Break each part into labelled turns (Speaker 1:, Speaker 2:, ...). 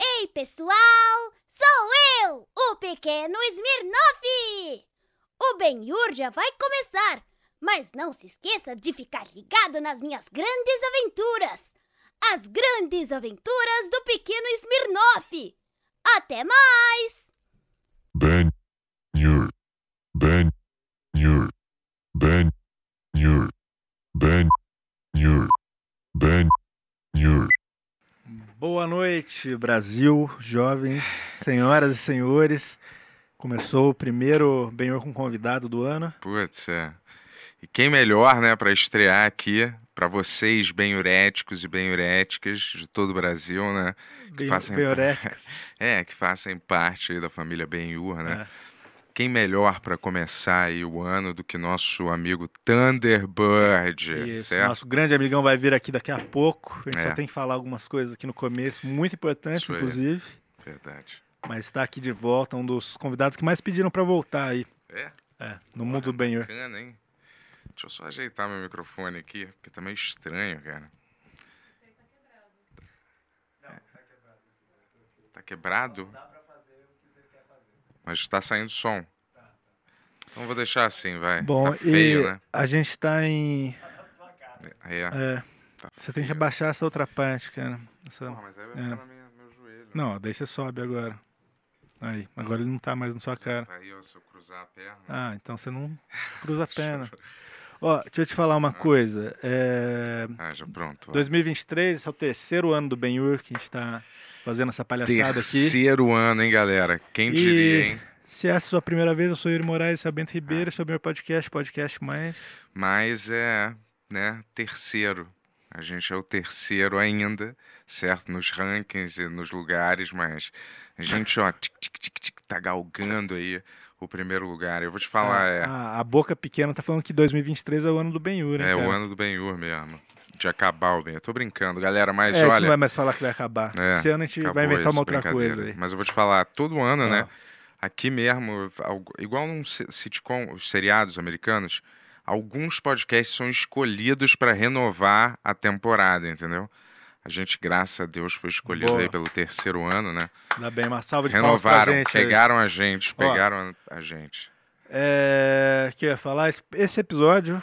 Speaker 1: Oi, pessoal! Sou eu, o pequeno Smirnoff! O Benhur já vai começar, mas não se esqueça de ficar ligado nas minhas grandes aventuras! As grandes aventuras do pequeno Smirnoff! Até mais!
Speaker 2: Ben Nur. Ben Nur. Ben Nur. Ben Nur. Ben Nur.
Speaker 3: Boa noite, Brasil, jovens, senhoras e senhores. Começou o primeiro Benhor com convidado do ano.
Speaker 4: Putz, é. E quem melhor, né, para estrear aqui, para vocês benhuréticos e benhuréticas de todo o Brasil, né?
Speaker 3: Ben-
Speaker 4: façam-
Speaker 3: Benhoréticas.
Speaker 4: É, que fazem parte aí da família Benhur, né? Quem melhor para começar aí o ano do que nosso amigo Thunderbird,
Speaker 3: Isso,
Speaker 4: É, certo?
Speaker 3: nosso grande amigão vai vir aqui daqui a pouco. A gente
Speaker 4: É.
Speaker 3: só tem que falar algumas coisas aqui no começo, muito importantes,
Speaker 4: Isso aí.
Speaker 3: inclusive.
Speaker 4: Verdade.
Speaker 3: Mas está aqui de volta, um dos convidados que mais pediram para voltar aí.
Speaker 4: É?
Speaker 3: É, no mundo do Benhor.
Speaker 4: Bacana, hein? Deixa eu só ajeitar meu microfone aqui, porque tá meio estranho, cara. Tá quebrado? Mas tá saindo som. Então vou deixar assim, vai.
Speaker 3: Bom,
Speaker 4: tá feio,
Speaker 3: e
Speaker 4: né?
Speaker 3: a gente está em.
Speaker 4: Aí, ó.
Speaker 3: é,
Speaker 4: Tá
Speaker 3: você tem que
Speaker 4: feio.
Speaker 3: abaixar essa outra parte, cara. Essa-
Speaker 4: Porra, mas aí vai ficar
Speaker 3: É.
Speaker 4: no meu, meu joelho.
Speaker 3: Não, daí você sobe agora. Aí, agora ele não tá mais na sua cara.
Speaker 4: Aí, ó, se eu cruzar a perna.
Speaker 3: Ah, então você não cruza a perna. Ó, deixa eu te falar uma coisa. É,
Speaker 4: Ah, já pronto. ó.
Speaker 3: 2023, esse é o terceiro ano do Benhur que a gente tá fazendo essa palhaçada aqui.
Speaker 4: Terceiro ano, hein, galera? Quem
Speaker 3: E-
Speaker 4: diria, hein?
Speaker 3: Se essa é a sua primeira vez, eu sou Yuri Moraes, esse é o Bento
Speaker 4: Ah.
Speaker 3: Ribeiro, esse é o meu podcast, podcast mais.
Speaker 4: Mas é, né, terceiro. A gente é o terceiro ainda, certo? Nos rankings e nos lugares, mas a gente, ó, tic, tic, tic, tic, tá galgando aí o primeiro lugar. Eu vou te
Speaker 3: Ah,
Speaker 4: falar, é,
Speaker 3: a, a boca pequena tá falando que 2023 é o ano do Benhur, né?
Speaker 4: é
Speaker 3: cara?
Speaker 4: o ano do Benhur mesmo. De acabar o Ben. Eu tô brincando, galera,
Speaker 3: É, a
Speaker 4: mas
Speaker 3: gente não vai
Speaker 4: olha.
Speaker 3: mais falar que vai acabar.
Speaker 4: É,
Speaker 3: Esse ano a gente
Speaker 4: acabou
Speaker 3: vai inventar
Speaker 4: isso,
Speaker 3: uma outra coisa aí.
Speaker 4: brincadeira.
Speaker 3: Ah.
Speaker 4: Mas eu vou te falar, todo ano, né?
Speaker 3: Ó,
Speaker 4: Aqui mesmo, al- igual num se- sitcom, os seriados americanos, alguns podcasts são escolhidos para renovar a temporada, entendeu? A gente, graças a Deus, foi escolhido
Speaker 3: Boa.
Speaker 4: aí pelo terceiro ano, né?
Speaker 3: Dá bem, uma salva de palmas pra
Speaker 4: Renovaram,
Speaker 3: gente. aí.
Speaker 4: pegaram a gente,
Speaker 3: Ó.
Speaker 4: pegaram a gente.
Speaker 3: É, que eu ia falar, esse- esse episódio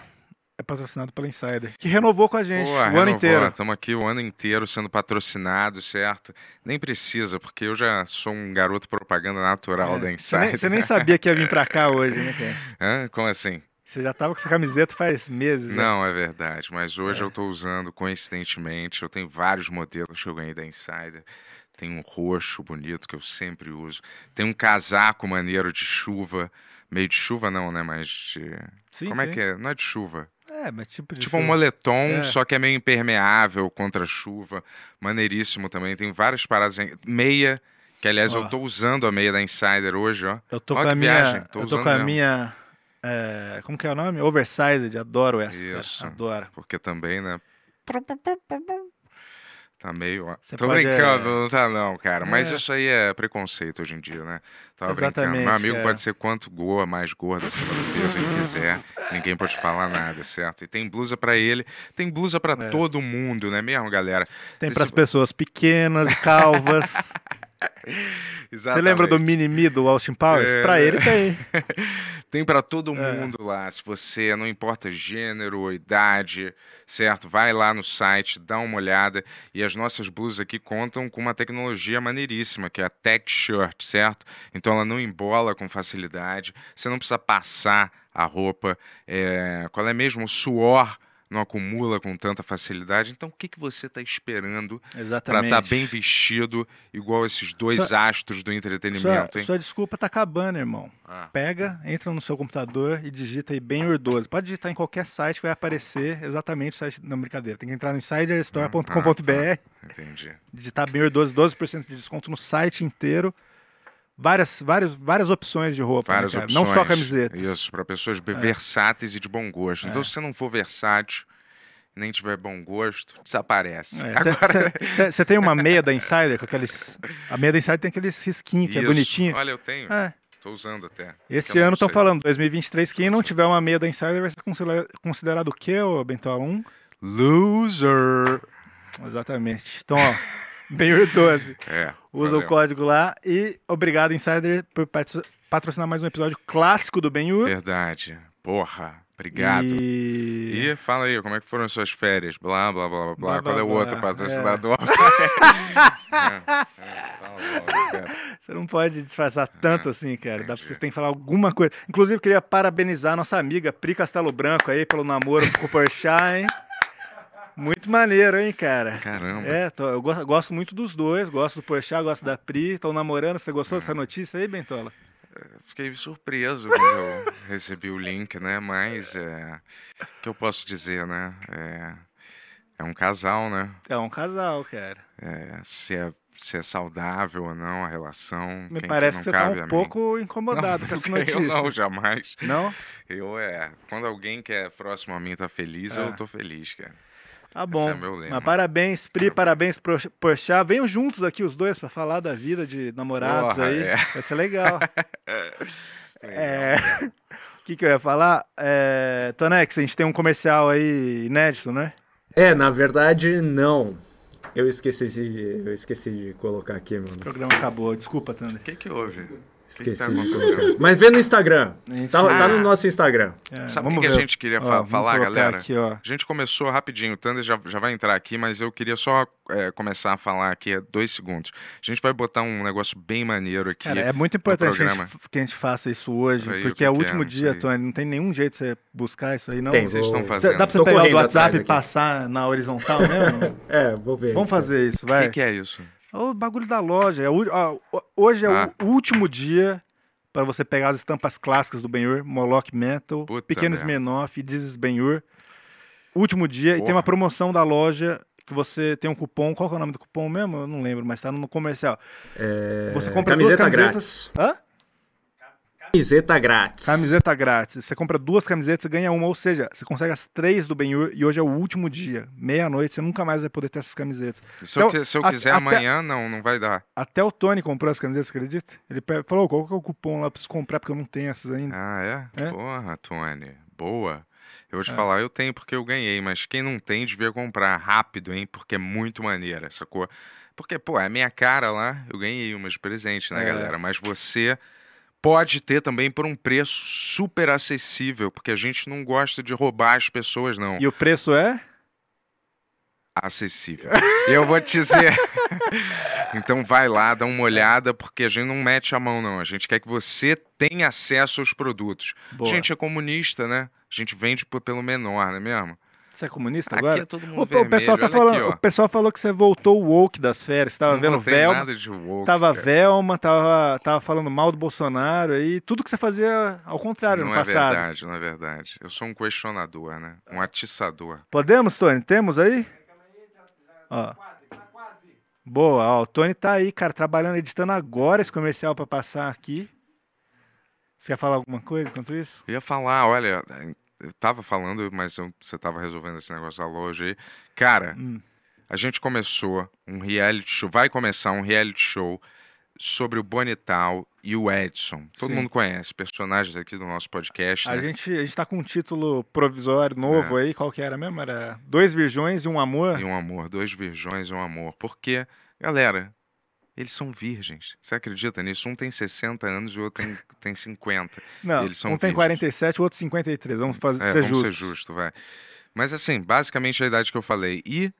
Speaker 3: é patrocinado pela Insider, que renovou com a gente o ano inteiro.
Speaker 4: Estamos aqui o ano inteiro sendo patrocinado, certo? Nem precisa, porque eu já sou um garoto propaganda natural
Speaker 3: É,
Speaker 4: da
Speaker 3: Você nem,
Speaker 4: Insider.
Speaker 3: você nem sabia que ia vir pra cá hoje, né, cara?
Speaker 4: Hã? Como assim?
Speaker 3: Você já tava com essa camiseta faz meses. né?
Speaker 4: Não, é verdade, mas hoje
Speaker 3: É.
Speaker 4: eu estou usando coincidentemente, eu tenho vários modelos que eu ganhei da Insider. Tem um roxo bonito que eu sempre uso. Tem um casaco maneiro de chuva, meio de chuva não, né, mas de...
Speaker 3: Sim,
Speaker 4: Como é
Speaker 3: sim.
Speaker 4: que é? Não é de chuva.
Speaker 3: É, mas tipo de
Speaker 4: tipo um
Speaker 3: show.
Speaker 4: moletom,
Speaker 3: É.
Speaker 4: só que é meio impermeável contra a chuva. Maneiríssimo também, tem várias paradas, em- meia, que aliás eu
Speaker 3: Ó.
Speaker 4: estou usando a meia da Insider hoje, ó.
Speaker 3: Eu tô
Speaker 4: Ó,
Speaker 3: com a
Speaker 4: que
Speaker 3: minha,
Speaker 4: viagem, tô
Speaker 3: eu tô
Speaker 4: usando
Speaker 3: com a
Speaker 4: mesmo. minha
Speaker 3: minha é, como que é o nome? Oversized, adoro essa. cara,
Speaker 4: Isso.
Speaker 3: Adoro.
Speaker 4: Porque também, né? Tá meio. ó.
Speaker 3: Você
Speaker 4: Tô
Speaker 3: pode,
Speaker 4: brincando,
Speaker 3: é,
Speaker 4: não tá não, cara. Mas
Speaker 3: é.
Speaker 4: isso aí é preconceito hoje em dia, né? Tava brincando.
Speaker 3: Exatamente,
Speaker 4: Meu amigo
Speaker 3: é.
Speaker 4: pode ser quanto goa, mais gordo, acima do peso que quiser. Ninguém pode falar nada, certo? E tem blusa pra ele, tem blusa pra
Speaker 3: É.
Speaker 4: todo mundo, né mesmo, galera?
Speaker 3: Tem
Speaker 4: Esse-
Speaker 3: para as pessoas pequenas, calvas. Você
Speaker 4: Exatamente.
Speaker 3: lembra do Mini Me do Austin Powers?
Speaker 4: É,
Speaker 3: pra
Speaker 4: né?
Speaker 3: ele tem.
Speaker 4: Tem pra todo
Speaker 3: É.
Speaker 4: mundo lá. Se você não importa gênero, idade, certo? Vai lá no site, dá uma olhada. E as nossas blusas aqui contam com uma tecnologia maneiríssima, que é a Tech Shirt, certo? Então ela não embola com facilidade. Você não precisa passar a roupa. é, Qual é mesmo? O suor não acumula com tanta facilidade. Então o que, que você está esperando para
Speaker 3: Exatamente.
Speaker 4: estar bem vestido, igual esses dois astros do
Speaker 3: sua,
Speaker 4: entretenimento, hein?
Speaker 3: sua desculpa tá acabando, irmão.
Speaker 4: Ah,
Speaker 3: Pega, entra no seu computador e digita aí bem urdoso. Pode digitar em qualquer site que vai aparecer exatamente o site. Não, brincadeira. Tem que entrar no
Speaker 4: Hum, ah,
Speaker 3: insiderstore.com.br,
Speaker 4: tá. entendi.
Speaker 3: digitar bem urdoso, 12% de desconto no site inteiro. Várias, várias, várias opções de roupa. né,
Speaker 4: Várias
Speaker 3: cara?
Speaker 4: opções.
Speaker 3: Não só camisetas.
Speaker 4: Isso, para pessoas be- versáteis e de bom gosto. Então,
Speaker 3: É.
Speaker 4: se você não for versátil, nem tiver bom gosto,
Speaker 3: É,
Speaker 4: desaparece. Agora,
Speaker 3: Você tem uma meia da Insider com aqueles. A meia da Insider tem aqueles risquinhos que é
Speaker 4: Isso.
Speaker 3: bonitinho.
Speaker 4: Olha, eu tenho.
Speaker 3: É,
Speaker 4: Tô usando até.
Speaker 3: esse
Speaker 4: Que eu não
Speaker 3: ano estão
Speaker 4: sei.
Speaker 3: falando, 2023, quem não tiver uma meia da Insider vai ser considera- considerado o quê, ô Bentola? Um?
Speaker 4: Loser!
Speaker 3: Exatamente. Então, ó, Bem 12.
Speaker 4: É.
Speaker 3: Usa
Speaker 4: valeu.
Speaker 3: o código lá. E obrigado, Insider, por patro- patrocinar mais um episódio clássico do Ben Ur.
Speaker 4: Verdade. Porra. Obrigado.
Speaker 3: Uh. E...
Speaker 4: E fala aí, como é que foram suas férias? Blá, blá, blá, blá, blá.
Speaker 3: Blá,
Speaker 4: Qual é o
Speaker 3: blá,
Speaker 4: outro
Speaker 3: blá.
Speaker 4: patrocinador? É, é, fala logo, cara.
Speaker 3: Você não pode disfarçar tanto assim, cara. Dá pra,
Speaker 4: Ah, entendi.
Speaker 3: vocês têm que falar alguma coisa. Inclusive, queria parabenizar a nossa amiga Pri Castelo Branco aí pelo namoro com o Porchat, hein? Muito maneiro, hein, cara?
Speaker 4: Caramba.
Speaker 3: É, tô- eu gosto, gosto muito dos dois, gosto do Porchat, gosto da Pri, estão namorando. Você gostou
Speaker 4: Hum.
Speaker 3: dessa notícia aí, Bentola?
Speaker 4: Fiquei surpreso quando eu recebi o link, né? Mas é, o que eu posso dizer, né? É, é um casal, né?
Speaker 3: É um casal, cara.
Speaker 4: É, se, é, se é saudável ou não a relação.
Speaker 3: Me
Speaker 4: quem
Speaker 3: parece que você
Speaker 4: não
Speaker 3: tá
Speaker 4: cabe a
Speaker 3: um
Speaker 4: mim.
Speaker 3: pouco
Speaker 4: Não,
Speaker 3: incomodado com essa
Speaker 4: nunca,
Speaker 3: notícia.
Speaker 4: Eu não, jamais.
Speaker 3: Não?
Speaker 4: Eu é. Quando alguém que é próximo a mim tá feliz, eu
Speaker 3: Ah.
Speaker 4: tô feliz, cara.
Speaker 3: Tá bom.
Speaker 4: é meu lema. Tá
Speaker 3: Mas parabéns, Pri, parabéns pro Porchat. Venham juntos aqui os dois pra falar da vida de namorados
Speaker 4: Porra,
Speaker 3: aí.
Speaker 4: é.
Speaker 3: Vai ser legal. É.
Speaker 4: Legal.
Speaker 3: O que, que eu ia falar? É... Tonex, a gente tem um comercial aí inédito, né?
Speaker 5: É, na verdade, não. Eu esqueci de, eu esqueci de colocar aqui,
Speaker 3: O
Speaker 5: mano.
Speaker 3: programa acabou, desculpa, Thunder.
Speaker 4: O que que houve? O que que
Speaker 5: Esqueci
Speaker 4: tá
Speaker 5: de
Speaker 4: acontecendo?
Speaker 5: colocar. Mas vê no Instagram. Tá, tá no
Speaker 4: Ah.
Speaker 5: nosso Instagram.
Speaker 3: É,
Speaker 4: Sabe o
Speaker 3: vamos
Speaker 4: que, que a
Speaker 3: ver.
Speaker 4: gente queria
Speaker 3: Ó,
Speaker 4: fa-
Speaker 3: vamos
Speaker 4: falar,
Speaker 3: colocar
Speaker 4: galera?
Speaker 3: Aqui, ó.
Speaker 4: A gente começou rapidinho, o Thunder já, já vai entrar aqui, mas eu queria só é, começar a falar aqui é, dois segundos. A gente vai botar um negócio bem maneiro aqui.
Speaker 3: Cara, é muito importante que a,
Speaker 4: programa.
Speaker 3: gente, que a gente faça isso hoje,
Speaker 4: Peraí, o
Speaker 3: porque
Speaker 4: que
Speaker 3: é o
Speaker 4: que é?
Speaker 3: último
Speaker 4: Não
Speaker 3: dia,
Speaker 4: sei.
Speaker 3: Tony. Não tem nenhum jeito de você buscar isso aí, não?
Speaker 5: Tem,
Speaker 3: Cê-
Speaker 4: Vocês estão
Speaker 5: Tô-
Speaker 4: fazendo.
Speaker 3: Dá pra você
Speaker 5: Tô
Speaker 3: pegar o do
Speaker 5: correndo
Speaker 3: WhatsApp
Speaker 5: atrás
Speaker 3: e
Speaker 5: aqui.
Speaker 3: passar na horizontal mesmo?
Speaker 5: É, vou ver.
Speaker 3: Vamos
Speaker 5: se-
Speaker 3: fazer isso,
Speaker 4: O
Speaker 3: vai.
Speaker 4: que, que é isso?
Speaker 3: O bagulho da loja. é o- ó, o- Hoje é
Speaker 4: Ah.
Speaker 3: o último dia para você pegar as estampas clássicas do Ben-Hur, Moloch Metal,
Speaker 4: Puta
Speaker 3: Pequenos
Speaker 4: merda.
Speaker 3: Menoff e Dizes Ben-Hur. Último dia. E tem
Speaker 4: Porra.
Speaker 3: uma promoção da loja que você tem um cupom. Qual que é o nome do cupom mesmo? Eu não lembro, mas tá no comercial. Você
Speaker 5: É,
Speaker 3: compra
Speaker 5: camiseta
Speaker 3: duas
Speaker 5: grátis.
Speaker 3: camisetas. Hã?
Speaker 5: Camiseta grátis.
Speaker 3: Camiseta grátis. Você compra duas camisetas e ganha uma. Ou seja, você consegue as três do Ben-Hur e hoje é o último dia. Meia-noite, você nunca mais vai poder ter essas camisetas.
Speaker 4: Se eu,
Speaker 3: Então,
Speaker 4: qui- se eu
Speaker 3: a-
Speaker 4: quiser
Speaker 3: até-
Speaker 4: amanhã, não, não vai dar.
Speaker 3: Até o Tony comprou as camisetas, você acredita? Ele pe- falou, qual que é o cupom lá? Eu preciso comprar porque eu não tenho essas ainda.
Speaker 4: Ah, é?
Speaker 3: É.
Speaker 4: Porra, Tony. Boa. Eu vou te falar, eu tenho porque eu ganhei, mas quem não tem devia comprar rápido, hein? Porque é muito maneira, sacou? Porque, pô, é a minha cara lá, eu ganhei umas de presente, né,
Speaker 3: É.
Speaker 4: galera? Mas você pode ter também por um preço super acessível, porque a gente não gosta de roubar as pessoas, não.
Speaker 3: E o preço é?
Speaker 4: acessível. E eu vou te dizer. então vai lá, dá uma olhada, porque a gente não mete a mão, não. A gente quer que você tenha acesso aos produtos.
Speaker 3: Boa.
Speaker 4: A gente é comunista, né? A gente vende p- pelo menor, não é mesmo?
Speaker 3: Você é comunista
Speaker 4: Aqui
Speaker 3: agora?
Speaker 4: é todo mundo
Speaker 3: O, o
Speaker 4: vermelho.
Speaker 3: pessoal tá
Speaker 4: Olha
Speaker 3: falando,
Speaker 4: aqui, ó.
Speaker 3: o pessoal falou que você voltou woke das férias, tava
Speaker 4: não
Speaker 3: vendo
Speaker 4: botei
Speaker 3: Velma,
Speaker 4: nada de woke,
Speaker 3: tava
Speaker 4: cara.
Speaker 3: Velma, tava tava falando mal do Bolsonaro aí, tudo que você fazia ao contrário
Speaker 4: Não
Speaker 3: no
Speaker 4: é
Speaker 3: passado.
Speaker 4: verdade, não é verdade. Eu sou um questionador, né? Um atiçador.
Speaker 3: Podemos, Tony? Temos aí? Ó. Boa, ó, o Tony tá aí, cara, trabalhando, editando agora esse comercial pra passar aqui. Você quer falar alguma coisa enquanto isso?
Speaker 4: Eu ia falar, olha, eu tava falando, mas eu- você tava resolvendo esse negócio da loja aí. Cara,
Speaker 3: Hum.
Speaker 4: a gente começou um reality show, vai começar um reality show sobre o Bonital e o Edson. Todo
Speaker 3: Sim.
Speaker 4: mundo conhece, personagens aqui do nosso podcast,
Speaker 3: A
Speaker 4: né?
Speaker 3: gente, a gente tá com um título provisório novo
Speaker 4: É.
Speaker 3: aí, qual que era mesmo? Era Dois Virgões e um Amor.
Speaker 4: E um amor, dois virgões e um amor. Porque, galera, eles são virgens. Você acredita nisso? Um tem 60 anos e o outro tem, tem 50.
Speaker 3: Não,
Speaker 4: eles são
Speaker 3: um tem
Speaker 4: virgens.
Speaker 3: 47, o outro 53. Vamos fazer,
Speaker 4: É,
Speaker 3: ser
Speaker 4: vamos
Speaker 3: justo.
Speaker 4: ser justo, vai. Mas assim, basicamente é a idade que eu falei. E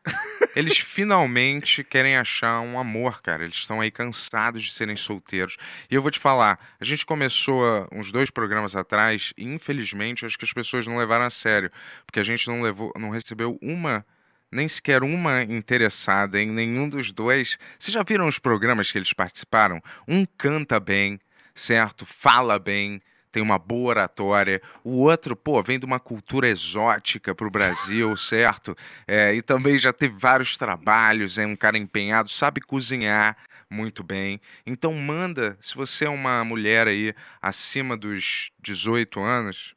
Speaker 4: eles finalmente querem achar um amor, cara. Eles estão aí cansados de serem solteiros. E eu vou te falar, a gente começou ah, uns dois programas atrás e infelizmente acho que as pessoas não levaram a sério, porque a gente não levou, não recebeu uma nem sequer uma interessada em nenhum dos dois. Vocês já viram os programas que eles participaram? Um canta bem, certo? Fala bem, tem uma boa oratória. O outro, pô, vem de uma cultura exótica pro Brasil, certo? É, e também já teve vários trabalhos, é um cara empenhado, sabe cozinhar muito bem. Então manda, se você é uma mulher aí acima dos 18 anos,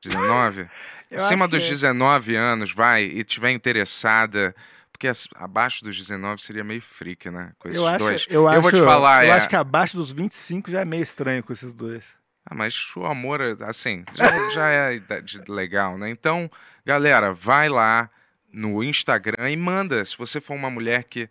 Speaker 4: 19,
Speaker 3: Eu
Speaker 4: acima
Speaker 3: acho que
Speaker 4: dos
Speaker 3: é.
Speaker 4: 19 anos, vai, e tiver interessada, porque as- abaixo dos 19 seria meio freak, né? Com esses
Speaker 3: Eu acho,
Speaker 4: dois.
Speaker 3: eu,
Speaker 4: Eu vou te
Speaker 3: acho-
Speaker 4: falar,
Speaker 3: eu
Speaker 4: é.
Speaker 3: acho que abaixo dos 25 já é meio estranho com esses dois.
Speaker 4: Ah, mas o amor, assim, já, já é a idade legal, né? Então, galera, vai lá no Instagram e manda. Se você for uma mulher que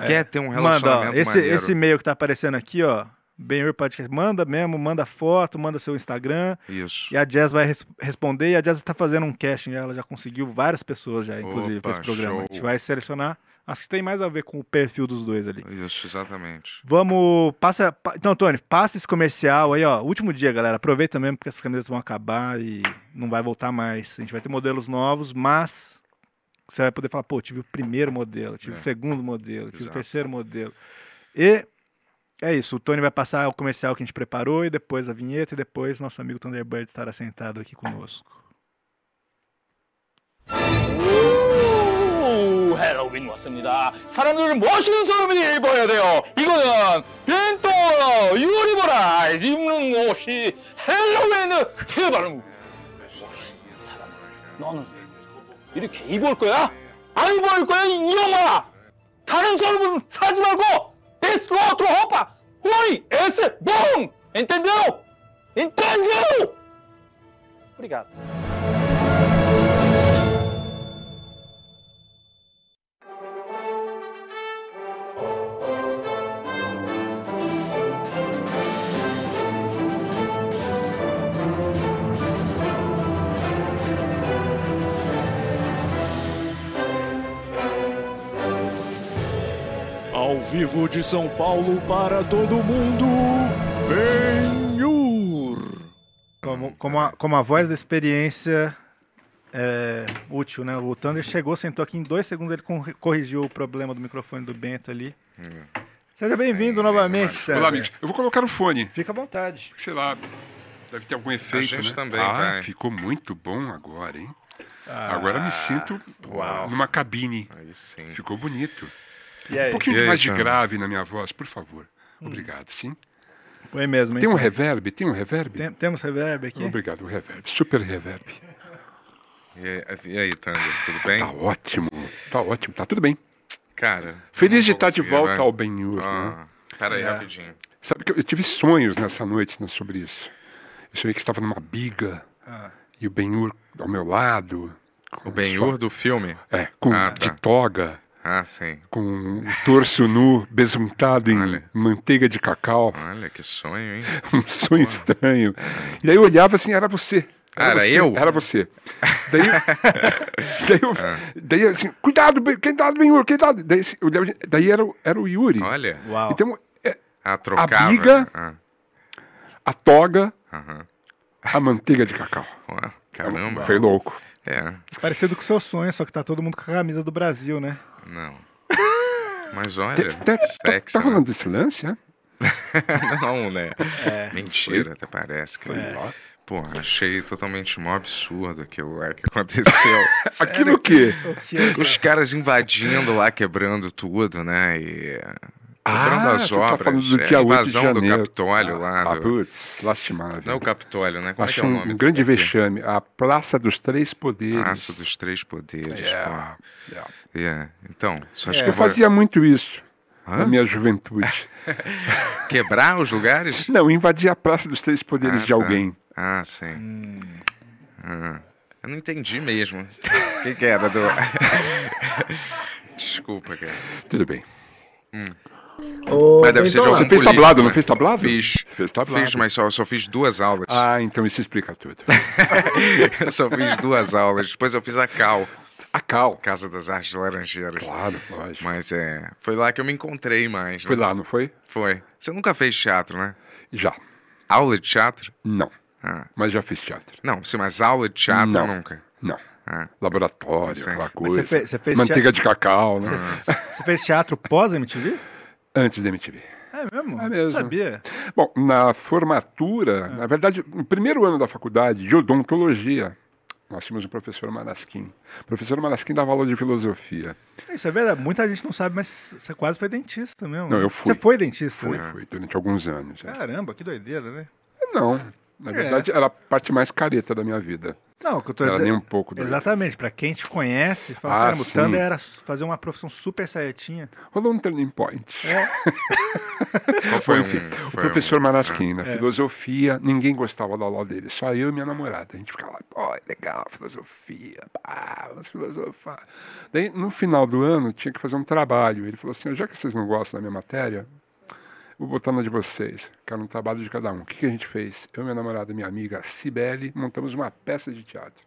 Speaker 3: É.
Speaker 4: Quer ter um
Speaker 3: Manda, ó,
Speaker 4: relacionamento
Speaker 3: esse,
Speaker 4: maneiro.
Speaker 3: esse e-mail que tá aparecendo aqui, ó. Benhur Podcast. Manda mesmo, manda foto, manda seu Instagram.
Speaker 4: Isso.
Speaker 3: E a Jazz vai res- responder. E a Jazz tá fazendo um casting. já, Ela já conseguiu várias pessoas, já, inclusive, para
Speaker 4: Opa,
Speaker 3: esse programa. A gente
Speaker 4: show.
Speaker 3: vai selecionar as que tem mais a ver com o perfil dos dois ali.
Speaker 4: Isso, exatamente.
Speaker 3: Vamos. Passa. pa- Então, Tony, passa esse comercial aí, ó. Último dia, galera. Aproveita mesmo, porque essas camisetas vão acabar e não vai voltar mais. A gente vai ter modelos novos, mas você vai poder falar, pô, tive o primeiro modelo, tive o
Speaker 4: É.
Speaker 3: segundo modelo, tive o
Speaker 4: Exato.
Speaker 3: terceiro modelo. E é isso. O Tony vai passar o comercial que a gente preparou e depois a vinheta e depois nosso amigo Thunderbird estará sentado aqui conosco.
Speaker 6: 오, 헬로윈 왔습니다. 사람들을 멋있는 사람이 보여야 돼요. 이거는 벤토 유니버라 입는 옷이 헬로윈의 대바람. 멋있는 사람. 너는 이렇게 입을 거야? 안 입을 거야 이 영화. 다른 사람은 사지 말고 에스 로토 호파 호이 에스 봉 엔텐디오 엔텐디오. Obrigado.
Speaker 7: Ao vivo de São Paulo para todo mundo, Benhur.
Speaker 3: Como, como, a, como a voz da experiência é útil, né? O Thunder chegou, sentou aqui em dois segundos, ele corri- corrigiu o problema do microfone do Bento ali.
Speaker 8: Hum.
Speaker 3: Seja bem-vindo
Speaker 4: Sem
Speaker 3: novamente,
Speaker 4: nenhuma-
Speaker 3: César.
Speaker 8: Novamente. Eu vou colocar no fone.
Speaker 3: Fica à vontade.
Speaker 8: Sei lá, deve ter algum efeito,
Speaker 4: gente
Speaker 8: né?
Speaker 4: também,
Speaker 8: ah,
Speaker 4: vai.
Speaker 8: ficou muito bom agora, hein? agora me sinto
Speaker 4: uau.
Speaker 8: numa cabine.
Speaker 4: Aí sim.
Speaker 8: Ficou bonito.
Speaker 3: E aí?
Speaker 8: Um pouquinho
Speaker 4: E aí,
Speaker 8: mais de
Speaker 4: Sam?
Speaker 8: grave na minha voz, por favor. Obrigado, sim.
Speaker 3: Foi mesmo, hein?
Speaker 8: Tem um reverb? Tem um reverb?
Speaker 3: Tem- temos reverb aqui?
Speaker 8: Obrigado, um reverb. Super reverb.
Speaker 4: E, e aí, Thunder, tudo bem?
Speaker 8: Tá ótimo. Tá ótimo. Tá tudo bem.
Speaker 4: Cara.
Speaker 8: Feliz
Speaker 4: não
Speaker 8: de estar de
Speaker 4: conseguia,
Speaker 8: volta
Speaker 4: vai.
Speaker 8: ao Benhur. Né?
Speaker 4: Ah, pera aí,
Speaker 3: É.
Speaker 4: rapidinho.
Speaker 8: Sabe que eu eu tive sonhos nessa noite né, sobre isso. Eu sonhei que estava numa biga
Speaker 3: Ah.
Speaker 8: e o Benhur ao meu lado. com
Speaker 4: O Benhur do filme?
Speaker 8: sua- É, com,
Speaker 4: Ah, tá.
Speaker 8: de toga.
Speaker 4: Ah, sim.
Speaker 8: com o torso nu besuntado em
Speaker 4: Olha. Ah,
Speaker 8: manteiga de cacau,
Speaker 4: Olha, que sonho, hein?
Speaker 8: um sonho estranho. E daí eu olhava assim, era você.
Speaker 4: Ah, era
Speaker 8: você,
Speaker 4: eu?
Speaker 8: Era você. Daí, daí, eu,
Speaker 4: Ah.
Speaker 8: daí eu assim, cuidado, Ben- cuidado, Benhur, cuidado. Daí, assim, eu olhava, daí era, o- era o Yuri.
Speaker 4: Olha.
Speaker 3: Uau.
Speaker 8: Então, é,
Speaker 4: A trocava.
Speaker 8: briga-
Speaker 4: Ah,
Speaker 8: a toga,
Speaker 4: aham.
Speaker 8: a manteiga de cacau.
Speaker 4: Ué, caramba.
Speaker 8: Foi louco.
Speaker 4: É,
Speaker 8: um-
Speaker 3: Parecido com o seu sonho, só que tá todo mundo com a camisa do Brasil, né?
Speaker 4: não. Mas olha,
Speaker 8: Tá, tá, tá,
Speaker 4: sexy,
Speaker 8: tá
Speaker 4: né?
Speaker 8: rolando esse lance, é?
Speaker 4: Não, né?
Speaker 3: É.
Speaker 4: Mentira, até parece, cara.
Speaker 8: Sei lá.
Speaker 4: Pô, achei totalmente mó absurdo aquilo lá que aconteceu.
Speaker 8: Aquilo o é quê?
Speaker 4: Os caras invadindo lá, quebrando tudo, né? E quebrando as
Speaker 8: você tá
Speaker 4: obras.
Speaker 8: falando do
Speaker 4: é,
Speaker 8: dia 8 de
Speaker 4: invasão do
Speaker 8: janeiro.
Speaker 4: Capitólio lá.
Speaker 8: Ah,
Speaker 4: do-
Speaker 8: putz, lastimável.
Speaker 4: Não é o Capitólio, né? Como é que
Speaker 8: Acho
Speaker 4: é o
Speaker 8: um,
Speaker 4: nome?
Speaker 8: um grande
Speaker 4: Aqui.
Speaker 8: vexame. A Praça dos Três Poderes.
Speaker 4: Praça dos Três Poderes.
Speaker 8: Yeah, yeah.
Speaker 4: pô. Yeah. Então, só acho
Speaker 8: Eu
Speaker 4: que eu vou
Speaker 8: É, fazia muito isso
Speaker 4: Hã?
Speaker 8: na minha juventude.
Speaker 4: quebrar os lugares?
Speaker 8: Não, invadia a Praça dos Três Poderes
Speaker 4: Ah,
Speaker 8: de
Speaker 4: tá.
Speaker 8: alguém.
Speaker 4: Ah, sim.
Speaker 8: Hum.
Speaker 4: Ah, eu não entendi mesmo. O que, que era do. Desculpa, cara.
Speaker 8: Tudo bem.
Speaker 5: Ô,
Speaker 4: Mas deve ser de
Speaker 5: Bentola,
Speaker 4: algum
Speaker 8: Então Você fez
Speaker 4: político,
Speaker 8: tablado, não
Speaker 4: né?
Speaker 8: fez tablado?
Speaker 4: Fiz.
Speaker 8: Fez tablado.
Speaker 4: Fiz, mas só, só fiz duas aulas.
Speaker 8: Ah, então isso explica tudo.
Speaker 4: eu só fiz duas aulas. Depois eu fiz a Cal,
Speaker 8: A Cal.
Speaker 4: Casa das Artes Laranjeiras.
Speaker 8: Claro, lógico.
Speaker 4: Mas é. Foi lá que eu me encontrei mais. né?
Speaker 8: Foi lá, não foi?
Speaker 4: Foi. Você nunca fez teatro, né?
Speaker 8: Já.
Speaker 4: Aula de teatro?
Speaker 8: Não.
Speaker 4: Ah.
Speaker 8: Mas já fiz teatro.
Speaker 4: Não, sim, mas aula de teatro
Speaker 8: Não.
Speaker 4: nunca.
Speaker 8: Não.
Speaker 4: Ah.
Speaker 8: Laboratório,
Speaker 4: Sim.
Speaker 8: aquela
Speaker 3: Mas
Speaker 8: coisa.
Speaker 3: você fez- você fez
Speaker 8: Manteiga de cacau, né?
Speaker 3: Você fez teatro pós-MTV?
Speaker 8: Antes da MTV.
Speaker 3: É mesmo?
Speaker 8: É mesmo.
Speaker 3: Não sabia.
Speaker 8: Bom, na formatura,
Speaker 3: É.
Speaker 8: na verdade, no primeiro ano da faculdade de odontologia, nós tínhamos um professor Marasquim. O professor Marasquim dava aula de filosofia.
Speaker 3: Isso é verdade. Muita gente não sabe, mas você quase foi dentista mesmo.
Speaker 8: Não, eu fui.
Speaker 3: Você foi dentista?
Speaker 8: Foi,
Speaker 3: né?
Speaker 8: foi, durante alguns anos. é.
Speaker 3: Caramba, que doideira, né?
Speaker 8: Não, na
Speaker 3: É.
Speaker 8: verdade, era a parte mais careta da minha vida.
Speaker 3: Não, o que eu tô
Speaker 8: Não era nem
Speaker 3: dizendo.
Speaker 8: um pouco doido.
Speaker 3: Exatamente, pra quem te conhece, fala,
Speaker 8: Ah,
Speaker 3: caramba, o
Speaker 8: sim.
Speaker 3: Thunder era fazer uma profissão super saietinha.
Speaker 8: Rolou um turning point.
Speaker 3: É.
Speaker 4: Qual foi,
Speaker 8: Enfim,
Speaker 4: um-
Speaker 8: o
Speaker 4: foi
Speaker 8: professor
Speaker 4: um-
Speaker 8: Manaskin, na filosofia, ninguém gostava da aula dele, só eu e minha namorada. A gente ficava lá, pô, é legal, filosofia, pá, vamos filosofar. Daí, no final do ano, tinha que fazer um trabalho. Ele falou assim: "Ó, já que vocês não gostam da minha matéria, vou botar na de vocês, que era um trabalho de cada um. O que, que a gente fez? Eu, minha namorada e minha amiga Cibele montamos uma peça de teatro.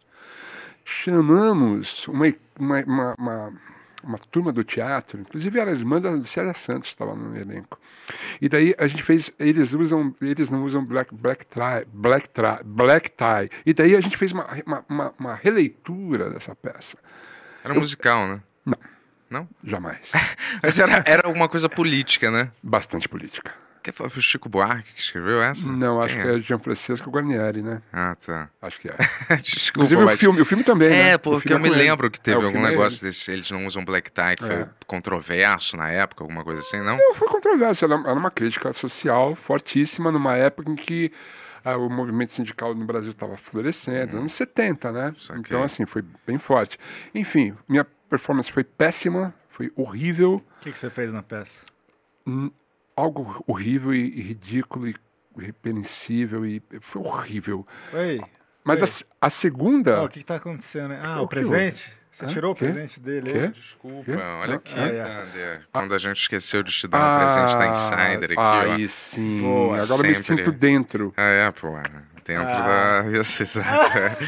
Speaker 8: Chamamos uma, uma, uma- uma- uma turma do teatro, inclusive era a irmã da Lucélia Santos que estava no elenco. E daí a gente fez, eles usam, eles não usam black, black tie, black tie, black tie. E daí a gente fez uma, uma, uma- uma releitura dessa peça.
Speaker 4: Era musical, né?
Speaker 8: Jamais.
Speaker 4: Mas era, era uma coisa política, né?
Speaker 8: Bastante política.
Speaker 4: Que foi, foi o Chico Buarque que escreveu essa?
Speaker 8: Não, acho
Speaker 4: Quem
Speaker 8: que é Gianfrancesco Guarnieri, né?
Speaker 4: Ah, tá.
Speaker 8: Acho que é.
Speaker 4: Desculpa,
Speaker 8: Inclusive o
Speaker 4: mas-
Speaker 8: filme, o filme também, né?
Speaker 4: É,
Speaker 8: O
Speaker 4: porque
Speaker 8: filme
Speaker 4: eu me
Speaker 8: com ele.
Speaker 4: lembro que
Speaker 8: É,
Speaker 4: teve
Speaker 8: o
Speaker 4: algum
Speaker 8: filme é
Speaker 4: negócio desse. Eles não usam black tie, que foi
Speaker 8: É.
Speaker 4: controverso na época, alguma coisa assim, não?
Speaker 8: Não, foi controverso. Era, era uma crítica social fortíssima numa época em que ah, o movimento sindical no Brasil estava florescendo,
Speaker 4: Uhum.
Speaker 8: anos 70, né?
Speaker 4: Saquei.
Speaker 8: Então, assim, foi bem forte. Enfim, minha performance foi péssima, foi horrível,
Speaker 3: O que, que você fez na peça?
Speaker 8: hum, algo horrível e, e ridículo e repreensível e foi horrível.
Speaker 3: Oi. Oi.
Speaker 8: Mas
Speaker 4: É.
Speaker 8: a, se- a segunda.
Speaker 3: Ah, o que, que tá acontecendo? hein? Ah,
Speaker 8: O
Speaker 3: o
Speaker 8: que houve?
Speaker 3: presente? Você
Speaker 8: Hã?
Speaker 3: tirou o
Speaker 8: Quê?
Speaker 3: presente dele?
Speaker 8: Quê?
Speaker 3: hein?
Speaker 4: Desculpa,
Speaker 8: Hã?
Speaker 4: olha
Speaker 8: Hã?
Speaker 4: aqui,
Speaker 3: Ah, é.
Speaker 4: Thunder. Quando a gente esqueceu de te dar um presente da Insider aqui, ó.
Speaker 8: Ah, Aí sim.
Speaker 3: Boa,
Speaker 8: Agora eu me
Speaker 4: sempre.
Speaker 8: sinto dentro.
Speaker 4: Ah, é, pô. Dentro
Speaker 3: Ah.
Speaker 4: da. Isso, exato. é.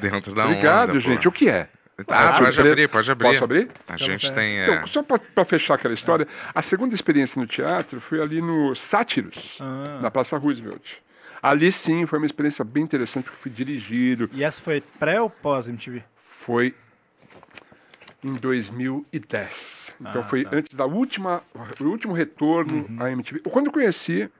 Speaker 4: Dentro da
Speaker 8: Obrigado,
Speaker 4: onda. pô.
Speaker 8: gente. O que é?
Speaker 4: Ah,
Speaker 8: Ah,
Speaker 4: pode
Speaker 8: surpresa.
Speaker 4: abrir, pode abrir.
Speaker 8: Posso abrir?
Speaker 4: A gente
Speaker 3: Então,
Speaker 4: tem. é,
Speaker 8: Então, só para fechar aquela história, a segunda experiência no teatro foi ali no Sátiros,
Speaker 3: Ah.
Speaker 8: na Praça Roosevelt. Ali sim foi uma experiência bem interessante, porque eu fui dirigido.
Speaker 3: E essa foi pré ou pós MTV?
Speaker 8: Foi em 2010. Então
Speaker 3: Ah,
Speaker 8: foi
Speaker 3: tá.
Speaker 8: antes da última, o último retorno
Speaker 4: Uhum.
Speaker 8: à MTV. Quando eu conheci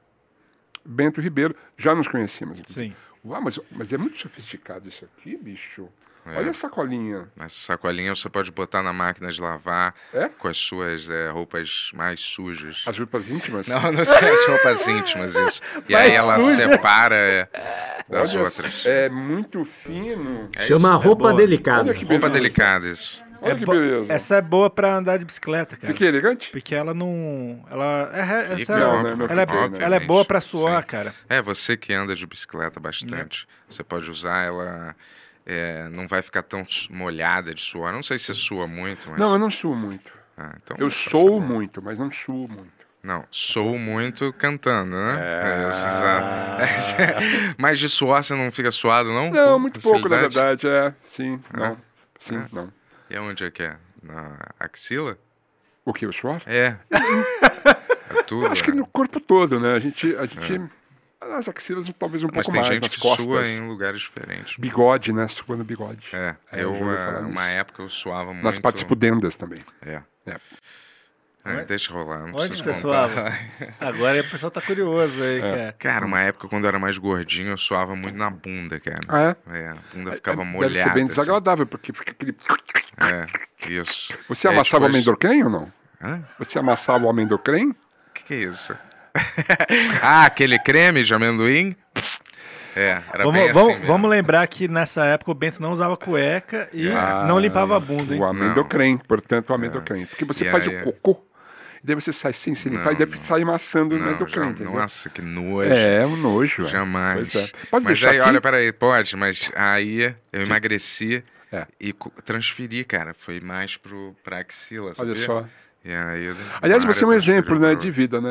Speaker 8: Bento Ribeiro, já nos conhecíamos. inclusive.
Speaker 3: Sim.
Speaker 8: Uau, mas, mas é muito sofisticado isso aqui, bicho.
Speaker 4: é.
Speaker 8: Olha a sacolinha.
Speaker 4: Essa sacolinha você pode botar na máquina de lavar
Speaker 8: É? Ah.
Speaker 4: com as suas é, roupas mais sujas.
Speaker 8: As roupas íntimas.
Speaker 4: Não, não sei as roupas íntimas, isso. E aí ela separa é, das
Speaker 8: Olha,
Speaker 4: outras.
Speaker 8: É muito fino.
Speaker 5: Chama roupa
Speaker 3: boa.
Speaker 5: delicada.
Speaker 8: Olha que
Speaker 4: Roupa
Speaker 8: beleza.
Speaker 4: delicada, isso.
Speaker 8: Olha
Speaker 3: É
Speaker 8: que
Speaker 3: bo-
Speaker 8: beleza.
Speaker 3: Essa é boa pra andar de bicicleta, cara.
Speaker 8: Fiquei elegante?
Speaker 3: Porque ela não. Ela é. re- é
Speaker 4: Fica,
Speaker 3: sério.
Speaker 8: Não, né?
Speaker 4: óbvio,
Speaker 3: Ela,
Speaker 4: obviamente.
Speaker 3: é, ela é boa pra suar,
Speaker 4: Sim.
Speaker 3: cara.
Speaker 4: É, você que anda de bicicleta bastante, você pode usar ela. é, não vai ficar tão su- molhada de suor. Não sei se sua muito, mas.
Speaker 8: Não, eu não suo muito.
Speaker 4: Ah, então
Speaker 8: Eu
Speaker 4: tá
Speaker 8: sou
Speaker 4: sabendo.
Speaker 8: muito, mas não suo muito.
Speaker 4: Não, sou muito cantando, né? É, isso, exato. Mas de suor você não fica suado, não?
Speaker 8: Ah. Não, é
Speaker 4: Com
Speaker 8: muito pouco, na
Speaker 4: facilidade?
Speaker 8: verdade. É, sim,
Speaker 4: É.
Speaker 8: não. Sim,
Speaker 4: É.
Speaker 8: não.
Speaker 4: E aonde é que é? Na axila?
Speaker 8: O que, o suor?
Speaker 4: É. É tudo.
Speaker 8: Eu acho que
Speaker 4: né?
Speaker 8: no corpo todo, né? A gente... A gente As axilas talvez um
Speaker 4: É. Mas
Speaker 8: pouco
Speaker 4: tem
Speaker 8: mais,
Speaker 4: gente
Speaker 8: nas
Speaker 4: que
Speaker 8: costas.
Speaker 4: sua em um lugares diferentes.
Speaker 8: Bigode, né? Sua no bigode.
Speaker 4: É,
Speaker 8: É,
Speaker 4: eu,
Speaker 8: eu já ouvi
Speaker 4: eh,
Speaker 8: falar nisso.
Speaker 4: uma época eu suava É, muito.
Speaker 8: Nas partes pudendas também.
Speaker 4: É.
Speaker 8: É.
Speaker 4: É,
Speaker 3: Onde-
Speaker 4: deixa rolar, não
Speaker 3: onde
Speaker 4: preciso
Speaker 3: você
Speaker 4: contar.
Speaker 3: suava? Agora o pessoal tá curioso
Speaker 8: É.
Speaker 3: aí, cara.
Speaker 4: Cara, uma época quando eu era mais gordinho, eu suava muito na bunda, cara.
Speaker 8: Ah, é?
Speaker 4: É, a bunda ficava molhada.
Speaker 8: Deve ser bem
Speaker 4: assim.
Speaker 8: desagradável, porque fica aquele...
Speaker 4: É, isso.
Speaker 8: Você
Speaker 4: E aí
Speaker 8: amassava
Speaker 4: depois-
Speaker 8: o amendoim ou não?
Speaker 4: Hã?
Speaker 8: Você amassava o amendoim?
Speaker 4: O que, que é isso? ah, aquele creme de amendoim? É, era
Speaker 3: Vamos,
Speaker 4: bem
Speaker 3: vamos-
Speaker 4: assim mesmo.
Speaker 3: vamos lembrar que nessa época o Bento não usava cueca e
Speaker 8: Ah,
Speaker 3: não limpava a bunda, hein?
Speaker 8: O amendoim, portanto, o amendoim. Porque você
Speaker 4: É. E
Speaker 8: faz
Speaker 4: aí-
Speaker 8: o cocô, e daí você sai sem se limpar,
Speaker 4: Não,
Speaker 8: e deve
Speaker 4: não.
Speaker 8: sair amassando o
Speaker 4: Não,
Speaker 8: amendoim,
Speaker 4: já,
Speaker 8: entendeu?
Speaker 4: nossa, que nojo.
Speaker 8: É, um nojo. é.
Speaker 4: Jamais.
Speaker 8: Pois é. Pode
Speaker 4: mas
Speaker 8: deixar
Speaker 4: aí,
Speaker 8: aqui?
Speaker 4: olha, peraí, pode, mas aí eu emagreci
Speaker 8: É.
Speaker 4: e co- transferi, cara. Foi mais pro, pra axila,
Speaker 8: Olha
Speaker 4: sabia?
Speaker 8: só.
Speaker 4: E aí, eu-
Speaker 8: Aliás,
Speaker 4: uma
Speaker 8: você é um
Speaker 4: área transferiu
Speaker 8: exemplo, né,
Speaker 4: pro-
Speaker 8: de vida, né?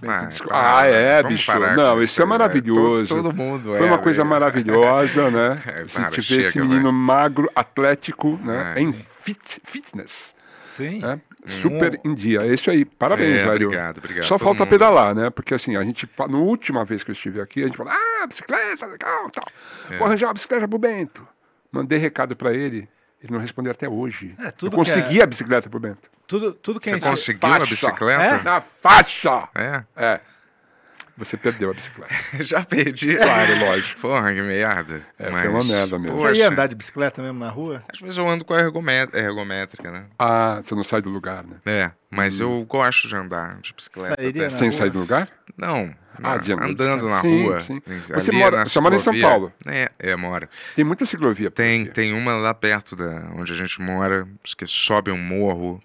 Speaker 8: Bento?
Speaker 4: Ah,
Speaker 8: Desculpa.
Speaker 4: para,
Speaker 8: Ah, é,
Speaker 4: vamos
Speaker 8: bicho.
Speaker 4: parar com
Speaker 8: Não, isso é
Speaker 4: aí, né?
Speaker 8: maravilhoso.
Speaker 4: Todo, todo mundo é,
Speaker 8: Foi uma coisa
Speaker 4: maravilhosa.
Speaker 8: maravilhosa, né?
Speaker 4: É,
Speaker 8: A
Speaker 4: para,
Speaker 8: gente vê esse
Speaker 4: chega,
Speaker 8: menino magro, atlético, né?
Speaker 4: É.
Speaker 8: Em fit- fitness,
Speaker 3: Sim.
Speaker 8: né? Super em dia. É isso aí. Parabéns,
Speaker 4: um é,
Speaker 8: Mário.
Speaker 4: Obrigado, obrigado.
Speaker 8: Só
Speaker 4: Todo
Speaker 8: falta
Speaker 4: mundo-
Speaker 8: pedalar, né? Porque assim, a gente, fa- na última vez que eu estive aqui, a gente falou, ah, bicicleta, legal, tal.
Speaker 4: É.
Speaker 8: Vou arranjar uma bicicleta pro Bento. Mandei recado pra ele, ele não respondeu até hoje.
Speaker 3: É, tudo
Speaker 8: eu consegui
Speaker 3: que
Speaker 8: a bicicleta pro Bento.
Speaker 3: Tudo, tudo que a
Speaker 4: Você
Speaker 3: gente-
Speaker 4: conseguiu a
Speaker 8: Faixa. É?
Speaker 4: bicicleta?
Speaker 8: Na faixa!
Speaker 4: É?
Speaker 8: É. Você perdeu a bicicleta.
Speaker 4: Já perdi.
Speaker 8: Claro, lógico.
Speaker 4: Porra, que merda.
Speaker 8: É, foi uma merda mesmo.
Speaker 3: Você ia
Speaker 4: Poxa,
Speaker 3: andar de bicicleta mesmo na rua?
Speaker 4: Às vezes eu ando com a ergomé- ergométrica, né?
Speaker 8: Ah, você não sai do lugar, né?
Speaker 4: É, mas eu gosto de andar de bicicleta.
Speaker 3: Sairia
Speaker 4: até.
Speaker 3: É Na
Speaker 8: Sem
Speaker 3: rua?
Speaker 8: sair do lugar?
Speaker 4: Não,
Speaker 8: Ah,
Speaker 4: não,
Speaker 8: de andar de
Speaker 4: andando na
Speaker 8: bicicleta. Sim,
Speaker 4: rua.
Speaker 8: sim.
Speaker 4: em-
Speaker 8: Você
Speaker 4: ali
Speaker 8: mora-
Speaker 4: na
Speaker 8: você mora em São
Speaker 4: ciclovia.
Speaker 8: Paulo?
Speaker 4: É, é, mora.
Speaker 8: Tem muita ciclovia. por
Speaker 4: Tem,
Speaker 8: aqui.
Speaker 4: tem uma lá perto da onde a gente mora, que sobe um morro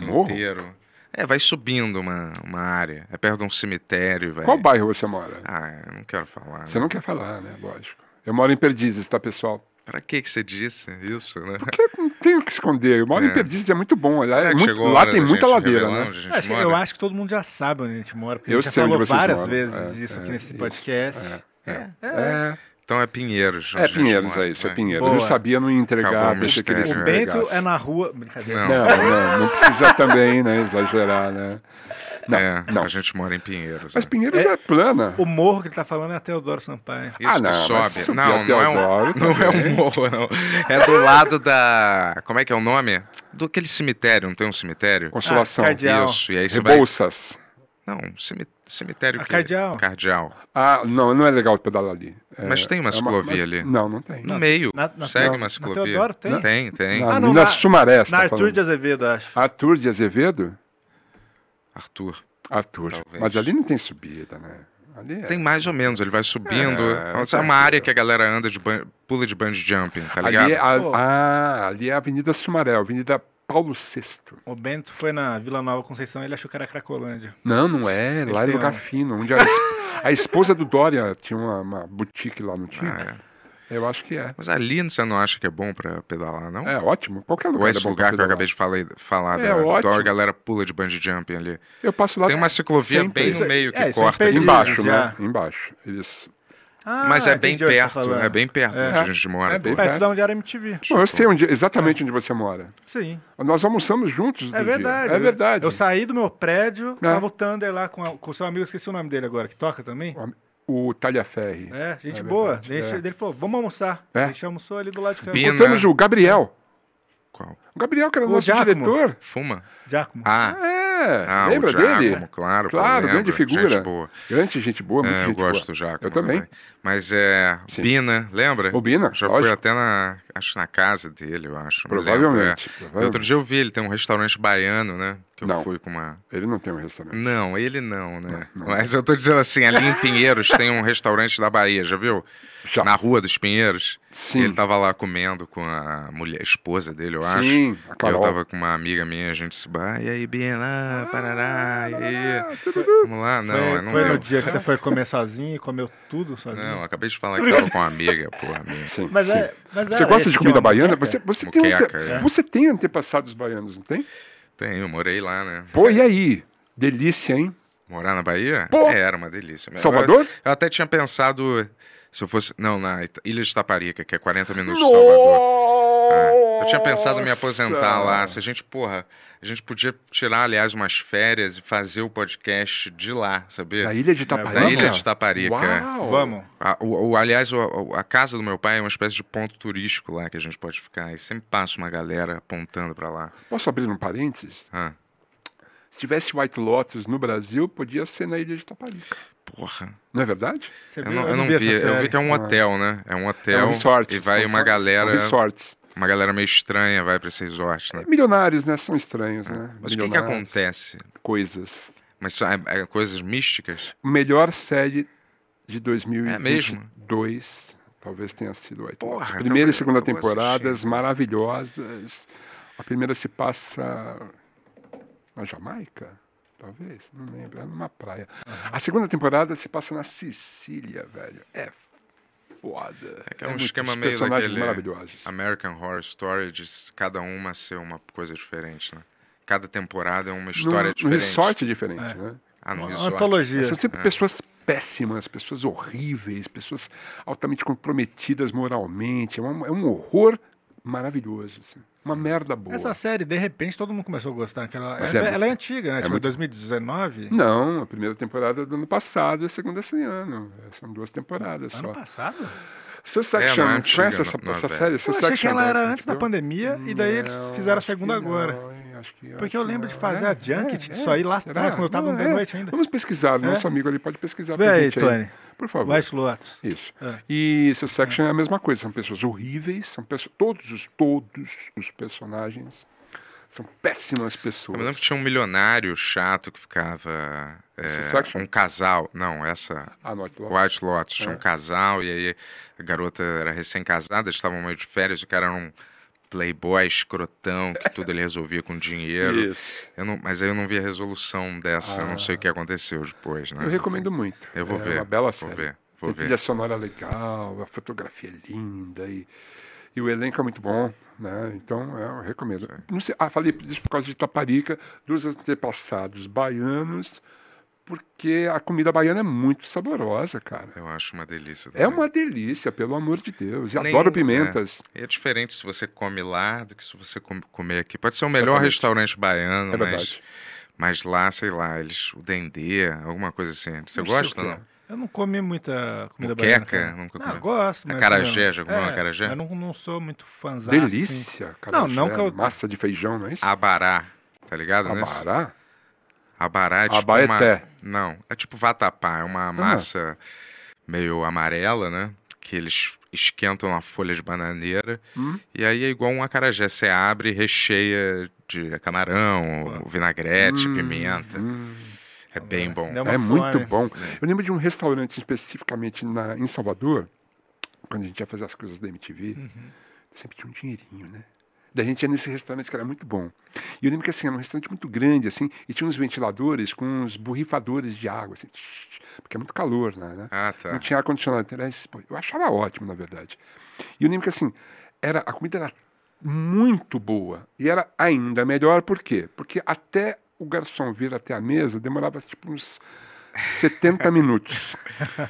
Speaker 8: Morro?
Speaker 4: inteiro. É, vai subindo uma, uma área. É perto de um cemitério, velho.
Speaker 8: Qual bairro você mora?
Speaker 4: Ah, eu não quero falar.
Speaker 8: Você não quer falar, né? Lógico. Eu moro em Perdizes, tá, pessoal?
Speaker 4: Pra que que você disse isso, né?
Speaker 8: Porque não tem o que esconder. Eu moro
Speaker 4: É.
Speaker 8: em Perdizes, é muito bom. Lá,
Speaker 4: Será
Speaker 8: é
Speaker 4: que
Speaker 8: muito,
Speaker 4: chegou a
Speaker 8: lá
Speaker 4: hora
Speaker 8: tem
Speaker 4: da
Speaker 8: muita
Speaker 4: gente
Speaker 8: ladeira,
Speaker 4: revelar
Speaker 8: né?
Speaker 4: onde a gente
Speaker 3: Acho que-
Speaker 4: mora?
Speaker 3: É, eu acho que todo mundo já sabe onde a gente mora, porque
Speaker 8: Eu
Speaker 3: a gente
Speaker 8: sei
Speaker 3: já
Speaker 8: onde
Speaker 3: falou
Speaker 8: vocês
Speaker 3: várias
Speaker 8: moram.
Speaker 3: vezes
Speaker 8: É,
Speaker 3: disso
Speaker 8: é,
Speaker 3: aqui nesse
Speaker 8: é,
Speaker 3: podcast. É, é.
Speaker 8: É,
Speaker 4: Então é Pinheiros.
Speaker 8: é,
Speaker 4: onde a gente
Speaker 8: Pinheiros,
Speaker 4: mora, né?
Speaker 8: é isso, é
Speaker 4: vai.
Speaker 8: Pinheiros. Eu
Speaker 3: Boa.
Speaker 8: não sabia, não ia entregar.
Speaker 4: Acabou o
Speaker 8: Deixa que
Speaker 4: mistério,
Speaker 8: eles
Speaker 4: né?
Speaker 3: O Bento
Speaker 8: entregassem.
Speaker 3: é na rua. Brincadeira.
Speaker 4: Não.
Speaker 8: Não, não, não precisa também, né, exagerar, né? Não,
Speaker 4: É,
Speaker 8: não.
Speaker 4: a gente mora em Pinheiros.
Speaker 8: Mas
Speaker 4: é.
Speaker 8: Pinheiros é, plana.
Speaker 3: O morro que ele tá falando é a Teodoro Sampaio.
Speaker 4: Isso que
Speaker 8: Ah, não, mas
Speaker 4: sobe.
Speaker 8: subir
Speaker 4: Não,
Speaker 8: até
Speaker 4: não é, um,
Speaker 8: Osório
Speaker 4: não é um morro, não. É do lado da. Como é que é o nome? Do aquele cemitério, não tem um cemitério?
Speaker 8: Consolação.
Speaker 3: Ah, Cardeal.
Speaker 4: Isso, e aí você vai.
Speaker 8: Rebouças.
Speaker 4: Não, cemi- cemitério
Speaker 3: A
Speaker 4: que-
Speaker 3: Cardeal.
Speaker 4: Cardeal.
Speaker 8: Ah, não, não é legal pedalar ali. É,
Speaker 4: Mas tem uma
Speaker 8: é
Speaker 4: ciclovia
Speaker 8: mas-
Speaker 4: ali.
Speaker 8: Não, não tem.
Speaker 4: No meio.
Speaker 3: Na- na-
Speaker 4: segue
Speaker 3: na-
Speaker 4: uma
Speaker 3: na
Speaker 4: ciclovia.
Speaker 3: Teodoro tem?
Speaker 4: Tem, tem.
Speaker 8: Na
Speaker 3: Ah, não,
Speaker 8: Minas
Speaker 3: na-
Speaker 8: Sumaré, você
Speaker 3: Na
Speaker 8: tá
Speaker 3: Arthur
Speaker 8: falando.
Speaker 3: de Azevedo, acho.
Speaker 8: Arthur de Azevedo?
Speaker 4: Arthur.
Speaker 8: Arthur.
Speaker 4: Talvez.
Speaker 8: Mas ali não tem subida, né? Ali é.
Speaker 4: Tem mais ou menos, ele vai subindo.
Speaker 8: É,
Speaker 4: Nossa, É, uma
Speaker 8: tá.
Speaker 4: área que a galera anda de ban- pula de bungee jumping, tá ligado?
Speaker 8: ali, é a-
Speaker 3: Pô.
Speaker 8: ah, ali é a Avenida Sumaré, Avenida Paulo VI.
Speaker 3: O Bento foi na Vila Nova Conceição ele achou que era Cracolândia.
Speaker 8: Não, não é. Lá é
Speaker 3: tem
Speaker 8: lugar
Speaker 3: um.
Speaker 8: fino. Onde a, es- a esposa do Dória tinha uma, uma boutique lá, não tinha?
Speaker 4: Ah, é.
Speaker 8: Eu acho que é.
Speaker 4: Mas ali você não acha que é bom pra pedalar, não?
Speaker 8: É ótimo. Qualquer
Speaker 4: Ou
Speaker 8: lugar.
Speaker 4: esse lugar que eu acabei de falei- falar,
Speaker 8: É
Speaker 4: da,
Speaker 8: ótimo.
Speaker 4: da hora a galera pula de bungee jumping ali.
Speaker 8: de. Eu passo lá
Speaker 4: Tem uma ciclovia
Speaker 8: sempre.
Speaker 4: bem
Speaker 3: Isso
Speaker 4: no
Speaker 3: é-
Speaker 4: meio que
Speaker 3: é, isso é
Speaker 4: corta.
Speaker 3: imperdível.
Speaker 4: ali.
Speaker 8: embaixo,
Speaker 3: já.
Speaker 8: né? Embaixo. Eles.
Speaker 3: Ah,
Speaker 4: Mas é bem
Speaker 3: entendi onde você tá
Speaker 4: perto,
Speaker 3: falando.
Speaker 4: é bem perto
Speaker 3: É.
Speaker 4: onde a gente mora.
Speaker 8: É bem
Speaker 4: pô.
Speaker 8: perto.
Speaker 3: Perto da onde era MTV.
Speaker 8: Bom, eu sei onde-
Speaker 4: É.
Speaker 8: exatamente onde você mora.
Speaker 3: Sim.
Speaker 8: Nós almoçamos juntos. outro
Speaker 3: É
Speaker 8: dia.
Speaker 3: verdade.
Speaker 8: É verdade.
Speaker 3: Eu saí do meu prédio,
Speaker 8: É.
Speaker 3: tava o Thunder lá com, a- com o seu amigo, esqueci o nome dele agora, que toca também.
Speaker 8: O Talhaferri.
Speaker 3: É, gente
Speaker 8: É
Speaker 3: boa.
Speaker 8: verdade,
Speaker 3: Gente,
Speaker 8: é.
Speaker 3: Ele falou, vamos almoçar.
Speaker 8: É.
Speaker 3: A gente almoçou ali do lado de cá.
Speaker 4: Bina.
Speaker 8: Contamos o Gabriel.
Speaker 4: Qual?
Speaker 8: O Gabriel, que era
Speaker 3: O
Speaker 8: nosso
Speaker 3: Giacomo.
Speaker 8: diretor.
Speaker 4: Fuma?
Speaker 3: Giacomo.
Speaker 4: Ah,
Speaker 8: É.
Speaker 4: ah,
Speaker 8: lembra
Speaker 4: o Giacomo,
Speaker 8: dele?
Speaker 4: claro. pô,
Speaker 8: Claro,
Speaker 4: lembro.
Speaker 8: grande figura.
Speaker 4: Gente boa.
Speaker 8: Grande gente boa, muito
Speaker 4: É, eu
Speaker 8: gente
Speaker 4: gosto
Speaker 8: boa.
Speaker 4: do Giacomo.
Speaker 8: Eu também.
Speaker 4: Mas é.
Speaker 8: Sim.
Speaker 4: Bina, lembra?
Speaker 8: Bobina,
Speaker 4: Já fui
Speaker 8: lógico.
Speaker 4: até na. Acho na casa dele, eu acho. me lembro,
Speaker 8: Provavelmente.
Speaker 4: é. E
Speaker 8: provavelmente.
Speaker 4: Outro dia eu vi, ele tem um restaurante baiano, né? Que eu
Speaker 8: Não.
Speaker 4: fui com uma.
Speaker 8: Ele não tem um restaurante.
Speaker 4: Não, ele não, né?
Speaker 8: Não, não.
Speaker 4: Mas eu tô dizendo assim, ali em Pinheiros tem um restaurante da Bahia, já viu?
Speaker 8: Já.
Speaker 4: Na Rua dos Pinheiros.
Speaker 8: Sim.
Speaker 4: Ele tava lá comendo com a mulher, esposa dele, eu acho.
Speaker 8: Sim, a
Speaker 4: E
Speaker 8: Carol.
Speaker 4: Eu tava com uma amiga minha, a gente se bah, e aí, Bina, parará,
Speaker 8: Ah,
Speaker 4: e aí, vamos lá? Não,
Speaker 3: foi
Speaker 4: eu não
Speaker 3: foi no
Speaker 4: lembro.
Speaker 3: dia né? que você foi comer sozinho e comeu tudo sozinho.
Speaker 4: Não, eu acabei de falar que tava com uma amiga, porra, minha.
Speaker 8: Sim,
Speaker 3: Mas
Speaker 8: sim.
Speaker 3: é, mas
Speaker 8: Você
Speaker 3: era
Speaker 8: gosta
Speaker 3: esse que
Speaker 8: de
Speaker 3: é
Speaker 8: comida
Speaker 3: uma
Speaker 8: baiana?
Speaker 3: moqueca?
Speaker 8: Você, você, tem ante-
Speaker 4: Moqueca, é.
Speaker 8: você tem antepassados baianos, não tem?
Speaker 4: Tem, eu morei lá, né?
Speaker 8: Pô, e aí? Delícia, hein?
Speaker 4: Morar na Bahia?
Speaker 8: Pô.
Speaker 4: É, era uma delícia. mesmo.
Speaker 8: Salvador?
Speaker 4: Eu, eu até tinha pensado, se eu fosse, não, na Ita- Ilha de Taparica, que é 40 minutos de Salvador. É. Eu tinha pensado em me aposentar lá. Se a gente, porra, a gente podia tirar, aliás, umas férias e fazer o podcast de lá, sabia?
Speaker 8: Da Ilha de Taparica?
Speaker 4: Da ilha de Taparica. é.
Speaker 8: Uau!
Speaker 3: Vamos.
Speaker 4: A, o, o- aliás, o- a casa do meu pai é uma espécie de ponto turístico lá que a gente pode ficar. E sempre passa uma galera apontando pra lá.
Speaker 8: Posso abrir um parênteses?
Speaker 4: Ah,
Speaker 8: Se tivesse White Lotus no Brasil, podia ser na Ilha de Taparica.
Speaker 4: porra.
Speaker 8: Não é verdade?
Speaker 3: Você
Speaker 4: Eu
Speaker 3: viu?
Speaker 4: não, eu não vi.
Speaker 3: essa
Speaker 4: Eu vi
Speaker 3: série.
Speaker 4: que é um
Speaker 8: Ah.
Speaker 4: hotel, né? É um hotel.
Speaker 8: é um resort.
Speaker 4: E vai
Speaker 8: São-
Speaker 4: uma
Speaker 8: são-
Speaker 4: galera.
Speaker 8: São resorts.
Speaker 4: Uma galera meio estranha vai pra esse resort, né?
Speaker 8: Milionários, né? São estranhos, né?
Speaker 4: Mas o que, que
Speaker 8: Milionários,
Speaker 4: acontece?
Speaker 8: Coisas.
Speaker 4: Mas são- é- é coisas místicas?
Speaker 8: Melhor série de 2022.
Speaker 4: É mesmo?
Speaker 8: Talvez tenha sido White
Speaker 4: Porra,
Speaker 8: Lotus.
Speaker 4: então
Speaker 8: Primeira
Speaker 4: eu-
Speaker 8: e segunda
Speaker 4: eu vou
Speaker 8: temporadas
Speaker 4: assistir. então.
Speaker 8: maravilhosas. A primeira se passa na Jamaica, talvez, não lembro, é numa praia. A segunda temporada se passa na Sicília, velho. É foda.
Speaker 4: É que é um
Speaker 8: muito-
Speaker 4: esquema
Speaker 8: os
Speaker 4: meio
Speaker 8: personagens
Speaker 4: daquele-
Speaker 8: maravilhosos.
Speaker 4: American Horror Story diz cada uma ser uma coisa diferente, né? Cada temporada é uma história
Speaker 8: no, no
Speaker 4: diferente.
Speaker 8: resort é diferente,
Speaker 3: É.
Speaker 8: né?
Speaker 4: Ah, no
Speaker 3: Uma
Speaker 4: resort.
Speaker 3: antologia.
Speaker 8: São sempre pessoas péssimas, pessoas horríveis, pessoas altamente comprometidas moralmente. É, uma- é um horror maravilhoso. assim. Uma merda boa.
Speaker 3: Essa série, de repente, todo mundo começou a gostar. que ela,
Speaker 8: Mas
Speaker 3: ela-
Speaker 8: é muito-
Speaker 3: ela é antiga, né? tipo,
Speaker 8: muito-
Speaker 3: 2019?
Speaker 8: Não, a primeira temporada é do ano passado e a segunda esse ano. É, São duas temporadas
Speaker 3: Ano
Speaker 8: só.
Speaker 3: passado?
Speaker 8: Succession,
Speaker 4: É, não é
Speaker 8: você conhece
Speaker 4: antiga,
Speaker 8: essa,
Speaker 4: não é
Speaker 8: essa
Speaker 4: velha.
Speaker 8: série?
Speaker 3: Eu achei que ela era antes da
Speaker 8: HBO?
Speaker 3: pandemia e daí eles
Speaker 8: Não,
Speaker 3: fizeram a
Speaker 8: acho que
Speaker 3: segunda agora.
Speaker 8: não, hein, acho que- acho
Speaker 3: Porque eu
Speaker 8: que
Speaker 3: lembro de
Speaker 8: não.
Speaker 3: fazer
Speaker 8: É,
Speaker 3: a junket
Speaker 8: é,
Speaker 3: disso aí lá
Speaker 8: será?
Speaker 3: atrás, quando eu tava
Speaker 8: Não,
Speaker 3: no
Speaker 8: é.
Speaker 3: The Noite ainda.
Speaker 8: Vamos pesquisar, o nosso
Speaker 3: É?
Speaker 8: amigo ali pode pesquisar
Speaker 3: Vê
Speaker 8: pra
Speaker 3: aí,
Speaker 8: gente aí.
Speaker 3: Tony.
Speaker 8: Por favor.
Speaker 3: White Lotus.
Speaker 8: Isso.
Speaker 3: É.
Speaker 8: E Succession é a mesma coisa, são pessoas horríveis, são pessoas, todos os todos os personagens são péssimas
Speaker 4: Eu me lembro
Speaker 8: pessoas.
Speaker 4: que tinha um milionário chato que ficava. é,
Speaker 8: Succession?
Speaker 4: um casal. Não, essa.
Speaker 8: Ah, não, aquilo-
Speaker 4: White Lotus. Tinha
Speaker 8: É.
Speaker 4: um casal e aí a garota era recém-casada, eles estavam meio de férias, o cara era um playboy escrotão, que tudo ele resolvia com dinheiro.
Speaker 8: Isso.
Speaker 4: Eu não- mas aí eu não vi a resolução dessa, eu não sei o que aconteceu depois, né?
Speaker 8: Ah. Eu recomendo muito.
Speaker 4: Eu vou
Speaker 8: é
Speaker 4: ver.
Speaker 8: Uma bela
Speaker 4: Vou
Speaker 8: série.
Speaker 4: ver, vou
Speaker 8: Tem
Speaker 4: ver.
Speaker 8: trilha sonora legal, a fotografia é linda e, e o elenco é muito bom, né? Então é, eu recomendo. Não sei, ah, falei disso por causa de Taparica, dos antepassados baianos, porque a comida baiana é muito saborosa, cara.
Speaker 4: Eu acho uma delícia.
Speaker 8: É
Speaker 4: também.
Speaker 8: uma delícia, pelo amor de Deus. E
Speaker 4: Nem-
Speaker 8: adoro pimentas.
Speaker 4: E é diferente se você come lá do que se você com- comer aqui. Pode ser o melhor
Speaker 8: Exatamente.
Speaker 4: restaurante baiano,
Speaker 8: É,
Speaker 4: mas,
Speaker 8: verdade.
Speaker 4: mas lá, sei lá, eles o dendê, alguma coisa assim. Você
Speaker 8: Não sei
Speaker 4: gosta
Speaker 8: o
Speaker 4: ou
Speaker 8: que é.
Speaker 4: não?
Speaker 3: Eu não comi muita comida baiana.
Speaker 4: Muqueca?
Speaker 3: cara.
Speaker 4: Nunca
Speaker 3: Não,
Speaker 4: comeu.
Speaker 3: gosto. mas
Speaker 4: Acarajé,
Speaker 3: não.
Speaker 4: já comeu acarajé?
Speaker 3: Eu não, não sou muito assim. fãzão.
Speaker 8: Delícia, cara.
Speaker 3: Não, não que eu-
Speaker 8: Massa de feijão, não é
Speaker 4: Ah,
Speaker 8: isso?
Speaker 4: Abará, tá ligado? nesse?
Speaker 8: Abará?
Speaker 4: Abará é tipo
Speaker 8: Abaeté.
Speaker 4: uma... Não, é tipo vatapá, é uma massa meio amarela, né? Que eles esquentam a folha de bananeira
Speaker 8: Hum.
Speaker 4: e aí é igual um acarajé. Você abre e recheia de camarão, vinagrete,
Speaker 8: Hum,
Speaker 4: pimenta.
Speaker 8: hum.
Speaker 4: É bem bom.
Speaker 3: né? Deu uma
Speaker 8: É muito
Speaker 3: fome.
Speaker 8: bom. Eu lembro de um restaurante especificamente na, em Salvador, quando a gente ia fazer as coisas da MTV,
Speaker 3: Uhum.
Speaker 8: sempre tinha um dinheirinho, né? Da gente ia nesse restaurante que era muito bom. E eu lembro que assim, era um restaurante muito grande, assim, e tinha uns ventiladores com uns borrifadores de água, assim, tch, tch, porque é muito calor, né? né?
Speaker 4: Ah,
Speaker 8: Não
Speaker 4: tá.
Speaker 8: tinha ar-condicionado. então Era esse- pô, Eu achava ótimo, na verdade. E eu lembro que assim, era, a comida era muito boa. E era ainda melhor, por quê? Porque até o garçom vir até a mesa demorava tipo uns 70 minutos.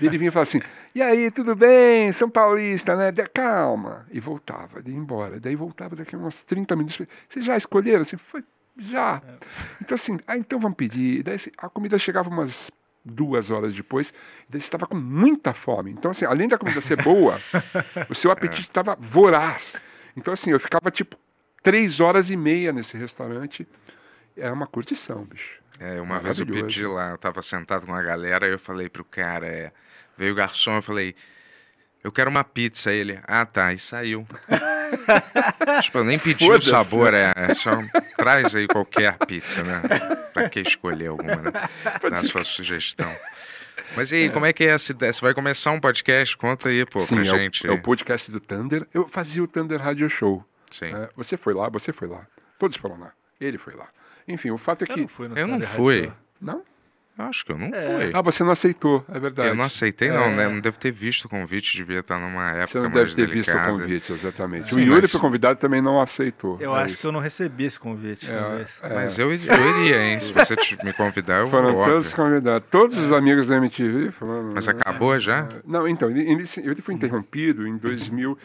Speaker 8: E ele vinha e falava assim: E aí, tudo bem? São Paulista, né? De- Calma. E voltava, ele ia embora. Daí voltava daqui a uns 30 minutos. Vocês já escolheram? Assim, foi, já.
Speaker 4: É.
Speaker 8: Então, assim, ah, então vamos pedir. Daí assim, a comida chegava umas duas horas depois, e daí você estava com muita fome. Então, assim, além da comida ser boa, o
Speaker 4: É.
Speaker 8: seu apetite estava voraz. Então, assim, eu ficava tipo três horas e meia nesse restaurante. É uma curtição, bicho.
Speaker 4: É, uma vez eu
Speaker 8: Maravilhoso.
Speaker 4: pedi lá, eu tava sentado com a galera, aí eu falei pro cara, é, veio o garçom, eu falei, eu quero uma pizza. Aí ele, ah tá, e saiu. tipo, eu nem pedi o
Speaker 8: Foda-se.
Speaker 4: sabor, é, é só traz aí qualquer pizza, né? Pra que escolher alguma, né? Dá a sua sugestão. Mas e aí, como é que é essa ideia? Você vai começar um podcast? Conta aí, pô,
Speaker 8: Sim,
Speaker 4: pra
Speaker 8: é,
Speaker 4: gente.
Speaker 8: O, é o podcast do Thunder. Eu fazia o Thunder Radio Show.
Speaker 4: Sim.
Speaker 8: né? Você foi lá, você foi lá. Todos foram lá. Ele foi lá. Enfim, o fato é
Speaker 3: Eu
Speaker 8: que.
Speaker 3: não fui. no
Speaker 4: Eu não
Speaker 3: Tele
Speaker 4: fui.
Speaker 3: Rádio.
Speaker 8: Não?
Speaker 4: Eu acho que eu não
Speaker 3: É.
Speaker 4: fui.
Speaker 8: Ah, você não aceitou, é verdade.
Speaker 4: Eu não aceitei, não,
Speaker 3: É.
Speaker 4: né? Eu Não devo ter visto o convite, devia estar numa época
Speaker 8: Você não
Speaker 4: mais
Speaker 8: deve ter visto o
Speaker 4: delicada.
Speaker 8: convite, exatamente.
Speaker 4: Sim,
Speaker 8: o Yuri
Speaker 4: mas-
Speaker 8: foi convidado e também não aceitou.
Speaker 3: Eu
Speaker 8: É
Speaker 3: acho
Speaker 8: isso.
Speaker 3: que eu não recebi esse convite. talvez.
Speaker 8: É,
Speaker 4: Mas eu, eu iria, hein? Se você te- me convidar, eu vou.
Speaker 8: Foram
Speaker 4: Então, óbvio. É.
Speaker 8: todos convidados. Todos os amigos da MTV foram.
Speaker 4: Mas Uhum. acabou já?
Speaker 8: Não, então, ele, ele, se- ele foi interrompido em
Speaker 4: Uhum.
Speaker 8: 2000,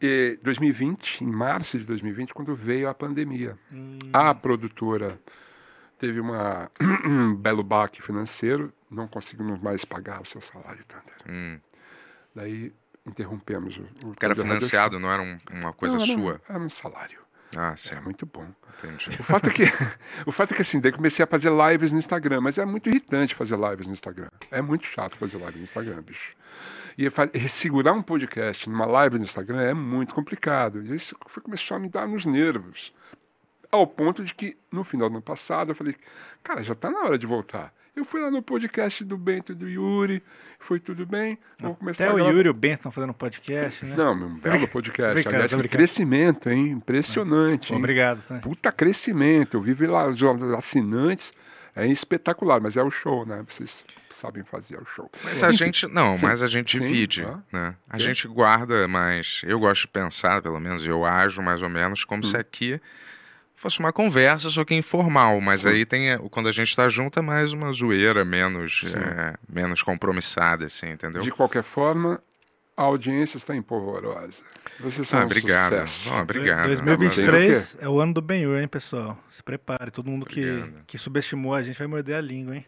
Speaker 8: eh, 2020, em março de 2020, quando veio a pandemia. A
Speaker 3: Hum.
Speaker 8: produtora teve uma, um belo baque financeiro, não conseguimos mais pagar o seu salário, Thunder.
Speaker 4: Hum.
Speaker 8: Daí interrompemos o. o
Speaker 4: Porque era
Speaker 8: Thunder Radio
Speaker 4: financiado, não era um- uma coisa
Speaker 8: Não, era um-
Speaker 4: sua.
Speaker 8: Era um salário.
Speaker 4: Ah, sim,
Speaker 8: É muito bom.
Speaker 4: entendi.
Speaker 8: O fato é que, o fato é que assim, daí comecei a fazer lives no Instagram, mas é muito irritante fazer lives no Instagram. É muito chato fazer live no Instagram, bicho. E fa- e segurar um podcast numa live no Instagram é muito complicado. E isso foi, começou a me dar nos nervos. Ao ponto de que, no final do ano passado, eu falei, cara, já tá na hora de voltar. Eu fui lá no podcast do Bento e do Yuri, foi tudo bem, vou começar
Speaker 3: Até
Speaker 8: a
Speaker 3: o
Speaker 8: gravar.
Speaker 3: Yuri e o Ben estão fazendo podcast, né?
Speaker 8: Não, um belo podcast.
Speaker 3: brincando,
Speaker 8: Aliás,
Speaker 3: tô
Speaker 8: que
Speaker 3: brincando.
Speaker 8: crescimento, hein? Impressionante. hein?
Speaker 3: Obrigado. Tá?
Speaker 8: puta crescimento. Eu vi lá os assinantes. É espetacular, mas é o show, né? Vocês sabem fazer é o show.
Speaker 4: Mas a
Speaker 8: Enfim,
Speaker 4: gente. Não,
Speaker 8: Sim.
Speaker 4: mas a gente
Speaker 8: Sim,
Speaker 4: divide.
Speaker 8: tá.
Speaker 4: Né? A
Speaker 8: Eu-
Speaker 4: gente guarda, mas eu gosto de pensar, pelo menos eu ajo mais ou menos, como
Speaker 8: Hum.
Speaker 4: se aqui fosse uma conversa, só que informal. Mas aí tem. eh, Quando a gente está junto, é mais uma zoeira, menos, eh, menos compromissada, assim, entendeu?
Speaker 8: De qualquer forma, a audiência está empolvorosa. Vocês são
Speaker 4: Ah,
Speaker 8: um
Speaker 4: obrigado.
Speaker 8: sucesso.
Speaker 4: Ah, obrigado.
Speaker 8: Não, não, não.
Speaker 3: 2023 é o ano do Ben-Hur, hein, pessoal? Se prepare. Todo mundo que,
Speaker 4: Obrigado.
Speaker 3: que subestimou a gente vai morder a língua, hein?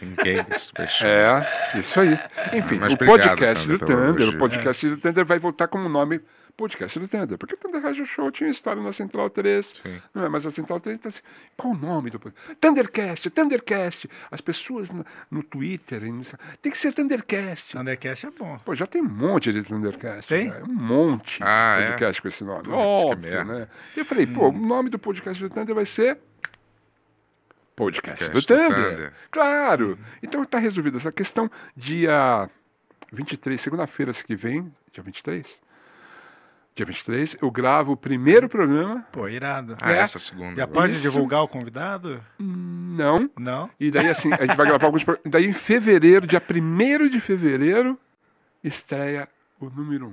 Speaker 4: Ninguém subestima.
Speaker 8: É, isso aí. Enfim,
Speaker 4: Ah, Mas
Speaker 8: o
Speaker 4: obrigado,
Speaker 8: podcast
Speaker 4: Thunder,
Speaker 8: do
Speaker 4: pelo
Speaker 8: Thunder,
Speaker 4: elogio.
Speaker 8: o podcast do Thunder vai voltar como nome podcast do Thunder, porque o Thunder Radio Show tinha história na Central 3,
Speaker 4: Sim.
Speaker 8: não é? Mas a Central 3, então, assim, qual o nome do podcast? Thundercast, Thundercast. As pessoas no, no Twitter, e no- tem que ser Thundercast.
Speaker 3: Thundercast é bom.
Speaker 8: Pô, já tem um monte de Thundercast.
Speaker 3: Tem?
Speaker 8: né? Um monte
Speaker 4: Ah, é?
Speaker 8: de podcast com esse nome.
Speaker 4: Putz, que
Speaker 8: Óbvio,
Speaker 4: merda.
Speaker 8: né? E eu falei, pô, o nome do podcast do Thunder vai ser. Podcast, do,
Speaker 4: Podcast do
Speaker 8: Thunder.
Speaker 4: Thunder. Hum.
Speaker 8: Claro! Então tá resolvida essa questão. Dia 23, segunda-feira essa que vem, dia 23, Dia 23, eu gravo o primeiro programa.
Speaker 3: Pô, irado.
Speaker 4: Ah,
Speaker 8: É.
Speaker 4: essa segunda.
Speaker 3: Já pode
Speaker 8: Isso.
Speaker 3: divulgar o convidado?
Speaker 8: Não.
Speaker 3: Não?
Speaker 8: E daí, assim, a gente vai gravar alguns. pro- Daí, em fevereiro, dia 1 de fevereiro, estreia o número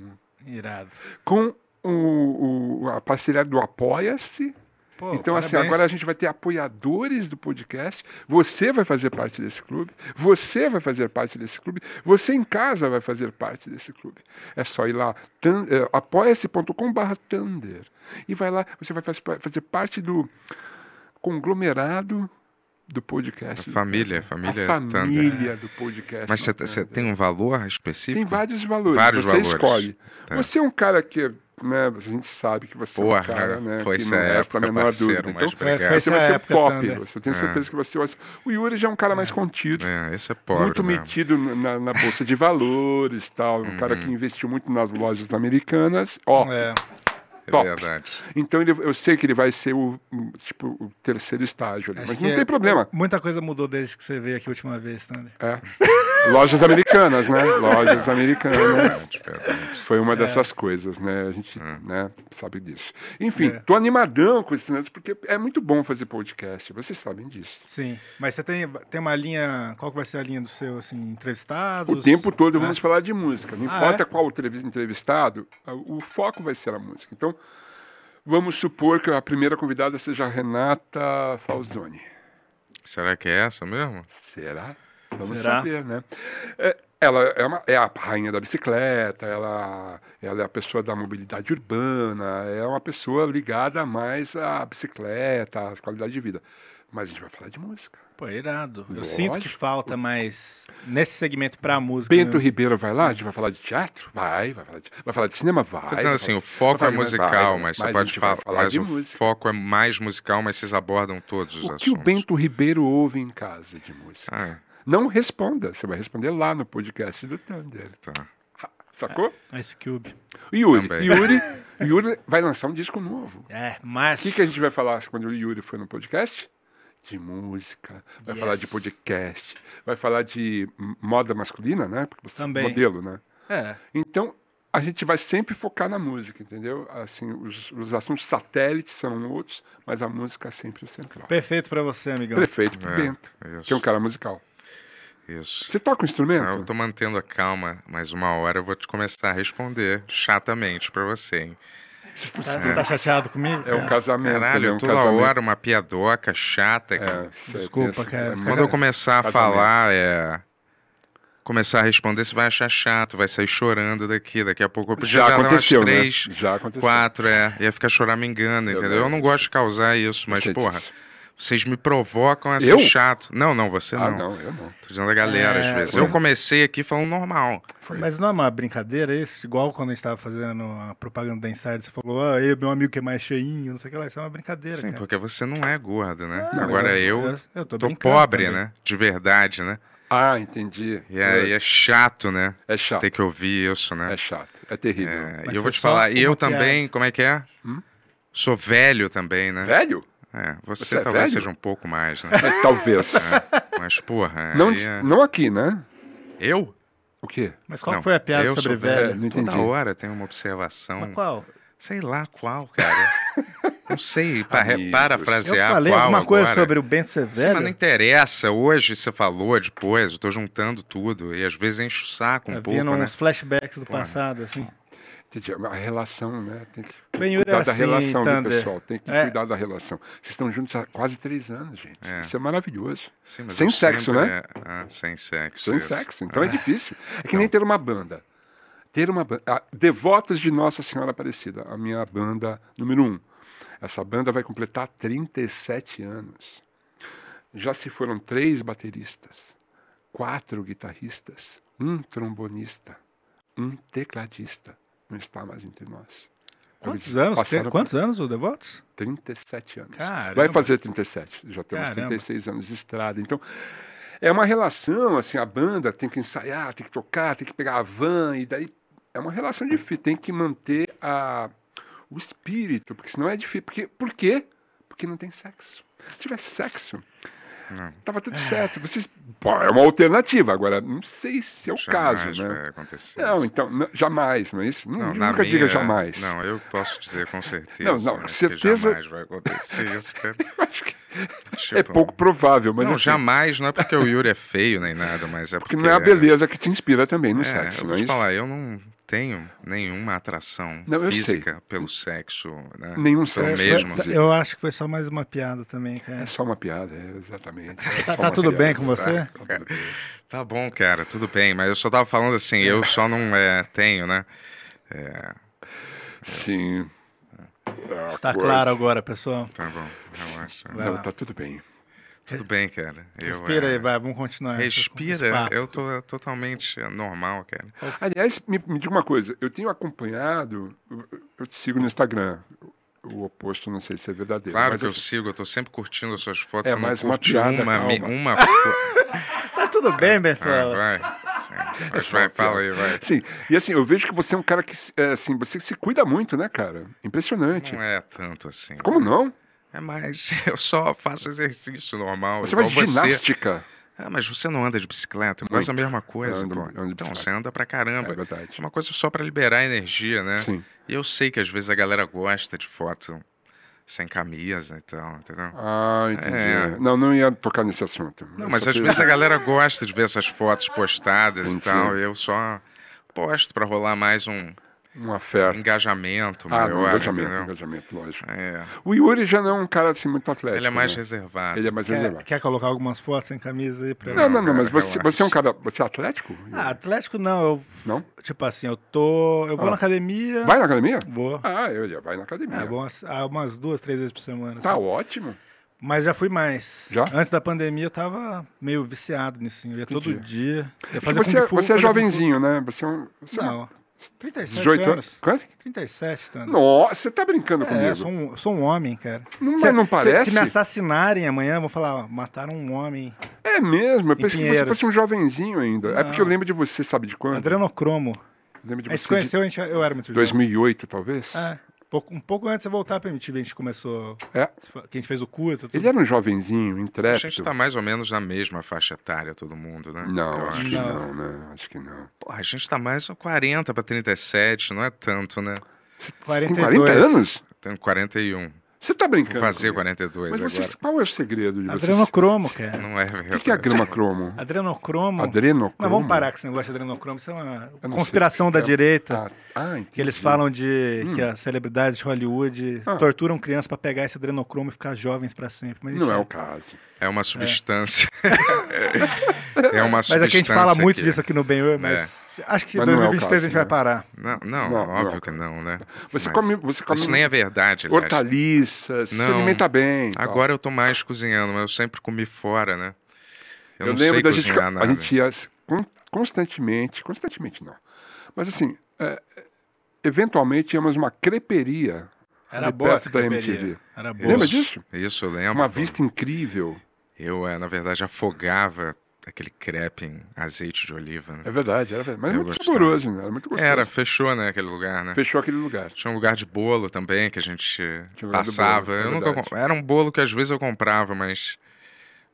Speaker 8: 1.
Speaker 3: Irado.
Speaker 8: Com o, o- a parceria do Apoia-se.
Speaker 3: Pô,
Speaker 8: então, assim,
Speaker 3: parabéns.
Speaker 8: agora a gente vai ter apoiadores do podcast. Você vai fazer parte desse clube. Você vai fazer parte desse clube. Você em casa vai fazer parte desse clube. É só ir lá, tan- eh, apoia-se.com.br Thunder. E vai lá, você vai faz- fazer parte do conglomerado do podcast.
Speaker 4: A família, família
Speaker 8: a
Speaker 4: Thunder.
Speaker 8: família do podcast.
Speaker 4: Mas você-
Speaker 8: do
Speaker 4: você
Speaker 8: Thunder.
Speaker 4: tem um valor específico?
Speaker 8: Tem vários valores.
Speaker 4: Vários
Speaker 8: você
Speaker 4: valores.
Speaker 8: escolhe.
Speaker 4: Tá.
Speaker 8: Você é um cara que. Né, a gente sabe que você é
Speaker 4: Porra,
Speaker 8: um cara, né?
Speaker 4: foi
Speaker 8: que
Speaker 4: essa
Speaker 8: não resta a
Speaker 4: época,
Speaker 8: menor
Speaker 4: parceiro,
Speaker 8: dúvida.
Speaker 4: mas
Speaker 8: Então,
Speaker 4: obrigado.
Speaker 8: você
Speaker 3: Essa
Speaker 8: vai ser
Speaker 3: época,
Speaker 8: pop.
Speaker 3: Thunder.
Speaker 8: Eu tenho certeza que você vai ser. O Yuri já é um cara mais contido,
Speaker 4: É, esse é pobre.
Speaker 8: muito
Speaker 4: mesmo.
Speaker 8: metido na, na bolsa de valores tal. Um
Speaker 4: Uhum.
Speaker 8: cara que investiu muito nas lojas americanas. Ó,
Speaker 3: É,
Speaker 4: É
Speaker 8: top.
Speaker 4: verdade.
Speaker 8: Então ele- eu sei que ele vai ser o, o, tipo, o terceiro estágio ali.
Speaker 3: Acho
Speaker 8: Mas
Speaker 3: que
Speaker 8: não
Speaker 3: é-
Speaker 8: tem problema.
Speaker 3: muita coisa mudou desde que você veio aqui a última vez, Thunder.
Speaker 8: É. Lojas americanas, né? Lojas
Speaker 3: É,
Speaker 8: americanas.
Speaker 4: Verdade, verdade.
Speaker 8: Foi uma dessas coisas, né? A gente né, sabe disso. Enfim,
Speaker 3: É.
Speaker 8: tô animadão com esse negócio, porque é muito bom fazer podcast. Vocês sabem disso.
Speaker 3: Sim. Mas você tem, tem uma linha. Qual que vai ser a linha do seu, assim, entrevistados?
Speaker 8: O tempo todo
Speaker 3: É.
Speaker 8: vamos falar de música. Não
Speaker 3: Ah,
Speaker 8: importa
Speaker 3: é?
Speaker 8: qual entrevi- entrevistado, a- o foco vai ser a música. Então, vamos supor que a primeira convidada seja a Renata Falzoni.
Speaker 4: Será que é essa mesmo?
Speaker 8: Será? Vamos
Speaker 3: Será?
Speaker 8: saber, né? É, ela é, uma- é a rainha da bicicleta, ela, ela é a pessoa da mobilidade urbana, é uma pessoa ligada mais à bicicleta, à qualidade de vida. Mas a gente vai falar de música.
Speaker 3: Pô, irado. Eu
Speaker 8: Lógico.
Speaker 3: sinto que falta, mas nesse segmento pra música.
Speaker 8: Bento
Speaker 3: né?
Speaker 8: Ribeiro vai lá, a gente vai falar de teatro? Vai, vai falar de, vai falar de cinema? Vai.
Speaker 4: Tô
Speaker 8: vai
Speaker 4: dizendo assim,
Speaker 8: falar
Speaker 4: o
Speaker 8: de-
Speaker 4: foco é
Speaker 8: vai, vai,
Speaker 4: musical,
Speaker 8: vai,
Speaker 4: mas
Speaker 8: mas
Speaker 4: você
Speaker 8: a
Speaker 4: pode
Speaker 8: gente vai
Speaker 4: falar.
Speaker 8: falar
Speaker 4: mas
Speaker 8: de
Speaker 4: o
Speaker 8: música.
Speaker 4: foco é mais musical, mas vocês abordam todos os
Speaker 8: O
Speaker 4: assuntos.
Speaker 8: que o Bento Ribeiro ouve em casa de música?
Speaker 4: Ah, é,
Speaker 8: Não responda, você vai responder lá no podcast do Thunder.
Speaker 4: tá.
Speaker 8: Sacou?
Speaker 3: Ice Cube.
Speaker 8: Yuri,
Speaker 4: Também.
Speaker 8: Yuri, Yuri vai lançar um disco novo.
Speaker 3: É,
Speaker 8: O
Speaker 3: mas.
Speaker 8: que, que a gente vai falar quando o Yuri for no podcast? De música, vai
Speaker 3: Yes.
Speaker 8: falar de podcast, vai falar de m- moda masculina, né? Porque você
Speaker 3: Também.
Speaker 8: é modelo, né?
Speaker 3: É.
Speaker 8: Então, a gente vai sempre focar na música, entendeu? Assim, os, os assuntos satélites são outros, mas a música é sempre o central.
Speaker 3: Perfeito pra você, amigão.
Speaker 8: Prefeito pro
Speaker 4: É,
Speaker 8: Bento, que é um
Speaker 4: Isso.
Speaker 8: cara musical.
Speaker 4: isso.
Speaker 8: Você toca
Speaker 4: Ah, Eu
Speaker 8: um instrumento?
Speaker 4: tô mantendo a calma, mas uma hora eu vou te começar a responder chatamente pra você, hein?
Speaker 8: Vocês
Speaker 4: É.
Speaker 8: tão-
Speaker 3: Tá, você tá chateado comigo?
Speaker 8: É um
Speaker 3: cara?
Speaker 8: casamento, né?
Speaker 4: Caralho,
Speaker 8: um
Speaker 4: toda
Speaker 8: casamento.
Speaker 4: hora uma piadoca chata. cara.
Speaker 8: É, você tem
Speaker 3: Desculpa,
Speaker 8: essa-
Speaker 3: cara.
Speaker 8: é muito-
Speaker 4: Quando eu começar a
Speaker 8: Casamento.
Speaker 4: falar, é. Começar a responder, você vai achar chato, vai sair chorando daqui. Daqui a pouco eu podia
Speaker 8: Já
Speaker 4: dar umas
Speaker 8: aconteceu, né?
Speaker 4: três,
Speaker 8: Já aconteceu.
Speaker 4: quatro, é. Ia ficar choramingando, entendeu? Eu não
Speaker 8: Verdade.
Speaker 4: gosto de causar isso, mas,
Speaker 8: Você
Speaker 4: porra,
Speaker 8: disse.
Speaker 4: vocês me provocam a ser
Speaker 8: Eu?
Speaker 4: chato. Não, não, você
Speaker 8: Ah,
Speaker 4: não.
Speaker 8: não, eu não.
Speaker 4: Tô dizendo a galera às
Speaker 3: É,
Speaker 4: vezes.
Speaker 8: foi.
Speaker 4: Eu comecei aqui falando normal.
Speaker 3: Mas não é uma brincadeira isso? Igual quando a gente tava fazendo a propaganda da Inside, você falou, ah, eu, meu amigo que é mais cheinho, não sei o que lá. Isso é uma brincadeira,
Speaker 4: Sim,
Speaker 3: cara.
Speaker 4: porque você não é gordo, né?
Speaker 3: Não,
Speaker 4: Agora eu
Speaker 3: eu
Speaker 4: tô,
Speaker 3: brincando
Speaker 4: pobre,
Speaker 3: também.
Speaker 4: né? De verdade, né?
Speaker 8: Ah, entendi.
Speaker 4: E aí é chato, né?
Speaker 8: É chato.
Speaker 4: Ter que ouvir isso, né?
Speaker 8: É chato. É terrível.
Speaker 4: É,
Speaker 3: Mas
Speaker 4: e
Speaker 3: foi
Speaker 4: eu vou te
Speaker 3: só
Speaker 4: falar, e eu
Speaker 3: uma piada.
Speaker 4: também, como é que é?
Speaker 8: Hum?
Speaker 4: Sou velho também, né?
Speaker 8: Velho?
Speaker 4: É, você,
Speaker 8: Você é
Speaker 4: talvez
Speaker 8: velho?
Speaker 4: seja um pouco mais, né?
Speaker 8: É, talvez.
Speaker 4: Mas, porra,
Speaker 8: não,
Speaker 4: aí é-
Speaker 8: não aqui, né?
Speaker 4: eu?
Speaker 8: O quê?
Speaker 3: Mas qual
Speaker 4: Não,
Speaker 3: foi a piada
Speaker 4: eu
Speaker 3: sobre
Speaker 4: sou
Speaker 3: velho?
Speaker 8: velho. Não
Speaker 4: Toda
Speaker 8: entendi.
Speaker 4: hora tem uma observação.
Speaker 3: Mas qual?
Speaker 4: Sei lá qual, cara. não sei pa-
Speaker 8: Amigos.
Speaker 3: Eu
Speaker 4: parafrasear
Speaker 3: falei
Speaker 4: qual
Speaker 3: alguma
Speaker 4: é agora.
Speaker 3: coisa sobre o Bento ser
Speaker 4: Sim, mas
Speaker 3: velho?
Speaker 4: não interessa. Hoje você falou, depois, eu tô juntando tudo. E às vezes enche o saco um
Speaker 3: Tá
Speaker 4: pouco,
Speaker 3: vendo
Speaker 4: né?
Speaker 3: uns flashbacks do
Speaker 4: Porra.
Speaker 3: passado, assim.
Speaker 8: Entendi. A relação, né? Tem que
Speaker 3: Bem, Yuri,
Speaker 8: cuidar
Speaker 3: era
Speaker 8: da
Speaker 3: assim,
Speaker 8: relação, viu,
Speaker 3: Thunder.
Speaker 8: pessoal? Tem que
Speaker 3: É.
Speaker 8: cuidar da relação. Vocês estão juntos há quase três anos, gente.
Speaker 4: É.
Speaker 8: Isso é maravilhoso.
Speaker 4: Sim, mas
Speaker 8: Sem
Speaker 4: eu
Speaker 8: sexo,
Speaker 4: sempre-
Speaker 8: né?
Speaker 4: é, ah, sem sexo.
Speaker 8: Sem
Speaker 4: isso.
Speaker 8: sexo. Então é,
Speaker 4: Ah,
Speaker 8: difícil. É que nem ter uma banda. Ter uma banda. Ah, Devotas de Nossa Senhora Aparecida, a minha banda número um. Essa banda vai completar 37 anos. Já se foram três bateristas, quatro guitarristas, um trombonista, um tecladista. Não está mais entre nós.
Speaker 3: Quantos
Speaker 8: Eles
Speaker 3: anos? tem-
Speaker 8: passaram por
Speaker 3: Quantos anos o Devotos?
Speaker 8: 37 anos.
Speaker 3: Caramba.
Speaker 8: Vai fazer 37, já temos
Speaker 3: Caramba.
Speaker 8: 36 anos de estrada. Então, é uma relação, assim, a banda tem que ensaiar, tem que tocar, tem que pegar a van, e daí é uma relação difícil, tem que manter a, o espírito, porque senão é difícil. Porque, por quê? Porque não tem sexo. Se tiver sexo,
Speaker 4: Não.
Speaker 8: Tava tudo certo. Vocês, pô, é uma alternativa. Agora, não sei se é o
Speaker 4: Ah, Jamais
Speaker 8: caso, né?
Speaker 4: vai acontecer
Speaker 8: Não,
Speaker 4: isso.
Speaker 8: então, não- jamais, não é isso? Não,
Speaker 4: na
Speaker 8: nunca diga
Speaker 4: minha-
Speaker 8: jamais.
Speaker 4: Não, eu posso dizer com certeza.
Speaker 8: não,
Speaker 4: né, que
Speaker 8: certeza-
Speaker 4: jamais vai acontecer isso, cara.
Speaker 8: Eu acho que
Speaker 4: Acho
Speaker 8: é
Speaker 4: bom.
Speaker 8: pouco provável, mas
Speaker 4: Tipo, não,
Speaker 8: assim,
Speaker 4: jamais, não é porque o Yuri é feio nem nada, mas é porque.
Speaker 8: porque não é a beleza que te inspira também no
Speaker 4: É,
Speaker 8: sexo,
Speaker 4: eu
Speaker 8: não
Speaker 4: vou
Speaker 8: é
Speaker 4: te
Speaker 8: isso?
Speaker 4: falar, eu não tenho nenhuma atração
Speaker 8: Não, eu sei.
Speaker 4: física pelo sexo, né?
Speaker 8: Nenhum
Speaker 4: Pelo
Speaker 8: sexo.
Speaker 4: mesmo.
Speaker 3: Foi- Eu acho que foi só mais uma piada também,
Speaker 8: É
Speaker 3: cara.
Speaker 8: só uma piada, é, exatamente. É
Speaker 3: Tá,
Speaker 8: só
Speaker 3: tá
Speaker 8: uma
Speaker 3: tudo
Speaker 8: piada,
Speaker 3: bem com
Speaker 8: sabe?
Speaker 3: você?
Speaker 8: Tá tudo bem.
Speaker 4: Tá bom, cara, tudo bem, mas eu só tava falando assim, eu só não é, tenho, né?
Speaker 8: Sim.
Speaker 3: Tá claro agora, pessoal.
Speaker 4: Tá bom, relaxa.
Speaker 3: Vai
Speaker 8: Não,
Speaker 3: lá.
Speaker 8: tá tudo bem.
Speaker 4: Tudo bem, cara. Eu,
Speaker 3: Respira
Speaker 4: é,
Speaker 3: aí, vai, vamos continuar. esse- esse
Speaker 4: Respira,
Speaker 3: papo.
Speaker 4: eu tô totalmente normal, cara.
Speaker 8: Aliás, me, me diga uma coisa, eu tenho acompanhado, eu, eu te sigo no Instagram, o oposto não sei se é verdadeiro.
Speaker 4: Claro
Speaker 8: mas
Speaker 4: que eu
Speaker 8: assim,
Speaker 4: sigo, eu tô sempre curtindo as suas fotos.
Speaker 8: É,
Speaker 4: eu não
Speaker 8: mais
Speaker 4: curti
Speaker 8: uma piada,
Speaker 4: uma, mi-
Speaker 8: calma.
Speaker 4: uma co-
Speaker 3: Tá tudo bem,
Speaker 4: ah,
Speaker 3: Bertola.
Speaker 4: vai. Sim. Mas
Speaker 8: só
Speaker 4: vai,
Speaker 8: uma
Speaker 4: fala aí, vai.
Speaker 8: Sim, e assim, eu vejo que você é um cara que, é, assim, você se cuida muito, né, cara? Impressionante.
Speaker 4: Não é tanto assim.
Speaker 8: Como não?
Speaker 4: É mais, eu só faço exercício normal.
Speaker 8: Você
Speaker 4: igual
Speaker 8: faz ginástica.
Speaker 4: Ah, mas você não anda de bicicleta, é quase a
Speaker 8: Muito.
Speaker 4: mesma coisa,
Speaker 8: Ando-
Speaker 4: pô.
Speaker 8: ando de
Speaker 4: então,
Speaker 8: bicicleta.
Speaker 4: você anda pra caramba.
Speaker 8: É verdade.
Speaker 4: É uma coisa só pra liberar energia, né?
Speaker 8: Sim.
Speaker 4: E eu sei que às vezes a galera gosta de foto sem camisa e tal, entendeu?
Speaker 8: Ah, entendi.
Speaker 4: É.
Speaker 8: Não, não ia tocar nesse assunto.
Speaker 4: Não,
Speaker 8: Eu
Speaker 4: mas
Speaker 8: só
Speaker 4: às
Speaker 8: tenho-
Speaker 4: vezes é a galera gosta de ver essas fotos postadas
Speaker 8: Entendi.
Speaker 4: e tal. E eu só posto pra rolar mais um
Speaker 8: Uma fé.
Speaker 4: engajamento
Speaker 8: É. Ah, não,
Speaker 4: maior,
Speaker 8: engajamento,
Speaker 4: entendeu?
Speaker 8: engajamento, lógico.
Speaker 4: É.
Speaker 8: O Yuri já não é um cara, assim, muito atlético.
Speaker 4: Ele é mais
Speaker 8: né?
Speaker 4: reservado.
Speaker 8: Ele é mais
Speaker 3: Quer,
Speaker 8: reservado.
Speaker 3: quer colocar algumas fotos sem camisa aí pra
Speaker 8: Não, não, não,
Speaker 4: Não,
Speaker 8: mas
Speaker 4: cara,
Speaker 8: você,
Speaker 4: relaxa.
Speaker 8: você é um cara... Você é atlético? Yuri?
Speaker 3: Ah, Atlético não, eu.
Speaker 8: Não?
Speaker 3: Tipo assim, eu tô. Eu vou
Speaker 8: Ah.
Speaker 3: na academia.
Speaker 8: Vai na academia?
Speaker 3: tá. Vou.
Speaker 8: Ah, eu já vai na academia.
Speaker 3: É bom as- ah, umas duas, três vezes por semana.
Speaker 8: Tá
Speaker 3: assim.
Speaker 8: ótimo.
Speaker 3: Mas já fui mais.
Speaker 8: Já?
Speaker 3: Antes da pandemia eu tava meio viciado nisso. assim, Eu ia todo
Speaker 8: Entendi.
Speaker 3: dia. Eu
Speaker 8: Porque Você,
Speaker 3: kung fu,
Speaker 8: você
Speaker 3: fazia kung
Speaker 8: é
Speaker 3: fu.
Speaker 8: jovenzinho, né? Você é um. Você é um-
Speaker 3: Não. 37
Speaker 8: 18 anos.
Speaker 3: anos.
Speaker 8: Quanto?
Speaker 3: 37, tá?
Speaker 8: Nossa, você tá brincando
Speaker 3: É,
Speaker 8: comigo.
Speaker 3: eu sou um, eu sou um homem, cara.
Speaker 8: Não, mas
Speaker 3: Se-
Speaker 8: não
Speaker 3: se-
Speaker 8: parece?
Speaker 3: Se, me assassinarem amanhã, vão falar, ó, mataram um homem.
Speaker 8: É mesmo, eu pensei que você
Speaker 3: Pinheiros.
Speaker 8: fosse um jovenzinho ainda. É
Speaker 3: Não.
Speaker 8: porque eu lembro de você, sabe de quando?
Speaker 3: Adrenocromo.
Speaker 8: Eu lembro de
Speaker 3: A gente se
Speaker 8: você de
Speaker 3: conheceu, a gente, eu era muito jovem.
Speaker 8: 2008, talvez.
Speaker 3: É, pouco- um pouco antes de eu voltar pra MTV, a gente começou...
Speaker 8: É.
Speaker 3: Que a gente fez o culto. Tudo.
Speaker 8: Ele era um jovenzinho,
Speaker 4: A
Speaker 8: intrépido.
Speaker 4: gente tá mais ou menos na mesma faixa etária, todo mundo, né?
Speaker 8: Não,
Speaker 4: Eu
Speaker 8: acho
Speaker 4: acho.
Speaker 8: que
Speaker 3: Não.
Speaker 8: não, né? Acho que não.
Speaker 4: Porra, a gente tá mais ou 40 pra 37, não é tanto, né?
Speaker 8: Tem
Speaker 3: 42.
Speaker 8: 40 anos?
Speaker 4: Tenho 41.
Speaker 8: Você tá
Speaker 4: Vou
Speaker 8: brincando.
Speaker 4: fazer
Speaker 8: comigo.
Speaker 4: 42
Speaker 8: Mas você,
Speaker 4: agora.
Speaker 8: qual é o segredo de você?
Speaker 3: Adrenocromo, cara.
Speaker 4: Não é
Speaker 8: O
Speaker 4: verdade.
Speaker 8: que, que é grama cromo?
Speaker 3: Adrenocromo.
Speaker 8: Adrenocromo?
Speaker 3: Mas vamos parar com esse negócio de adrenocromo. Isso é uma
Speaker 8: sei o
Speaker 3: conspiração
Speaker 8: que
Speaker 3: da
Speaker 8: que é.
Speaker 3: direita.
Speaker 8: Ah, ah, entendi.
Speaker 3: Que eles falam de
Speaker 8: Hum.
Speaker 3: que as celebridades de Hollywood
Speaker 8: Ah.
Speaker 3: torturam crianças pra pegar esse adrenocromo e ficar jovens pra sempre. Mas
Speaker 8: Não
Speaker 3: isso um
Speaker 8: é o caso.
Speaker 4: É uma substância. É, uma substância.
Speaker 3: Mas é que a gente fala muito
Speaker 4: que-
Speaker 3: disso aqui no Ben Ur, mas acho que em
Speaker 8: Mas não é o
Speaker 3: 2023 a gente
Speaker 8: caso,
Speaker 3: vai
Speaker 8: né?
Speaker 3: parar.
Speaker 4: Não, não,
Speaker 8: Não,
Speaker 4: óbvio
Speaker 8: não.
Speaker 4: que não, né? Mas
Speaker 8: Você come, você come
Speaker 4: Isso nem é verdade, aliás.
Speaker 8: hortaliças, se
Speaker 4: Não.
Speaker 8: alimenta bem. e tal.
Speaker 4: Agora eu tô mais cozinhando, mas eu sempre comi fora, né? Eu, não
Speaker 8: lembro
Speaker 4: sei
Speaker 8: da gente,
Speaker 4: cozinhar
Speaker 8: a
Speaker 4: nada.
Speaker 8: gente ia con- constantemente, constantemente não, mas assim, é, eventualmente íamos uma creperia ali perto da MTV.
Speaker 3: Era
Speaker 4: boa.
Speaker 8: Lembra
Speaker 4: Isso.
Speaker 8: disso?
Speaker 4: Isso, eu lembro.
Speaker 8: Uma
Speaker 4: pô.
Speaker 8: vista incrível.
Speaker 4: Eu, eh, na verdade, afogava aquele crepe em azeite de oliva. né?
Speaker 8: É verdade, era verdade. Mas
Speaker 4: Eu
Speaker 8: muito
Speaker 4: gostava.
Speaker 8: saboroso, né? Era muito gostoso.
Speaker 4: Era, fechou, né, aquele lugar, né?
Speaker 8: Fechou aquele lugar.
Speaker 4: Tinha um lugar de bolo também que a gente
Speaker 8: Tinha um lugar do
Speaker 4: passava.
Speaker 8: bolo, é
Speaker 4: eu nunca
Speaker 8: verdade.
Speaker 4: com- Era um bolo que às vezes eu comprava, mas,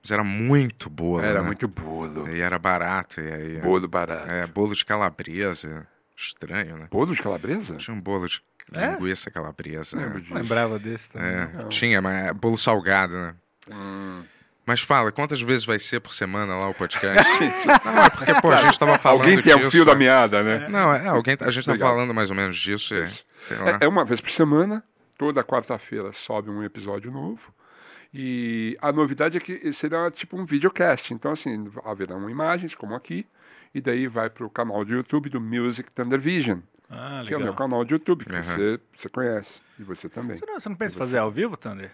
Speaker 4: mas era muito bolo.
Speaker 8: Era
Speaker 4: né?
Speaker 8: muito bolo.
Speaker 4: E era barato. E aí,
Speaker 8: Bolo barato.
Speaker 4: É, bolo de calabresa. Estranho, né?
Speaker 8: Bolo de calabresa?
Speaker 4: Tinha um bolo de
Speaker 3: É?
Speaker 4: linguiça calabresa.
Speaker 8: Lembro
Speaker 4: né?
Speaker 8: disso.
Speaker 3: Lembrava desse também.
Speaker 4: É,
Speaker 8: Legal.
Speaker 4: tinha, mas é bolo salgado, né?
Speaker 8: Hum.
Speaker 4: Mas fala, quantas vezes vai ser por semana lá o podcast? Não, é porque, pô, a gente tava falando
Speaker 8: Alguém tem o
Speaker 4: disso,
Speaker 8: fio da
Speaker 4: né?
Speaker 8: meada, né?
Speaker 4: Não, é, alguém, a gente tá
Speaker 8: Legal.
Speaker 4: falando mais ou menos disso. é,
Speaker 8: Isso.
Speaker 4: sei lá.
Speaker 8: É, é uma vez por semana, toda quarta-feira sobe um episódio novo. E a novidade é que será tipo um videocast. Então, assim, haverão imagens, como aqui, e daí vai para o canal de YouTube do Music Thunder Vision,
Speaker 3: Ah,
Speaker 8: que é o meu
Speaker 3: legal.
Speaker 8: canal de YouTube, que
Speaker 4: Aham.
Speaker 8: você, você conhece, e você também.
Speaker 3: Você não, você não pensa em fazer ao vivo, Thunder?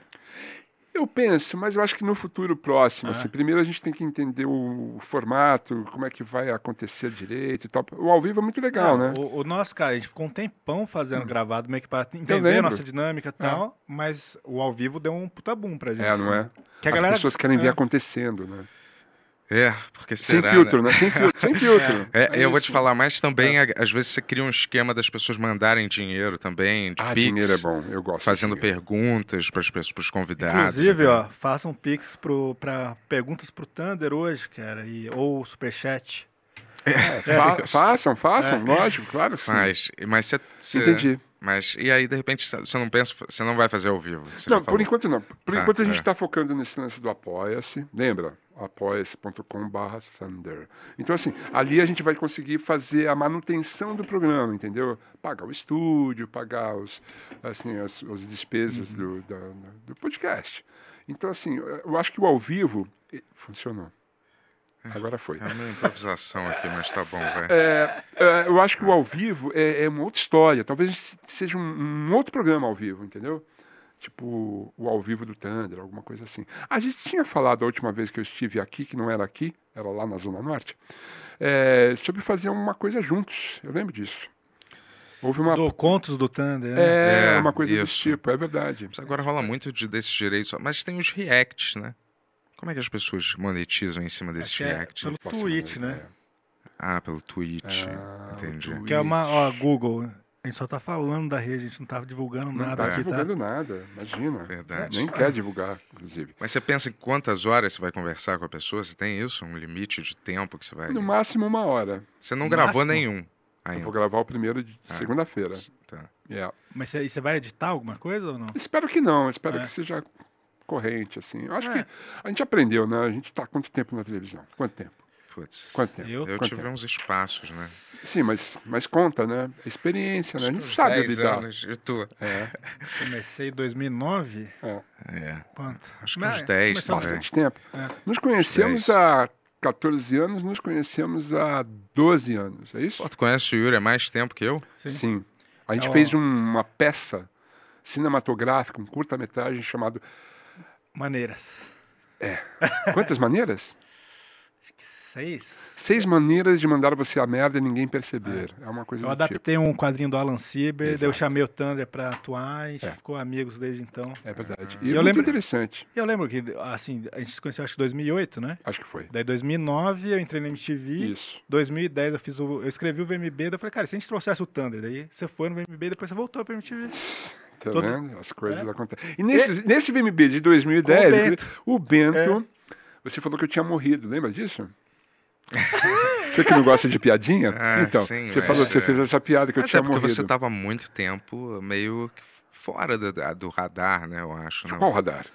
Speaker 8: Eu penso, mas eu acho que no futuro próximo,
Speaker 3: Ah.
Speaker 8: assim, primeiro a gente tem que entender o formato, como é que vai acontecer direito e tal. O ao vivo é muito legal,
Speaker 3: Não,
Speaker 8: né? Hum.
Speaker 3: O, o nosso, cara, a gente ficou um tempão fazendo gravado, meio que pra entender
Speaker 8: lembro.
Speaker 3: a nossa dinâmica e tal, mas o ao vivo deu um puta boom pra gente.
Speaker 8: É, não
Speaker 3: assim.
Speaker 8: é?
Speaker 3: Que a
Speaker 8: As
Speaker 3: galera
Speaker 8: pessoas querem ver
Speaker 3: é.
Speaker 8: acontecendo, né?
Speaker 4: É, porque será,
Speaker 8: sem filtro, É. né? Sem filtro, sem filtro.
Speaker 4: É, eu
Speaker 8: É
Speaker 4: vou te
Speaker 8: isso.
Speaker 4: falar, mas também a- às vezes você cria um esquema das pessoas mandarem dinheiro também, de
Speaker 8: Ah,
Speaker 4: Pix,
Speaker 8: dinheiro é bom, eu gosto. de
Speaker 4: fazendo
Speaker 8: dinheiro.
Speaker 4: perguntas para os convidados.
Speaker 3: Inclusive, ó, façam pix pro, pra perguntas pro Thunder hoje, cara, e, ou superchat.
Speaker 8: Fa- façam, façam,
Speaker 3: É.
Speaker 8: lógico, claro. que Sim.
Speaker 4: Mas, mas você, você-
Speaker 8: Entendi.
Speaker 4: Mas e aí de repente você não pensa, você não vai fazer ao vivo. você
Speaker 8: Não,
Speaker 4: já
Speaker 8: por
Speaker 4: falou.
Speaker 8: enquanto não. Por
Speaker 4: Tá,
Speaker 8: enquanto a gente
Speaker 4: é.
Speaker 8: está focando nesse lance do Apoia-se. Lembra? apoia-se.com.br Thunder. Então, assim, ali a gente vai conseguir fazer a manutenção do programa, entendeu? Pagar o estúdio, pagar os, assim, as, as despesas do, da- da- do podcast. Então, assim, eu acho que o ao vivo eh, funcionou. Agora foi.
Speaker 4: É uma improvisação aqui, mas tá bom, vai.
Speaker 8: É, é, eu acho que o ao vivo é, é uma outra história. Talvez se- seja um, um outro programa ao vivo, entendeu? Tipo o ao vivo do Thunder, alguma coisa assim. A gente tinha falado a última vez que eu estive aqui, que não era aqui, era lá na Zona Norte, é, sobre fazer uma coisa juntos. Eu lembro disso. Houve uma.
Speaker 3: Do Contos do Thunder, né?
Speaker 8: É,
Speaker 4: É,
Speaker 8: uma coisa desse
Speaker 4: isso.
Speaker 8: tipo, é verdade.
Speaker 4: Mas agora rola muito de, desses direitos, mas tem os reacts, né? Como é que as pessoas monetizam em cima desses
Speaker 3: que é
Speaker 4: reacts?
Speaker 3: pelo
Speaker 8: Faço a
Speaker 3: tweet,
Speaker 8: menor
Speaker 3: né?
Speaker 8: ideia.
Speaker 4: Ah, pelo Twitch.
Speaker 8: Ah, o
Speaker 4: entendi.
Speaker 8: tweet.
Speaker 3: Que é uma, ó, Google, a gente só tá falando da rede, a gente não tava divulgando
Speaker 8: Não
Speaker 3: nada
Speaker 8: tá
Speaker 3: aqui, tá?
Speaker 8: divulgando nada, imagina.
Speaker 4: É Verdade.
Speaker 8: É, Nem quer divulgar, inclusive.
Speaker 4: Mas você pensa em quantas horas você vai conversar com a pessoa? Você tem isso? Um limite de tempo que você vai.
Speaker 8: No máximo uma hora.
Speaker 4: Você não
Speaker 3: no
Speaker 4: gravou
Speaker 3: máximo?
Speaker 4: nenhum
Speaker 8: Eu
Speaker 4: ainda.
Speaker 8: vou gravar o primeiro de
Speaker 3: É.
Speaker 4: Ah.
Speaker 8: segunda-feira.
Speaker 4: Tá.
Speaker 8: Yeah.
Speaker 3: Mas você- e você vai editar alguma coisa ou não?
Speaker 8: Espero que não, espero
Speaker 3: É.
Speaker 8: que seja corrente, assim. Eu acho
Speaker 3: É.
Speaker 8: que a gente aprendeu, né? A gente tá há quanto tempo na televisão? Quanto tempo?
Speaker 4: Putz.
Speaker 8: Quanto tempo?
Speaker 3: Eu?
Speaker 4: Eu
Speaker 8: Quanto
Speaker 4: tive
Speaker 8: tempo?
Speaker 4: uns espaços, né?
Speaker 8: Sim, mas, mas conta, né? Experiência, né? A gente
Speaker 4: Uns
Speaker 8: sabe
Speaker 4: 10
Speaker 8: lidar.
Speaker 4: anos, Eu tô.
Speaker 3: né?
Speaker 8: É,
Speaker 3: Comecei em 2009?
Speaker 4: É.
Speaker 3: Quanto?
Speaker 4: Acho que
Speaker 3: Não,
Speaker 4: uns
Speaker 3: é,
Speaker 4: 10
Speaker 3: começou
Speaker 4: também.
Speaker 8: bastante tempo.
Speaker 3: É.
Speaker 8: Nos conhecemos há 14 anos, nos conhecemos há 12 anos, é isso?
Speaker 4: Pô, tu conhece o Yuri há mais tempo que eu?
Speaker 3: Sim.
Speaker 8: A gente
Speaker 3: É
Speaker 8: fez um- uma peça cinematográfica, um curta-metragem chamado
Speaker 3: Maneiras.
Speaker 8: Quantas Maneiras?
Speaker 3: Acho que seis.
Speaker 8: Seis maneiras de mandar você a merda e ninguém perceber. É, uma coisa
Speaker 3: Eu
Speaker 8: do tipo.
Speaker 3: adaptei um quadrinho do Alan Sieber, daí eu
Speaker 8: Exato.
Speaker 3: chamei o Thunder pra atuar, a gente
Speaker 8: É.
Speaker 3: ficou amigos desde então.
Speaker 8: É verdade.
Speaker 4: Ah.
Speaker 3: Eu
Speaker 8: E é muito
Speaker 3: lembro-
Speaker 8: interessante.
Speaker 3: E eu lembro que, assim, a gente se conheceu acho que em 2008, né?
Speaker 8: Acho que foi.
Speaker 3: Daí 2009 eu entrei na MTV,
Speaker 8: Isso.
Speaker 3: 2010 eu fiz o, eu escrevi o VMB, daí eu falei, cara, se a gente trouxesse o Thunder, daí você foi no VMB, depois você voltou pra MTV.
Speaker 8: Tá
Speaker 3: Todo-
Speaker 8: vendo? As
Speaker 4: É.
Speaker 8: coisas acontecem. E nesse, nesse VMB de 2010,
Speaker 3: Com o
Speaker 8: inclusive,
Speaker 3: Bento.
Speaker 8: o Bento,
Speaker 4: É.
Speaker 8: você falou que eu tinha morrido. Lembra disso? você que não gosta de piadinha?
Speaker 4: Ah,
Speaker 8: então,
Speaker 4: sim,
Speaker 8: você
Speaker 4: mas
Speaker 8: falou que você
Speaker 4: é.
Speaker 8: fez essa piada que eu
Speaker 4: Mas é
Speaker 8: tinha
Speaker 4: porque
Speaker 8: morrido.
Speaker 4: você tava há muito tempo meio que fora do, da- do radar, né? Eu acho.
Speaker 8: Qual
Speaker 4: Não,
Speaker 8: Tá radar?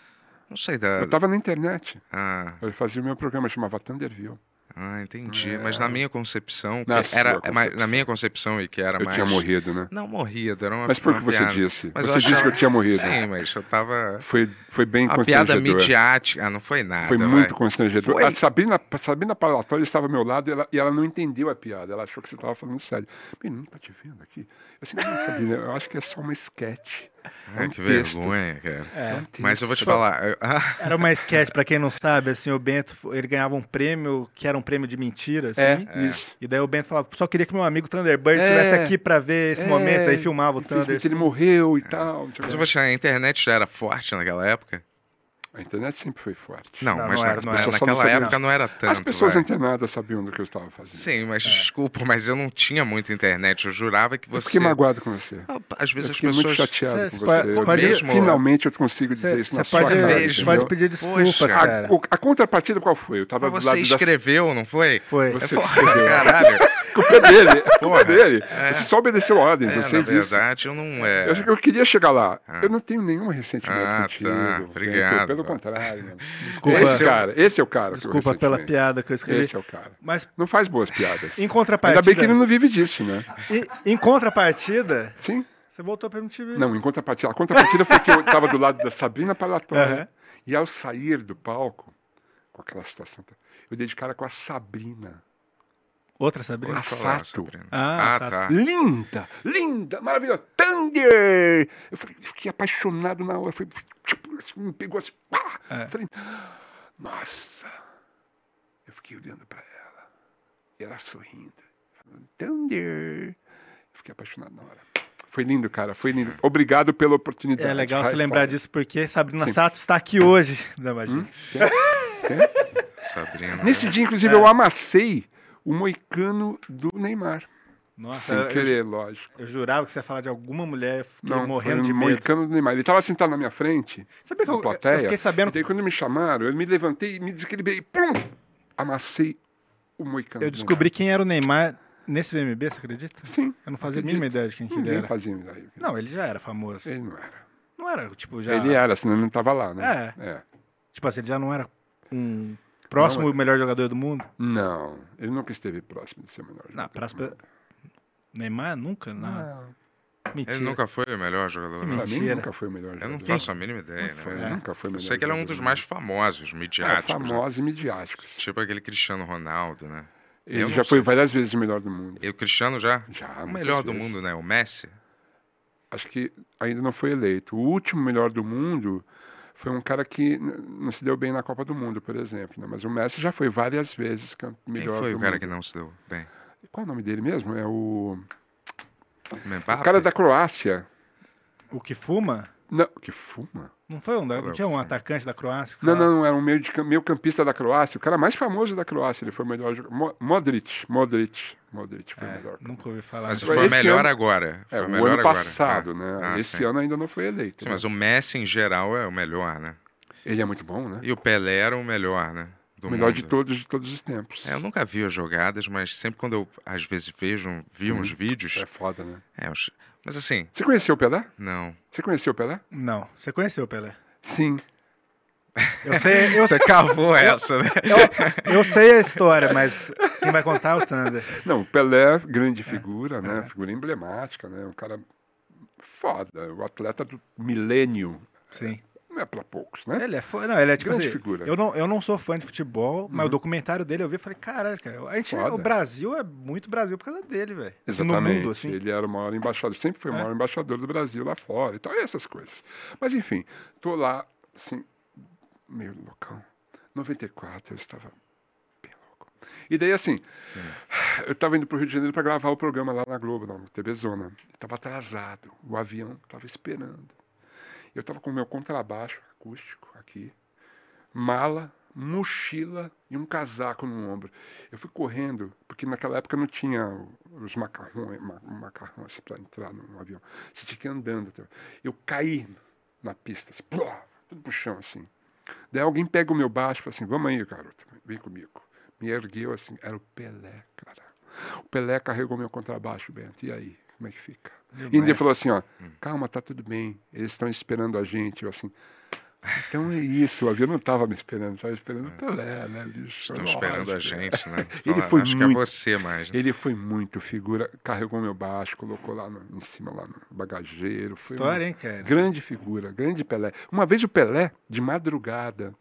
Speaker 4: não sei da.
Speaker 8: Eu tava na internet.
Speaker 4: Ah,
Speaker 8: Eu fazia o meu programa, chamava Thunderville.
Speaker 4: ah, entendi. Mas na minha concepção, que
Speaker 8: É. Na
Speaker 4: era
Speaker 8: sua
Speaker 4: mas na
Speaker 8: concepção.
Speaker 4: minha concepção e que era
Speaker 8: Eu
Speaker 4: É mais.
Speaker 8: tinha morrido, né?
Speaker 4: Não morrido, era uma.
Speaker 8: Mas por
Speaker 4: uma
Speaker 8: que você
Speaker 4: piada.
Speaker 8: disse?
Speaker 4: Mas eu
Speaker 8: você disse que
Speaker 4: achava-
Speaker 8: eu tinha morrido.
Speaker 4: Sim, mas eu tava.
Speaker 8: Foi, foi bem
Speaker 4: A piada
Speaker 8: constrangedor.
Speaker 4: midiática. Ah, não foi nada.
Speaker 8: Foi
Speaker 4: vai.
Speaker 8: muito constrangedor.
Speaker 4: Foi.
Speaker 8: A Sabrina, a Sabrina Palatório estava ao meu lado e ela, e ela não entendeu a piada. Ela achou que você estava falando sério. Bem, não está te vendo aqui. Eu assim, não, Sabrina, eu acho que é só uma sketch.
Speaker 4: Ah,
Speaker 8: um
Speaker 4: que
Speaker 8: texto.
Speaker 4: vergonha, cara.
Speaker 8: É
Speaker 3: É.
Speaker 8: um texto.
Speaker 4: Mas eu vou te falar. eu- Ah,
Speaker 3: Era uma sketch, pra quem não sabe, assim, o Bento, ele ganhava um prêmio que era um prêmio de mentira, assim.
Speaker 8: É, isso.
Speaker 3: E daí o Bento falava, só queria que meu amigo Thunderbird
Speaker 8: É.
Speaker 3: estivesse aqui pra ver esse
Speaker 8: É,
Speaker 3: momento, daí filmava o Thunder.
Speaker 8: Infelizmente, ele morreu e tal. não
Speaker 4: É.
Speaker 8: sei
Speaker 4: mas eu
Speaker 8: o quê.
Speaker 4: vou te falar, a internet já era forte naquela época?
Speaker 8: A internet sempre foi forte.
Speaker 4: Não,
Speaker 3: Não,
Speaker 4: mas
Speaker 3: não
Speaker 4: na-
Speaker 3: era, não
Speaker 4: na-
Speaker 8: era. Só não
Speaker 4: naquela
Speaker 8: sabia.
Speaker 4: época não era tanto.
Speaker 8: As pessoas
Speaker 4: vai.
Speaker 8: antenadas sabiam do que eu estava fazendo.
Speaker 4: Sim, mas desculpa, mas eu não tinha muita internet. Eu jurava que
Speaker 8: É. Eu
Speaker 4: você.
Speaker 8: fiquei magoado com você.
Speaker 4: Ah, Às vezes
Speaker 8: eu
Speaker 4: as
Speaker 8: fiquei muito
Speaker 4: pessoas.
Speaker 8: chateado
Speaker 3: Cê-
Speaker 8: com
Speaker 3: pode-
Speaker 8: você.
Speaker 3: pode-
Speaker 8: Mesmo- Finalmente eu consigo dizer
Speaker 3: Você
Speaker 8: isso na
Speaker 3: você
Speaker 8: sua
Speaker 3: pode,
Speaker 8: cara.
Speaker 4: mesmo.
Speaker 3: você pode
Speaker 8: entendeu?
Speaker 3: pedir desculpas,
Speaker 4: Poxa.
Speaker 3: cara.
Speaker 8: a, o- a contrapartida qual foi? Eu estava
Speaker 4: Mas
Speaker 8: do lado
Speaker 4: você É
Speaker 8: da
Speaker 4: escreveu, não foi?
Speaker 3: Foi.
Speaker 8: Você
Speaker 4: Pô,
Speaker 8: que escreveu.
Speaker 4: Caralho.
Speaker 8: culpa É dele. A culpa
Speaker 4: Porra.
Speaker 8: dele.
Speaker 4: É.
Speaker 8: Você só obedeceu ordens,
Speaker 4: É,
Speaker 8: eu sei
Speaker 4: na
Speaker 8: disso.
Speaker 4: verdade, eu não. É...
Speaker 8: Eu, eu queria chegar lá.
Speaker 4: Ah.
Speaker 8: Eu não tenho nenhum ressentimento
Speaker 4: Ah, tá.
Speaker 8: contigo.
Speaker 4: Obrigado.
Speaker 8: Bento, Pelo contrário. meu.
Speaker 3: Desculpa,
Speaker 8: Esse cara, esse é o cara. que eu
Speaker 3: desculpa pela
Speaker 8: ressentimento.
Speaker 3: piada que eu escrevi.
Speaker 8: Esse é o cara.
Speaker 3: Mas
Speaker 8: Não faz boas piadas.
Speaker 3: em
Speaker 8: Ainda
Speaker 3: contrapartida.
Speaker 8: bem que ele não vive disso, né?
Speaker 3: em, em contrapartida,
Speaker 8: Sim?
Speaker 3: você voltou pra MTV.
Speaker 8: Não, em contrapartida. A contrapartida foi que eu estava do lado da Sabrina Palatória.
Speaker 3: Aham.
Speaker 8: E ao sair do palco, com aquela situação, eu dei de cara com a Sabrina.
Speaker 3: Outra Sabrina.
Speaker 8: Ah, Assato.
Speaker 4: Sabrina.
Speaker 3: Ah,
Speaker 4: Ah,
Speaker 3: Assato.
Speaker 4: tá.
Speaker 8: Linda, linda, maravilhosa. Thunder! Eu falei, fiquei apaixonado na hora. Foi, tipo, assim, me pegou assim. Pá!
Speaker 3: É.
Speaker 8: Eu Falei, nossa! Eu fiquei olhando pra ela. E ela sorrindo. falando, Thunder! Eu fiquei apaixonado na hora. Foi lindo, cara. Foi lindo. Obrigado pela oportunidade.
Speaker 3: É legal
Speaker 8: High
Speaker 3: se lembrar
Speaker 8: five.
Speaker 3: disso, porque Sabrina
Speaker 8: Sim.
Speaker 3: né,
Speaker 8: Hum?
Speaker 3: Sato está aqui hoje. Não, imagina.
Speaker 8: Quem? Quem?
Speaker 4: Sabrina.
Speaker 8: Nesse dia, inclusive,
Speaker 3: É.
Speaker 8: eu amacei o moicano do Neymar.
Speaker 3: Nossa,
Speaker 8: sem
Speaker 3: eu,
Speaker 8: querer, lógico.
Speaker 3: eu jurava que você ia falar de alguma mulher que
Speaker 8: Não,
Speaker 3: morrendo
Speaker 8: foi
Speaker 3: de
Speaker 8: o
Speaker 3: medo.
Speaker 8: moicano do Neymar. Ele estava sentado na minha frente,
Speaker 3: Sabia é que
Speaker 8: na
Speaker 3: eu, eu
Speaker 8: plateia.
Speaker 3: fiquei
Speaker 8: e
Speaker 3: sabendo.
Speaker 8: daí quando me chamaram, eu me levantei e me desequilibrei. Pum! Amacei o moicano
Speaker 3: Eu
Speaker 8: do
Speaker 3: descobri quem era o Neymar nesse VMB, você acredita?
Speaker 8: Neymar. Sim,
Speaker 3: Eu não fazia a
Speaker 8: Acredito.
Speaker 3: mínima ideia de quem que ele
Speaker 8: ninguém
Speaker 3: era.
Speaker 8: fazia ideia.
Speaker 3: Não, ele já era famoso.
Speaker 8: Ele não era.
Speaker 3: Não era, tipo, já.
Speaker 8: Ele é. era, senão ele não estava lá, né?
Speaker 3: É.
Speaker 8: É.
Speaker 3: Tipo assim, ele já não era um próximo
Speaker 8: Não, é.
Speaker 3: e melhor jogador do mundo.
Speaker 8: Não, ele nunca esteve próximo de ser o melhor
Speaker 3: Não,
Speaker 8: jogador
Speaker 3: pra as
Speaker 8: do mundo.
Speaker 3: pe- Neymar nunca, não.
Speaker 8: Não,
Speaker 3: Mentira.
Speaker 4: Ele nunca foi o melhor jogador do
Speaker 8: pra
Speaker 4: mundo.
Speaker 8: mim
Speaker 3: Mentira.
Speaker 8: nunca foi o melhor
Speaker 4: Eu
Speaker 8: jogador.
Speaker 4: não faço a mínima ideia,
Speaker 8: Não foi,
Speaker 4: né?
Speaker 8: Nunca foi o
Speaker 4: Eu
Speaker 8: melhor
Speaker 4: sei que ele é um
Speaker 8: jogador
Speaker 4: dos
Speaker 8: do
Speaker 4: mais
Speaker 8: mundo.
Speaker 4: famosos,
Speaker 8: Ah,
Speaker 4: midiáticos. né?
Speaker 8: famosos e midiáticos.
Speaker 4: Tipo aquele Cristiano Ronaldo, né? Eu
Speaker 8: Ele
Speaker 4: não
Speaker 8: já foi
Speaker 4: sei.
Speaker 8: várias vezes o melhor do mundo.
Speaker 4: E o Cristiano já?
Speaker 8: Já,
Speaker 4: O
Speaker 8: Ah, muitas
Speaker 4: melhor do
Speaker 8: vezes.
Speaker 4: mundo, né? O Messi?
Speaker 8: Acho que ainda não foi eleito. O último melhor do mundo foi um cara que n- não se deu bem na Copa do Mundo, por exemplo. né? Mas o Messi já foi várias vezes cam-
Speaker 4: Quem
Speaker 8: melhor
Speaker 4: foi
Speaker 8: do
Speaker 4: o cara
Speaker 8: mundo.
Speaker 4: que não se deu bem?
Speaker 8: Qual é o nome dele mesmo? É o,
Speaker 4: Mbappé?
Speaker 8: o cara da Croácia.
Speaker 3: O que fuma?
Speaker 8: Não, que fuma?
Speaker 3: Não foi um. da-
Speaker 8: é
Speaker 3: Não
Speaker 4: Não,
Speaker 3: tinha um
Speaker 4: fuma.
Speaker 3: atacante da Croácia?
Speaker 8: Não, não, não, era um meio, de, cam- meio campista da Croácia, o cara mais famoso da Croácia, ele foi o melhor jogador. Mo- Modric, Modric, Modric foi o
Speaker 3: É,
Speaker 8: melhor.
Speaker 3: nunca ouvi falar.
Speaker 4: Mas
Speaker 3: Mas
Speaker 8: Agora,
Speaker 4: foi
Speaker 8: esse
Speaker 4: melhor
Speaker 8: ano-
Speaker 4: agora. Foi
Speaker 8: É, o
Speaker 4: melhor
Speaker 8: ano
Speaker 4: agora.
Speaker 8: passado,
Speaker 4: Ah,
Speaker 8: né?
Speaker 4: ah,
Speaker 8: Esse
Speaker 4: sim.
Speaker 8: ano ainda não foi eleito.
Speaker 4: Sim,
Speaker 8: né?
Speaker 4: mas o Messi, em geral, é o melhor, né?
Speaker 8: Ele é muito bom, né?
Speaker 4: E o Pelé era o melhor, né? Do
Speaker 8: O melhor
Speaker 4: mundo.
Speaker 8: de todos, de todos os tempos.
Speaker 4: É, eu nunca vi as jogadas, mas sempre quando eu, às vezes, vejo, um- vi uns vídeos...
Speaker 8: É foda, né?
Speaker 4: É, uns- Mas assim,
Speaker 8: Você conheceu o Pelé?
Speaker 4: não.
Speaker 8: Você conheceu o Pelé?
Speaker 3: Não. Você conheceu o Pelé?
Speaker 8: Sim.
Speaker 3: Eu sei, eu,
Speaker 4: Você cavou essa, né?
Speaker 3: eu sei a história, mas quem vai contar é o Thunder.
Speaker 8: Não, o Pelé, grande figura, né? Figura emblemática, né? Um cara foda, o atleta do milênio.
Speaker 3: Sim.
Speaker 8: Não é pra poucos, né?
Speaker 3: Ele é, fo- não, ele é tipo
Speaker 8: Grande
Speaker 3: assim,
Speaker 8: figura. Uhum.
Speaker 3: Eu não, eu não sou fã de futebol, mas o documentário dele eu vi e falei, caralho, cara, a gente,
Speaker 8: Foda.
Speaker 3: o Brasil é muito Brasil por causa dele, velho.
Speaker 8: Exatamente.
Speaker 3: No mundo, assim.
Speaker 8: Ele era o maior embaixador, sempre foi o
Speaker 3: É.
Speaker 8: maior embaixador do Brasil lá fora e tal, e essas coisas. Mas enfim, tô lá, assim, meio loucão. 94, eu estava bem louco. E daí, assim,
Speaker 3: É.
Speaker 8: eu estava indo pro Rio de Janeiro para gravar o programa lá na Globo, na TV Zona. Estava atrasado, o avião estava esperando. Eu estava com o meu contrabaixo acústico aqui, mala, mochila e um casaco no ombro. Eu fui correndo, porque naquela época não tinha o- os macarrões, ma, macarrão assim, para entrar no, no avião. Você tinha que ir andando. até- Eu caí na pista, assim, plá, tudo pro chão, assim. Daí alguém pega o meu baixo e fala assim, vamos aí, garoto, vem comigo. Me ergueu assim, era o Pelé, cara. O Pelé carregou meu contrabaixo, Bento, e aí? Como é que fica? E ele falou assim, ó, calma, tá tudo bem, eles estão esperando a gente. Eu assim, então é isso, o avião não tava me esperando, estava esperando o Pelé, né, bicho?
Speaker 4: É. Estão esperando a
Speaker 8: Lógico.
Speaker 4: gente, né?
Speaker 8: Ele
Speaker 4: Falaram,
Speaker 8: foi
Speaker 4: Acho
Speaker 8: muito-
Speaker 4: que é você mais, né?
Speaker 8: Ele foi muito figura, carregou meu baixo, colocou lá no- em cima, lá no bagageiro. Foi uma
Speaker 3: História, hein, cara?
Speaker 8: grande figura, grande Pelé. Uma vez o Pelé, de madrugada,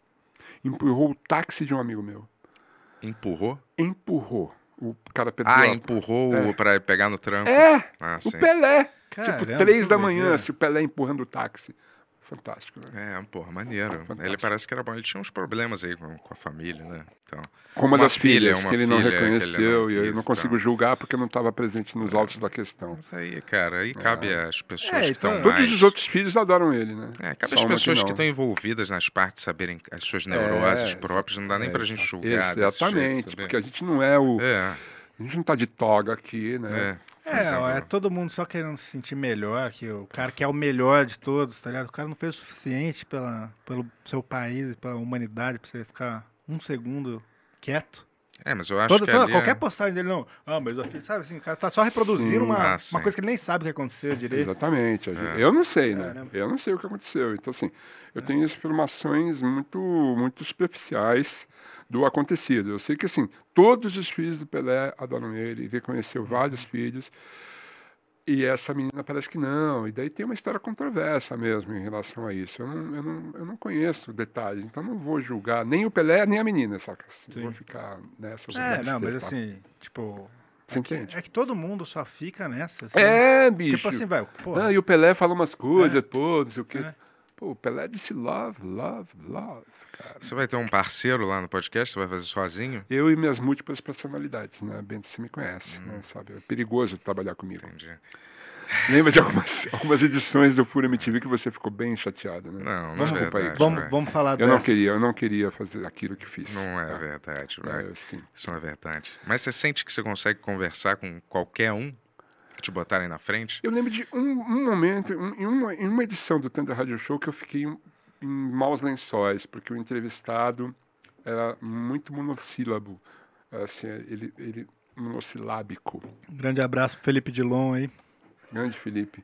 Speaker 8: empurrou o táxi de um amigo meu.
Speaker 4: Empurrou?
Speaker 8: Empurrou. O cara perdeu
Speaker 4: Ah,
Speaker 8: a-
Speaker 4: empurrou o- pra pegar no trampo.
Speaker 8: É,
Speaker 4: Ah,
Speaker 8: o
Speaker 4: sim.
Speaker 8: Pelé. tipo,
Speaker 3: Caramba,
Speaker 8: três
Speaker 3: que
Speaker 8: da manhã,
Speaker 3: doideira.
Speaker 8: assim, o Pelé empurrando o táxi. Fantástico, né?
Speaker 4: É, porra, maneiro.
Speaker 8: Fantástico.
Speaker 4: Ele parece que era bom. Ele tinha uns problemas aí com, com a família, né? Então,
Speaker 8: Com uma,
Speaker 4: Uma
Speaker 8: das
Speaker 4: filha,
Speaker 8: filhas
Speaker 4: uma
Speaker 8: que ele não
Speaker 4: filha que ele não
Speaker 8: reconheceu e eu
Speaker 4: quis,
Speaker 8: não consigo
Speaker 4: tá.
Speaker 8: julgar porque eu não estava presente nos
Speaker 4: É.
Speaker 8: autos da questão.
Speaker 4: mas aí, cara,
Speaker 8: É.
Speaker 4: aí cabe às pessoas
Speaker 3: É,
Speaker 4: que estão
Speaker 3: então-
Speaker 8: Todos
Speaker 4: mais...
Speaker 8: os outros filhos adoram ele, né?
Speaker 4: É, cabe
Speaker 8: Só
Speaker 4: às
Speaker 8: uma
Speaker 4: pessoas que
Speaker 8: não. É,
Speaker 4: estão envolvidas nas partes saberem as suas neuroses próprias. Não dá nem pra gente
Speaker 8: exa-
Speaker 4: julgar desse jeito, né?
Speaker 8: Exatamente,
Speaker 4: sabe?
Speaker 8: porque a gente não é o.
Speaker 4: É,
Speaker 8: A gente não tá de toga aqui, né?
Speaker 4: é.
Speaker 3: É,
Speaker 4: fazendo-
Speaker 3: ó, é todo mundo só querendo se sentir melhor, que o cara que é o melhor de todos, tá ligado? O cara não fez o suficiente pela, pelo seu país, pela humanidade, pra você ficar um segundo quieto.
Speaker 4: É, mas eu acho
Speaker 3: Toda,
Speaker 4: que
Speaker 3: toda-
Speaker 4: ali é-
Speaker 3: qualquer postagem dele, não. Ah, mas eu fiz, sabe assim, o cara tá só reproduzindo
Speaker 8: Sim.
Speaker 3: uma,
Speaker 4: Ah,
Speaker 3: uma
Speaker 4: sim.
Speaker 3: coisa que ele nem sabe o que aconteceu direito.
Speaker 8: Exatamente. a gente-
Speaker 4: É.
Speaker 8: Eu não sei, né?
Speaker 3: Caramba.
Speaker 8: Eu não sei o que aconteceu. Então, assim, eu tenho informações muito, muito superficiais do acontecido. Eu sei que, assim, todos os filhos do Pelé adoram ele, ele reconheceu
Speaker 3: Uhum.
Speaker 8: vários filhos. E essa menina parece que não. E daí tem uma história controversa mesmo em relação a isso. Eu não, eu não, eu não conheço detalhes, então não vou julgar nem o Pelé, nem a menina, saca? Assim,
Speaker 3: Sim.
Speaker 8: Vou ficar nessa. vou
Speaker 3: É, não,
Speaker 8: abster,
Speaker 3: mas
Speaker 8: tá?
Speaker 3: assim, tipo.
Speaker 8: Você entende?
Speaker 3: É que todo mundo só fica nessa. assim.
Speaker 8: É, bicho.
Speaker 3: Tipo assim, vai, pô.
Speaker 8: Ah, e o Pelé fala umas coisas, pô, não sei o quê.
Speaker 3: É.
Speaker 8: Pô, o Pelé disse love, love, love, cara.
Speaker 4: Você vai ter um parceiro lá no podcast? Você vai fazer sozinho?
Speaker 8: Eu e minhas
Speaker 4: Hum.
Speaker 8: múltiplas personalidades, né? Bento, você me conhece, né? Sabe? É perigoso trabalhar comigo.
Speaker 4: Entendi.
Speaker 8: Lembra de algumas, algumas edições do Fúria MTV que você ficou bem chateado, né?
Speaker 4: Não, não
Speaker 8: Vamos-
Speaker 4: é
Speaker 8: desculpa aí,
Speaker 4: verdade.
Speaker 3: Vamos,
Speaker 4: vai.
Speaker 3: vamos falar
Speaker 8: Eu não
Speaker 3: dessas.
Speaker 8: queria, eu não queria fazer aquilo que fiz.
Speaker 4: Não é
Speaker 8: tá?
Speaker 4: verdade,
Speaker 8: É,
Speaker 4: vai.
Speaker 8: eu sim.
Speaker 4: Isso não é verdade. Mas você sente que você consegue conversar com qualquer um que te botarem na frente?
Speaker 8: Eu lembro de um, um momento, um- em, uma, em uma edição do Thunder Radio Show, que eu fiquei em, em maus lençóis, porque o entrevistado era muito monossílabo. Assim, ele, ele monossilábico.
Speaker 3: Um grande abraço pro Felipe Dilon aí.
Speaker 8: Grande Felipe.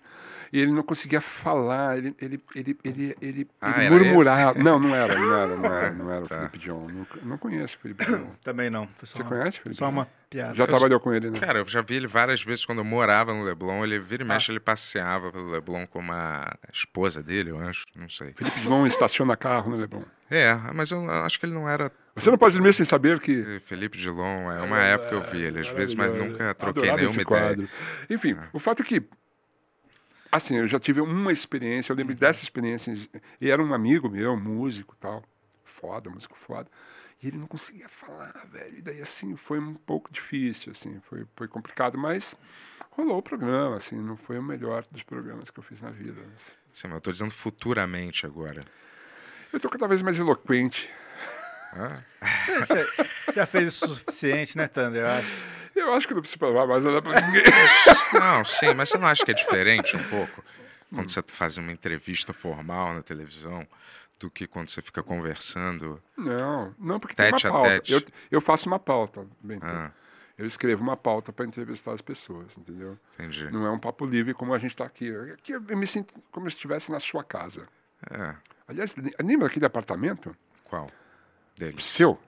Speaker 8: E ele não conseguia falar, ele, ele, ele, ele, ele,
Speaker 4: Ah,
Speaker 8: ele
Speaker 4: era esse?
Speaker 8: murmurava. Não, não era, não era, não era, não era o
Speaker 4: Tá.
Speaker 8: Felipe John. Não, não conheço o Felipe John.
Speaker 3: Também não. Foi só
Speaker 8: Você
Speaker 3: uma-
Speaker 8: conhece o Felipe
Speaker 3: Só
Speaker 8: John?
Speaker 3: uma piada.
Speaker 8: Já trabalhou com ele, né?
Speaker 4: Cara, eu já vi ele várias vezes quando eu morava no Leblon. Ele
Speaker 8: Ah.
Speaker 4: vira e mexe, ele passeava pelo Leblon com uma esposa dele, eu acho. Não sei.
Speaker 8: Felipe John estaciona carro no Leblon.
Speaker 4: É, mas eu acho que ele não era
Speaker 8: Você não pode dormir sem saber que
Speaker 4: Felipe Dilon. É uma época que eu vi ele às vezes, mas
Speaker 8: Maravilhoso.
Speaker 4: nunca troquei
Speaker 8: é Adorava
Speaker 4: nenhuma
Speaker 8: esse
Speaker 4: ideia.
Speaker 8: quadro. Enfim, o fato é que. Assim, eu já tive uma experiência, eu
Speaker 4: Uhum.
Speaker 8: lembro dessa experiência, e era um amigo meu, músico e tal, foda, músico foda, e ele não conseguia falar, velho. E daí, assim, foi um pouco difícil, assim, foi, foi complicado, mas rolou o programa, assim, não foi o melhor dos programas que eu fiz na vida. assim. mas-
Speaker 4: Sim, mas eu tô dizendo futuramente agora.
Speaker 8: Eu tô cada vez mais eloquente.
Speaker 4: Ah,
Speaker 3: Você, você já fez o suficiente, né, Thunder? Eu acho.
Speaker 8: Eu acho que não preciso falar mais nada pra ninguém.
Speaker 4: Não, sim, mas você não acha que é diferente um pouco
Speaker 8: Hum.
Speaker 4: quando você faz uma entrevista formal na televisão do que quando você fica conversando?
Speaker 8: Não, não, porque
Speaker 4: Tete
Speaker 8: tem
Speaker 4: a
Speaker 8: uma pauta.
Speaker 4: tete.
Speaker 8: Eu, eu faço uma pauta, bem,
Speaker 4: Ah,
Speaker 8: Eu escrevo uma pauta para entrevistar as pessoas, entendeu?
Speaker 4: entendi.
Speaker 8: Não é um papo livre como a gente está aqui. Aqui eu me sinto como se estivesse na sua casa.
Speaker 4: É,
Speaker 8: Aliás, li- lembra aquele apartamento?
Speaker 4: qual?
Speaker 8: O
Speaker 4: Deles.
Speaker 8: seu?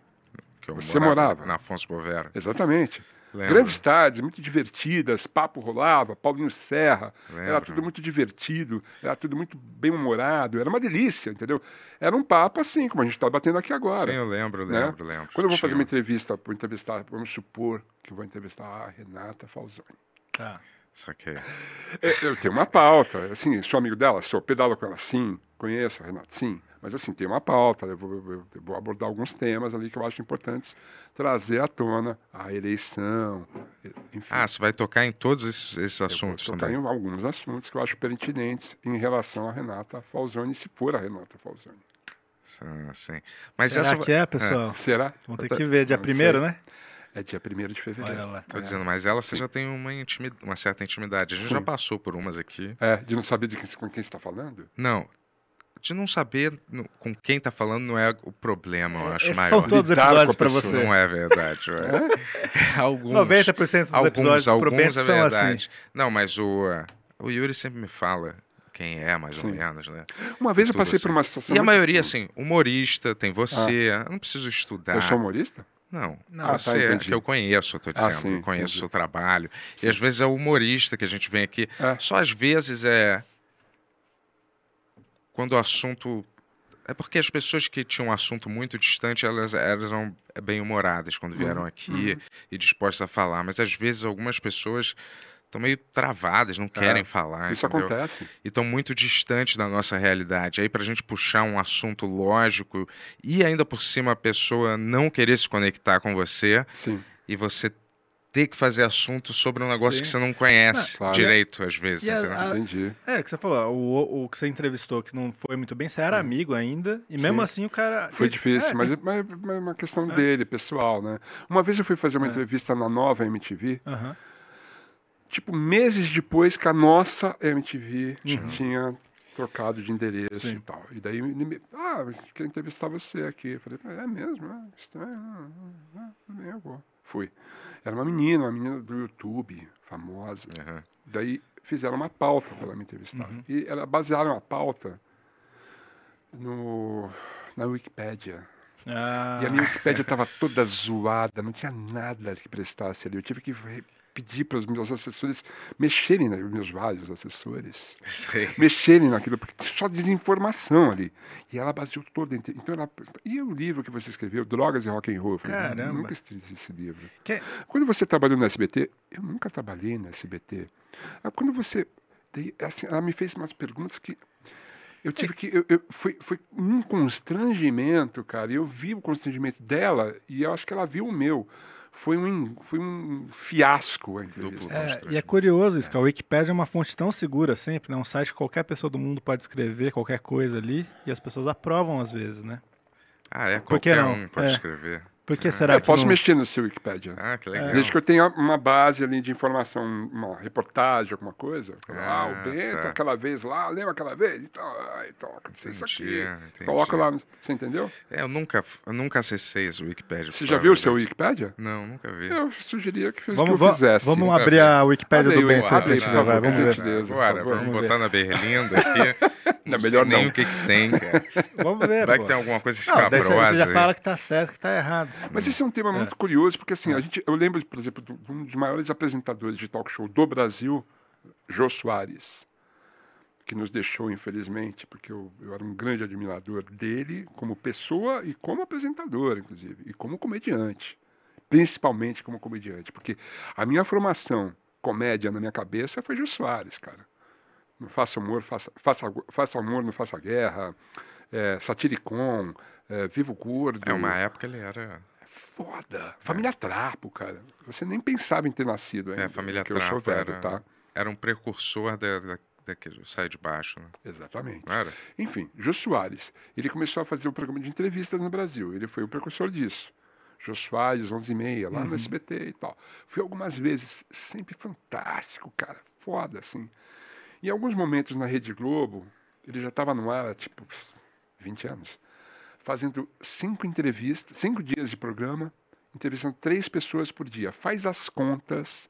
Speaker 4: Que eu
Speaker 8: Você morava?
Speaker 4: Na Afonso Bovera.
Speaker 8: Exatamente.
Speaker 4: Lembro,
Speaker 8: Grandes tardes, muito divertidas, papo rolava, Paulinho Serra. Era
Speaker 4: lembro.
Speaker 8: tudo muito divertido, era tudo muito bem-humorado, era uma delícia, entendeu? Era um papo assim, como a gente está batendo aqui agora.
Speaker 4: Sim, eu lembro,
Speaker 8: né?
Speaker 4: lembro, lembro.
Speaker 8: Quando eu vou fazer uma
Speaker 4: Tinha-
Speaker 8: entrevista, vou entrevistar, vamos supor que eu vou entrevistar a Renata Falzoni.
Speaker 3: Tá.
Speaker 4: Saquei.
Speaker 8: É, Eu tenho uma pauta, assim, sou amigo dela, sou pedalo com ela, sim, conheço a Renata, sim, mas assim, tem uma pauta, eu vou, eu- eu vou abordar alguns temas ali que eu acho importantes trazer à tona, a eleição, e- enfim.
Speaker 4: Ah, você vai tocar em todos esses, esses
Speaker 8: eu vou
Speaker 4: assuntos
Speaker 8: tocar
Speaker 4: também.
Speaker 8: em um. alguns assuntos que eu acho pertinentes em relação a Renata Falzoni, se for a Renata Falzoni.
Speaker 4: Ah, sim. Mas
Speaker 3: Será
Speaker 4: essa.
Speaker 3: que é, pessoal?
Speaker 8: Será?
Speaker 3: Vamos
Speaker 8: Eu
Speaker 3: ter
Speaker 8: tô-
Speaker 3: que ver. Dia
Speaker 8: não
Speaker 3: primeiro,
Speaker 8: sei.
Speaker 3: né?
Speaker 8: É dia 1 de fevereiro. É,
Speaker 3: Olha lá.
Speaker 4: É, Tô dizendo, mas ela você já tem uma, intimi- uma certa intimidade. A gente já
Speaker 8: Sim.
Speaker 4: passou por umas aqui.
Speaker 8: É, de não saber de quem, com quem você está falando?
Speaker 4: Não. De não saber no- com quem tá falando não é o problema, eu acho,
Speaker 3: Esses
Speaker 4: maior.
Speaker 3: É, são todos os
Speaker 8: Lidar com a
Speaker 3: episódios pra
Speaker 8: pessoa,
Speaker 3: você.
Speaker 4: Não é verdade. ué.
Speaker 8: É?
Speaker 4: Alguns.
Speaker 3: 90% dos
Speaker 4: alguns,
Speaker 3: episódios
Speaker 4: alguns
Speaker 3: propensos
Speaker 4: é
Speaker 3: são assim.
Speaker 4: verdade. Não, mas o, eh, o Yuri sempre me fala quem é, mais ou
Speaker 8: Sim.
Speaker 4: menos, né?
Speaker 8: Uma vez eu
Speaker 4: Tudo
Speaker 8: passei por
Speaker 4: assim.
Speaker 8: uma situação.
Speaker 4: E a
Speaker 8: muito- Ah.
Speaker 4: maioria, é assim, humorista, tem você, eu não preciso estudar.
Speaker 8: Eu sou humorista?
Speaker 4: Não,
Speaker 3: Não,
Speaker 8: tá,
Speaker 4: você é
Speaker 8: entendi.
Speaker 4: que eu conheço, eu tô
Speaker 8: Ah,
Speaker 4: dizendo,
Speaker 8: sim,
Speaker 4: eu conheço
Speaker 8: entendi.
Speaker 4: o seu trabalho. E às vezes é o humorista que a gente vem aqui.
Speaker 8: É.
Speaker 4: Só às vezes é. Quando o assunto. É porque as pessoas que tinham um assunto muito distante, elas, elas eram bem humoradas
Speaker 8: Uhum,
Speaker 4: quando vieram aqui e dispostas a falar. Mas às vezes algumas pessoas estão meio travadas, não querem falar.
Speaker 8: É, Isso
Speaker 4: Ah, entendeu?
Speaker 8: acontece.
Speaker 4: e estão muito distantes da nossa realidade. Aí, para a gente puxar um assunto lógico e ainda por cima a pessoa não querer se conectar com você
Speaker 8: Sim.
Speaker 4: e você ter que fazer assunto sobre um negócio
Speaker 3: Sim.
Speaker 4: que você não conhece
Speaker 8: Ah, claro.
Speaker 4: direito, às vezes.
Speaker 3: E a-
Speaker 4: entendeu?
Speaker 3: a-
Speaker 8: Entendi.
Speaker 3: É, o que você falou, o, o que você entrevistou que não foi muito bem, você era amigo ainda, e mesmo
Speaker 8: Sim.
Speaker 3: assim o cara.
Speaker 8: Foi
Speaker 3: e-
Speaker 8: difícil,
Speaker 3: é,
Speaker 8: mas é mas- mas é uma questão
Speaker 3: É.
Speaker 8: dele, pessoal, né? Uma vez eu fui fazer uma
Speaker 3: É.
Speaker 8: entrevista na nova MTV,
Speaker 3: aham.
Speaker 8: tipo, meses depois que a nossa MTV
Speaker 3: Uhum.
Speaker 8: tinha trocado de endereço
Speaker 3: Sim.
Speaker 8: e tal. E daí ele me... Ah, eu queria entrevistar você aqui. Eu falei, é mesmo? É estranho. não, não, não, Tudo bem, eu vou. Fui. Era uma menina, uma menina do YouTube, famosa.
Speaker 4: Aham.
Speaker 8: Daí fizeram uma pauta para ela me entrevistar.
Speaker 3: Uhum.
Speaker 8: E ela basearam a pauta no, na Wikipédia.
Speaker 3: Ah,
Speaker 8: E a minha Wikipédia estava toda zoada, não tinha nada que prestasse ali. Eu tive que re- pedir para os meus assessores mexerem, na- meus vários assessores,
Speaker 4: Sei.
Speaker 8: mexerem naquilo, porque tinha só desinformação ali. E ela baseou toda. a inte- Então ela, e o livro que você escreveu, Drogas e Rock and Roll? Eu falei, "Hum,
Speaker 3: Caramba.
Speaker 8: Nunca escrevi esse livro.
Speaker 3: Que-
Speaker 8: Quando você trabalhou no SBT, eu nunca trabalhei no SBT. Ah, Quando você, daí, assim, ela me fez umas perguntas que eu tive que. Eu, eu- foi, foi um constrangimento, cara. E eu vi o constrangimento dela e eu acho que ela viu o meu. Foi um, en- foi um fiasco a entrevista.
Speaker 4: Duplo.
Speaker 3: É, e é
Speaker 4: constrangimento.
Speaker 3: curioso isso, que a Wikipédia é uma fonte tão segura sempre, né? Um site que qualquer pessoa do mundo pode escrever qualquer coisa ali e as pessoas aprovam às vezes, né?
Speaker 4: Ah, é,
Speaker 3: Por que
Speaker 4: qualquer
Speaker 3: não?
Speaker 4: um pode
Speaker 3: É.
Speaker 4: escrever.
Speaker 3: Por que
Speaker 8: É,
Speaker 3: será
Speaker 8: eu
Speaker 3: que
Speaker 8: posso
Speaker 3: não-
Speaker 8: mexer no seu Wikipedia. né?
Speaker 4: Ah,
Speaker 3: É.
Speaker 4: que legal.
Speaker 8: Desde que eu tenha uma base ali de informação, uma reportagem, alguma coisa.
Speaker 3: É,
Speaker 4: Ah,
Speaker 8: Ah, o Bento,
Speaker 4: tá.
Speaker 8: aquela vez lá, lembra aquela vez? Então, ah, então aconteceu isso
Speaker 4: Entendi,
Speaker 8: aqui.
Speaker 4: entendi.
Speaker 8: Coloca lá, no- você entendeu?
Speaker 4: É, eu nunca, eu nunca acessei esse Wikipedia.
Speaker 8: Você
Speaker 4: pra
Speaker 8: já
Speaker 4: falar
Speaker 8: viu
Speaker 4: a
Speaker 8: o seu
Speaker 4: verdade.
Speaker 8: Wikipedia?
Speaker 4: Não, nunca vi.
Speaker 8: Eu sugeriria que, fiz,
Speaker 3: Vamos,
Speaker 8: que eu
Speaker 3: va-
Speaker 8: fizesse.
Speaker 3: vamos
Speaker 4: Abre
Speaker 3: abrir a Wikipédia
Speaker 8: aí,
Speaker 3: do Bento
Speaker 8: abre
Speaker 3: aqui,
Speaker 8: aí,
Speaker 3: por
Speaker 8: por
Speaker 3: favor.
Speaker 8: favor,
Speaker 3: Vamos
Speaker 8: cara.
Speaker 3: ver.
Speaker 8: gentileza, por
Speaker 4: Bora,
Speaker 8: favor.
Speaker 4: vamos
Speaker 3: Vamos ver.
Speaker 4: botar na berlinda aqui. Não,
Speaker 8: Não, é melhor
Speaker 4: sei nem
Speaker 8: não.
Speaker 4: o que que tem, cara.
Speaker 3: Vamos ver.
Speaker 4: Vai
Speaker 3: pô.
Speaker 4: que
Speaker 8: um
Speaker 4: tem alguma coisa
Speaker 3: Não, daí você-
Speaker 4: escabrosa.
Speaker 3: você já
Speaker 4: aí.
Speaker 3: fala que tá certo, que tá errado.
Speaker 8: Mas esse é um tema muito curioso, porque assim, a gente, eu lembro, por exemplo, do- de um dos maiores apresentadores de talk show do Brasil, Jô Soares, que nos deixou, infelizmente, porque eu, eu era um grande admirador dele como pessoa e como apresentador, inclusive, e como comediante. Principalmente como comediante, porque a minha formação comédia na minha cabeça foi Jô Soares, cara. Não faça humor, faça, faça, faça humor, não faça guerra, é, Satiricon, é, Vivo Gordo.
Speaker 4: É, uma época ele era...
Speaker 8: É Foda. Família Trapo, cara. Você nem pensava em ter nascido ainda.
Speaker 4: É. É, Família
Speaker 8: porque eu sou
Speaker 4: Trapo
Speaker 8: velho,
Speaker 4: era-
Speaker 8: tá?
Speaker 4: Era um precursor da, da, daquele Sai de Baixo, né?
Speaker 8: Exatamente.
Speaker 4: Não era?
Speaker 8: Enfim, Jô Soares. Ele começou a fazer um programa de entrevistas no Brasil. Ele foi o precursor disso. Jô Soares, 11 e meia, lá no SBT e tal. Fui algumas vezes. Sempre fantástico, cara. Foda, assim. Em alguns momentos na Rede Globo, ele já estava no ar há, tipo, 20 anos, fazendo cinco entrevistas, cinco dias de programa, entrevistando três pessoas por dia. Faz as contas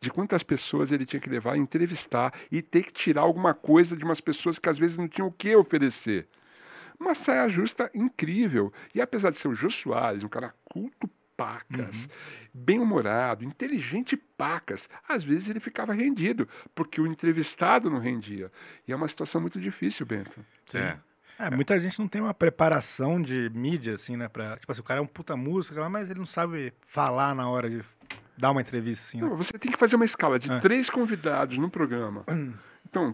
Speaker 8: de quantas pessoas ele tinha que levar, entrevistar e ter que tirar alguma coisa de umas pessoas que às vezes não tinham o que oferecer. Uma saia justa incrível. E apesar de ser o Jô Soares, um cara culto pacas, bem-humorado, inteligente pacas, às vezes ele ficava rendido, porque o entrevistado não rendia. E é uma situação muito difícil, Bento.
Speaker 4: É.
Speaker 3: É, muita gente não tem uma preparação de mídia, assim, né? Pra, tipo assim, o cara é um puta músico, lá, mas ele não sabe falar na hora de dar uma entrevista, assim, né?
Speaker 8: Não, você tem que fazer uma escala de
Speaker 3: É.
Speaker 8: três convidados no programa. Então,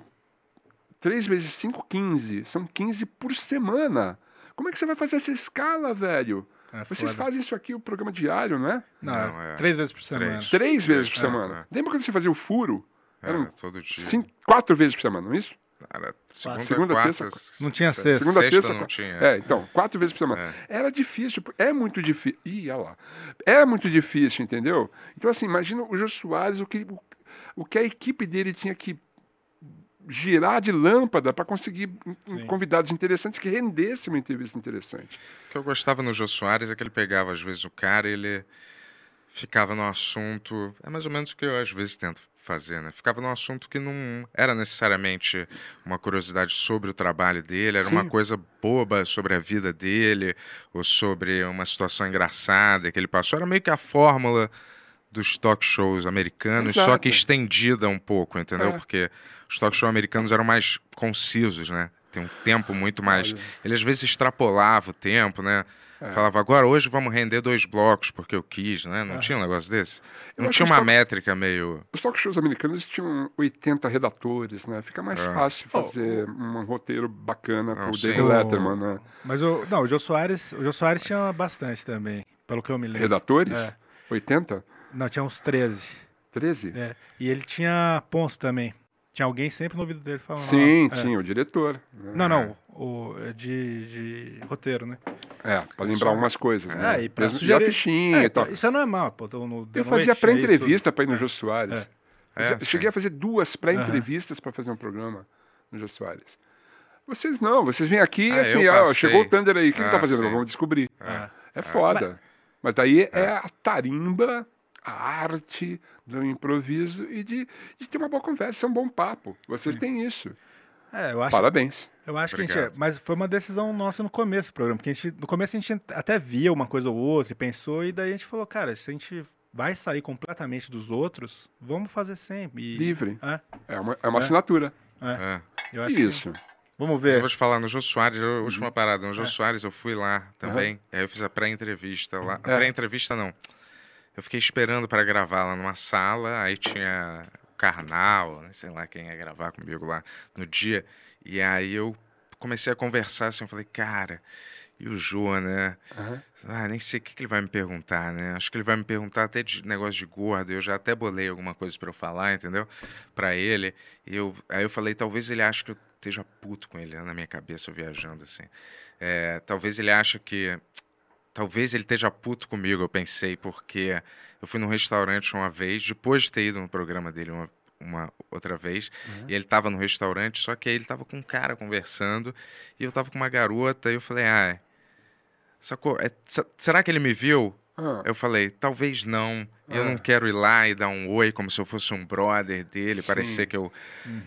Speaker 8: três vezes cinco, 15. São 15 por semana. Como é que você vai fazer essa escala, velho?
Speaker 3: É
Speaker 8: Vocês
Speaker 3: foda.
Speaker 8: fazem isso aqui, o programa diário, não é?
Speaker 3: Não,
Speaker 4: Não, é.
Speaker 3: três vezes por semana.
Speaker 4: Três.
Speaker 8: Três vezes por
Speaker 4: é,
Speaker 8: semana. Lembra quando você fazia o furo?
Speaker 4: Era
Speaker 8: Eram
Speaker 4: todo dia.
Speaker 8: um Cinco, quatro vezes por semana, não é isso?
Speaker 4: Era segunda,
Speaker 8: Segunda,
Speaker 4: quarta,
Speaker 8: terça,
Speaker 4: s-
Speaker 3: não tinha
Speaker 4: se-
Speaker 3: sexta.
Speaker 8: Segunda,
Speaker 4: sexta
Speaker 8: terça,
Speaker 4: não
Speaker 8: qua-
Speaker 4: tinha.
Speaker 8: É, então, quatro vezes por semana. Era difícil, por- é muito difícil. Ih, olha lá. É muito difícil, entendeu? Então, assim, imagina o Jô Soares, o que, o, o que a equipe dele tinha que girar de lâmpada para conseguir hum, hum,
Speaker 3: Sim.
Speaker 8: convidados interessantes que rendesse uma entrevista interessante.
Speaker 4: O que eu gostava no Jô Soares é que ele pegava, às vezes, o cara e ele ficava no assunto. É mais ou menos o que eu, às vezes, tento fazer, né? Ficava num assunto que não era necessariamente uma curiosidade sobre o trabalho dele, era uma
Speaker 8: Sim.
Speaker 4: coisa boba sobre a vida dele ou sobre uma situação engraçada que ele passou. Era meio que a fórmula dos talk shows americanos, só que
Speaker 8: Exato.
Speaker 4: estendida um pouco, entendeu?
Speaker 8: É.
Speaker 4: Porque os talk shows americanos eram mais concisos, né? Tem um tempo muito mais
Speaker 8: Olha,
Speaker 4: ele às vezes extrapolava o tempo, né?
Speaker 8: É.
Speaker 4: Falava, agora hoje vamos render dois blocos porque eu quis, né? Não
Speaker 3: É.
Speaker 4: tinha um negócio desse?
Speaker 8: Eu
Speaker 4: Não
Speaker 8: acho
Speaker 4: tinha
Speaker 8: que
Speaker 4: uma
Speaker 8: os toques-
Speaker 4: métrica meio.
Speaker 8: Os talk shows americanos tinham 80 redatores, né? Fica mais
Speaker 4: É.
Speaker 8: fácil fazer um roteiro bacana
Speaker 4: Não,
Speaker 8: com o
Speaker 4: sim.
Speaker 8: David
Speaker 3: O-
Speaker 8: Letterman, né?
Speaker 3: Mas o, não, o Jô Soares, o Jô Soares tinha bastante também, pelo que eu me lembro.
Speaker 8: Redatores?
Speaker 3: É.
Speaker 8: 80?
Speaker 3: Não, tinha uns 13.
Speaker 8: 13?
Speaker 3: É. E ele tinha pontos também. Tinha alguém sempre no ouvido dele falando.
Speaker 8: Sim,
Speaker 3: ó, é.
Speaker 8: tinha o diretor. né?
Speaker 3: Não, não, o, é de, de roteiro, né?
Speaker 8: É, pra lembrar algumas coisas, né?
Speaker 3: É, e pra
Speaker 8: Mesmo- e
Speaker 3: sugerir-
Speaker 8: a fichinha
Speaker 3: É,
Speaker 8: e tal.
Speaker 3: Isso é normal, pô. tô no-
Speaker 8: Eu
Speaker 3: da
Speaker 8: fazia
Speaker 3: noite, é
Speaker 8: pré-entrevista pra ir no Jô Soares.
Speaker 4: É,
Speaker 8: Eu
Speaker 4: sim.
Speaker 8: cheguei a fazer duas pré-entrevistas pra fazer um programa no Jô Soares. Vocês não, vocês vêm aqui e
Speaker 4: Ah,
Speaker 8: assim,
Speaker 4: eu
Speaker 8: ó,
Speaker 4: passei.
Speaker 8: chegou o Thunder aí, o que ele
Speaker 4: Ah,
Speaker 8: tá fazendo?
Speaker 4: sim.
Speaker 8: Vamos descobrir.
Speaker 3: É isso. Ah,
Speaker 8: É foda. Mas daí é a tarimba, a arte do improviso e de, de ter uma boa conversa, um bom papo. Vocês têm isso.
Speaker 3: é, eu acho,
Speaker 8: Parabéns.
Speaker 3: eu acho que a gente. é,
Speaker 4: Obrigado.
Speaker 3: Mas foi uma decisão nossa no começo do programa. Porque a gente, no começo a gente até via uma coisa ou outra e pensou, e daí a gente falou, cara, se a gente vai sair completamente dos outros, vamos fazer sempre. E,
Speaker 8: Livre.
Speaker 3: É.
Speaker 8: É uma, é uma
Speaker 3: É.
Speaker 8: assinatura.
Speaker 4: É.
Speaker 3: eu acho que-
Speaker 8: Isso.
Speaker 3: vamos
Speaker 4: Mas eu
Speaker 3: ver.
Speaker 4: vou te falar, no Jô Soares, a última parada, no Jô
Speaker 3: É.
Speaker 4: Soares eu fui lá também, aí eu fiz a pré-entrevista lá.
Speaker 8: É.
Speaker 4: Pré-entrevista não. Eu fiquei esperando pra gravar lá numa sala, aí tinha o Karnal, né, sei lá quem ia gravar comigo lá no dia, e aí eu comecei a conversar assim, eu falei, cara, E o Jô, né?
Speaker 8: Aham.
Speaker 4: Ah, nem sei o que, que ele vai me perguntar, né? Acho que ele vai me perguntar até de negócio de gordo. Eu já até bolei alguma coisa pra eu falar, entendeu? Pra ele. E eu, aí eu falei, talvez ele ache que eu esteja puto com ele, né? na minha cabeça, eu viajando assim. É, talvez ele ache que. Talvez ele esteja puto comigo, eu pensei, porque eu fui num restaurante uma vez, depois de ter ido no programa dele uma, uma outra vez, e ele tava no restaurante, só que aí ele tava com um cara conversando, e eu tava com uma garota, e eu falei, ah, sacou? É, se- será que ele me viu?
Speaker 8: Ah,
Speaker 4: Eu falei, talvez não. Eu
Speaker 8: Ah.
Speaker 4: não quero ir lá e dar um oi como se eu fosse um brother dele,
Speaker 8: Sim. Uhum.
Speaker 4: parecer que eu,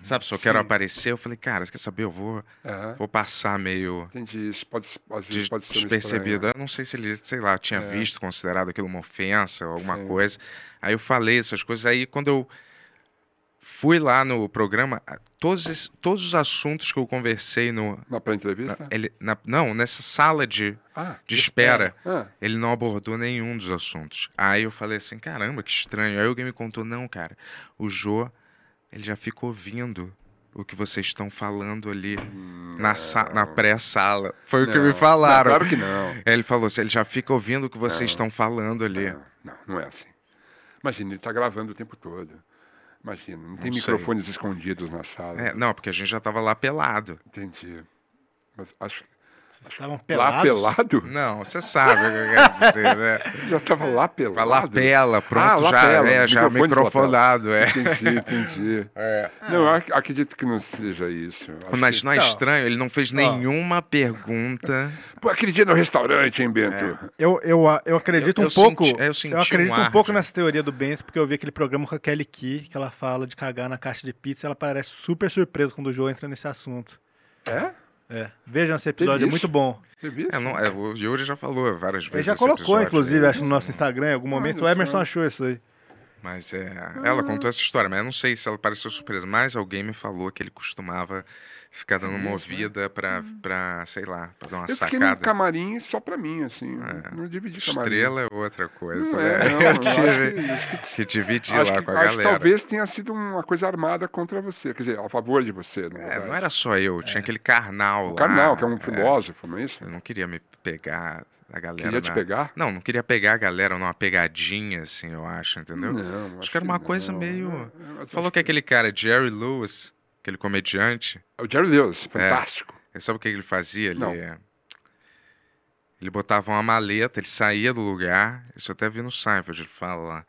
Speaker 4: sabe, só quero
Speaker 8: Sim.
Speaker 4: aparecer. Eu falei, cara, você quer saber? Eu vou,
Speaker 8: aham.
Speaker 4: vou passar meio
Speaker 8: Entendi. Isso pode, às vezes
Speaker 4: des-
Speaker 8: pode ser
Speaker 4: despercebido. Eu não sei se ele, sei lá, tinha
Speaker 8: É.
Speaker 4: visto, considerado aquilo uma ofensa ou alguma
Speaker 8: Sim.
Speaker 4: coisa. Aí eu falei essas coisas. Aí quando eu fui lá no programa, a- todos, esses- todos os assuntos que eu conversei no.
Speaker 8: Na
Speaker 4: na-
Speaker 8: pré-entrevista?
Speaker 4: ele, na- não, nessa sala de,
Speaker 8: Ah,
Speaker 4: de espera.
Speaker 8: ah,
Speaker 4: Ele não abordou nenhum dos assuntos. Aí eu falei assim, caramba, que estranho. Aí alguém me contou, não, cara, o Jô, ele já fica ouvindo o que vocês estão falando ali na, sa- na pré-sala. Foi o que
Speaker 8: Não.
Speaker 4: me falaram.
Speaker 8: Não, claro que não.
Speaker 4: Ele falou assim, ele já fica ouvindo o que vocês estão falando ali.
Speaker 8: Não, não, não é assim. Imagina, ele está gravando o tempo todo. Imagina, não tem
Speaker 4: Não sei.
Speaker 8: microfones escondidos na sala.
Speaker 4: É, não, porque a gente já tava lá pelado.
Speaker 8: Entendi. Mas acho que
Speaker 3: Vocês estavam
Speaker 8: lá
Speaker 3: pelados.
Speaker 8: pelado?
Speaker 4: Não, você sabe o que eu quero dizer, né?
Speaker 8: Já estava lá
Speaker 4: Pra
Speaker 8: pelado? Ah,
Speaker 4: lapela, pronto, já,
Speaker 8: lapela,
Speaker 4: é, já
Speaker 8: microfone de lapela.
Speaker 4: microfonado, é.
Speaker 8: Entendi, entendi.
Speaker 4: É.
Speaker 8: Não, ac- acredito que não seja isso. Acho
Speaker 4: Mas
Speaker 8: que-
Speaker 4: não é
Speaker 3: Então,
Speaker 4: estranho, ele não fez nenhuma pergunta.
Speaker 8: Pô, aquele dia no restaurante, hein, Bento?
Speaker 3: Eu, eu, a- eu acredito
Speaker 4: Eu-
Speaker 3: um
Speaker 4: eu
Speaker 3: pouco.
Speaker 4: senti- eu senti
Speaker 3: acredito
Speaker 4: um
Speaker 3: um,
Speaker 4: ar
Speaker 3: pouco
Speaker 4: de-
Speaker 3: nessa teoria do Benz, porque eu vi aquele programa com a Kelly Key, que ela fala de cagar na caixa de pizza, ela parece super surpresa quando o João entra nesse assunto.
Speaker 8: É?
Speaker 3: É. Vejam esse episódio, é
Speaker 8: isso?
Speaker 3: muito bom.
Speaker 8: Você viu?
Speaker 4: É, não, é, o Yuri já falou várias vezes.
Speaker 3: Ele já
Speaker 4: esse
Speaker 3: colocou,
Speaker 4: episódio,
Speaker 3: inclusive,
Speaker 8: é.
Speaker 4: né?
Speaker 3: acho, no nosso Instagram, em algum momento.
Speaker 8: olha
Speaker 3: o Emerson
Speaker 8: só.
Speaker 3: achou isso aí.
Speaker 4: Mas é, ela contou essa história, mas eu não sei se ela pareceu surpresa. Mas alguém me falou que ele costumava ficar dando uma ouvida pra, pra, sei lá, pra dar uma
Speaker 8: né? Eu fiquei num
Speaker 4: sacada. É.
Speaker 8: camarim só pra mim, assim. Não dividi camarim.
Speaker 4: Estrela é outra coisa,
Speaker 8: Não
Speaker 4: né?
Speaker 8: é, não,
Speaker 4: eu
Speaker 8: eu acho
Speaker 4: tive
Speaker 8: que- acho
Speaker 4: que, dividir
Speaker 8: Acho
Speaker 4: lá
Speaker 8: que,
Speaker 4: com a
Speaker 8: acho que
Speaker 4: galera.
Speaker 8: talvez tenha sido uma coisa armada contra você, quer dizer, a favor de você, na
Speaker 4: É,
Speaker 8: verdade.
Speaker 4: não era só eu, tinha aquele carnal
Speaker 8: É. O
Speaker 4: lá.
Speaker 8: Karnal, que é um
Speaker 4: é.
Speaker 8: filósofo, não é isso?
Speaker 4: Eu não queria me pegar a galera.
Speaker 8: Queria te
Speaker 4: na-
Speaker 8: pegar?
Speaker 4: Não, não queria pegar a galera numa pegadinha, assim, eu acho, entendeu?
Speaker 8: Não,
Speaker 4: Acho que era uma coisa
Speaker 8: não,
Speaker 4: meio-
Speaker 8: né? Eu acho
Speaker 4: Falou que aquele cara, Jerry Lewis, aquele comediante,
Speaker 8: O Jerry
Speaker 4: É.
Speaker 8: Lewis, fantástico.
Speaker 4: ele- sabe o que ele fazia? Ele, é,
Speaker 8: Não.
Speaker 4: ele botava uma maleta, ele saía do lugar, isso eu até vi no Seinfeld, ele fala lá.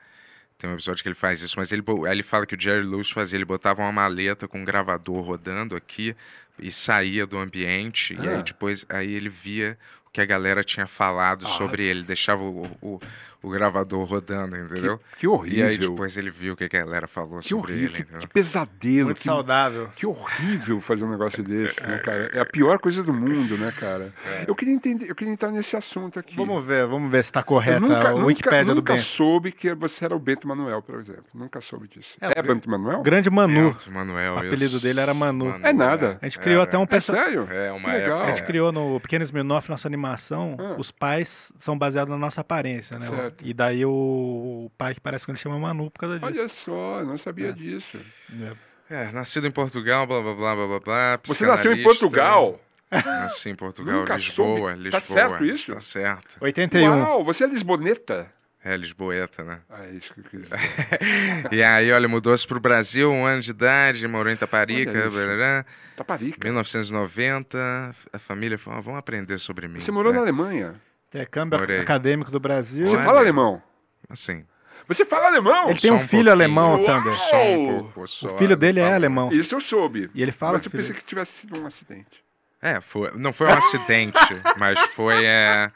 Speaker 4: Tem um episódio que ele faz isso, mas ele, bo- aí ele fala que o Jerry Lewis fazia, ele botava uma maleta com um gravador rodando aqui e saía do ambiente, e
Speaker 8: Ah.
Speaker 4: aí depois aí ele via o que a galera tinha falado
Speaker 8: Ah.
Speaker 4: sobre ele, deixava o, o, o gravador rodando, entendeu?
Speaker 8: Que, que
Speaker 4: E aí
Speaker 8: horrível.
Speaker 4: depois ele viu o que a galera falou
Speaker 8: que
Speaker 4: sobre
Speaker 8: horrível,
Speaker 4: ele,
Speaker 8: que, tipo, que
Speaker 4: entendeu?
Speaker 8: pesadelo.
Speaker 3: Muito
Speaker 8: que,
Speaker 3: saudável.
Speaker 8: que horrível fazer um negócio desse, né, cara? É a pior coisa do mundo, né, cara?
Speaker 4: É.
Speaker 8: Eu queria entender, eu queria entrar nesse assunto aqui.
Speaker 3: Vamos ver, vamos ver se tá correta
Speaker 8: Eu nunca,
Speaker 3: a
Speaker 8: nunca,
Speaker 3: Wikipédia do
Speaker 8: nunca
Speaker 3: Benz.
Speaker 8: soube que você era o Bento Manuel, por exemplo. Nunca soube disso.
Speaker 3: É,
Speaker 8: É,
Speaker 3: o Bento-
Speaker 8: Bento Manuel?
Speaker 3: Grande Manu.
Speaker 4: Bento É Manuel,
Speaker 3: O apelido
Speaker 4: isso.
Speaker 3: dele era Manu.
Speaker 8: É nada.
Speaker 3: A gente criou até um
Speaker 8: É
Speaker 3: personagem.
Speaker 8: sério?
Speaker 4: É, uma
Speaker 8: Que legal.
Speaker 4: época.
Speaker 3: A gente criou no Pequeno Smirnoff, nossa animação,
Speaker 8: Ah.
Speaker 3: os pais são baseados na nossa aparência, né?
Speaker 8: Certo.
Speaker 3: E daí o, o pai que parece com ele chama Manu por causa disso.
Speaker 8: Olha só, eu não sabia disso.
Speaker 4: É, nascido em Portugal, blá blá blá blá blá blá.
Speaker 8: Você nasceu em
Speaker 4: psicanalista.
Speaker 8: Portugal?
Speaker 3: é.
Speaker 4: Nasci em Portugal,
Speaker 8: Nunca
Speaker 4: Lisboa,
Speaker 8: soube. Tá
Speaker 4: Lisboa.
Speaker 8: certo isso?
Speaker 4: Tá certo.
Speaker 3: 81.
Speaker 8: Uau, você é lisboneta?
Speaker 4: É, Lisboeta, né?
Speaker 8: Ah, é isso que eu quis dizer.
Speaker 4: e aí, olha, mudou-se pro Brasil, um ano de idade, morou em
Speaker 8: Olha
Speaker 4: Taparica,
Speaker 8: isso.
Speaker 4: blá, blá, blá.
Speaker 8: Tá Taparica.
Speaker 4: 1990. A família falou, ah, vamos aprender sobre mim.
Speaker 8: Você morou
Speaker 3: é.
Speaker 4: né?
Speaker 8: na Alemanha.
Speaker 3: Intercâmbio
Speaker 4: Morei.
Speaker 3: É acadêmico do Brasil.
Speaker 8: Você
Speaker 4: Olha.
Speaker 8: fala alemão.
Speaker 4: Assim.
Speaker 8: Você fala alemão?
Speaker 3: Ele tem
Speaker 4: só
Speaker 3: um filho alemão,
Speaker 4: pouquinho,
Speaker 3: Thunder.
Speaker 4: Só um
Speaker 8: Uau!
Speaker 4: pouco, só,
Speaker 3: O filho dele
Speaker 4: por
Speaker 3: é
Speaker 4: favor.
Speaker 3: alemão.
Speaker 8: Isso eu soube.
Speaker 3: E ele fala
Speaker 8: Mas
Speaker 3: que
Speaker 8: eu
Speaker 3: o filho-
Speaker 8: pensei que tivesse sido um acidente.
Speaker 4: É, foi, não foi um acidente, mas foi, é,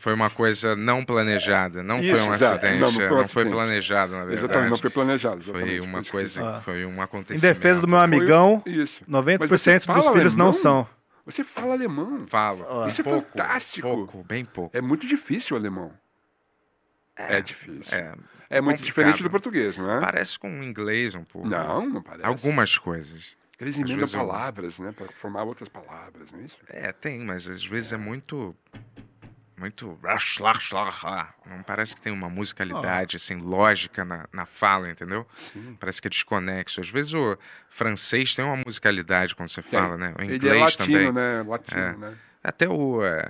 Speaker 4: foi uma coisa não planejada. Não foi
Speaker 8: Isso,
Speaker 4: um
Speaker 8: exato.
Speaker 4: acidente, é, não
Speaker 8: Não, não
Speaker 4: foi,
Speaker 8: foi um acidente.
Speaker 4: planejado, na verdade.
Speaker 8: Exatamente, não foi planejado.
Speaker 4: Foi
Speaker 8: exatamente.
Speaker 4: uma
Speaker 8: isso que
Speaker 4: coisa,
Speaker 3: Ah.
Speaker 4: foi um
Speaker 3: Em
Speaker 4: acontecimento.
Speaker 3: defesa do meu Ah, amigão,
Speaker 8: eu- Isso. Mas você
Speaker 3: 90%
Speaker 8: fala
Speaker 3: dos filhos não
Speaker 8: alemão?
Speaker 3: são.
Speaker 8: Você fala alemão.
Speaker 4: Falo.
Speaker 3: Ó.
Speaker 4: um
Speaker 8: Isso é
Speaker 4: pouco,
Speaker 8: fantástico.
Speaker 4: Pouco, bem pouco.
Speaker 8: É muito difícil o alemão. É, difícil.
Speaker 4: É,
Speaker 8: É, muito
Speaker 4: complicado.
Speaker 8: diferente do português, não é?
Speaker 4: parece com o inglês um pouco.
Speaker 8: Não, não parece.
Speaker 4: Algumas coisas.
Speaker 8: Eles
Speaker 4: Às
Speaker 8: emendam
Speaker 4: vezes eu-
Speaker 8: palavras, né? Pra formar outras palavras, não é isso?
Speaker 4: É, tem, mas às vezes é muito. Muito. rash, lash, lash, lá. ah, Não parece que tem uma musicalidade, assim, lógica na, na fala, entendeu?
Speaker 8: Sim.
Speaker 4: Parece que é desconexo. Às vezes o francês tem uma musicalidade quando você fala, né? O
Speaker 8: Ele é
Speaker 4: inglês
Speaker 8: latino,
Speaker 4: também.
Speaker 8: né? Latino,
Speaker 4: É.
Speaker 8: né?
Speaker 4: Até o. é,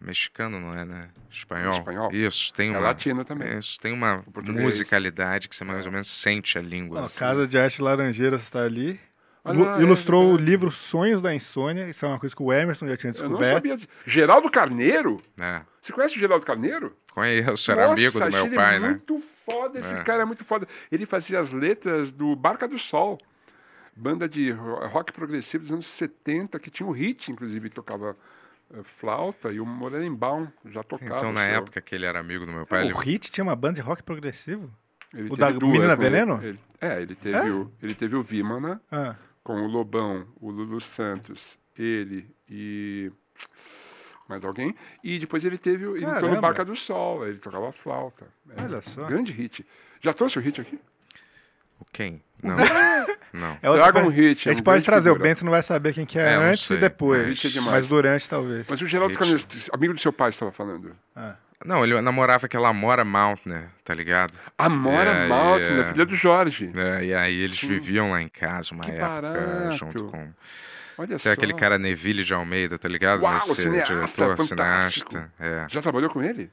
Speaker 4: Mexicano, não é, né? Espanhol.
Speaker 8: Espanhol.
Speaker 4: Isso, tem
Speaker 8: É
Speaker 4: uma.
Speaker 8: latina também.
Speaker 4: Isso, tem uma
Speaker 8: português. É.
Speaker 4: musicalidade que você mais ou menos sente a língua.
Speaker 3: Ó,
Speaker 4: assim.
Speaker 3: Casa de Arte Laranjeiras está ali.
Speaker 8: Olha
Speaker 3: Lu-
Speaker 8: lá, é
Speaker 3: ilustrou o
Speaker 8: verdade.
Speaker 3: livro Sonhos da Insônia. Isso é uma coisa que o Emerson já tinha
Speaker 8: Eu não
Speaker 3: descoberto.
Speaker 8: sabia. disso. Geraldo Carneiro?
Speaker 4: É.
Speaker 8: Você conhece o Geraldo Carneiro?
Speaker 4: Conheço, era amigo do
Speaker 8: Nossa,
Speaker 4: meu
Speaker 8: ele
Speaker 4: pai,
Speaker 8: é
Speaker 4: né?
Speaker 8: muito foda, esse
Speaker 4: É.
Speaker 8: cara é muito foda. Ele fazia as letras do Barca do Sol, banda de ro- rock progressivo dos anos 70, que tinha um hit, inclusive, tocava eh, flauta, e o Morenbaum já tocava.
Speaker 4: Então,
Speaker 8: o
Speaker 4: na
Speaker 8: seu- É
Speaker 4: época que ele era amigo do meu pai, ele
Speaker 3: O Hit tinha uma banda de rock progressivo?
Speaker 8: ele
Speaker 3: o
Speaker 8: teve
Speaker 3: da
Speaker 8: duas,
Speaker 3: Menina
Speaker 8: né?
Speaker 3: Veneno?
Speaker 8: Ele- é, ele teve,
Speaker 3: É?
Speaker 8: O, ele teve o Vimana,
Speaker 3: Ah,
Speaker 8: com o Lobão, o Lulu Santos, ele e mais alguém. E depois ele teve, o- ele entrou
Speaker 3: Caramba.
Speaker 8: no Barca do Sol, ele tocava flauta. É,
Speaker 3: Olha só.
Speaker 8: Grande hit. Já trouxe o hit aqui?
Speaker 4: O Quem? Não. não.
Speaker 3: é outra
Speaker 8: Traga um
Speaker 3: coisa.
Speaker 8: hit.
Speaker 3: A
Speaker 8: é
Speaker 3: gente
Speaker 8: um
Speaker 3: pode
Speaker 8: grande
Speaker 3: trazer, o
Speaker 8: figura.
Speaker 3: Bento não vai saber quem que é,
Speaker 4: É, eu não
Speaker 3: antes
Speaker 4: sei,
Speaker 3: e depois.
Speaker 4: mas-
Speaker 8: Hit é demais.
Speaker 3: Mas durante, talvez.
Speaker 8: Mas o Geraldo
Speaker 4: Hit.
Speaker 8: Carneiro, amigo do seu pai, estava falando.
Speaker 3: Ah.
Speaker 4: Não, ele namorava aquela Mora Mountner, tá ligado?
Speaker 8: Amora
Speaker 4: É,
Speaker 8: Maltner,
Speaker 4: é.
Speaker 8: filha do Jorge.
Speaker 4: É, e aí eles
Speaker 8: Sim.
Speaker 4: viviam lá em casa uma
Speaker 8: Que
Speaker 4: época
Speaker 8: barato.
Speaker 4: junto com.
Speaker 8: Olha
Speaker 4: Tem
Speaker 8: só.
Speaker 4: aquele cara Neville de Almeida, tá ligado?
Speaker 8: Uau,
Speaker 4: Esse
Speaker 8: cineasta,
Speaker 4: diretor,
Speaker 8: fantástico.
Speaker 4: cineasta. É.
Speaker 8: Já trabalhou com ele?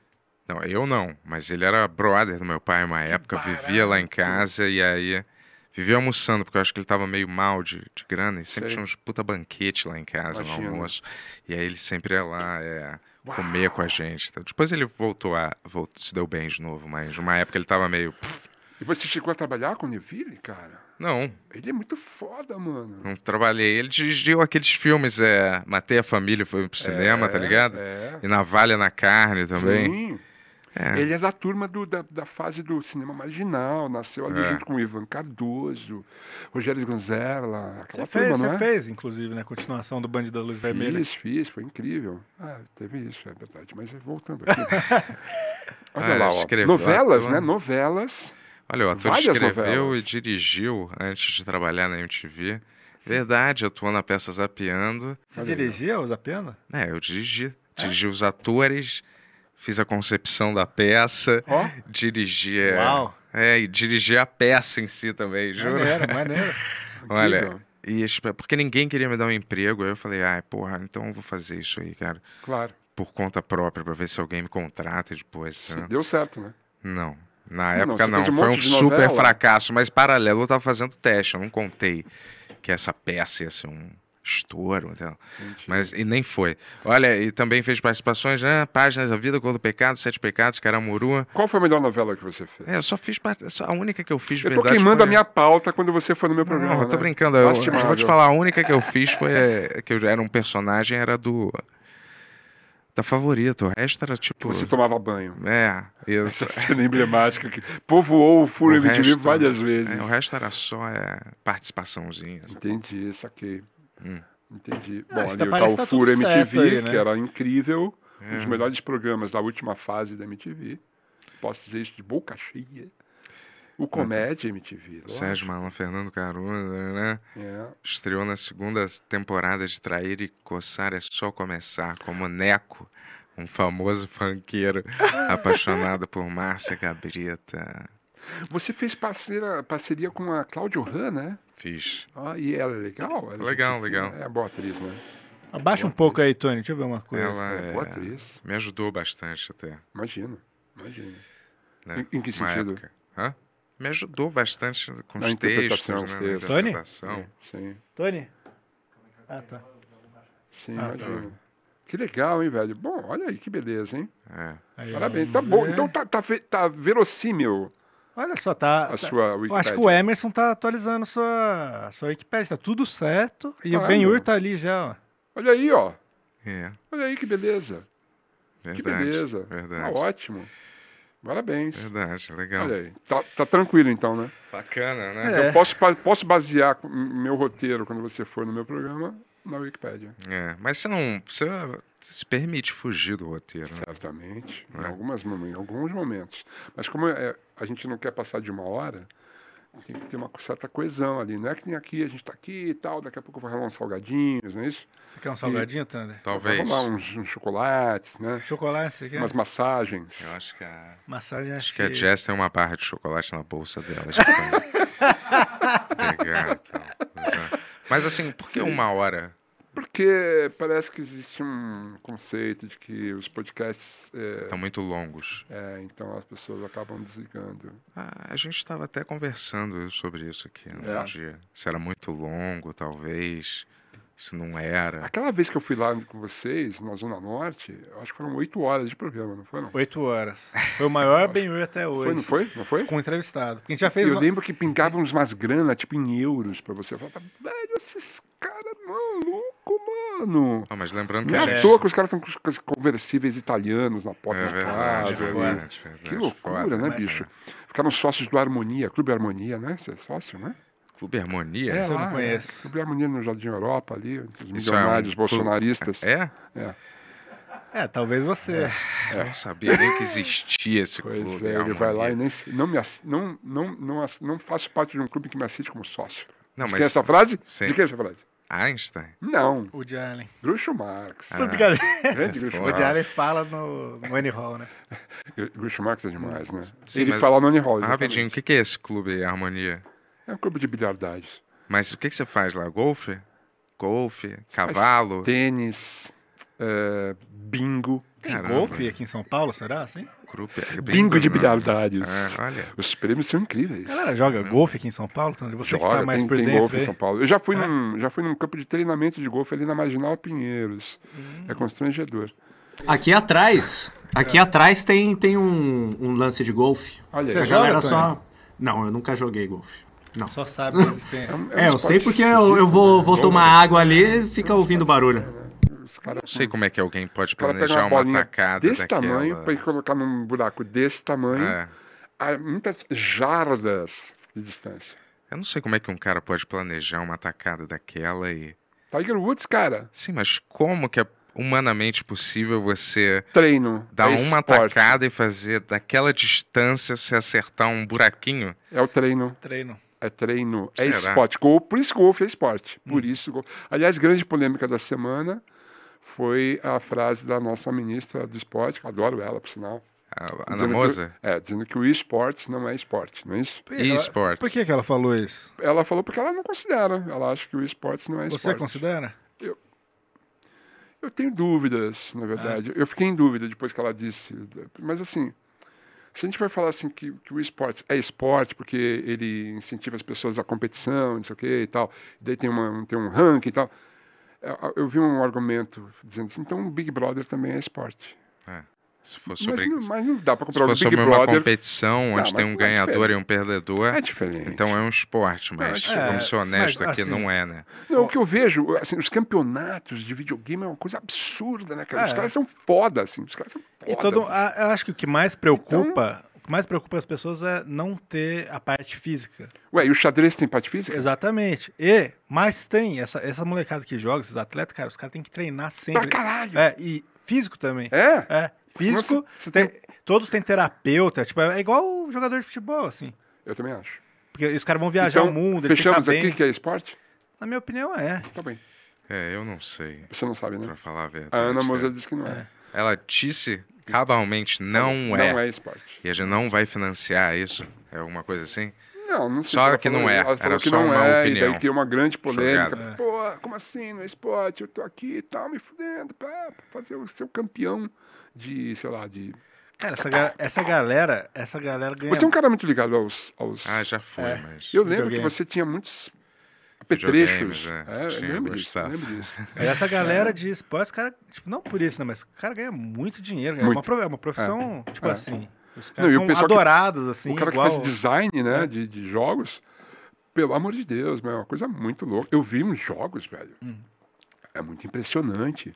Speaker 4: Não, eu não, mas ele era brother do meu pai uma época, vivia lá em
Speaker 8: barato.
Speaker 4: casa e aí vivia almoçando, porque eu acho que ele tava meio mal de, de grana e sempre
Speaker 8: Sei.
Speaker 4: tinha uns puta banquete lá em casa no
Speaker 8: Imagino.
Speaker 4: almoço. E aí ele sempre ia lá é,
Speaker 8: Uau.
Speaker 4: comer com a gente. tá? Depois ele voltou a. voltou- se deu bem de novo, mas uma época ele tava meio. "Pff,
Speaker 8: E você chegou a trabalhar com o Neville, cara?
Speaker 4: Não,
Speaker 8: Ele é muito foda, mano.
Speaker 4: não trabalhei. Ele dirigiu aqueles filmes, é. Matei a Família, foi pro cinema, tá
Speaker 8: É,
Speaker 4: ligado?
Speaker 8: É.
Speaker 4: E Navalha na Carne também.
Speaker 8: Sim.
Speaker 4: É.
Speaker 8: Ele é da turma do- da, da fase do cinema marginal, nasceu ali
Speaker 4: É.
Speaker 8: junto com o Ivan Cardoso, Rogério Gonzela,
Speaker 3: Você
Speaker 8: aquela
Speaker 3: fez,
Speaker 8: turma,
Speaker 3: você
Speaker 8: né?
Speaker 3: fez, inclusive, né? Continuação do Bandido da Luz Vermelha.
Speaker 8: Fiz, fiz, foi incrível. Ah, teve isso, é verdade. Mas voltando aqui. Olha
Speaker 4: Ah,
Speaker 8: lá, ó.
Speaker 4: escreveu um-
Speaker 8: novelas,
Speaker 4: ator.
Speaker 8: né? Novelas.
Speaker 4: Olha, o ator
Speaker 8: Várias
Speaker 4: escreveu
Speaker 8: novelas.
Speaker 4: e dirigiu antes de trabalhar na MTV. Verdade, atuou na peça Zapeando.
Speaker 3: Você dirigia os apenas?
Speaker 4: É, eu dirigi. Dirigi os atores, fiz a concepção da peça,
Speaker 3: Ó,
Speaker 4: dirigi. é,
Speaker 3: uau.
Speaker 4: É, e dirigi a peça em si também, juro.
Speaker 3: Maneiro, maneiro.
Speaker 4: Olha,
Speaker 8: É Incrível.
Speaker 4: e espe- porque ninguém queria me dar um emprego, aí eu falei, ah, porra, então eu vou fazer isso aí, cara,
Speaker 8: Claro.
Speaker 4: por conta própria, pra ver se alguém me contrata depois.
Speaker 8: Isso
Speaker 4: né?
Speaker 8: Deu certo, né?
Speaker 4: Não. Na
Speaker 8: Não,
Speaker 4: época
Speaker 8: você
Speaker 4: não,
Speaker 8: fez um
Speaker 4: foi
Speaker 8: monte
Speaker 4: um
Speaker 8: de
Speaker 4: super
Speaker 8: novela.
Speaker 4: fracasso, mas paralelo eu tava fazendo teste, eu não contei que essa peça ia ser um estouro, então.
Speaker 8: Gente,
Speaker 4: mas e nem foi. Olha, e também fez participações, né? Páginas da Vida, Cor do Pecado, Sete Pecados, Caramuru.
Speaker 8: Qual foi a melhor novela que você fez?
Speaker 4: É, eu só fiz part- só a única que eu fiz
Speaker 8: eu tô
Speaker 4: verdade.
Speaker 8: queimando
Speaker 4: foi-
Speaker 8: a minha pauta quando você for no meu
Speaker 4: Não,
Speaker 8: programa.
Speaker 4: eu tô
Speaker 8: né?
Speaker 4: brincando. Eu, eu
Speaker 8: Lastimável.
Speaker 4: vou te falar, a única que eu fiz foi é, que eu era um personagem era do da favorita. O resto era tipo
Speaker 8: Você tomava banho.
Speaker 4: é, isso.
Speaker 8: Essa cena emblemática que povoou o furo
Speaker 4: O
Speaker 8: de mim
Speaker 4: resto-
Speaker 8: várias
Speaker 4: É,
Speaker 8: vezes.
Speaker 4: o resto era só é, participaçãozinha. sabe?
Speaker 8: Entendi, saquei.
Speaker 4: Hum.
Speaker 8: Entendi.
Speaker 3: Ah,
Speaker 8: Bom,
Speaker 3: isso
Speaker 8: ali
Speaker 3: tá- parece
Speaker 8: o tal
Speaker 3: que tá
Speaker 8: Furo
Speaker 3: tudo
Speaker 8: MTV,
Speaker 3: certo aí, né?
Speaker 8: que era incrível. Um dos
Speaker 4: É.
Speaker 8: melhores programas da última fase da MTV. Posso dizer isso de boca cheia. O Comédia MTV. lógico.
Speaker 4: tá. É. Sérgio Malan, Fernando Caruna, né?
Speaker 8: né? É.
Speaker 4: Estreou na segunda temporada de Trair e Coçar é só começar, como Neco, um famoso funkeiro apaixonado por Márcia Gabrita.
Speaker 8: Você fez parceira, parceria com a Cláudio Han, né?
Speaker 4: Fiz.
Speaker 8: Ah, e ela é legal? Ela é
Speaker 4: Legal,
Speaker 8: gente
Speaker 4: legal.
Speaker 8: fina. É boa atriz, né?
Speaker 3: Abaixa um
Speaker 8: Boa
Speaker 3: pouco
Speaker 8: coisa.
Speaker 3: aí, Tony. Deixa eu ver uma coisa.
Speaker 4: Ela
Speaker 8: é boa
Speaker 4: é,
Speaker 8: atriz.
Speaker 4: me ajudou bastante até.
Speaker 8: Imagina. Imagina.
Speaker 4: Né?
Speaker 8: Em- em que
Speaker 4: Uma
Speaker 8: sentido?
Speaker 4: época. Hã? Me ajudou bastante com
Speaker 8: Na
Speaker 4: os textos,
Speaker 8: interpretação,
Speaker 4: né?
Speaker 8: os
Speaker 4: na
Speaker 8: textos.
Speaker 3: Tony?
Speaker 4: interpretação.
Speaker 8: Sim,
Speaker 3: Tony? Ah, tá.
Speaker 8: sim,
Speaker 3: Ah, tá.
Speaker 8: imagina. Que legal, hein, velho? Bom, olha aí que beleza, hein?
Speaker 4: É.
Speaker 3: Aí,
Speaker 8: Parabéns.
Speaker 3: vamos
Speaker 8: Tá bom.
Speaker 3: ver.
Speaker 8: Então tá, tá, ve- tá verossímil
Speaker 3: Olha só, tá.
Speaker 8: a
Speaker 3: tá-
Speaker 8: sua
Speaker 3: Eu
Speaker 8: Wikipedia.
Speaker 3: acho que o Emerson tá atualizando sua, sua Wikipedia, tá tudo certo. E o
Speaker 8: Claro.
Speaker 3: Ben-Hur tá ali já, ó.
Speaker 8: Olha aí, ó.
Speaker 4: É,
Speaker 8: Olha aí que beleza.
Speaker 4: verdade.
Speaker 8: Que beleza. Tá
Speaker 4: Verdade.
Speaker 8: ótimo. Parabéns.
Speaker 4: Verdade, legal.
Speaker 8: Olha aí. Tá, tá tranquilo então, né?
Speaker 4: Bacana, né?
Speaker 3: É.
Speaker 8: Posso, pa- posso basear com- meu roteiro quando você for no meu programa na Wikipédia.
Speaker 4: É, mas você não. Você se permite fugir do roteiro. né?
Speaker 8: Certamente. Em,
Speaker 4: É.
Speaker 8: algumas, mom- em alguns momentos. Mas como é- a gente não quer passar de uma hora, tem que ter uma certa coesão ali. Não é que nem aqui, a gente tá aqui e tal, daqui a pouco vai rolar uns salgadinhos, não é isso?
Speaker 3: Você quer um salgadinho, Thunder?
Speaker 8: Vai
Speaker 4: Talvez.
Speaker 8: rolar uns, uns chocolates, né?
Speaker 3: Chocolate, você quer?
Speaker 8: Umas massagens.
Speaker 4: Eu acho que a.
Speaker 3: Massagem
Speaker 4: Acho que a
Speaker 8: é?
Speaker 4: Jess tem uma barra de chocolate na bolsa dela. acho que vai pegar, então. Mas, é. Mas assim, por que uma hora?
Speaker 8: Por Porque parece que existe um conceito de que os podcasts. É,
Speaker 4: Estão tá muito longos.
Speaker 8: é, então as pessoas acabam desligando.
Speaker 4: Ah, a gente estava até conversando sobre isso aqui no
Speaker 8: É?
Speaker 4: dia. Se era muito longo, talvez. Se não era.
Speaker 8: Aquela vez que eu fui lá com vocês, na Zona Norte, eu acho que foram oito horas de programa, não foi? Não?
Speaker 3: Oito horas. Foi o maior Ben Hur até
Speaker 8: Foi, não
Speaker 3: hoje.
Speaker 8: foi? Não foi?
Speaker 3: Com entrevistado. Porque a gente já fez.
Speaker 8: Eu
Speaker 3: uma-
Speaker 8: lembro que pingavam umas grana, tipo, em euros pra você. Eu falava, velho, esses caras maluco, mano.
Speaker 4: Ah, mas lembrando que
Speaker 8: Não
Speaker 4: a
Speaker 8: é à
Speaker 4: gente.
Speaker 8: toa que os caras estão com os- com os conversíveis italianos na porta
Speaker 4: É
Speaker 8: da
Speaker 4: verdade,
Speaker 8: casa.
Speaker 4: é
Speaker 8: né?
Speaker 4: verdade,
Speaker 8: Que
Speaker 4: verdade.
Speaker 8: loucura,
Speaker 4: Foda,
Speaker 8: né,
Speaker 4: mas
Speaker 8: bicho?
Speaker 4: é.
Speaker 8: Ficaram sócios do Harmonia, Clube Harmonia, né? Você é sócio, né?
Speaker 4: Clube Harmonia?
Speaker 8: é,
Speaker 3: eu não
Speaker 8: lá,
Speaker 3: conheço.
Speaker 8: É. Clube Harmonia no Jardim Europa, ali,
Speaker 4: Isso
Speaker 8: entre os
Speaker 4: é um
Speaker 8: milionários
Speaker 4: clube-
Speaker 8: bolsonaristas.
Speaker 4: É?
Speaker 3: É, talvez você.
Speaker 4: Eu não sabia nem que existia esse
Speaker 8: Pois
Speaker 4: clube.
Speaker 8: é, ele vai lá e
Speaker 4: Harmonia.
Speaker 8: nem, se- não, me, ass- não, não, não, ass- não faço parte de um clube que me assiste como sócio.
Speaker 4: Não,
Speaker 8: De
Speaker 4: mas
Speaker 8: quem é essa frase?
Speaker 4: Sim.
Speaker 8: De quem é essa frase?
Speaker 4: Einstein?
Speaker 8: Não,
Speaker 3: O de Allen.
Speaker 8: Groucho Marx.
Speaker 4: Ah.
Speaker 3: Brincadeira.
Speaker 8: Grande Groucho
Speaker 4: Foda.
Speaker 3: O
Speaker 8: Marx.
Speaker 3: de Allen fala no, no Annie Hall, né?
Speaker 8: Groucho Marx é demais, né?
Speaker 4: Sim,
Speaker 8: ele
Speaker 4: mas-
Speaker 8: fala no Annie Hall.
Speaker 4: Ah,
Speaker 8: exatamente.
Speaker 4: rapidinho, o que que é esse clube Harmonia?
Speaker 8: É um clube de bilhardagens.
Speaker 4: Mas o que que você faz lá? Golfe? Golfe? Cavalo?
Speaker 8: Tênis, é, bingo.
Speaker 3: Tem
Speaker 4: Caramba.
Speaker 3: golfe aqui em São Paulo, será assim?
Speaker 4: Grupo- é
Speaker 8: Bingo de
Speaker 4: né?
Speaker 8: bilhardários.
Speaker 4: Ah, olha.
Speaker 8: Os prêmios são incríveis.
Speaker 3: Galera, joga golfe aqui em São Paulo, Tandri? Você que tá mais
Speaker 8: tem,
Speaker 3: por
Speaker 8: tem
Speaker 3: dentro.
Speaker 8: golfe em
Speaker 3: aí.
Speaker 8: São Paulo. Eu já fui,
Speaker 3: É?
Speaker 8: num, já fui num campo de treinamento de golfe ali na Marginal Pinheiros. É constrangedor.
Speaker 9: Aqui atrás, aqui atrás tem, tem um, um lance de golfe.
Speaker 8: Olha é um
Speaker 9: A
Speaker 8: aí.
Speaker 3: Você
Speaker 9: galera
Speaker 3: joga,
Speaker 9: só. Não, eu nunca joguei golfe. Não.
Speaker 3: Só sabe da existência.
Speaker 8: um- um
Speaker 9: É, eu sei
Speaker 8: esporte
Speaker 9: porque eu,
Speaker 8: esquisito,
Speaker 9: eu vou, vou
Speaker 8: né? Golfe,
Speaker 9: tomar água ali e fica ouvindo barulho.
Speaker 8: Os caras
Speaker 4: Não sei como é que alguém pode
Speaker 8: O cara pega uma
Speaker 4: planejar uma,
Speaker 8: bolinha
Speaker 4: tacada
Speaker 8: desse
Speaker 4: daquela.
Speaker 8: tamanho para colocar num buraco desse tamanho
Speaker 4: É.
Speaker 8: a muitas jardas de distância.
Speaker 4: Eu não sei como é que um cara pode planejar uma atacada daquela e.
Speaker 8: Tiger Woods, cara,
Speaker 4: Sim, mas como que é humanamente possível você
Speaker 8: treino.
Speaker 4: dar
Speaker 8: é
Speaker 4: uma
Speaker 8: esporte,
Speaker 4: atacada e fazer daquela distância você acertar um buraquinho?
Speaker 8: É o treino.
Speaker 3: Treino.
Speaker 8: É treino. É
Speaker 4: Será? Hum.
Speaker 8: esporte. Gol, por isso golfe é esporte. Por isso golfe. Aliás, grande polêmica da semana foi a frase da nossa ministra do esporte, que adoro ela, por sinal.
Speaker 4: A, a
Speaker 8: Dizendo que-
Speaker 4: Namosa?
Speaker 8: É, dizendo que o esportes não é esporte, não é isso?
Speaker 3: que ela-
Speaker 4: Esportes.
Speaker 3: Por que, que ela falou isso?
Speaker 8: Ela falou porque ela não considera. Ela acha que o esportes não é esporte.
Speaker 3: Você considera?
Speaker 8: Eu tenho dúvidas,
Speaker 3: É.
Speaker 8: na verdade. Eu fiquei em dúvida depois que ela disse. Mas assim, se a gente vai falar assim que, que o esporte é esporte porque ele incentiva as pessoas à competição, não sei o quê e tal, e daí tem, uma, tem um ranking e tal. É, a- Eu vi um argumento dizendo assim, então o Big Brother também é esporte.
Speaker 4: Se for
Speaker 8: Mas,
Speaker 4: sobre,
Speaker 8: não, mas não dá para
Speaker 4: se
Speaker 8: comprar o
Speaker 4: for
Speaker 8: Big
Speaker 4: sobre uma
Speaker 8: Brother.
Speaker 4: competição onde
Speaker 8: Não,
Speaker 4: tem
Speaker 8: mas
Speaker 4: um
Speaker 8: não é
Speaker 4: ganhador e um perdedor,
Speaker 8: É diferente.
Speaker 4: então é um esporte, mas
Speaker 8: diferente.
Speaker 4: vamos ser
Speaker 3: É,
Speaker 4: honestos
Speaker 3: mas,
Speaker 4: aqui,
Speaker 3: assim,
Speaker 4: não é, né?
Speaker 8: Não, o que eu vejo, assim, os campeonatos de videogame é uma coisa absurda, né, cara? Os
Speaker 3: É.
Speaker 8: caras são foda, assim. Os caras são foda.
Speaker 3: E todo, a- eu acho que o que mais preocupa, o
Speaker 8: Então-
Speaker 3: que mais preocupa as pessoas é não ter a parte física.
Speaker 8: Ué, e o xadrez tem parte física?
Speaker 3: Exatamente. E, mas tem, essa, essa molecada que joga, esses atletas, cara, os caras têm que treinar
Speaker 8: Pra
Speaker 3: sempre.
Speaker 8: caralho!
Speaker 3: É, e físico também.
Speaker 8: é?
Speaker 3: É,
Speaker 8: Senão
Speaker 3: físico, é.
Speaker 8: Você você tem...
Speaker 3: tem, todos têm terapeuta, tipo, é igual o jogador de futebol, assim.
Speaker 8: Eu também acho.
Speaker 3: Porque os caras vão viajar
Speaker 8: Então,
Speaker 3: o mundo, eles têm que
Speaker 8: Fechamos
Speaker 3: estar
Speaker 8: aqui
Speaker 3: tá bem.
Speaker 8: que é esporte?
Speaker 3: Na minha opinião, é.
Speaker 8: Tá bem.
Speaker 4: É, eu não sei,
Speaker 8: Você não sabe,
Speaker 4: pra
Speaker 8: né?
Speaker 4: falar a verdade.
Speaker 8: A Ana
Speaker 4: é.
Speaker 8: Moza disse que não é.
Speaker 4: Ela disse cabalmente, não é.
Speaker 8: Não é esporte.
Speaker 4: E a gente não vai financiar isso? É alguma coisa assim?
Speaker 8: Não, não sei
Speaker 4: Só
Speaker 8: se ela
Speaker 4: que não
Speaker 8: falou,
Speaker 4: é.
Speaker 8: Ela falou
Speaker 4: Era
Speaker 8: que
Speaker 4: só
Speaker 8: não
Speaker 4: uma
Speaker 8: é, e
Speaker 4: opinião.
Speaker 8: daí tem uma grande polêmica.
Speaker 4: Jogada.
Speaker 8: Pô, como assim? Não é esporte? Eu tô aqui e tal, me fudendo. Pá, pra fazer o seu campeão de, sei lá, de...
Speaker 3: Cara, essa, ga- essa galera, essa galera ganha.
Speaker 8: Você é um cara muito ligado aos... aos...
Speaker 4: Ah, já foi,
Speaker 3: É.
Speaker 4: mas.
Speaker 8: Eu lembro que
Speaker 3: videogame.
Speaker 8: você tinha muitos
Speaker 4: Videogames,
Speaker 8: apetrechos.
Speaker 4: é.
Speaker 8: É, eu
Speaker 4: Tinha,
Speaker 8: lembro disso, eu
Speaker 4: gostava.
Speaker 8: lembro disso.
Speaker 3: Essa
Speaker 8: É.
Speaker 3: galera de esportes, cara, tipo, não por isso, né? Mas o cara ganha muito dinheiro. cara. É,
Speaker 8: Muito.
Speaker 3: uma, pro- é uma profissão, tipo
Speaker 8: É.
Speaker 3: assim. Os
Speaker 8: Não,
Speaker 3: caras
Speaker 8: e o
Speaker 3: são
Speaker 8: pessoal que-
Speaker 3: adorados, assim.
Speaker 8: o cara
Speaker 3: igual...
Speaker 8: que faz design, né,
Speaker 3: É.
Speaker 8: de, de jogos, pelo amor de Deus, meu, é uma coisa muito louca. Eu vi uns jogos, velho.
Speaker 3: Hum.
Speaker 8: É muito impressionante.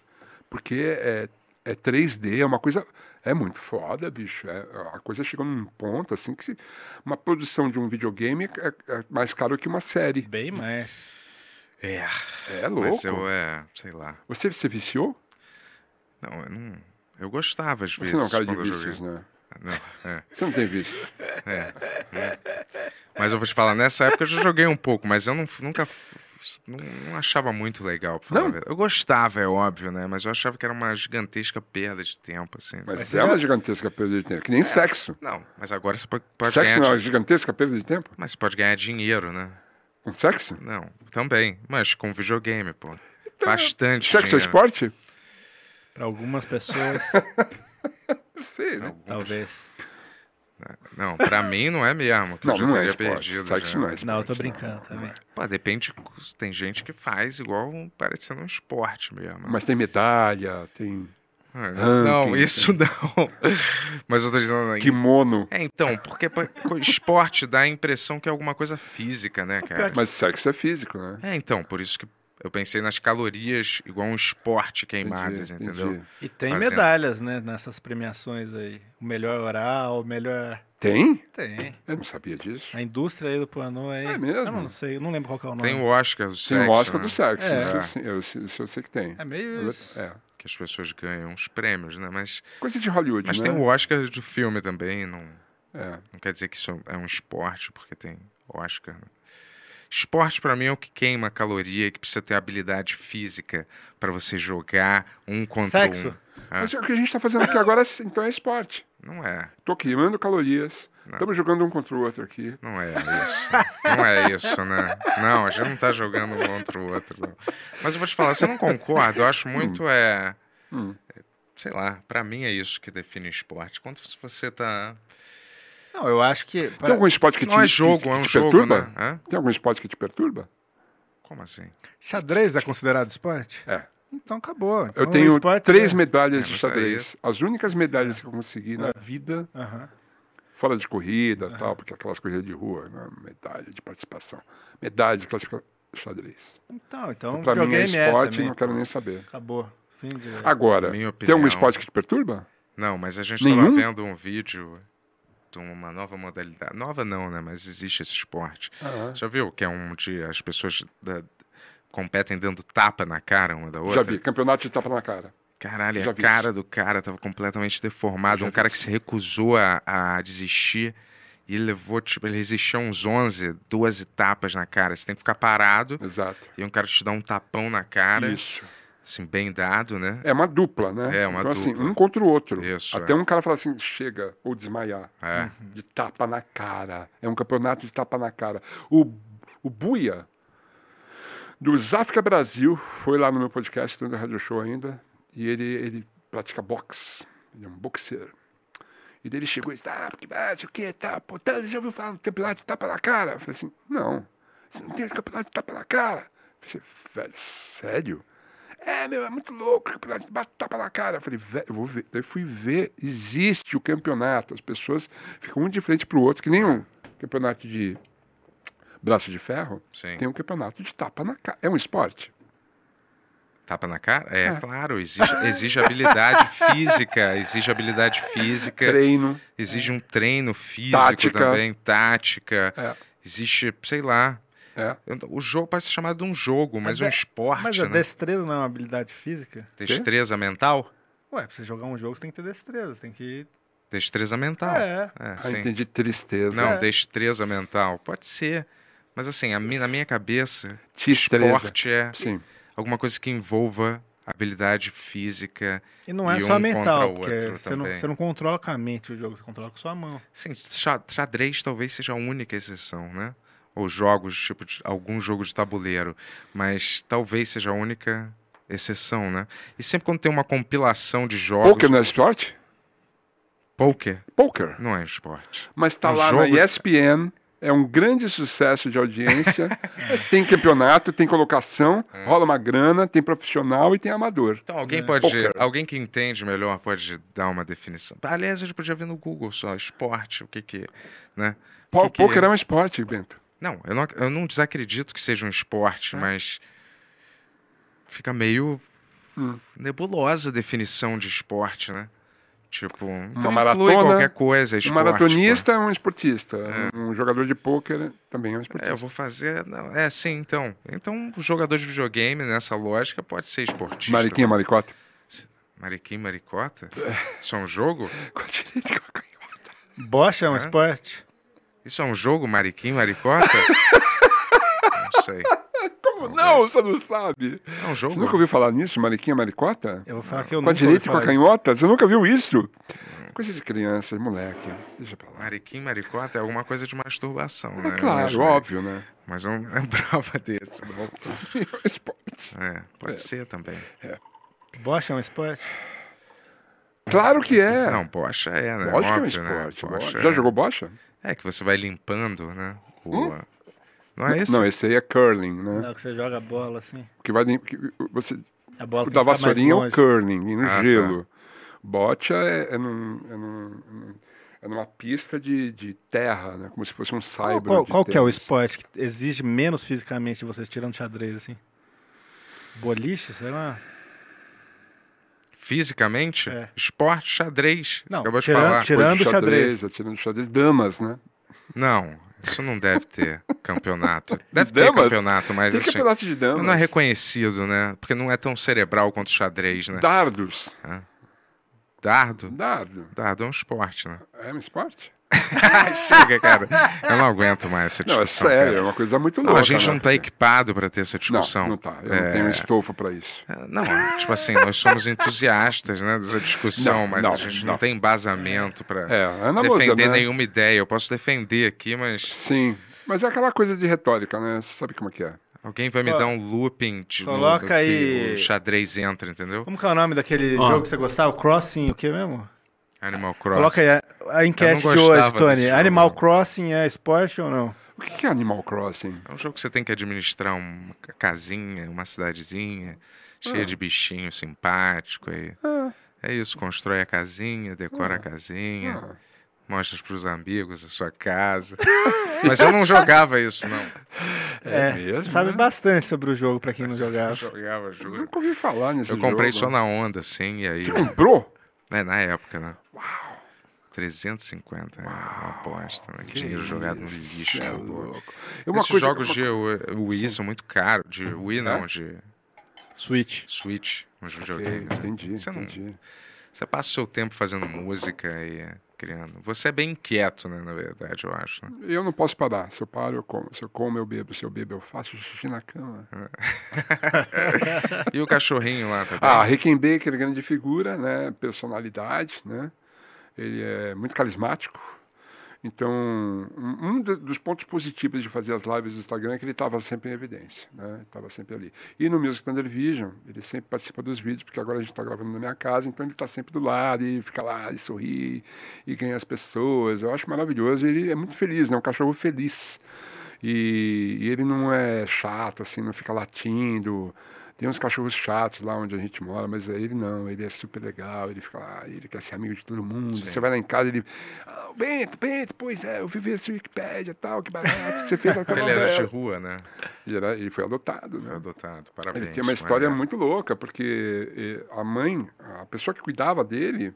Speaker 8: Porque é, é 3D, é uma coisa. É muito foda, bicho. É, a coisa chegou num ponto, assim, que se- uma produção de um videogame é, é mais caro que uma série.
Speaker 3: Bem mais.
Speaker 4: É,
Speaker 8: É
Speaker 4: mas
Speaker 8: louco.
Speaker 4: eu é. Sei lá.
Speaker 8: Você se viciou?
Speaker 4: Não, eu não. Eu gostava às vezes.
Speaker 8: Você não é um cara de
Speaker 4: quando eu
Speaker 8: vícios,
Speaker 4: joguei.
Speaker 8: né?
Speaker 4: Não, é.
Speaker 8: Você não tem vício.
Speaker 4: Mas eu vou te falar, nessa época eu já joguei um pouco, mas eu não, nunca. f- Não, não achava muito legal, pra falar
Speaker 8: Não?
Speaker 4: a verdade. Eu gostava, é óbvio, né? Mas eu achava que era uma gigantesca perda de tempo, assim.
Speaker 8: Mas,
Speaker 3: Mas
Speaker 8: é
Speaker 3: você-
Speaker 8: uma gigantesca perda de tempo. Que nem
Speaker 4: É.
Speaker 8: sexo.
Speaker 4: Não, mas agora você pode, pode
Speaker 8: sexo
Speaker 4: ganhar.
Speaker 8: não é uma
Speaker 4: di-
Speaker 8: gigantesca perda de tempo?
Speaker 4: Mas você pode ganhar dinheiro, né?
Speaker 8: Com sexo?
Speaker 4: Não, também. Mas com videogame, pô. Bastante
Speaker 8: Sexo é
Speaker 4: dinheiro.
Speaker 8: esporte?
Speaker 3: Pra algumas pessoas,
Speaker 8: Não sei, né?
Speaker 3: talvez.
Speaker 4: Não, pra mim não é mesmo. Que
Speaker 8: Não,
Speaker 4: eu já
Speaker 8: não é
Speaker 4: teria
Speaker 8: esporte.
Speaker 4: perdido.
Speaker 8: Sexo
Speaker 4: já.
Speaker 8: não é esporte.
Speaker 3: Não, eu tô brincando também.
Speaker 4: Pô, depende. Tem gente que faz igual um- parecendo um esporte mesmo. né?
Speaker 8: Mas hum, tem medalha, tem
Speaker 4: Ah,
Speaker 8: ranking,
Speaker 4: não, isso não. Mas eu tô dizendo.
Speaker 8: kimono.
Speaker 4: É, então, porque pa- co- esporte dá a impressão que é alguma coisa física, né, cara?
Speaker 8: Mas sexo é físico, né?
Speaker 4: É, então, por isso que eu pensei nas calorias igual um esporte queimadas,
Speaker 8: Entendi,
Speaker 4: entendeu?
Speaker 8: entendi.
Speaker 3: E tem
Speaker 4: Fazendo.
Speaker 3: medalhas, né? Nessas premiações aí. O melhor oral, o melhor.
Speaker 8: Tem?
Speaker 3: Tem.
Speaker 8: Eu não sabia disso.
Speaker 3: A indústria aí do pornô aí.
Speaker 8: É mesmo?
Speaker 3: Eu não sei, eu não lembro qual que é o nome.
Speaker 4: Tem o Oscar do sexo,
Speaker 8: Tem o Oscar
Speaker 4: né?
Speaker 8: do sexo.
Speaker 3: É.
Speaker 8: Isso, eu sei- eu, sei- isso eu sei que tem.
Speaker 4: um
Speaker 3: É meio isso.
Speaker 8: É.
Speaker 4: que as pessoas ganham os prêmios, né? Mas,
Speaker 8: Coisa de Hollywood,
Speaker 4: mas
Speaker 8: né?
Speaker 4: tem o Oscar do filme também, não,
Speaker 8: É.
Speaker 4: não quer dizer que isso é um esporte, porque tem Oscar. né? Esporte pra mim é o que queima caloria, que precisa ter habilidade física pra você jogar um contra
Speaker 3: Sexo?
Speaker 4: um.
Speaker 8: Mas o que a gente tá fazendo aqui agora, é- então, é esporte.
Speaker 4: Não é,
Speaker 8: Tô queimando calorias. Estamos jogando um contra o outro aqui.
Speaker 4: não é isso. não é isso, né? Não, a gente não tá jogando um contra o outro. não. Mas eu vou te falar, você não concorda? Eu acho muito é,
Speaker 8: Hum.
Speaker 4: sei lá, pra mim é isso que define esporte. Quando você tá,
Speaker 3: Não, eu acho que.
Speaker 8: Tem
Speaker 3: pra-
Speaker 8: algum esporte que te,
Speaker 4: não é jogo,
Speaker 8: que,
Speaker 4: é um
Speaker 8: te
Speaker 4: jogo,
Speaker 8: perturba?
Speaker 4: né? Hã?
Speaker 8: Tem algum esporte que te perturba?
Speaker 4: Como assim?
Speaker 10: Xadrez é considerado esporte?
Speaker 8: É.
Speaker 10: Então acabou. Então,
Speaker 8: Eu
Speaker 3: é
Speaker 8: tenho
Speaker 10: esporte,
Speaker 8: três
Speaker 10: né?
Speaker 8: medalhas
Speaker 4: É,
Speaker 8: de
Speaker 4: mas aí-
Speaker 8: xadrez. As únicas medalhas que eu consegui na vida,
Speaker 10: Aham.
Speaker 8: fora de corrida e tal, porque aquelas corridas de rua, né? medalha de participação, medalha de classificação, xadrez.
Speaker 3: Então, então
Speaker 8: pra mim é
Speaker 3: videogame é
Speaker 8: esporte,
Speaker 3: também.
Speaker 8: não quero nem saber.
Speaker 3: Acabou. Fim de.
Speaker 8: Agora,
Speaker 4: É, Minha
Speaker 8: tem algum
Speaker 4: opinião.
Speaker 8: esporte que te perturba?
Speaker 4: Não, mas a gente
Speaker 8: Nenhum?
Speaker 4: tava vendo um vídeo de uma nova modalidade. Nova não, né? Mas existe esse esporte. Já viu que é um de as pessoas da- competem dando tapa na cara uma da outra?
Speaker 8: Já vi, campeonato de tapa na cara.
Speaker 4: Caralho,
Speaker 8: Já
Speaker 4: a
Speaker 8: vi
Speaker 4: cara do cara tava completamente deformada. Um cara que se recusou a, a desistir e ele levou, tipo, ele resistiu a uns 11, 12 tapas na cara. Você tem que ficar parado
Speaker 8: Exato.
Speaker 4: e um cara te dá um tapão na cara,
Speaker 8: Isso.
Speaker 4: assim, bem dado, né?
Speaker 8: É uma dupla, né?
Speaker 4: É, uma
Speaker 8: então, assim,
Speaker 4: dupla.
Speaker 8: um contra o outro.
Speaker 4: Isso,
Speaker 8: Até
Speaker 4: é.
Speaker 8: um cara falar assim, chega, ou desmaiar.
Speaker 4: É.
Speaker 8: de tapa na cara. É um campeonato de tapa na cara. O, o Buia, do Záfrica Brasil, foi lá no meu podcast, estando no Radio Show ainda, e ele, ele pratica boxe. Ele é um boxeiro. E daí ele chegou e disse, ah, porque bate, o que, tá, pô, tá, já ouviu falar no campeonato de tapa na cara? Eu falei assim, não, você não tem campeonato de tapa na cara? Eu falei, assim, velho, sério? É, meu, é muito louco, campeonato de bate- tapa na cara. Eu falei, velho, eu vou ver. Daí fui ver, existe o campeonato. As pessoas ficam um de frente pro outro, que nem um campeonato de braço de ferro.
Speaker 4: Sim.
Speaker 8: Tem um campeonato de tapa na cara. É um esporte.
Speaker 4: Tapa na cara?
Speaker 3: Ah.
Speaker 4: É, claro, exige, exige habilidade física, exige habilidade física,
Speaker 8: Treino.
Speaker 4: exige um treino físico
Speaker 8: Tática.
Speaker 4: também, tática,
Speaker 8: É.
Speaker 4: existe, sei lá.
Speaker 8: É.
Speaker 4: Eu- O jogo parece ser chamado de um jogo, mas,
Speaker 3: Mas
Speaker 4: um
Speaker 3: é-
Speaker 4: esporte,
Speaker 3: Mas a
Speaker 4: né?
Speaker 3: destreza não é uma habilidade física?
Speaker 4: Destreza mental?
Speaker 3: Ué, pra você jogar um jogo, você tem que ter destreza. Tem que.
Speaker 4: Destreza mental.
Speaker 3: É.
Speaker 4: É,
Speaker 8: Ah,
Speaker 4: sim.
Speaker 8: entendi. Tristeza.
Speaker 4: Não, destreza mental. Pode ser. Mas assim, a mi- na minha cabeça,
Speaker 8: Tistreza.
Speaker 4: esporte é
Speaker 8: Sim.
Speaker 4: alguma coisa que envolva habilidade física.
Speaker 3: E não é
Speaker 4: E
Speaker 3: só
Speaker 4: um contra
Speaker 3: mental,
Speaker 4: o
Speaker 3: porque
Speaker 4: outro
Speaker 3: você não,
Speaker 4: também.
Speaker 3: você não controla com a mente o jogo, você controla com sua mão.
Speaker 4: Assim, xa- xadrez talvez seja a única exceção, né? Ou jogos, tipo, de- algum jogo de tabuleiro. Mas talvez seja a única exceção, né? E sempre quando tem uma compilação de jogos.
Speaker 8: Poker não é esporte?
Speaker 4: Poker
Speaker 8: Poker.
Speaker 4: não é um esporte.
Speaker 8: Mas tá
Speaker 4: Um
Speaker 8: lá
Speaker 4: jogo de-
Speaker 8: na ESPN. É um grande sucesso de audiência. mas tem campeonato, tem colocação,
Speaker 4: É.
Speaker 8: rola uma grana, tem profissional e tem amador.
Speaker 4: Então alguém pode,
Speaker 8: Poker.
Speaker 4: alguém que entende melhor pode dar uma definição. Aliás, a gente podia ver no Google só esporte, o que que, né?
Speaker 8: Po
Speaker 4: Que que-
Speaker 8: Poker é um esporte, Bento.
Speaker 4: Não, eu não, ac- eu não desacredito que seja um
Speaker 8: É.
Speaker 4: esporte, mas fica meio
Speaker 8: Hum.
Speaker 4: nebulosa a definição de esporte, né? Tipo, então inclui
Speaker 8: maratona,
Speaker 4: qualquer coisa, é
Speaker 8: Um
Speaker 4: esporte. É.
Speaker 8: maratonista é um esportista. Um jogador de pôquer também é um
Speaker 4: pô. É, eu
Speaker 8: esportista.
Speaker 4: vou fazer. Não, é, sim, então. Então, o jogador de videogame, nessa lógica, pode ser esportista.
Speaker 8: Mariquinha, maricota.
Speaker 4: Mariquim, maricota? Isso é um jogo?
Speaker 8: Com a direita e com a canhota.
Speaker 3: Bocha é um
Speaker 4: É?
Speaker 3: esporte?
Speaker 4: Isso é um jogo, Mariquim, Maricota? não sei. Talvez.
Speaker 8: Como não? Você não sabe?
Speaker 4: É um
Speaker 8: Você
Speaker 4: jogo?
Speaker 8: nunca ouviu falar nisso, mariquinha, maricota?
Speaker 3: Eu vou falar que eu
Speaker 8: Com a
Speaker 3: não.
Speaker 8: direita e com a canhota? Você nunca viu isso?
Speaker 4: É.
Speaker 8: Coisa de criança, de moleque. Deixa pra lá.
Speaker 4: Mariquim, maricota é alguma coisa de masturbação, né?
Speaker 8: É claro,
Speaker 4: Mas,
Speaker 8: óbvio, né?
Speaker 4: Mas um, é eu não lembrava desse. É, pode
Speaker 8: É.
Speaker 4: ser também.
Speaker 3: Bocha é um esporte?
Speaker 8: Claro que é.
Speaker 4: Não, bocha é, né?
Speaker 8: Lógico que é um
Speaker 4: Óbvio, né?
Speaker 8: esporte. bocha.
Speaker 4: é.
Speaker 8: Já jogou bocha?
Speaker 4: É que você vai limpando, né? O...
Speaker 8: Hum?
Speaker 4: Não é esse?
Speaker 8: Não, esse aí é curling, né?
Speaker 3: Não, que você joga a bola assim.
Speaker 8: Que vai lim- que você,
Speaker 3: A bola
Speaker 8: o
Speaker 3: tem
Speaker 8: da
Speaker 3: que ficar mais
Speaker 8: vassourinha é o
Speaker 3: longe.
Speaker 8: curling, no
Speaker 4: Ah, tá.
Speaker 8: gelo. Bocha é, é, num, é, num- é numa pista de, de terra, né? Como se fosse um
Speaker 3: Qual,
Speaker 8: cyber.
Speaker 3: qual-
Speaker 8: de
Speaker 3: qual que é o
Speaker 8: tênis.
Speaker 3: esporte que exige menos fisicamente de vocês, tirando xadrez, assim? Boliche, sei lá.
Speaker 4: Fisicamente?
Speaker 3: É.
Speaker 4: Esporte, xadrez.
Speaker 3: Não,
Speaker 4: você acabou de
Speaker 3: tirando-
Speaker 4: falar.
Speaker 3: tirando-
Speaker 8: Coisa de
Speaker 3: xadrez.
Speaker 8: xadrez. Atirando xadrez. Damas, né?
Speaker 4: Não, isso não deve ter campeonato. Deve ter
Speaker 8: Damas?
Speaker 4: campeonato, mas
Speaker 8: Tem
Speaker 4: assim,
Speaker 8: campeonato de damas.
Speaker 4: não é reconhecido, né? Porque não é tão cerebral quanto xadrez, né?
Speaker 8: Dardos.
Speaker 4: Dardo?
Speaker 8: Dardo.
Speaker 4: Dardo é um esporte, né?
Speaker 8: É um esporte?
Speaker 4: Chega, cara. Eu não aguento mais essa
Speaker 8: Não, é
Speaker 4: discussão.
Speaker 8: sério.
Speaker 4: cara.
Speaker 8: É uma coisa muito
Speaker 4: Não,
Speaker 8: louca.
Speaker 4: a gente
Speaker 8: né?
Speaker 4: não tá equipado para ter essa discussão.
Speaker 8: Não, não tá. Eu
Speaker 4: É.
Speaker 8: não tenho estofo pra isso.
Speaker 4: É, Não, tipo assim, nós somos entusiastas né, dessa discussão,
Speaker 8: Não,
Speaker 4: mas
Speaker 8: não,
Speaker 4: a gente não,
Speaker 8: não.
Speaker 4: tem embasamento para
Speaker 8: É, Ana Moza,
Speaker 4: defender
Speaker 8: né?
Speaker 4: nenhuma ideia. Eu posso defender aqui, mas
Speaker 8: Sim. Mas é aquela coisa de retórica, né? Você sabe como é que é.
Speaker 4: alguém vai me
Speaker 3: Ó,
Speaker 4: dar um looping de no-
Speaker 3: coloca
Speaker 4: que
Speaker 3: aí-
Speaker 4: o xadrez entra, entendeu?
Speaker 3: Como que é o nome daquele
Speaker 9: Ó.
Speaker 3: jogo que você gostava? Crossing, o que mesmo?
Speaker 4: Animal Crossing.
Speaker 3: Coloca aí a, a enquete
Speaker 4: Eu não
Speaker 3: de hoje,
Speaker 4: gostava desse
Speaker 3: Tony.
Speaker 4: jogo,
Speaker 3: Animal
Speaker 4: não.
Speaker 3: Crossing é esporte ou não?
Speaker 8: O que que é Animal Crossing?
Speaker 4: É um jogo que você tem que administrar um, uma ca- casinha, uma cidadezinha, cheia de bichinho simpático. Aí.
Speaker 8: Ah.
Speaker 4: É isso, constrói a casinha, decora a casinha,
Speaker 8: Ah.
Speaker 4: mostra para os amigos a sua casa. mas eu não jogava isso, não.
Speaker 8: É mesmo,
Speaker 3: Você sabe
Speaker 8: né?
Speaker 3: bastante sobre o jogo pra quem não
Speaker 4: Mas eu
Speaker 3: jogava.
Speaker 4: jogava, juro.
Speaker 8: Nunca ouvi falar nesse
Speaker 4: Eu comprei
Speaker 8: jogo.
Speaker 4: só na onda, assim, e aí.
Speaker 8: Você comprou?
Speaker 4: É, na época, né? Uau! 350, né? Uma aposta, né? Dinheiro jogado no lixo.
Speaker 8: É
Speaker 4: né?
Speaker 8: louco. É
Speaker 4: Esses jogos de Wii são muito caros. De
Speaker 8: Uhum.
Speaker 4: Wii
Speaker 8: É?
Speaker 4: não, de
Speaker 3: Switch.
Speaker 4: Switch, uns
Speaker 8: Ok,
Speaker 4: videogames. né?
Speaker 8: Entendi,
Speaker 4: Você não-
Speaker 8: entendi.
Speaker 4: Você passa o seu tempo fazendo música e é, criando. Você é bem inquieto, né? Na verdade, eu acho. né?
Speaker 8: Eu não posso parar. Se eu paro, eu como. Se eu como, eu bebo. Se eu bebo, eu faço xixi na cama.
Speaker 4: E o cachorrinho lá também.
Speaker 8: Ah, Rickenbacker, grande figura, né? Personalidade, né? Ele é muito carismático. Então, um um do- dos pontos positivos de fazer as lives do Instagram é que ele estava sempre em evidência, né? Estava sempre ali. E no Music Thunder Vision, ele sempre participa dos vídeos, porque agora a gente está gravando na minha casa, então ele está sempre do lado e fica lá e sorri e ganha as pessoas. Eu acho maravilhoso. Ele é muito feliz, né? Um cachorro feliz. E, e ele não é chato, assim, não fica latindo. Tem uns cachorros chatos lá onde a gente mora, mas ele não, ele é super legal, ele fica lá, ele quer ser amigo de todo mundo.
Speaker 4: Sim.
Speaker 8: Você vai lá em casa, ele. Ah, o Bento, Bento, pois é, eu vivi esse Wikipédia e tal, que barato, você fez até
Speaker 4: Ele era de
Speaker 8: novela.
Speaker 4: rua, né?
Speaker 8: Ele, era, ele foi adotado,
Speaker 4: Foi
Speaker 8: né?
Speaker 4: adotado. Parabéns. né?
Speaker 8: Ele tem uma história muito louca, porque eh, a mãe, a pessoa que cuidava dele,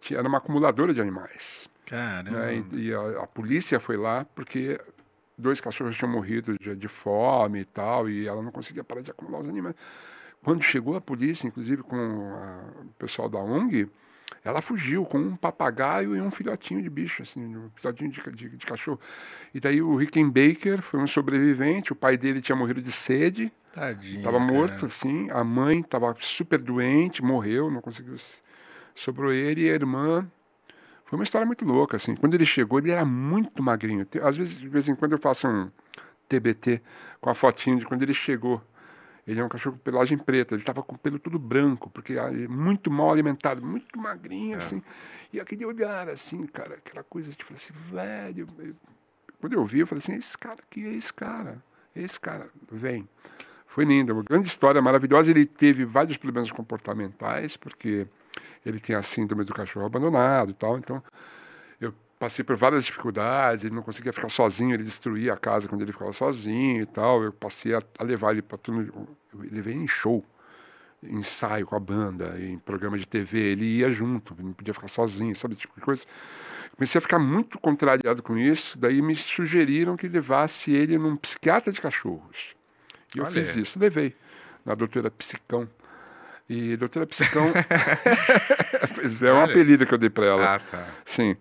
Speaker 8: tinha- era uma acumuladora de animais né?
Speaker 3: Caramba.
Speaker 8: E, e a, a polícia foi lá porque dois cachorros tinham morrido de, de fome e tal, e ela não conseguia parar de acumular os animais. Quando chegou a polícia, inclusive com a- o pessoal da ONG, ela fugiu com um papagaio e um filhotinho de bicho, assim, um filhotinho de, ca- de- de cachorro. E daí o Rickenbacker foi um sobrevivente, o pai dele tinha morrido de sede,
Speaker 3: Tadinho.
Speaker 8: Tava
Speaker 3: cara.
Speaker 8: morto, assim. A mãe tava super doente, morreu, não conseguiu. se- Sobrou ele e a irmã. Foi uma história muito louca, assim. Quando ele chegou, ele era muito magrinho. Te- Às vezes, de vez em quando, eu faço um TBT com a fotinho de quando ele chegou. Ele é um cachorro com pelagem preta, ele estava com o pelo tudo branco, porque ah, ele é muito mal alimentado, muito magrinho, assim. E aquele olhar, assim, cara, aquela coisa, tipo assim, velho. eu- Quando eu vi, eu falei assim: esse cara aqui é esse cara, é esse cara, vem. Foi linda, uma grande história maravilhosa. Ele teve vários problemas comportamentais, porque ele tem a síndrome do cachorro abandonado e tal. Então, eu passei por várias dificuldades. Ele não conseguia ficar sozinho, ele destruía a casa quando ele ficava sozinho e tal. Eu passei a, a levar ele para tudo. Eu levei em show, em ensaio com a banda, em programa de TV. Ele ia junto, ele não podia ficar sozinho, sabe? Tipo de coisa. Comecei a ficar muito contrariado com isso. Daí me sugeriram que levasse ele num psiquiatra de cachorros. E eu
Speaker 4: Olha.
Speaker 8: fiz isso, levei na doutora Psicão. E doutora Psicão. pois é, é um
Speaker 4: Olha.
Speaker 8: apelido que eu dei para ela.
Speaker 4: Ah, tá.
Speaker 8: Sim.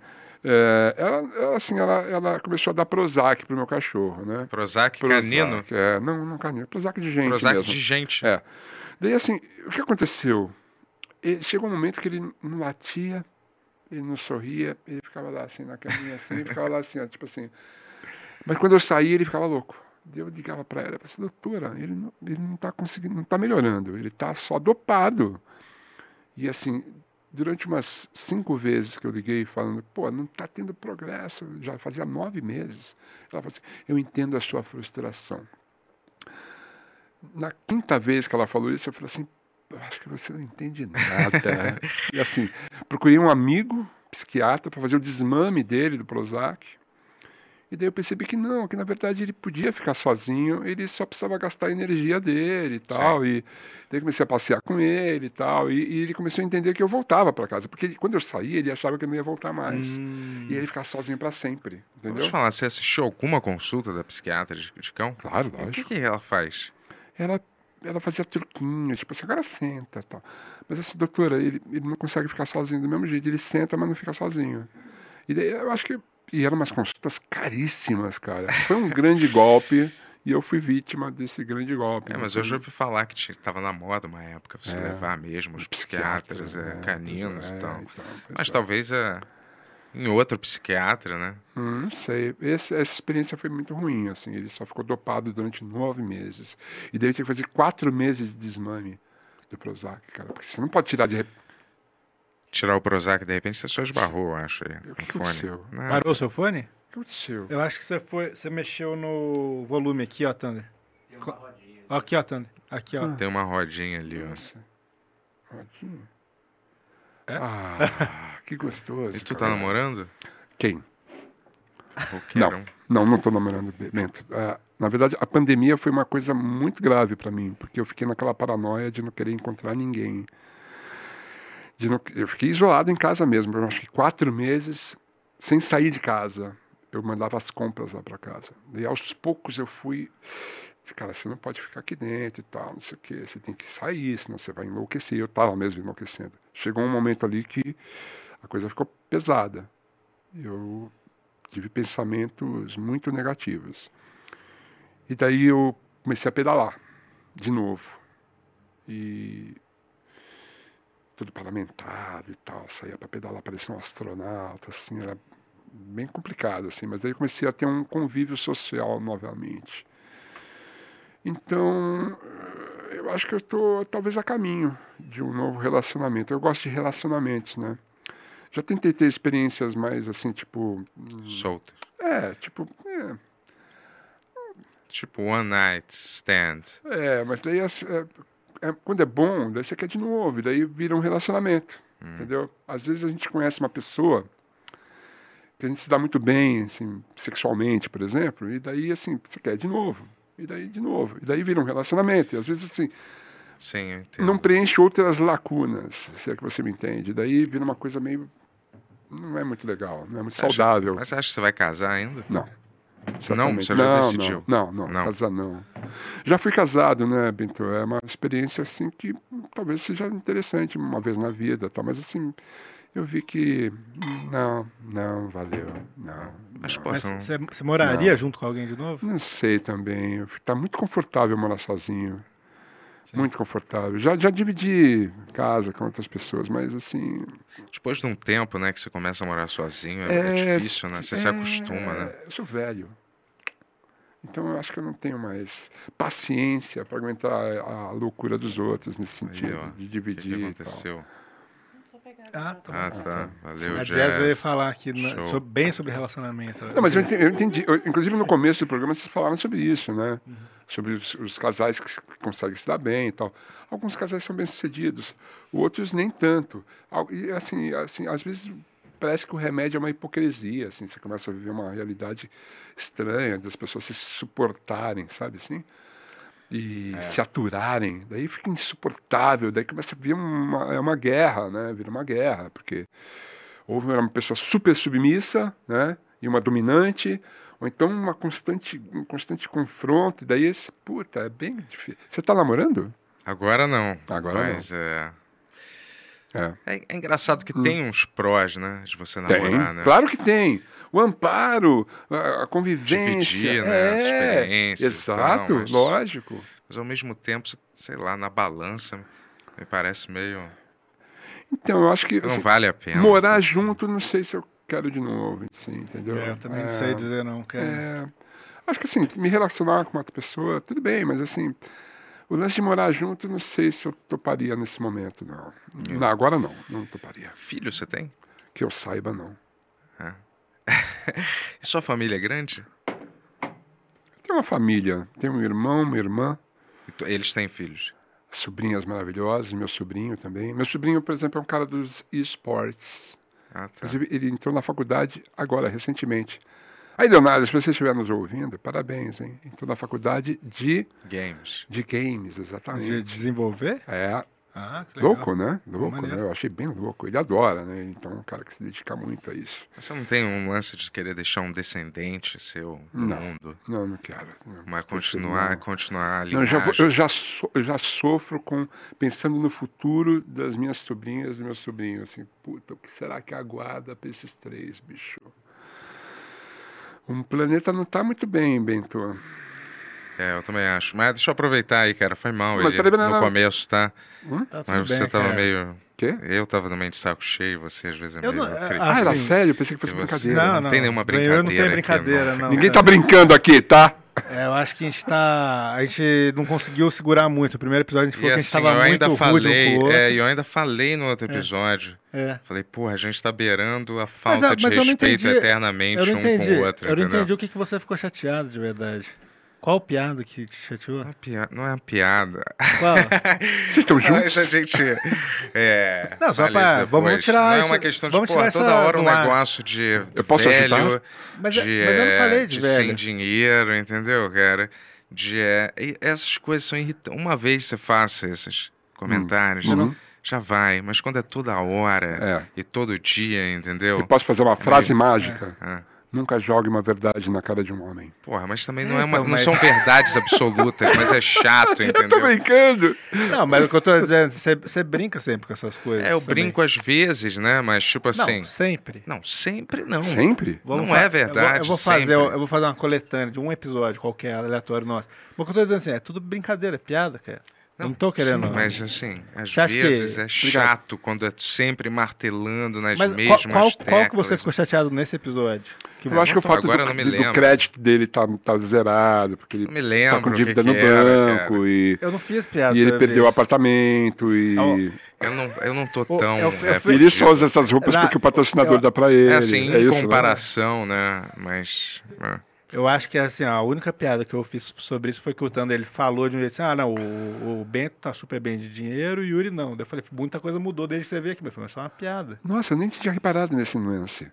Speaker 8: É, ela, ela, assim, ela, ela começou a dar Prozac pro meu cachorro, né?
Speaker 4: Prozac,
Speaker 8: Prozac,
Speaker 4: canino.
Speaker 8: É, não, não canino. Prozac de gente
Speaker 4: Prozac
Speaker 8: mesmo.
Speaker 4: de gente.
Speaker 8: É. Daí, assim, o que aconteceu? E chegou um momento que ele não latia, ele não sorria, ele ficava lá assim, na caminha assim, ele ficava lá assim, ó, tipo assim. Mas quando eu saí, ele ficava louco. Eu ligava para ela, falei assim, doutora, ele não, ele não tá conseguindo, não tá melhorando, ele tá só dopado. E assim, durante umas cinco vezes que eu liguei falando, pô, não tá tendo progresso, já fazia nove meses. Ela falou assim, eu entendo a sua frustração. Na quinta vez que ela falou isso, eu falei assim, eu acho que você não entende nada. e assim, procurei um amigo psiquiatra para fazer o desmame dele do Prozac. E daí eu percebi que não, que na verdade ele podia ficar sozinho, ele só precisava gastar a energia dele e tal. E daí comecei a passear com ele e tal. E, e ele começou a entender que eu voltava para casa. Porque ele- quando eu saía, ele achava que eu não ia voltar
Speaker 4: Hum.
Speaker 8: mais.
Speaker 3: Hum.
Speaker 8: E ele ficava sozinho para sempre.
Speaker 4: Deixa eu
Speaker 8: Entendeu?
Speaker 4: falar, você assistiu alguma consulta da psiquiatra de, de cão?
Speaker 8: Claro,
Speaker 4: O que,
Speaker 8: lógico.
Speaker 4: que ela faz?
Speaker 8: ela, ela fazia truquinhos, tipo assim, agora senta tal. Mas essa doutora, ele, ele não consegue ficar sozinho do mesmo jeito, ele senta, mas não fica sozinho. E daí, eu acho que. E eram umas consultas caríssimas, cara. Foi um grande golpe e eu fui vítima desse grande golpe.
Speaker 4: É,
Speaker 8: né?
Speaker 4: mas
Speaker 8: Foi-
Speaker 4: eu já ouvi falar que tinha- tava na moda uma época você
Speaker 8: É.
Speaker 4: levar mesmo os psiquiatras,
Speaker 8: psiquiatra,
Speaker 4: é,
Speaker 8: né?
Speaker 4: caninos e
Speaker 8: Pois é,
Speaker 4: tal.
Speaker 8: então, pois
Speaker 4: Mas
Speaker 8: é.
Speaker 4: talvez é, em outro psiquiatra, né?
Speaker 8: Hum, não sei. Esse- essa experiência foi muito ruim, assim. Ele só ficou dopado durante nove meses. E daí eu tinha que fazer quatro meses de desmame do Prozac, cara. Porque você não pode tirar de repente.
Speaker 4: Tirar o Prozac, de repente você só esbarrou, eu acho. Aí, o
Speaker 8: que aconteceu?
Speaker 3: Parou o seu fone?
Speaker 8: O que aconteceu?
Speaker 3: Eu acho que você foi. Você mexeu no volume aqui, ó, Thunder. Co- Aqui, ó, Thunder. Aqui, ó.
Speaker 4: Tem uma rodinha ali, ó.
Speaker 8: Rodinha? Ah, É? que gostoso.
Speaker 4: E tu tá
Speaker 8: cara.
Speaker 4: namorando?
Speaker 8: Quem?
Speaker 4: Roqueirão.
Speaker 8: Não, não, não tô namorando, Bento. Ah, na verdade, a pandemia foi uma coisa muito grave para mim, porque eu fiquei naquela paranoia de não querer encontrar ninguém. De não- eu fiquei isolado em casa mesmo, eu acho que quatro meses sem sair de casa. Eu mandava as compras lá para casa. E aos poucos eu fui. Cara, você não pode ficar aqui dentro e tal, não sei o quê. Você tem que sair, senão você vai enlouquecer. Eu estava mesmo enlouquecendo. Chegou um momento ali que a coisa ficou pesada. Eu tive pensamentos muito negativos. E daí eu comecei a pedalar de novo. E tudo paramentado e tal, saía para pedalar, parecia um astronauta, assim, era bem complicado assim, mas daí eu comecei a ter um convívio social novamente. Então, eh, eu acho que eu tô talvez a caminho de um novo relacionamento. Eu gosto de relacionamentos, né? Já tentei ter experiências mais assim, tipo,
Speaker 4: Solta.
Speaker 8: é, tipo, é,
Speaker 4: Tipo One Night Stand.
Speaker 8: É, mas daí as- é- é- quando é bom, daí você quer de novo, e daí vira um relacionamento,
Speaker 4: Hum.
Speaker 8: entendeu? Às vezes a gente conhece uma pessoa que a gente se dá muito bem, assim, sexualmente, por exemplo, e daí, assim, você quer de novo, e daí de novo, e daí vira um relacionamento, e às vezes, assim,
Speaker 4: Sim, eu entendo.
Speaker 8: não preenche outras lacunas, se é que você me entende, daí vira uma coisa meio, não é muito legal, não é muito
Speaker 4: Você acha-
Speaker 8: saudável.
Speaker 4: mas você acha que você vai casar ainda?
Speaker 8: Não.
Speaker 4: Não,
Speaker 8: Exatamente.
Speaker 4: você já
Speaker 8: não,
Speaker 4: decidiu.
Speaker 8: Não, não, não, casar não. Já fui casado, né, Bento? É uma experiência assim que hum, talvez seja interessante uma vez na vida, tal, mas assim, eu vi que hum, não, não, valeu, não.
Speaker 4: Mas,
Speaker 8: não.
Speaker 4: pô,
Speaker 3: Mas você você moraria junto com alguém de novo?
Speaker 8: Não sei também. Está muito confortável morar sozinho. Muito confortável. Já, já dividi casa com outras pessoas, mas assim.
Speaker 4: Depois de um tempo, né, que você começa a morar sozinho, é, é difícil, né? Você se
Speaker 8: é,
Speaker 4: acostuma, né?
Speaker 8: Eu sou velho. Então eu acho que eu não tenho mais paciência para aguentar a a loucura dos outros nesse sentido,
Speaker 4: ó,
Speaker 8: de
Speaker 4: O que, que
Speaker 8: dividir. e tal.
Speaker 4: aconteceu?
Speaker 3: Ah, tá.
Speaker 4: Ah, tá. Valeu,
Speaker 3: A
Speaker 4: Jazz.
Speaker 3: Jazz veio falar aqui na-
Speaker 4: Show.
Speaker 3: sobre- bem sobre relacionamento. né?
Speaker 8: Não, mas eu entendi. eu entendi. Eu- inclusive no começo do programa vocês falaram sobre isso, né? Sobre os, os casais que se- conseguem se dar bem e tal. Alguns casais são bem-sucedidos, outros nem tanto. Al- E assim, assim, às vezes parece que o remédio é uma hipocrisia, assim, você começa a viver uma realidade estranha das pessoas se suportarem, sabe assim? E se aturarem, daí fica insuportável, daí começa a vir uma, é uma guerra, né? Vira uma guerra, porque houve uma pessoa super submissa, né? E uma dominante, ou então uma constante, um constante confronto, e daí esse, puta, é bem difícil. Você tá namorando?
Speaker 4: Agora não.
Speaker 8: Agora não.
Speaker 4: mas, É...
Speaker 8: É. Hum.
Speaker 4: É, é engraçado que tem uns prós, né? De você
Speaker 8: Tem,
Speaker 4: namorar, né?
Speaker 8: claro que tem. O amparo, a a convivência.
Speaker 4: Dividir, né,
Speaker 8: é,
Speaker 4: as experiências e tal,
Speaker 8: Exato,
Speaker 4: mas-
Speaker 8: lógico.
Speaker 4: Mas ao mesmo tempo, sei lá, na balança, me parece meio.
Speaker 8: Então, eu acho que.
Speaker 4: Não
Speaker 8: assim,
Speaker 4: vale a pena.
Speaker 8: Morar junto, não sei se eu quero de novo, assim, entendeu?
Speaker 3: É, eu também não sei dizer não, cara.
Speaker 8: É, acho que assim, me relacionar com outra pessoa, tudo bem, mas assim, o lance de morar junto, não sei se eu toparia nesse momento, não.
Speaker 4: Eu-
Speaker 8: Não, agora não, não toparia.
Speaker 4: Filho você tem?
Speaker 8: Que eu saiba, não.
Speaker 4: E sua família é grande?
Speaker 8: Tem uma família, tem um irmão, uma irmã,
Speaker 4: E tu- Eles têm filhos.
Speaker 8: sobrinhas maravilhosas, meu sobrinho também. Meu sobrinho, por exemplo, é um cara dos esportes.
Speaker 4: Ah, tá.
Speaker 8: Inclusive, ele entrou na faculdade agora, recentemente. Aí, Leonardo, se você estiver nos ouvindo, parabéns, hein? Entrou na faculdade de,
Speaker 4: Games.
Speaker 8: de games,
Speaker 3: De
Speaker 8: exatamente.
Speaker 3: desenvolver?
Speaker 8: É,
Speaker 3: Ah, que legal.
Speaker 8: louco, né? Louco, né?
Speaker 3: Maneiro.
Speaker 8: Eu achei bem louco. Ele adora, né? Então, é um cara que se dedica muito a isso.
Speaker 4: Você não tem um lance de querer deixar um descendente seu no
Speaker 8: Não.
Speaker 4: mundo?
Speaker 8: Não, não quero. Não.
Speaker 4: Mas
Speaker 8: Prefiro
Speaker 4: continuar,
Speaker 8: não.
Speaker 4: continuar a
Speaker 8: Não, eu, já vou-
Speaker 4: linhagem.
Speaker 8: eu já so- eu já sofro com pensando no futuro das minhas sobrinhas e meus sobrinhos. Assim, puta, o que será que aguarda para esses três, bicho? O planeta não tá muito bem, Bento.
Speaker 4: É, eu também acho. Mas deixa eu aproveitar aí, cara. Foi mal
Speaker 8: Mas
Speaker 4: ele
Speaker 8: peraí, peraí,
Speaker 4: no
Speaker 8: não. é.
Speaker 4: começo, tá?
Speaker 8: Hum?
Speaker 3: Tá tudo
Speaker 4: Mas você
Speaker 3: bem,
Speaker 4: tava
Speaker 3: cara.
Speaker 4: meio...
Speaker 8: Quê?
Speaker 4: Eu tava também de saco cheio, você às vezes é
Speaker 3: Eu
Speaker 4: meio...
Speaker 3: não-
Speaker 4: eu
Speaker 3: é,
Speaker 4: acredito.
Speaker 8: Ah, era
Speaker 3: Assim,
Speaker 8: sério? Eu pensei que fosse
Speaker 4: que você-
Speaker 8: brincadeira.
Speaker 3: Não,
Speaker 4: Não
Speaker 3: não.
Speaker 4: tem nenhuma
Speaker 3: Bem, Eu não tenho
Speaker 4: brincadeira
Speaker 3: brincadeira,
Speaker 4: aqui,
Speaker 3: não. é.
Speaker 8: Ninguém tá
Speaker 3: cara.
Speaker 8: brincando aqui, tá?
Speaker 3: É, eu acho que a gente tá. A gente não conseguiu segurar muito. O primeiro episódio a gente
Speaker 4: E
Speaker 3: falou que a gente
Speaker 4: assim, eu
Speaker 3: tava muito
Speaker 4: ainda
Speaker 3: rude
Speaker 4: falei...
Speaker 3: um com o outro.
Speaker 4: É, e eu ainda falei no outro episódio.
Speaker 3: É.
Speaker 4: Falei, porra, a gente tá beirando a falta
Speaker 3: ah,
Speaker 4: de
Speaker 3: mas eu não
Speaker 4: respeito
Speaker 3: entendi-
Speaker 4: eternamente
Speaker 3: Eu não
Speaker 4: um com
Speaker 3: entendi.
Speaker 4: o
Speaker 3: eu
Speaker 4: outro,
Speaker 3: não
Speaker 4: entendeu?
Speaker 3: entendi o que, que você ficou chateado de verdade. Qual piada que te chateou?
Speaker 4: Não é pia- Não é uma piada.
Speaker 3: Qual?
Speaker 8: Vocês
Speaker 4: Ah,
Speaker 8: estão juntos?
Speaker 4: Mas a gente. É,
Speaker 3: Não, só
Speaker 4: fala
Speaker 3: pra-
Speaker 4: isso
Speaker 3: vamos
Speaker 4: depois.
Speaker 3: tirar
Speaker 4: Não é
Speaker 3: isso-
Speaker 4: uma questão de,
Speaker 3: vamos tirar
Speaker 4: porra,
Speaker 3: essa
Speaker 4: toda hora um
Speaker 3: do ar.
Speaker 4: negócio de.
Speaker 8: Eu posso
Speaker 4: velho,
Speaker 8: chutar?
Speaker 3: Mas,
Speaker 4: de,
Speaker 3: é- mas eu não falei de,
Speaker 4: de sem
Speaker 3: velho.
Speaker 4: dinheiro, entendeu, cara? De, é, e essas coisas são irritantes. Uma vez você faça esses comentários,
Speaker 8: Uhum.
Speaker 4: já vai. Mas quando é toda hora
Speaker 8: É.
Speaker 4: e todo dia,
Speaker 8: Eu
Speaker 4: entendeu?
Speaker 8: posso fazer uma frase mágica?
Speaker 4: Ah,
Speaker 8: Nunca jogue uma verdade na cara de um homem.
Speaker 4: porra, mas também não,
Speaker 3: É,
Speaker 4: é uma-
Speaker 3: então,
Speaker 4: não
Speaker 3: mas-
Speaker 4: são verdades absolutas, mas é chato,
Speaker 8: Eu tô
Speaker 4: entendeu?
Speaker 8: brincando!
Speaker 3: Não, mas o que eu tô dizendo, você- você brinca sempre com essas coisas.
Speaker 4: É, eu
Speaker 3: também.
Speaker 4: brinco às vezes, né? Mas tipo
Speaker 3: Não,
Speaker 4: assim.
Speaker 3: sempre.
Speaker 4: Não, sempre não.
Speaker 8: Sempre?
Speaker 4: Não é
Speaker 3: fa-
Speaker 4: verdade,
Speaker 3: Eu vou, eu vou
Speaker 4: sempre.
Speaker 3: fazer, um, eu, eu vou fazer uma coletânea de um episódio qualquer, aleatório nosso. Mas o que eu tô dizendo assim, é tudo brincadeira, é piada, cara. Não, não tô querendo.
Speaker 4: Sim, mas assim, às
Speaker 3: Você acha que-
Speaker 4: vezes é chato quando é sempre martelando nas mesmas
Speaker 3: qual, qual, qual que você
Speaker 4: teclas.
Speaker 3: ficou chateado nesse episódio? Que
Speaker 8: Eu acho que o
Speaker 4: Então,
Speaker 8: fato do,
Speaker 4: agora eu não me
Speaker 8: do
Speaker 4: lembro.
Speaker 8: crédito dele tá, tá zerado, porque ele
Speaker 4: Não me
Speaker 8: tá
Speaker 4: lembro
Speaker 8: com
Speaker 4: o que
Speaker 8: dívida
Speaker 4: que
Speaker 8: no
Speaker 4: era, cara.
Speaker 8: banco e,
Speaker 3: eu não fiz piada.
Speaker 8: e ele
Speaker 3: sobre
Speaker 8: perdeu
Speaker 3: É,
Speaker 8: o
Speaker 3: isso.
Speaker 8: apartamento e,
Speaker 3: Ah, ó,
Speaker 4: Eu não, eu não tô
Speaker 3: Pô,
Speaker 4: tão...
Speaker 3: eu- eu
Speaker 4: é,
Speaker 8: e ele
Speaker 4: fudido.
Speaker 8: só usa essas roupas
Speaker 3: Na-
Speaker 8: porque o patrocinador
Speaker 3: eu-
Speaker 8: dá pra ele.
Speaker 4: É assim,
Speaker 8: é
Speaker 4: em
Speaker 8: isso, né?
Speaker 4: comparação, né? Mas... é.
Speaker 3: Eu acho que assim, a única piada que eu fiz sobre isso foi que o Tando ele falou de um jeito assim: ah, não, o, o Bento tá super bem de dinheiro e o Yuri não. Daí eu falei, muita coisa mudou desde que você veio aqui, meu filho, mas só uma piada.
Speaker 8: Nossa, eu nem tinha reparado nesse nuance.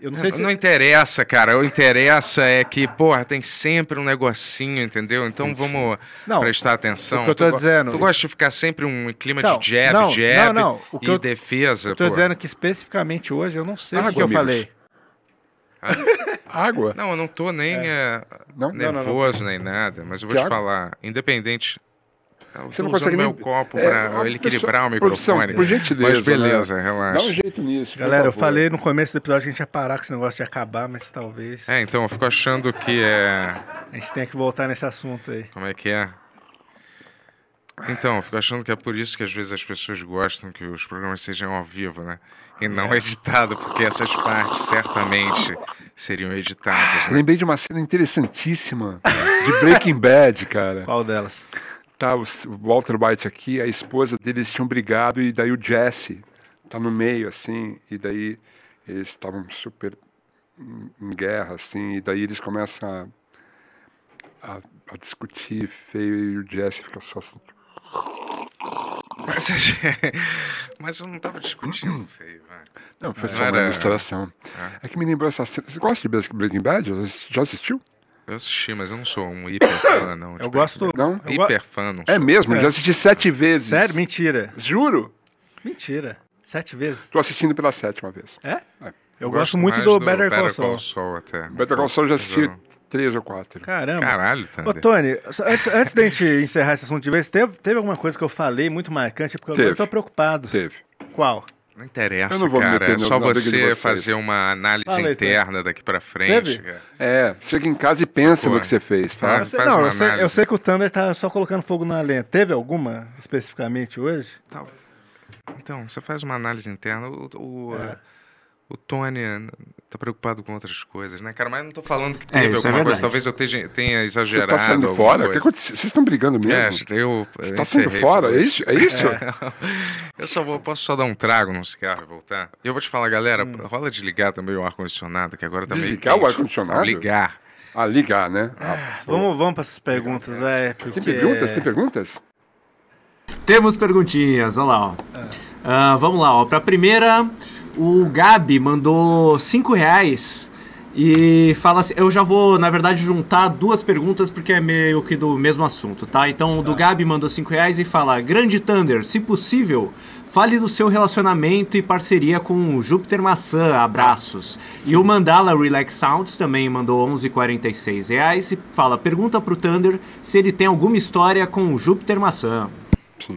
Speaker 3: Eu não sei se.
Speaker 4: É, Não interessa, cara. O interessa é que, porra, tem sempre um negocinho, entendeu? Então vamos
Speaker 3: Não,
Speaker 4: prestar atenção.
Speaker 3: o que eu tô
Speaker 4: Tu go-
Speaker 3: dizendo-
Speaker 4: Tu gosta de ficar sempre um clima
Speaker 3: Então,
Speaker 4: de jab,
Speaker 3: não,
Speaker 4: jab
Speaker 3: não, não. O que
Speaker 4: e
Speaker 3: eu-
Speaker 4: defesa,
Speaker 3: eu tô
Speaker 4: pô.
Speaker 3: dizendo é que especificamente hoje eu não sei o
Speaker 8: Água,
Speaker 3: que, que eu
Speaker 8: amigos.
Speaker 3: falei.
Speaker 8: Água?
Speaker 4: Não, eu não tô nem eh,
Speaker 8: Não? Não,
Speaker 3: É. não, não.
Speaker 4: nervoso nem nada, mas eu vou te
Speaker 8: Thiago?
Speaker 4: falar, independente. Eu
Speaker 8: Você
Speaker 4: tô
Speaker 8: não
Speaker 4: usando
Speaker 8: consegue
Speaker 4: meu
Speaker 8: nem-
Speaker 4: copo
Speaker 8: É,
Speaker 4: pra
Speaker 8: ó,
Speaker 4: ele equilibrar o
Speaker 8: produção,
Speaker 4: microfone.
Speaker 8: por gentileza,
Speaker 4: mas beleza,
Speaker 3: né?
Speaker 4: relaxa.
Speaker 8: Dá um jeito nisso. por
Speaker 3: Galera, eu
Speaker 8: favor.
Speaker 3: falei no começo do episódio que a gente ia parar com esse negócio de acabar, mas talvez
Speaker 4: É, então eu fico achando que é.
Speaker 3: a gente tenha que voltar nesse assunto aí.
Speaker 4: Como é que é? Então, eu fico achando que é por isso que às vezes as pessoas gostam que os programas sejam ao vivo, né? E
Speaker 3: É.
Speaker 4: não editado, porque essas partes certamente seriam editadas.
Speaker 8: Eu
Speaker 4: Né?
Speaker 8: lembrei de uma cena interessantíssima de Breaking Bad, cara.
Speaker 3: Qual delas?
Speaker 8: Tá o S- o Walter White aqui, a esposa deles tinham brigado e daí o Jesse tá no meio assim, e daí eles estavam super em em guerra assim, e daí eles começam a, a, a discutir feio e o Jesse fica só assim.
Speaker 4: Mas, mas eu não tava discutindo, feio, velho.
Speaker 8: Não, foi
Speaker 4: Não
Speaker 8: só uma
Speaker 4: era-
Speaker 8: ilustração.
Speaker 4: Ah.
Speaker 8: É que me lembrou essa cena. Você gosta de Breaking- Breaking Bad? Já assi- Já assistiu?
Speaker 4: Eu assisti, mas eu não sou um hiper fã, não.
Speaker 3: Eu
Speaker 4: tipo,
Speaker 3: gosto.
Speaker 8: Não?
Speaker 3: eu go-
Speaker 4: Hiper fã, não
Speaker 8: É mesmo, eu já
Speaker 3: É.
Speaker 8: assisti sete vezes.
Speaker 3: Sério? Mentira.
Speaker 8: Juro?
Speaker 3: Mentira. Sete vezes. É?
Speaker 8: Tô assistindo pela sétima vez.
Speaker 3: Eu gosto, muito do, Better Call Saul.
Speaker 4: até.
Speaker 8: Better Call Saul eu já assisti
Speaker 4: Mas
Speaker 8: três ou quatro.
Speaker 4: eu-
Speaker 3: Caramba.
Speaker 4: Caralho,
Speaker 3: Ô,
Speaker 4: Thunder.
Speaker 3: Tony, só antes, antes da gente encerrar esse assunto de vez, teve, teve alguma coisa que eu falei muito marcante? Porque agora eu
Speaker 8: Teve.
Speaker 3: tô preocupado.
Speaker 8: Teve.
Speaker 3: Qual?
Speaker 4: Não interessa,
Speaker 8: Eu não vou me
Speaker 4: cara.
Speaker 8: meter
Speaker 4: É
Speaker 8: no-
Speaker 4: só
Speaker 8: na briga de
Speaker 4: você
Speaker 8: vocês.
Speaker 4: fazer uma análise
Speaker 3: Fala aí, Thunder.
Speaker 4: interna daqui pra
Speaker 3: Teve?
Speaker 4: frente. cara.
Speaker 8: É, chega em casa e pensa
Speaker 4: Pô,
Speaker 8: no que você fez, tá?
Speaker 4: faz-
Speaker 3: Eu sei-
Speaker 4: faz
Speaker 3: não,
Speaker 4: uma
Speaker 3: eu sei, eu
Speaker 4: análise.
Speaker 3: sei que o Thunder tá só colocando fogo na lenha. Teve alguma especificamente hoje?
Speaker 4: Então, você faz uma análise interna. O, o,
Speaker 8: É.
Speaker 4: o Tony tá preocupado com outras coisas, né, cara? Mas eu não tô falando que teve
Speaker 8: isso é
Speaker 4: alguma coisa.
Speaker 8: verdade.
Speaker 4: Talvez eu teja- tenha
Speaker 8: Você
Speaker 4: exagerado.
Speaker 8: tá saindo
Speaker 4: alguma
Speaker 8: fora? O que
Speaker 4: coisa.
Speaker 8: aconteceu? Vocês estão brigando mesmo?
Speaker 4: É, eu.
Speaker 8: Você
Speaker 4: eu
Speaker 8: tá saindo
Speaker 4: encerrei
Speaker 8: fora?
Speaker 4: por
Speaker 8: É
Speaker 4: hoje.
Speaker 8: isso? É isso?
Speaker 4: Eu só vou, posso só dar um trago no cigarro e voltar. E eu vou te falar, galera, rola desligar também o ar-condicionado, que agora tá meio
Speaker 8: Hum. Desligar o
Speaker 4: quente.
Speaker 8: ar-condicionado?
Speaker 4: Ligar.
Speaker 8: Ah, ligar, né?
Speaker 3: Vamos, vamos para essas perguntas, é. Porque...
Speaker 8: Tem perguntas? Tem perguntas?
Speaker 9: Temos perguntinhas, olha lá. Ó. Ah, vamos lá, ó. Pra primeira, o Gabi mandou 5 reais e fala assim: eu já vou, na verdade, juntar duas perguntas porque é meio que do mesmo assunto, tá? Então, o do Gabi mandou 5 reais e fala: Grande Thunder, se possível. Fale do seu relacionamento e parceria com o Júpiter Maçã, abraços. E o Mandala Relax Sounds também mandou 11,46 reais e fala, pergunta pro Thunder se ele tem alguma história com o Júpiter Maçã.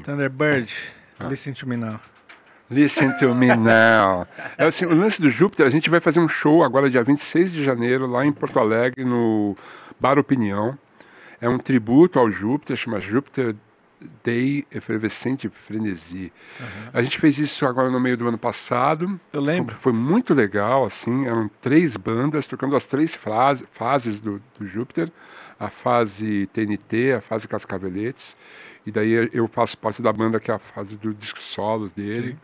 Speaker 3: Thunderbird, listen to me now.
Speaker 8: Listen to me now. É assim, o lance do Júpiter, a gente vai fazer um show agora dia 26 de janeiro lá em Porto Alegre no Bar Opinião. É um tributo ao Júpiter, chama Júpiter Day Efervescente Frenesi. A gente fez isso agora no meio do ano passado.
Speaker 3: Eu lembro.
Speaker 8: Foi muito legal, assim, eram três bandas tocando as três frase- fases do, do Júpiter, a fase TNT, a fase Cascaveletes, e daí eu faço parte da banda que é a fase do disco solos dele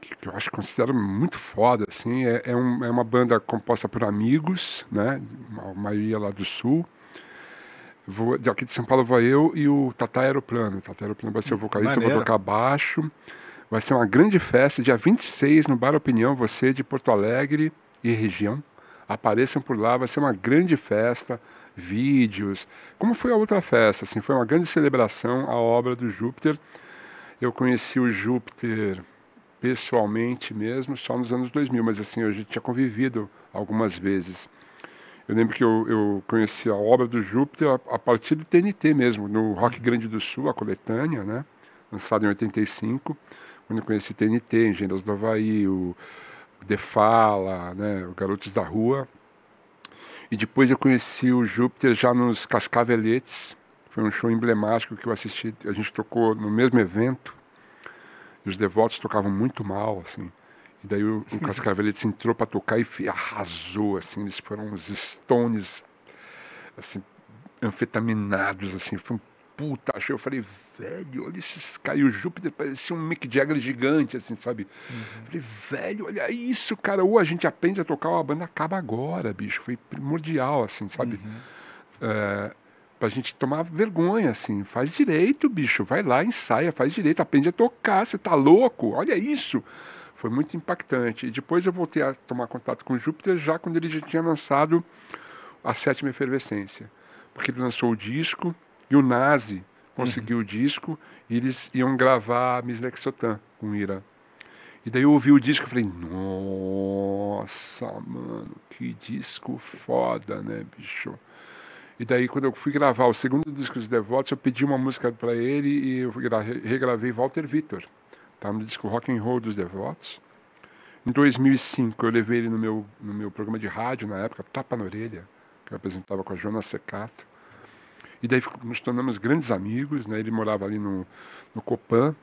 Speaker 8: que que eu acho que considero muito foda, assim, é, é, um- é uma banda composta por amigos, né, a maioria lá do sul, vou, daqui de São Paulo vou eu e o Tata Aeroplano, o Tata Aeroplano vai ser o vocalista, eu
Speaker 10: Maneiro.
Speaker 8: vou tocar baixo, vai ser uma grande festa, dia 26, no Bar Opinião, você de Porto Alegre e região, apareçam por lá, vai ser uma grande festa, vídeos, como foi a outra festa, assim, foi uma grande celebração à obra do Júpiter, eu conheci o Júpiter pessoalmente mesmo só nos anos 2000, mas assim, eu já tinha convivido algumas vezes. Eu lembro que eu, eu conheci a obra do Júpiter a, a partir do TNT mesmo, no Rock Grande do Sul, a coletânea, né? Lançada em 85, quando eu conheci TNT, Engenheiros do Havaí, o Defala, né? O Garotos da Rua. E depois eu conheci o Júpiter já nos Cascaveletes. Foi um show emblemático que eu assisti. A gente tocou no mesmo evento. E os devotos tocavam muito mal, assim. E daí o, o Cascaveletes entrou para tocar e fe- arrasou, assim. Eles foram uns stones, assim, anfetaminados, assim. Foi um puta achei. Eu falei, velho, olha esses caras. E o Júpiter parecia um Mick Jagger gigante, assim, sabe? Falei, velho, olha isso, cara. Ou a gente aprende a tocar ou a banda acaba agora, bicho. Foi primordial, assim, sabe?
Speaker 10: Uhum.
Speaker 8: É, pra gente tomar vergonha, assim. Faz direito, bicho. Vai lá, ensaia, faz direito, aprende a tocar. Você tá louco? Olha isso. Foi muito impactante. E depois eu voltei a tomar contato com o Júpiter já quando ele já tinha lançado a sétima efervescência. Porque ele lançou o disco e o Nazi conseguiu o disco e eles iam gravar Miss Lexotan com Ira. E daí eu ouvi o disco e falei, nossa, mano, que disco foda, né, bicho? E daí quando eu fui gravar o segundo disco dos Devotos, eu pedi uma música para ele e eu gra- regravei Walter Vitor. Tá no disco Rock and Roll dos Devotos. Em 2005 eu levei ele no meu no meu programa de rádio na época, Tapa na Orelha, que eu apresentava com a Jonas Secato. E daí fico- nos tornamos grandes amigos, né? Ele morava ali no, no Copan,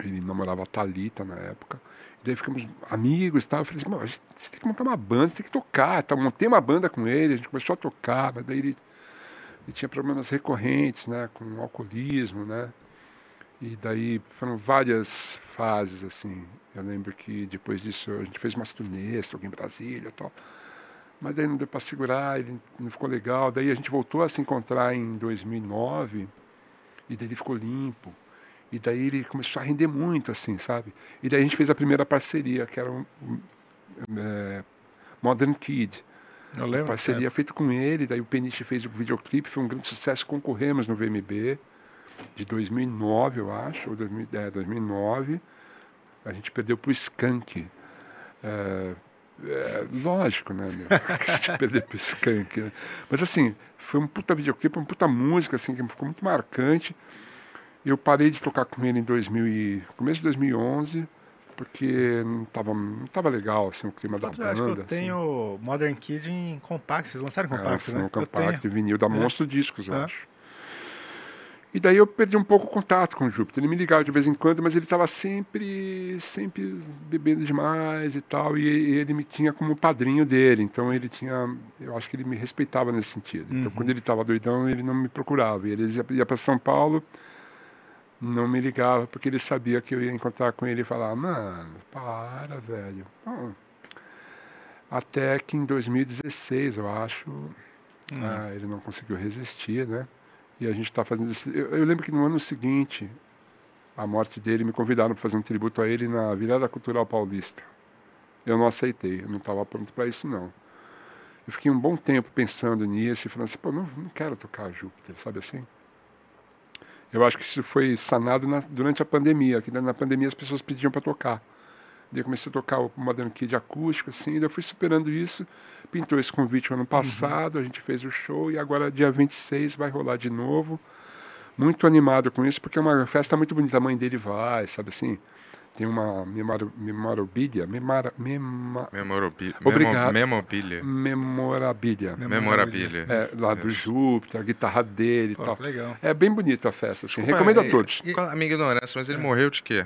Speaker 8: ele namorava a Thalita na época. E daí ficamos amigos e tal. Eu falei assim, "Mano, a gente- você tem que montar uma banda, você tem que tocar. Tá? Montei uma banda com ele, a gente começou a tocar, mas daí ele, ele tinha problemas recorrentes, né? Com alcoolismo, né? E daí foram várias fases, assim. Eu lembro que depois disso a gente fez umas turnês, toquei em Brasília e tal. Mas daí não deu para segurar, ele não ficou legal. Daí a gente voltou a se encontrar em 2009 e daí ele ficou limpo. E daí ele começou a render muito, assim, sabe? E daí a gente fez a primeira parceria, que era um, um, é, Modern Kid.
Speaker 3: Eu lembro
Speaker 8: Uma parceria feita com ele, daí o Peniche fez o videoclipe, foi um grande sucesso, concorremos no VMB de 2009, eu acho, ou 2000, é, 2009. A gente perdeu pro Skank. É, é, lógico, né, meu? Que a gente perdeu pro Skank, né? Mas assim, foi um puta videoclipe, uma puta música, assim, que ficou muito marcante. Eu parei de tocar com ele em 2000 e- começo de 2011, porque não tava, não tava legal, assim, o clima da
Speaker 3: Eu acho que
Speaker 8: banda.
Speaker 3: eu
Speaker 8: assim.
Speaker 3: tenho Modern Kid em compacto. Vocês lançaram
Speaker 8: É,
Speaker 3: compacto,
Speaker 8: são
Speaker 3: né? Eu
Speaker 8: compacto
Speaker 3: tenho.
Speaker 8: e vinil da
Speaker 3: É.
Speaker 8: Monstro Discos, eu
Speaker 3: É.
Speaker 8: acho. E daí eu perdi um pouco o contato com Júpiter. Ele me ligava de vez em quando, mas ele estava sempre, sempre bebendo demais e tal. E ele me tinha como padrinho dele. Então ele tinha, eu acho que ele me respeitava nesse sentido. Então
Speaker 10: Uhum.
Speaker 8: quando ele estava doidão, ele não me procurava. E Ele ia, ia para São Paulo, não me ligava porque ele sabia que eu ia encontrar com ele e falar, mano, para, velho. Hum. Até que em 2016, eu acho, ah, ele não conseguiu resistir, né? E a gente está fazendo esse... Eu, eu lembro que no ano seguinte, a morte dele, me convidaram para fazer um tributo a ele na Virada Cultural Paulista. Eu não aceitei, eu não estava pronto para isso, não. Eu fiquei um bom tempo pensando nisso e falando assim, pô, não, não quero tocar Júpiter, sabe assim? Eu acho que isso foi sanado na- durante a pandemia, que na, na pandemia as pessoas pediam para tocar. Daí eu comecei a tocar o Modern Kid acústico, assim, daí eu fui superando isso. Pintou esse convite ano passado, a gente fez o show e agora dia 26 vai rolar de novo. Muito animado com isso, porque é uma festa muito bonita. A mãe dele vai, sabe assim? Tem uma memoro- memorabilia. Memara, mema,
Speaker 4: Memorabilia.
Speaker 8: Obrigado.
Speaker 4: Memorabilia.
Speaker 8: Memorabilia.
Speaker 4: Memorabilia.
Speaker 8: É, lá do Júpiter, a guitarra dele e
Speaker 4: Pô, é,
Speaker 8: tal.
Speaker 4: legal.
Speaker 8: É bem bonita a festa, assim. Recomendo a todos. É.
Speaker 4: Qual a minha ignorância, mas ele morreu de quê?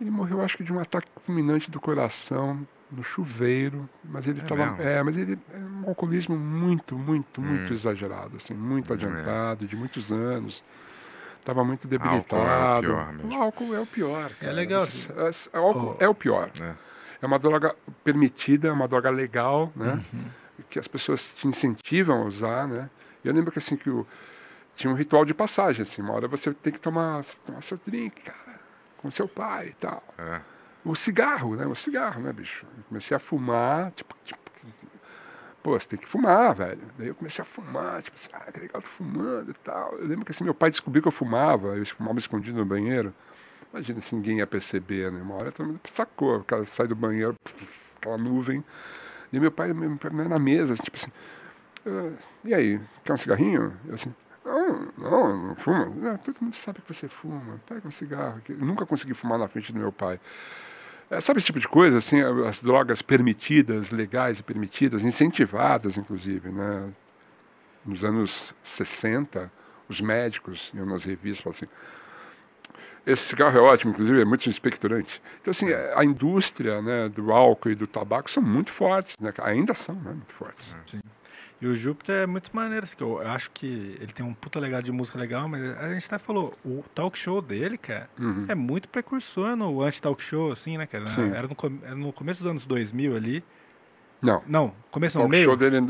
Speaker 8: Ele morreu, acho que de um ataque fulminante do coração, no chuveiro, mas ele
Speaker 4: É
Speaker 8: estava.
Speaker 4: mesmo?
Speaker 8: É, mas ele é um alcoolismo muito, muito, muito
Speaker 4: Hum. É
Speaker 8: exagerado, assim, muito adiantado, de muitos anos. Estava muito debilitado.
Speaker 4: Álcool é o pior mesmo.
Speaker 8: O álcool é o pior. cara.
Speaker 10: legal.
Speaker 8: Esse- esse- o álcool é o pior.
Speaker 4: É.
Speaker 8: É uma droga permitida, é uma droga legal, né?
Speaker 10: Uhum.
Speaker 8: Que as pessoas te incentivam a usar, né? Eu lembro que assim que o, tinha um ritual de passagem, assim, uma hora você tem que tomar, tomar seu drink, cara, com seu pai e tal.
Speaker 4: É.
Speaker 8: O cigarro, né? O cigarro, né, bicho? Eu comecei a fumar, tipo, tipo pô, você tem que fumar, velho. Daí eu comecei a fumar, tipo assim, ah, que legal, tô fumando e tal. Eu lembro que assim, meu pai descobriu que eu fumava, eu fumava escondido no banheiro. Imagina se ninguém ia perceber, né? Uma hora todo mundo sacou, o cara sai do banheiro, aquela nuvem. E meu pai, meu pai na mesa, tipo assim, "Ah, e aí, quer um cigarrinho? Eu assim, não, não, não fumo. "Não, todo mundo sabe que você fuma, pega um cigarro. aqui." Eu nunca consegui fumar na frente do meu pai. É, sabe esse tipo de coisa, assim, as drogas permitidas, legais e permitidas, incentivadas, inclusive, né? Nos anos 60, os médicos iam nas revistas e falavam assim, esse cigarro é ótimo, inclusive é muito expectorante.
Speaker 10: É.
Speaker 8: Então, assim, a indústria né, do álcool e do tabaco são muito fortes, né? ainda são né, muito fortes.
Speaker 10: Sim. E o Júpiter é muito maneiro, assim, que eu acho que ele tem um puta legado de música legal, mas a gente até falou, o talk show dele, cara,
Speaker 8: Uhum.
Speaker 10: é muito precursor no anti-talk show, assim, né, cara?
Speaker 8: Sim.
Speaker 10: Era no, com- era no começo dos anos 2000 ali.
Speaker 8: Não.
Speaker 10: Não, começo
Speaker 8: o
Speaker 10: não, meio.
Speaker 8: show dele em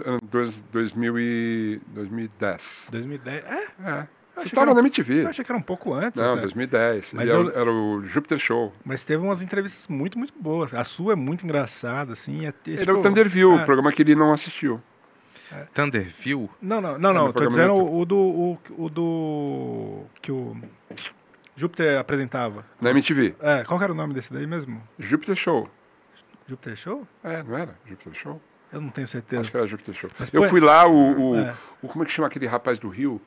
Speaker 8: 2010.
Speaker 10: 2010, é?
Speaker 8: É.
Speaker 10: Eu achei que
Speaker 8: tava
Speaker 10: era um-
Speaker 8: na MTV.
Speaker 10: Eu achei que era um pouco antes.
Speaker 8: Não,
Speaker 10: até.
Speaker 8: 2010.
Speaker 10: Mas
Speaker 8: Mas era,
Speaker 10: eu-
Speaker 8: era o Júpiter Show.
Speaker 10: Mas teve umas entrevistas muito, muito boas. A sua é muito engraçada, assim. É, é,
Speaker 8: Ele
Speaker 10: tipo,
Speaker 8: é o Thunderview, o
Speaker 10: é.
Speaker 8: programa que ele não assistiu.
Speaker 4: Thunderview?
Speaker 10: Não, não, não,
Speaker 8: É,
Speaker 10: não.
Speaker 8: no
Speaker 10: tô
Speaker 8: programa
Speaker 10: dizendo
Speaker 8: do
Speaker 10: o, o do. O, o do. que o. Júpiter apresentava.
Speaker 8: Na MTV.
Speaker 10: É, qual que era o nome desse daí mesmo?
Speaker 8: Júpiter Show.
Speaker 10: Júpiter Show?
Speaker 8: É, não era? Júpiter Show?
Speaker 10: Eu não tenho certeza.
Speaker 8: Acho que era Júpiter Show.
Speaker 10: Mas
Speaker 8: eu
Speaker 10: põe-
Speaker 8: fui lá, o, o,
Speaker 10: É.
Speaker 8: o- Como é que chama aquele rapaz do Rio?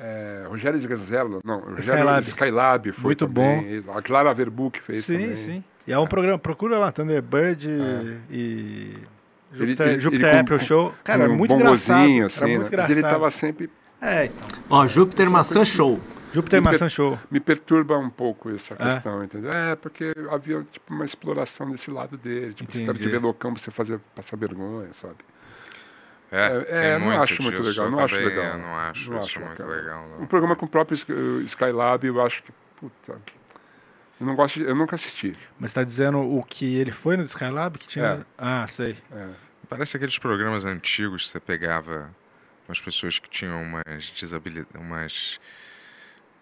Speaker 8: É, Rogério Sganzella. Não, Rogério
Speaker 10: Skylab.
Speaker 8: Skylab. foi
Speaker 10: Muito
Speaker 8: também. A Clara Verbu que fez
Speaker 10: sim,
Speaker 8: também. É.
Speaker 10: sim. E é um programa. Procura lá, Thunderbird e. Júpiter, Júpiter
Speaker 8: com-
Speaker 10: Apple Show. Cara,
Speaker 8: com
Speaker 10: é muito
Speaker 8: um
Speaker 10: engraçado.
Speaker 8: bongozinho,
Speaker 10: Era
Speaker 8: Assim,
Speaker 10: muito
Speaker 8: né? Mas ele
Speaker 10: engraçado.
Speaker 8: tava sempre...
Speaker 10: É, então.
Speaker 9: Ó, Júpiter Maçã Show.
Speaker 10: Júpiter
Speaker 8: Me per-
Speaker 10: Maçã Show.
Speaker 8: Me perturba um pouco essa
Speaker 10: É?
Speaker 8: questão, entendeu? É, porque havia tipo, uma exploração desse lado dele. Tipo, se o cara
Speaker 10: Entendi.
Speaker 8: tiver loucão, pra você fazer, passar vergonha, sabe?
Speaker 4: É,
Speaker 8: É,
Speaker 4: tem
Speaker 8: não
Speaker 4: muito
Speaker 8: acho muito
Speaker 4: disso,
Speaker 8: legal,
Speaker 4: eu
Speaker 8: não acho
Speaker 4: também,
Speaker 8: legal.
Speaker 4: eu não acho
Speaker 8: Não
Speaker 4: isso
Speaker 8: acho
Speaker 4: muito
Speaker 8: bacana.
Speaker 4: legal, não.
Speaker 8: Um programa com o próprio Sk- eh, Skylab, eu acho que. Puta. Eu não gosto de- Eu nunca assisti.
Speaker 10: Mas tá dizendo o que ele foi no Skylab que tinha.
Speaker 8: É.
Speaker 10: Ah, sei.
Speaker 8: É.
Speaker 4: Parece aqueles programas antigos que você pegava umas pessoas que tinham umas desabilidades, umas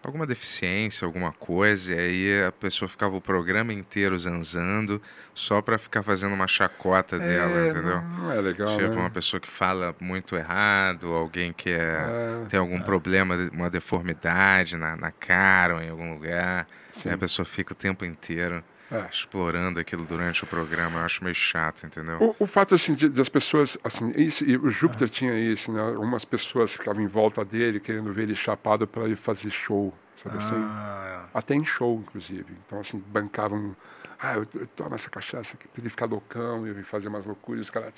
Speaker 4: alguma deficiência, alguma coisa, e aí a pessoa ficava o programa inteiro zanzando só pra ficar fazendo uma chacota dela,
Speaker 8: É,
Speaker 4: né, entendeu?
Speaker 8: Não, não é legal.
Speaker 4: Tipo,
Speaker 8: né?
Speaker 4: uma pessoa que fala muito errado, alguém que é,
Speaker 8: É,
Speaker 4: tem algum problema, uma deformidade na, na cara ou em algum lugar.
Speaker 8: sim.
Speaker 4: E a pessoa fica o tempo inteiro
Speaker 8: É.
Speaker 4: explorando aquilo durante o programa. Eu acho meio chato, entendeu?
Speaker 8: O, o fato assim, de, das pessoas, assim, isso, e o Júpiter tinha isso, né? Algumas pessoas ficavam em volta dele querendo ver ele chapado para ele fazer show, sabe assim?
Speaker 10: Ah,
Speaker 8: Até em show, inclusive. Então, assim, bancavam. Ah, eu, eu tomo essa cachaça aqui pra ele ficar loucão e fazer umas loucuras. Os caras.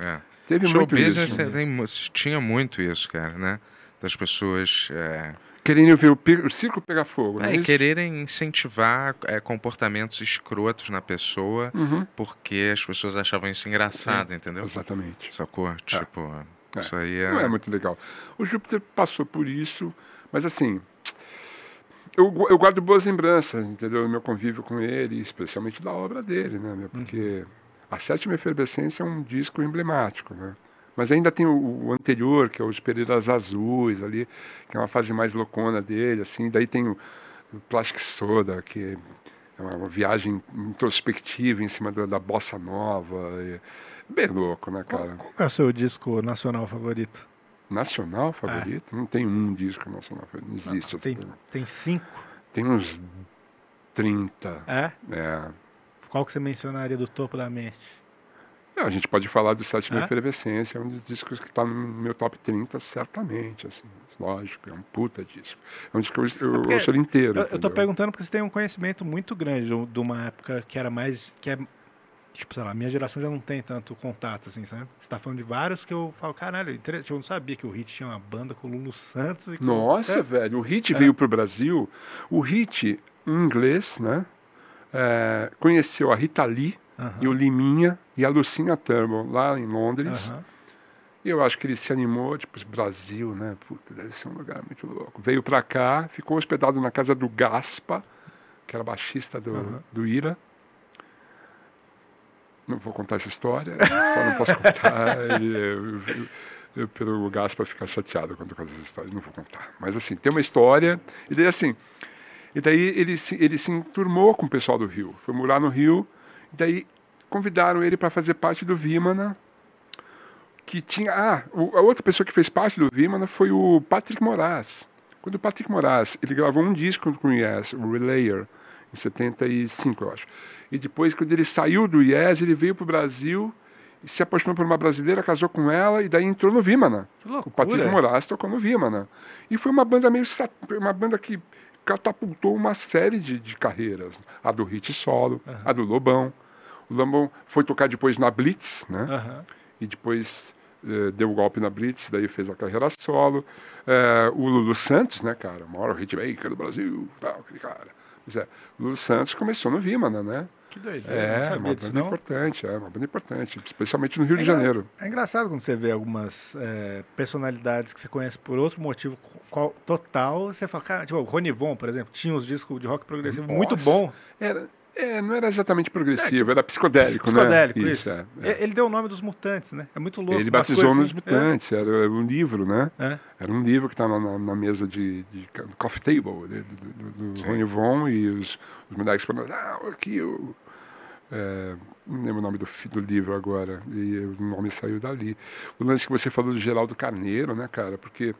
Speaker 4: É.
Speaker 8: Teve
Speaker 4: Show
Speaker 8: muito
Speaker 4: business
Speaker 8: isso.
Speaker 4: é, tem mu- tinha muito isso, cara, né? das pessoas é,
Speaker 8: Querendo ver o, pe- o circo pegar fogo, não
Speaker 4: é,
Speaker 8: é
Speaker 4: e
Speaker 8: isso?
Speaker 4: quererem incentivar é, comportamentos escrotos na pessoa
Speaker 8: Uhum,
Speaker 4: porque as pessoas achavam isso engraçado, entendeu?
Speaker 8: Exatamente.
Speaker 4: Sacou? Tipo,
Speaker 8: É.
Speaker 4: isso aí
Speaker 8: Não é
Speaker 4: é.
Speaker 8: muito legal. O Júpiter passou por isso, mas assim. Eu, gu- eu guardo boas lembranças, entendeu? Do meu convívio com ele, especialmente da obra dele, né? meu? Porque A Sétima Efervescência é um disco emblemático, né? Mas ainda tem o, o anterior, que é Os Pereiras Azuis, ali, que é uma fase mais loucona dele, assim. Daí tem o, o Plastic Soda, que é uma, uma viagem introspectiva em cima da, da bossa nova. e- é bem louco, né, cara?
Speaker 10: Qual que é o seu disco nacional favorito?
Speaker 8: Nacional favorito? Não tem um disco nacional favorito. Não existe. essa
Speaker 10: É. Tem,
Speaker 8: coisa.
Speaker 10: tem cinco?
Speaker 8: tem uns 30.
Speaker 10: É?
Speaker 8: É.
Speaker 10: Qual que você mencionaria do topo da mente?
Speaker 8: Não, É, a gente pode falar do Sétima
Speaker 10: É?
Speaker 8: Efervescência, é um dos discos que está no meu top 30, certamente. Assim, lógico, é um puta disco. É um disco que eu, eu
Speaker 10: porque
Speaker 8: ouço ele inteiro.
Speaker 10: Eu, eu tô
Speaker 8: entendeu?
Speaker 10: perguntando porque você tem um conhecimento muito grande de- de uma época que era mais. que é. Tipo, sei lá, minha geração já não tem tanto contato, assim, sabe? Você tá falando de vários que eu falo, caralho, inter- tipo, eu não sabia que o Hit tinha uma banda com o Lulu Santos e com.
Speaker 8: Nossa,
Speaker 10: É,
Speaker 8: velho, o Hit veio pro Brasil. O Hit, em inglês, né? é, conheceu a Rita Lee
Speaker 10: É. aham,
Speaker 8: e o Liminha e a Lucinha Thermal lá em Londres.
Speaker 10: aham.
Speaker 8: E eu acho que ele se animou, tipo, Brasil, né? Puta, deve ser um lugar muito louco. Veio pra cá, ficou hospedado na casa do Gaspa, que era baixista do,
Speaker 10: Aham.
Speaker 8: do Ira. Não vou contar essa história, só não posso contar. e eu- eu- eu- pelo Gaspa ficar chateado quando eu conto essa história, não vou contar. Mas assim, tem uma história, e daí assim, e daí ele se, ele se enturmou com o pessoal do Rio. Foi morar no Rio. E daí convidaram ele para fazer parte do Vimana. Que tinha. Ah, o- a outra pessoa que fez parte do Vimana foi o Patrick Moraes. Quando o Patrick Moraes ele gravou um disco com o Yes, o Relayer, em 75, eu acho. E depois, quando ele saiu do Yes, ele veio para o Brasil e se apaixonou por uma brasileira, casou com ela e daí entrou no Vimana.
Speaker 10: Que
Speaker 8: O Patrick
Speaker 10: loucura.
Speaker 8: Moraes tocou no Vimana. E foi uma banda meio. sa- Uma banda que catapultou uma série de, de carreiras. A do Hit Solo,
Speaker 10: Aham.
Speaker 8: a do Lobão. O Lobão foi tocar depois na Blitz, né?
Speaker 10: Aham.
Speaker 8: E depois eh, deu o golpe na Blitz, daí fez a carreira solo. Eh, o Lulu Santos, né, cara? O maior hitmaker do Brasil, tal, aquele cara. Pois é, o Lulu Santos começou no Vimana, né?
Speaker 10: Que doideira. eu
Speaker 8: É,
Speaker 10: não
Speaker 8: uma
Speaker 10: sabia disso,
Speaker 8: banda
Speaker 10: não.
Speaker 8: importante, é uma banda importante, especialmente no Rio
Speaker 10: É
Speaker 8: de
Speaker 10: engra-
Speaker 8: Janeiro.
Speaker 10: É engraçado quando você vê algumas é, personalidades que você conhece por outro motivo co- qual- total, você fala, cara, tipo, o Ronivon, por exemplo, tinha uns discos de rock progressivo muito
Speaker 8: Nossa.
Speaker 10: bom.
Speaker 8: Era, é, não era exatamente progressivo, era psicodélico,
Speaker 10: É, tipo, Psicodélico,
Speaker 8: né?
Speaker 10: isso.
Speaker 8: é, é.
Speaker 10: E- Ele deu o nome dos mutantes, né? É muito louco.
Speaker 8: Ele
Speaker 10: umas
Speaker 8: batizou
Speaker 10: coisas
Speaker 8: nos
Speaker 10: assim.
Speaker 8: mutantes, era, era um livro, né?
Speaker 10: É.
Speaker 8: Era um livro que estava na, na mesa de, de ca- coffee table né, do, do- do- do
Speaker 4: Sim.
Speaker 8: Rony Von e os, os moleques falando, ah, aqui o. É, não lembro o nome do, fi- do livro agora, e o nome saiu dali. O lance que você falou do Geraldo Carneiro, né, cara? Porque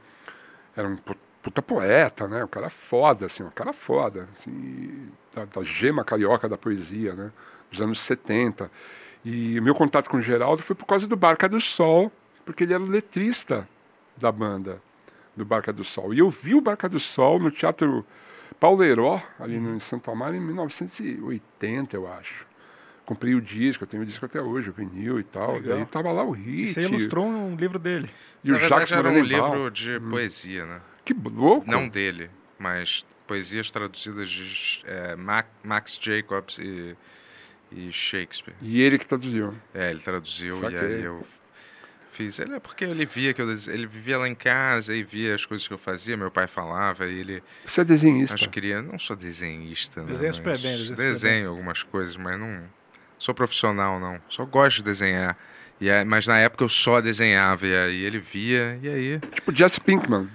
Speaker 8: era um pu- puta poeta, né? Um cara foda, assim, um cara foda, assim, da, da gema carioca da poesia, né? Dos anos 70. E o meu contato com o Geraldo foi por causa do Barca do Sol, porque ele era o letrista da banda do Barca do Sol. E eu vi o Barca do Sol no Teatro Paulo Heró, ali no, em Santo Amaro, em 1980, eu acho. Comprei o disco, eu tenho o disco até hoje, o vinil e tal.
Speaker 10: Legal.
Speaker 8: Daí tava lá o
Speaker 10: E
Speaker 8: hit.
Speaker 10: Você ilustrou um livro dele.
Speaker 8: E
Speaker 4: é
Speaker 8: o
Speaker 4: Na verdade,
Speaker 8: Jacques
Speaker 4: era um
Speaker 8: Morelenbaum.
Speaker 4: livro de
Speaker 8: Hum.
Speaker 4: poesia, né?
Speaker 8: Que louco!
Speaker 4: Não dele, mas poesias traduzidas de é, Ma- Max Jacobs e, e Shakespeare.
Speaker 8: E ele que traduziu.
Speaker 4: É, ele traduziu
Speaker 8: Saquei.
Speaker 4: e aí eu fiz. Ele é porque ele via que eu des- ele vivia lá em casa e via as coisas que eu fazia, meu pai falava e ele
Speaker 8: Você é desenhista.
Speaker 4: acho que queria, não sou desenhista, né,
Speaker 10: Desenha super
Speaker 4: mas
Speaker 10: bem, desenha super bem.
Speaker 4: desenho algumas coisas, mas não sou profissional não. Só gosto de desenhar. E aí, mas na época eu só desenhava e aí ele via e aí
Speaker 8: Tipo Jesse Pinkman.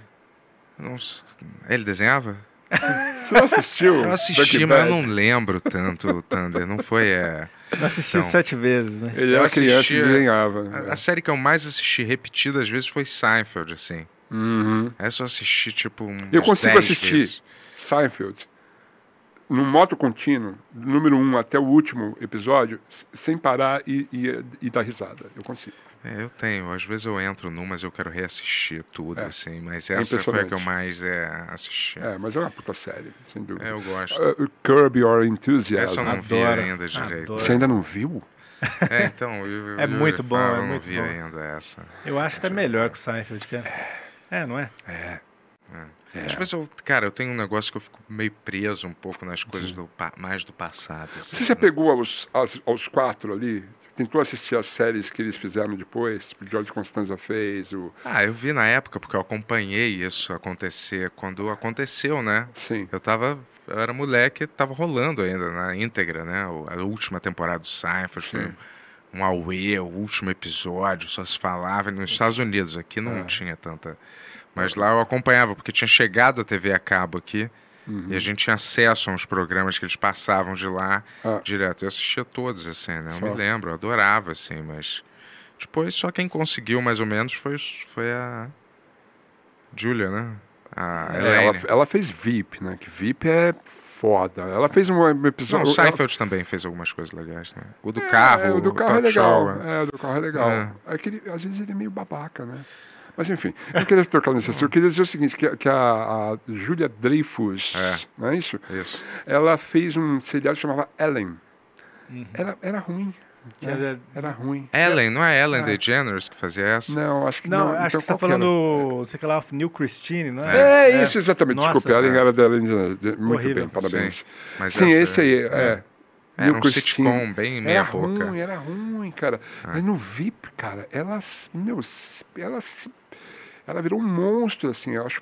Speaker 4: não s- ele desenhava?
Speaker 8: Você não assistiu?
Speaker 4: Eu assisti,
Speaker 8: Breaking
Speaker 4: mas eu
Speaker 8: Bad?
Speaker 4: não lembro tanto, Thunder. Não foi. É...
Speaker 10: Eu assisti
Speaker 4: Então.
Speaker 10: sete vezes, né?
Speaker 8: Ele
Speaker 4: eu
Speaker 8: era criança e
Speaker 4: assistia-
Speaker 8: desenhava.
Speaker 4: A, a série que eu mais assisti repetidas vezes foi Seinfeld, assim.
Speaker 8: Uhum.
Speaker 4: Essa eu assisti, tipo, umas
Speaker 8: Eu consigo
Speaker 4: 10
Speaker 8: assistir.
Speaker 4: vezes.
Speaker 8: Seinfeld. No moto contínuo, do número 1 um até o último episódio, s- sem parar e, e, e dar risada. Eu consigo.
Speaker 4: É, eu tenho. Às vezes eu entro numas e eu quero reassistir tudo,
Speaker 8: É.
Speaker 4: assim. Mas
Speaker 8: É
Speaker 4: essa foi a que eu
Speaker 8: impressionante.
Speaker 4: mais é, assisti. É.
Speaker 8: É, mas é uma puta série, sem dúvida.
Speaker 4: eu gosto.
Speaker 8: Uh, Curb Your
Speaker 4: essa eu
Speaker 8: Enthusiasm.
Speaker 4: não vi
Speaker 10: adoro,
Speaker 4: ainda direito.
Speaker 10: adoro.
Speaker 8: Você ainda não viu?
Speaker 4: É, então, eu, eu-
Speaker 10: É
Speaker 4: eu
Speaker 10: muito bom,
Speaker 4: falo,
Speaker 10: é
Speaker 4: eu não
Speaker 10: muito
Speaker 4: vi
Speaker 10: bom.
Speaker 4: ainda essa.
Speaker 8: Então.
Speaker 10: Eu acho até melhor que o Seinfeld, cara.
Speaker 3: É, não é?
Speaker 4: É. é. Às vezes eu, cara, eu tenho um negócio que eu fico meio preso um pouco nas coisas do, pa- mais do passado. assim,
Speaker 8: Uhum. Você se
Speaker 4: né?
Speaker 8: apegou aos, às- aos quatro ali? Tentou assistir as séries que eles fizeram depois? Tipo, o George Constanza fez, o...
Speaker 4: Ah, eu vi na época, porque eu acompanhei isso acontecer quando aconteceu, né?
Speaker 8: Sim.
Speaker 4: Eu tava. Eu era moleque, tava rolando ainda na íntegra, né? O- A última temporada do Seinfeld foi
Speaker 8: Sim.
Speaker 4: um, um auê, o último episódio, só se falava nos Estados Unidos. Aqui não
Speaker 8: É.
Speaker 4: tinha tanta. Mas lá eu acompanhava, porque tinha chegado a TV a cabo aqui
Speaker 8: Uhum.
Speaker 4: e a gente tinha acesso a uns programas que eles passavam de lá
Speaker 8: Ah.
Speaker 4: direto. Eu assistia todos, assim, né? Eu
Speaker 8: Só.
Speaker 4: me lembro, eu adorava, assim, mas. Depois só quem conseguiu mais ou menos foi, foi a. Julia, né? A
Speaker 8: É,
Speaker 4: Elaine.
Speaker 8: ela, ela fez VIP, né? Que VIP é foda. Ela fez um episódio...
Speaker 4: Não, o
Speaker 8: ela-
Speaker 4: Seinfeld também fez algumas coisas legais, né? O do
Speaker 8: É,
Speaker 4: carro,
Speaker 8: é, o do carro é
Speaker 4: talk
Speaker 8: legal.
Speaker 4: show, é.
Speaker 8: É, o do carro é legal.
Speaker 4: É.
Speaker 8: É que ele- às vezes ele é meio babaca, né? Mas enfim, eu queria tocar nesse assunto. Eu queria dizer o seguinte, que, a- que a, a Julia Dreyfus,
Speaker 4: É.
Speaker 8: não é isso?
Speaker 4: Isso.
Speaker 8: Ela fez um seriado que chamava Ellen.
Speaker 3: Uhum.
Speaker 8: Era, era ruim.
Speaker 3: Tinha-
Speaker 10: É.
Speaker 8: né? Era ruim.
Speaker 4: Ellen, não é Ellen
Speaker 8: É.
Speaker 4: DeGeneres que fazia essa?
Speaker 8: Não, acho que não.
Speaker 3: Não, acho
Speaker 8: Então,
Speaker 3: que você tá
Speaker 8: qual era?
Speaker 3: falando, não sei que lá, New Christine, não é?
Speaker 8: É, isso, exatamente.
Speaker 3: Nossa,
Speaker 8: Desculpa, ela
Speaker 4: cara.
Speaker 8: era da Ellen DeGeneres. Muito
Speaker 3: Horrível.
Speaker 8: bem, parabéns.
Speaker 4: Mas
Speaker 8: Sim,
Speaker 4: essa-
Speaker 8: esse aí. É.
Speaker 4: Era
Speaker 8: New
Speaker 4: um
Speaker 8: Christine.
Speaker 4: sitcom bem
Speaker 8: Era
Speaker 4: meia boca. Ah.
Speaker 8: ruim, é. era ruim, cara. Mas no VIP, cara, ela, s- meu, s- ela, se- ela virou um monstro, assim. Eu acho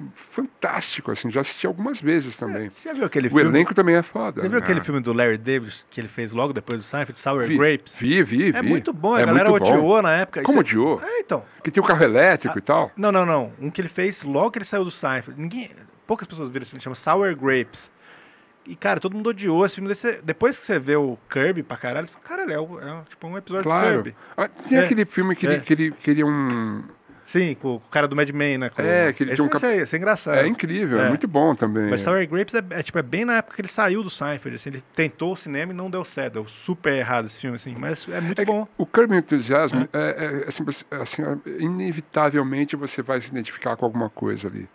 Speaker 8: fantástico, assim. Já assisti algumas vezes também.
Speaker 3: Você já É, viu aquele
Speaker 8: O
Speaker 3: filme?
Speaker 8: elenco também é foda.
Speaker 3: Você viu
Speaker 8: né?
Speaker 3: aquele filme do Larry Davis que ele fez logo depois do Seinfeld, Sour
Speaker 8: Vi,
Speaker 3: Grapes?
Speaker 8: Vi, vi, vi.
Speaker 3: É muito bom, a
Speaker 8: É
Speaker 3: galera
Speaker 8: muito bom.
Speaker 3: odiou na época.
Speaker 8: Como
Speaker 3: Isso
Speaker 8: odiou?
Speaker 3: é... Ah. é, então.
Speaker 8: Que tem o carro elétrico e tal.
Speaker 3: Não, não, não. Um que ele fez logo que ele saiu do Seinfeld. Ninguém... Poucas pessoas viram esse filme, chama Sour Grapes. E, cara, todo mundo odiou esse filme. Daí você- Depois que você vê o Kirby pra caralho, você fala, caralho, é, o- é tipo um episódio
Speaker 8: Claro.
Speaker 3: do Kirby.
Speaker 8: Ah, Tem
Speaker 3: É,
Speaker 8: aquele filme que,
Speaker 3: é.
Speaker 8: ele, que, ele, que ele é um...
Speaker 3: Sim, com o cara do Mad Men, né? com-
Speaker 8: É, que ele
Speaker 3: esse,
Speaker 8: tinha um
Speaker 3: esse
Speaker 8: cap-
Speaker 3: aí, esse é engraçado.
Speaker 8: É incrível, é,
Speaker 3: É.
Speaker 8: muito bom também.
Speaker 3: Mas Sour Grapes é, é, tipo, é bem na época que ele saiu do Seinfeld, assim, ele tentou o cinema e não deu certo, deu super errado esse filme, assim, mas é muito
Speaker 8: É que
Speaker 3: bom.
Speaker 8: O Kirby Entusiasmo, é, é- é sempre assim, é- inevitavelmente você vai se identificar com alguma coisa ali.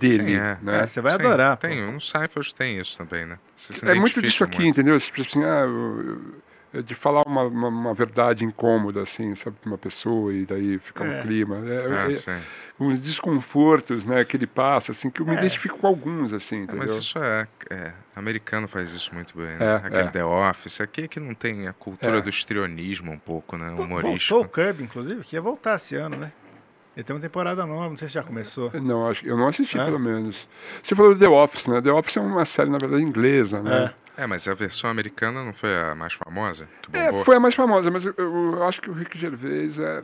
Speaker 8: Dele,
Speaker 4: Sim, é.
Speaker 8: né?
Speaker 3: É, você vai
Speaker 4: Sim,
Speaker 3: adorar. pô.
Speaker 4: Tem, no Seinfeld tem isso também, né? Você se
Speaker 8: É muito
Speaker 4: identifica
Speaker 8: disso aqui,
Speaker 4: muito.
Speaker 8: entendeu? Tipo assim, ah, eu- eu- é de falar uma, uma- uma verdade incômoda, assim, sabe, pra uma pessoa, e daí fica um
Speaker 3: É.
Speaker 8: clima. né?
Speaker 4: Ah,
Speaker 8: É-
Speaker 4: sim. É,
Speaker 8: é- uns desconfortos, né, que ele passa, assim, que eu me
Speaker 3: É.
Speaker 8: identifico com alguns, assim, entendeu?
Speaker 4: mas isso é, é. Americano faz isso muito bem, né?
Speaker 8: É,
Speaker 4: Aquele
Speaker 8: é.
Speaker 4: The Office. Aqui é que não tem a cultura
Speaker 8: É.
Speaker 4: do estrionismo um pouco, né?
Speaker 3: Vol-
Speaker 4: Humorístico.
Speaker 3: Voltou o Kirby, inclusive, que ia voltar esse ano, né? Ele tem uma temporada nova, não sei se já começou.
Speaker 8: Não, acho, que- eu não assisti,
Speaker 3: É.
Speaker 8: pelo menos. Você falou do The Office, né? The Office é uma série, na verdade, inglesa, né?
Speaker 3: É.
Speaker 4: É, mas a versão americana não foi a mais famosa? Que
Speaker 8: É,
Speaker 4: bombou?
Speaker 8: foi a mais famosa, mas eu, eu acho que o Rick Gervais é.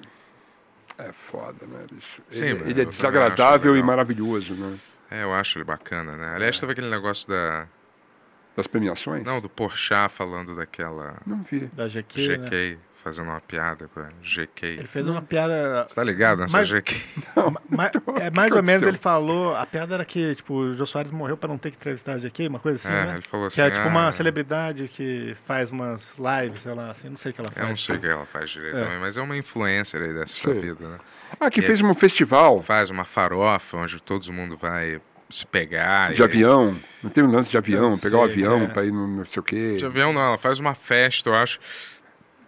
Speaker 8: É foda, né, bicho?
Speaker 4: Sim,
Speaker 8: ele,
Speaker 4: mas
Speaker 8: ele é
Speaker 4: eu também acho
Speaker 8: desagradável e
Speaker 4: legal.
Speaker 8: maravilhoso, né?
Speaker 4: É, eu acho ele bacana, né?
Speaker 8: É.
Speaker 4: Aliás, teve aquele negócio da.
Speaker 8: Das premiações?
Speaker 4: Não, do Porchat falando daquela.
Speaker 8: Não vi.
Speaker 3: Da GQ, né?
Speaker 4: GK, fazendo uma piada com a
Speaker 3: Ele
Speaker 4: GK.
Speaker 3: fez uma piada.
Speaker 4: Você tá ligado nessa
Speaker 3: Mas-
Speaker 4: GK?
Speaker 3: ma- é, mais ou menos ele falou. A piada era que, tipo, o Jô Soares morreu pra não ter que entrevistar a GQ, uma coisa assim,
Speaker 4: é,
Speaker 3: né?
Speaker 4: ele falou assim.
Speaker 3: Que é tipo uma
Speaker 4: ah,
Speaker 3: celebridade que faz umas lives, sei lá, assim, não sei o que ela faz.
Speaker 4: Eu não É um sei o que ela faz direito
Speaker 3: É.
Speaker 4: também, mas é uma influencer aí dessa
Speaker 8: Sei.
Speaker 4: vida, né?
Speaker 8: Ah, que
Speaker 4: E
Speaker 8: fez um festival
Speaker 4: Faz uma farofa onde todo mundo vai se pegar.
Speaker 8: de
Speaker 4: e-
Speaker 8: avião. Não tem um lance de avião,
Speaker 3: Não
Speaker 8: pegar o
Speaker 3: sei,
Speaker 8: avião
Speaker 3: é.
Speaker 8: pra ir no não sei o quê.
Speaker 4: De avião não, ela faz uma festa, eu acho,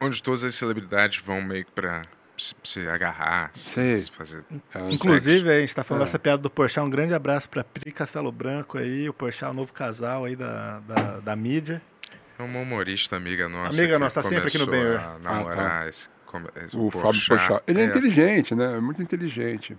Speaker 4: onde todas as celebridades vão meio que pra se, se agarrar, se-
Speaker 8: Sei.
Speaker 4: se fazer.
Speaker 8: É, um-
Speaker 4: Inclu-
Speaker 3: Inclusive, a gente tá falando
Speaker 8: É.
Speaker 3: dessa piada do Porchat. Um grande abraço pra Pri Castelo Branco aí, o Porchat, o novo casal aí da, da, da mídia.
Speaker 4: É uma humorista amiga nossa.
Speaker 3: Amiga
Speaker 4: que
Speaker 3: nossa, tá sempre aqui no
Speaker 4: começou
Speaker 3: Bem,
Speaker 4: a namorar esse, come- esse
Speaker 8: Ah, O Fábio Pochá. Ele é, inteligente, né? É Muito inteligente.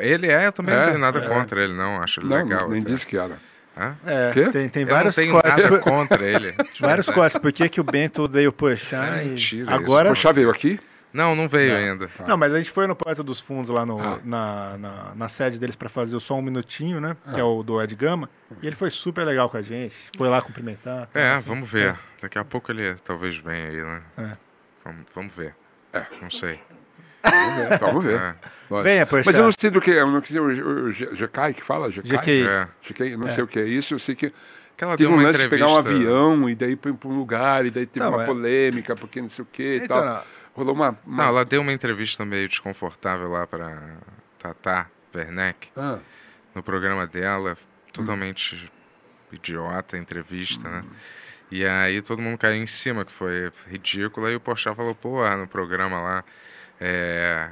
Speaker 4: Ele é, eu também
Speaker 8: É,
Speaker 4: não tenho nada
Speaker 8: é.
Speaker 4: contra ele, não. Acho ele
Speaker 8: Não,
Speaker 4: legal.
Speaker 8: nem
Speaker 4: até.
Speaker 8: disse que era.
Speaker 4: Hã?
Speaker 3: É,
Speaker 8: Quê?
Speaker 3: tem, tem
Speaker 4: Eu
Speaker 3: vários
Speaker 4: não tenho
Speaker 3: cortes.
Speaker 4: nada contra ele. de
Speaker 8: É.
Speaker 3: Vários
Speaker 4: verdade.
Speaker 3: cortes. Por que, que o Bento odeia o Porchat?
Speaker 4: É
Speaker 3: e-
Speaker 4: mentira isso.
Speaker 3: Agora.
Speaker 8: Pochá veio aqui?
Speaker 4: Não, não veio ainda.
Speaker 3: Não, mas a gente foi no Porta dos Fundos lá no,
Speaker 8: Ah.
Speaker 3: na, na, na sede deles pra fazer o Só Um Minutinho, né? Que é o do Ed Gama. E ele foi super legal com a gente. Foi lá cumprimentar.
Speaker 4: É,
Speaker 3: assim.
Speaker 4: vamos ver. Daqui a pouco ele talvez venha aí, né?
Speaker 3: É.
Speaker 4: Vamos, vamos ver. Não sei.
Speaker 8: Vamos ver. É. tá, Então, Vamos ver.
Speaker 4: É,
Speaker 3: Venha, Porchat.
Speaker 8: Mas eu não sei do que é. Eu não sei o, o, o GK que fala? GK?
Speaker 3: GK.
Speaker 4: é.
Speaker 8: GK, eu não
Speaker 3: É.
Speaker 8: sei o que é isso. Eu sei que
Speaker 4: Que ela
Speaker 8: Teve
Speaker 4: deu
Speaker 8: um
Speaker 4: uma
Speaker 8: lance de
Speaker 4: entrevista.
Speaker 8: pegar um avião e daí para um lugar, e daí teve
Speaker 3: Não,
Speaker 8: uma
Speaker 3: é.
Speaker 8: polêmica, porque não sei tá? o que e
Speaker 3: Então,
Speaker 8: tal. Rolou uma. uma-
Speaker 4: Não, ela deu uma entrevista meio desconfortável lá pra Tatá Werneck,
Speaker 8: Ah,
Speaker 4: no programa dela, totalmente
Speaker 8: Hum.
Speaker 4: idiota a entrevista, né? E aí todo mundo caiu em ah, cima, que foi ridículo. Aí o Porchat falou, porra, no programa lá, é,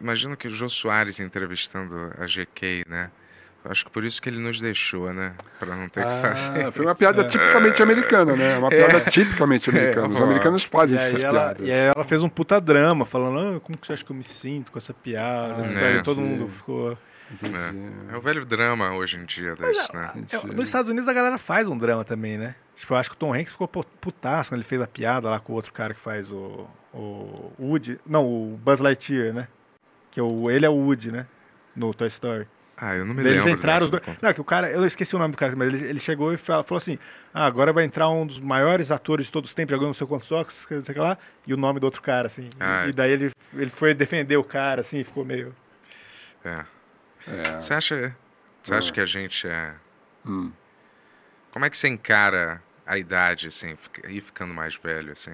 Speaker 4: Imagino que o Jô Soares entrevistando a GK, né? Acho que por isso que ele nos deixou, né? Pra não ter
Speaker 10: Ah.
Speaker 4: que fazer.
Speaker 8: Ah, Foi uma piada
Speaker 4: isso. É.
Speaker 8: tipicamente americana, né? Uma piada tipicamente americana. Os
Speaker 4: ó.
Speaker 8: americanos fazem
Speaker 10: E aí,
Speaker 8: essas
Speaker 10: ela,
Speaker 8: piadas.
Speaker 10: e aí ela fez um puta drama, falando, "Ah, como que você acha que eu me sinto com essa piada?
Speaker 4: Ah,
Speaker 10: Aí
Speaker 8: né.
Speaker 4: é.
Speaker 10: todo mundo ficou.
Speaker 4: É. É o velho drama hoje em dia das, né?
Speaker 10: É, nos Estados Unidos a galera faz um drama também, né? Tipo, eu acho que o Tom Hanks ficou pu- putaço quando ele fez a piada lá com o outro cara que faz o. O Woody. Não, o Buzz Lightyear, né? Que o, ele é o Woody, né? No Toy Story.
Speaker 4: Ah, eu não me
Speaker 10: Daí
Speaker 4: lembro.
Speaker 10: Eles entraram os
Speaker 4: dessa
Speaker 10: dois. Não, é que o cara, eu esqueci o nome do cara, mas ele, ele chegou e fala- falou assim: ah, agora vai entrar um dos maiores atores de todos os tempos, jogando não sei quantos óculos, não sei o que lá, e o nome do outro cara, assim.
Speaker 4: Ah,
Speaker 10: E,
Speaker 4: é.
Speaker 10: e daí ele, ele foi defender o cara, assim, e ficou meio.
Speaker 4: É.
Speaker 10: Ah.
Speaker 8: É.
Speaker 4: Você acha, você acha que a gente é.
Speaker 8: Hum.
Speaker 4: Como é que você encara a idade, assim, fica- ir ficando mais velho, assim?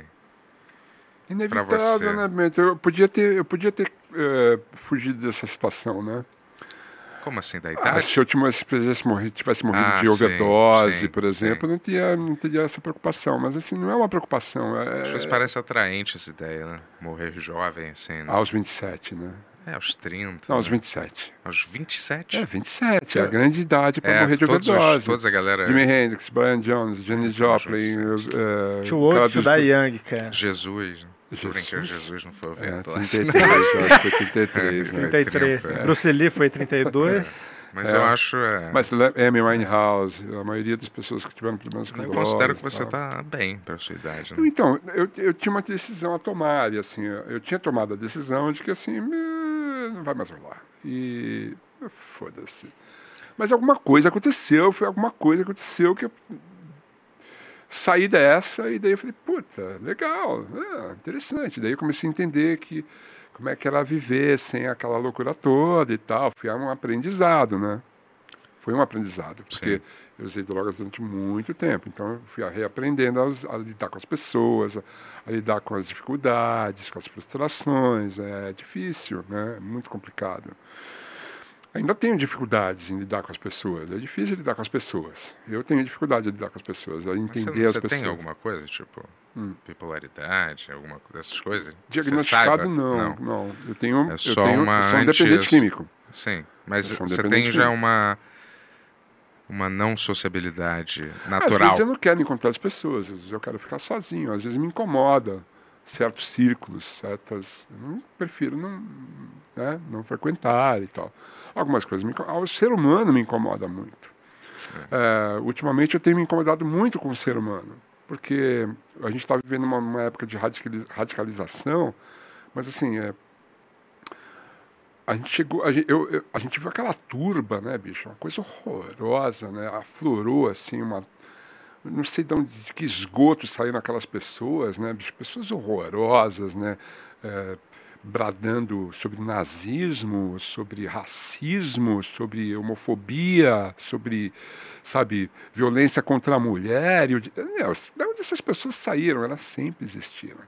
Speaker 4: você.
Speaker 8: Inevitável, né, Bento? Eu podia ter, eu podia ter eh, fugido dessa situação, né?
Speaker 4: Como assim, da
Speaker 8: Ah,
Speaker 4: idade?
Speaker 8: se eu tivesse, tivesse morrido, tivesse morrido
Speaker 4: Ah,
Speaker 8: de
Speaker 4: sim,
Speaker 8: overdose,
Speaker 4: sim,
Speaker 8: por exemplo, não teria, não teria essa preocupação. Mas assim, não é uma preocupação.
Speaker 4: Às
Speaker 8: É,
Speaker 4: vezes parece atraente essa ideia, né? Morrer jovem, assim. Né?
Speaker 8: aos 27, né?
Speaker 4: É, aos 30.
Speaker 8: Não, aos
Speaker 4: né?
Speaker 8: 27.
Speaker 4: Aos 27?
Speaker 8: É, 27. É a grande idade para
Speaker 4: É,
Speaker 8: morrer de
Speaker 4: todos os-
Speaker 8: overdose.
Speaker 4: todos a galera-
Speaker 8: Jimi Hendrix, Brian Jones, Johnny Joplin. eh,
Speaker 4: É,
Speaker 3: um
Speaker 10: Too old to
Speaker 8: Claudio-
Speaker 10: die young, cara.
Speaker 4: Jesus. né? Tô brincando,
Speaker 8: Jesus?
Speaker 4: Jesus não assim. foi
Speaker 8: É,
Speaker 4: overdose.
Speaker 8: 33, eu acho que foi 33, né?
Speaker 10: 33.
Speaker 4: trinta, é.
Speaker 10: Bruce Lee foi 32.
Speaker 4: Mas
Speaker 8: É.
Speaker 4: eu acho. É...
Speaker 8: Mas Le- Amy Winehouse, a maioria das pessoas que tiveram problemas com
Speaker 4: Eu
Speaker 8: drogas
Speaker 4: considero que
Speaker 8: e
Speaker 4: você
Speaker 8: tal.
Speaker 4: tá bem pra sua idade. Né?
Speaker 8: Então, eu, eu tinha uma decisão a tomar, e assim, eu eu tinha tomado a decisão de que assim, eh, não vai mais rolar. E eh, foda-se. Mas alguma coisa aconteceu, foi alguma coisa aconteceu que eu saí dessa e daí eu falei, puta, legal, ah, interessante. Daí eu comecei a entender que como é que era viver sem aquela loucura toda e tal. Foi um aprendizado, né? Foi um aprendizado, porque eu usei drogas durante muito tempo, então eu fui reaprendendo a, us- a lidar com as pessoas, a, a lidar com as dificuldades, com as frustrações. É difícil, né? É muito complicado. Ainda tenho dificuldades em lidar com as pessoas. É difícil lidar com as pessoas. Eu tenho dificuldade em lidar com as pessoas, a
Speaker 4: Mas você,
Speaker 8: entender as
Speaker 4: você
Speaker 8: pessoas.
Speaker 4: tem alguma coisa, tipo,
Speaker 8: Hum.
Speaker 4: bipolaridade, alguma co- dessas coisas? Que você
Speaker 8: Diagnosticado
Speaker 4: saiba?
Speaker 8: não, não, Eu tenho,
Speaker 4: É
Speaker 8: eu
Speaker 4: só
Speaker 8: tenho,
Speaker 4: uma
Speaker 8: eu sou um dependente
Speaker 4: antes-
Speaker 8: químico.
Speaker 4: Sim, mas
Speaker 8: Eu sou um
Speaker 4: você tem
Speaker 8: dependente
Speaker 4: já
Speaker 8: químico.
Speaker 4: uma uma não sociabilidade
Speaker 8: Às
Speaker 4: natural.
Speaker 8: vezes eu não quero encontrar as pessoas, às vezes eu quero ficar sozinho, às vezes me incomoda certos círculos, certas. Eu não- prefiro não, né, não frequentar e tal. Algumas coisas me incomodam. O ser humano me incomoda muito. É, ultimamente eu tenho me incomodado muito com o ser humano, porque a gente está vivendo uma, uma época de radicali- radicalização, mas assim, é, a gente chegou, a gente, eu- eu- a gente viu aquela turba, né, bicho? Uma coisa horrorosa, né? Aflorou assim uma não sei de, onde, de que esgoto saíram aquelas pessoas, né? bicho? Pessoas horrorosas, né? É, bradando sobre nazismo, sobre racismo, sobre homofobia, sobre, sabe, violência contra a mulher. E o, di- meu, de onde essas pessoas saíram? Elas sempre existiram.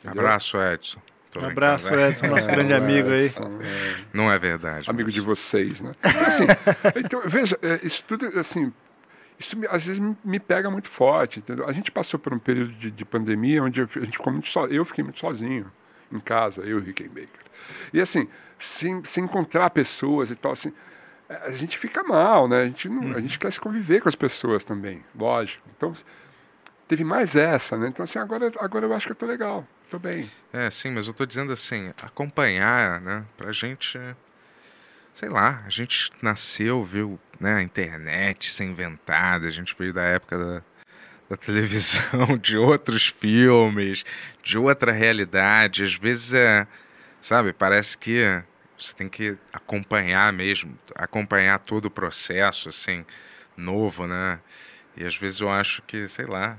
Speaker 8: entendeu?
Speaker 4: Abraço, Edson. Tô
Speaker 10: Um
Speaker 4: brincando,
Speaker 10: abraço,
Speaker 4: né?
Speaker 10: Edson, nosso grande amigo aí.
Speaker 8: É,
Speaker 4: Não é verdade.
Speaker 8: amigo
Speaker 4: mas-
Speaker 8: de vocês, né? Assim, então, veja, é, isso tudo, assim, isso me- às vezes me- me pega muito forte, entendeu? A gente passou por um período de, de pandemia onde eu- a gente ficou muito so, eu fiquei muito sozinho em casa, eu e Rickenbacker. E assim, sem, sem encontrar pessoas e tal, assim, é, a gente fica mal, né? A gente, não, a gente quer se conviver com as pessoas também, lógico. Então, teve mais essa, né? Então, assim, agora, agora eu acho que eu tô legal, tô bem.
Speaker 4: É, sim, mas eu tô dizendo assim, acompanhar, né? Pra gente, sei lá, a gente nasceu, viu, né, a internet ser inventada, a gente veio da época da, da televisão, de outros filmes, de outra realidade. Às vezes é, sabe, parece que você tem que acompanhar mesmo, acompanhar todo o processo, assim, novo, né? E às vezes eu acho que, sei lá,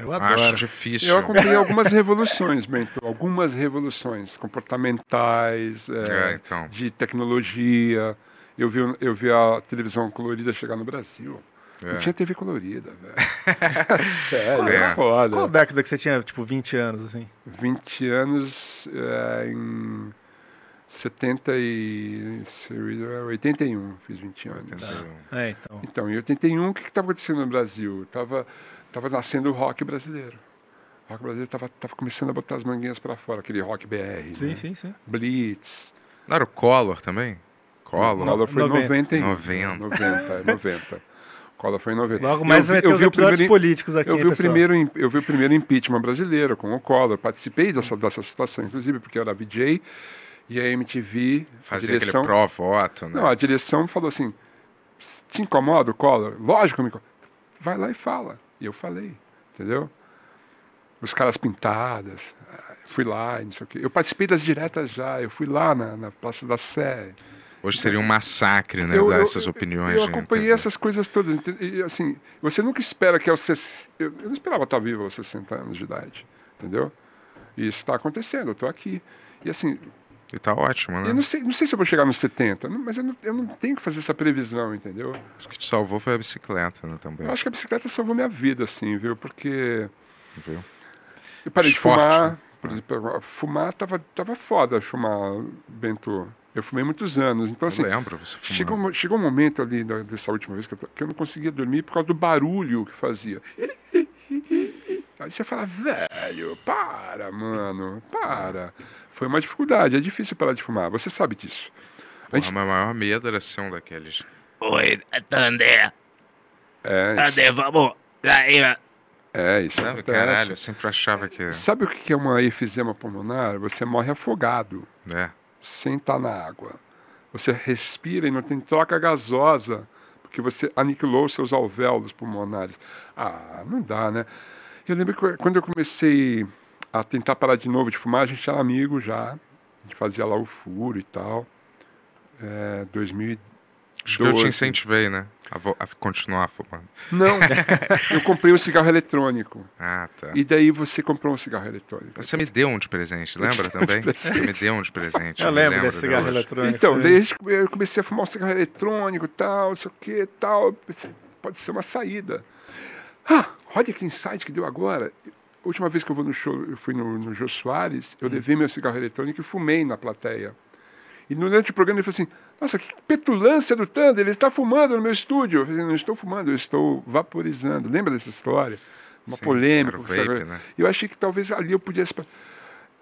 Speaker 10: Eu
Speaker 4: acho
Speaker 10: adoro.
Speaker 4: difícil.
Speaker 8: Eu acompanhei algumas revoluções, Bento. Algumas revoluções comportamentais,
Speaker 4: É,
Speaker 8: é,
Speaker 4: então.
Speaker 8: de tecnologia. Eu vi, eu vi a televisão colorida chegar no Brasil.
Speaker 4: É.
Speaker 8: Não tinha TV colorida, velho. Sério,
Speaker 4: É.
Speaker 8: é. foda.
Speaker 10: Qual década que você tinha, tipo, 20 anos, assim?
Speaker 8: 20 anos é, em 70 e... 81, fiz 20 anos.
Speaker 4: um.
Speaker 10: É, então.
Speaker 8: um, Então, em 81, o que estava acontecendo no Brasil? Tava, tava nascendo o rock brasileiro. rock brasileiro tava, tava começando a botar as manguinhas pra fora, aquele rock BR.
Speaker 10: Sim,
Speaker 8: né?
Speaker 10: sim, sim.
Speaker 8: Blitz.
Speaker 4: Não era o Collor também? Collor.
Speaker 8: Collor foi em
Speaker 10: 90.
Speaker 8: 91.
Speaker 4: 90.
Speaker 8: 90, é, 90. Collor foi em 90.
Speaker 10: Logo mais
Speaker 8: vi-
Speaker 10: vai ter os
Speaker 8: vi o
Speaker 10: episódios
Speaker 8: primeiro-
Speaker 10: políticos aqui,
Speaker 8: eu vi,
Speaker 10: hein,
Speaker 8: o
Speaker 10: pessoal?
Speaker 8: primeiro, im- eu vi o primeiro impeachment brasileiro com o Collor. Participei dessa, dessa situação, inclusive, porque eu era VJ e a MTV. a
Speaker 4: Fazia
Speaker 8: direção,
Speaker 4: aquele pró-voto, né?
Speaker 8: Não, a direção falou assim: te incomoda o Collor? Lógico que me incomoda. Vai lá e fala. E eu falei, entendeu? Os caras pintadas. ah, Fui lá, e não sei o quê. Eu participei das diretas já. Eu fui lá na, na Praça da Sé.
Speaker 4: Hoje seria um massacre, né?
Speaker 8: Eu-
Speaker 4: dar
Speaker 8: eu-
Speaker 4: essas opiniões.
Speaker 8: Eu
Speaker 4: né,
Speaker 8: acompanhei
Speaker 4: entendeu?
Speaker 8: essas coisas todas. ente- E, assim, você nunca espera que aos 60. Eu eu não esperava estar vivo aos 60 anos de idade, entendeu? E isso está acontecendo, eu estou aqui. E assim,
Speaker 4: E tá ótimo, né?
Speaker 8: eu não sei, não sei se eu vou chegar nos 70, não- mas eu não, eu não tenho que fazer essa previsão, entendeu?
Speaker 4: O que te salvou foi a bicicleta, né? Também.
Speaker 8: Eu acho que a bicicleta salvou minha vida, assim, viu? Porque
Speaker 4: Viu?
Speaker 8: eu parei
Speaker 4: Esporte,
Speaker 8: de fumar.
Speaker 4: né?
Speaker 8: Por exemplo, fumar tava, tava foda fumar, Bento. Eu fumei muitos anos. Então, assim,
Speaker 4: eu lembro, você fumando.
Speaker 8: Chegou, um mo- chegou um momento ali da- dessa última vez que eu, to- que eu não conseguia dormir por causa do barulho que fazia. Aí você fala, velho, para, mano, para. Foi uma dificuldade, é difícil parar de fumar, você sabe disso. A
Speaker 4: Porra,
Speaker 8: gente,
Speaker 4: meu maior medo era ser um daqueles.
Speaker 8: é, é, isso
Speaker 4: Sabe,
Speaker 8: acontece.
Speaker 4: caralho, eu sempre achava que.
Speaker 8: Sabe o que é uma efizema pulmonar? Você morre afogado,
Speaker 4: né?
Speaker 8: sem estar na água. Você respira e não tem troca gasosa, porque você aniquilou os seus alvéolos pulmonares. Ah, não dá, né? Eu lembro que quando eu comecei a tentar parar de novo de fumar, a gente era amigo já. A gente fazia lá o furo e tal. É, 2000
Speaker 4: Acho que eu te
Speaker 8: Doze.
Speaker 4: incentivei, né? A, vo- a continuar fumando.
Speaker 8: Não, eu comprei um cigarro eletrônico.
Speaker 4: Ah, tá.
Speaker 8: E daí você comprou um cigarro eletrônico.
Speaker 4: Você me deu um de presente, lembra
Speaker 8: te dei um
Speaker 4: também?
Speaker 8: de
Speaker 4: Você me deu um de presente.
Speaker 10: Eu,
Speaker 4: me
Speaker 10: lembro desse
Speaker 4: até
Speaker 10: cigarro
Speaker 4: hoje.
Speaker 10: eletrônico. né?
Speaker 8: Então,
Speaker 4: é.
Speaker 8: desde que eu comecei a fumar um cigarro eletrônico, tal, não sei o que, tal, pensei, pode ser uma saída. Ah, olha que insight que deu agora. A última vez que eu vou no show, eu fui no, no Jô Soares,
Speaker 4: Hum.
Speaker 8: eu levei meu cigarro eletrônico e fumei na plateia. E durante o programa ele falou assim, nossa, que petulância do Thunder, ele está fumando no meu estúdio. Eu falei, assim, não estou fumando, eu estou vaporizando. Lembra dessa história? Uma
Speaker 4: Sim, era
Speaker 8: polêmica.
Speaker 4: o
Speaker 8: com o cigarro-
Speaker 4: vape, né?
Speaker 8: Eu achei que talvez ali eu pudesse... pa-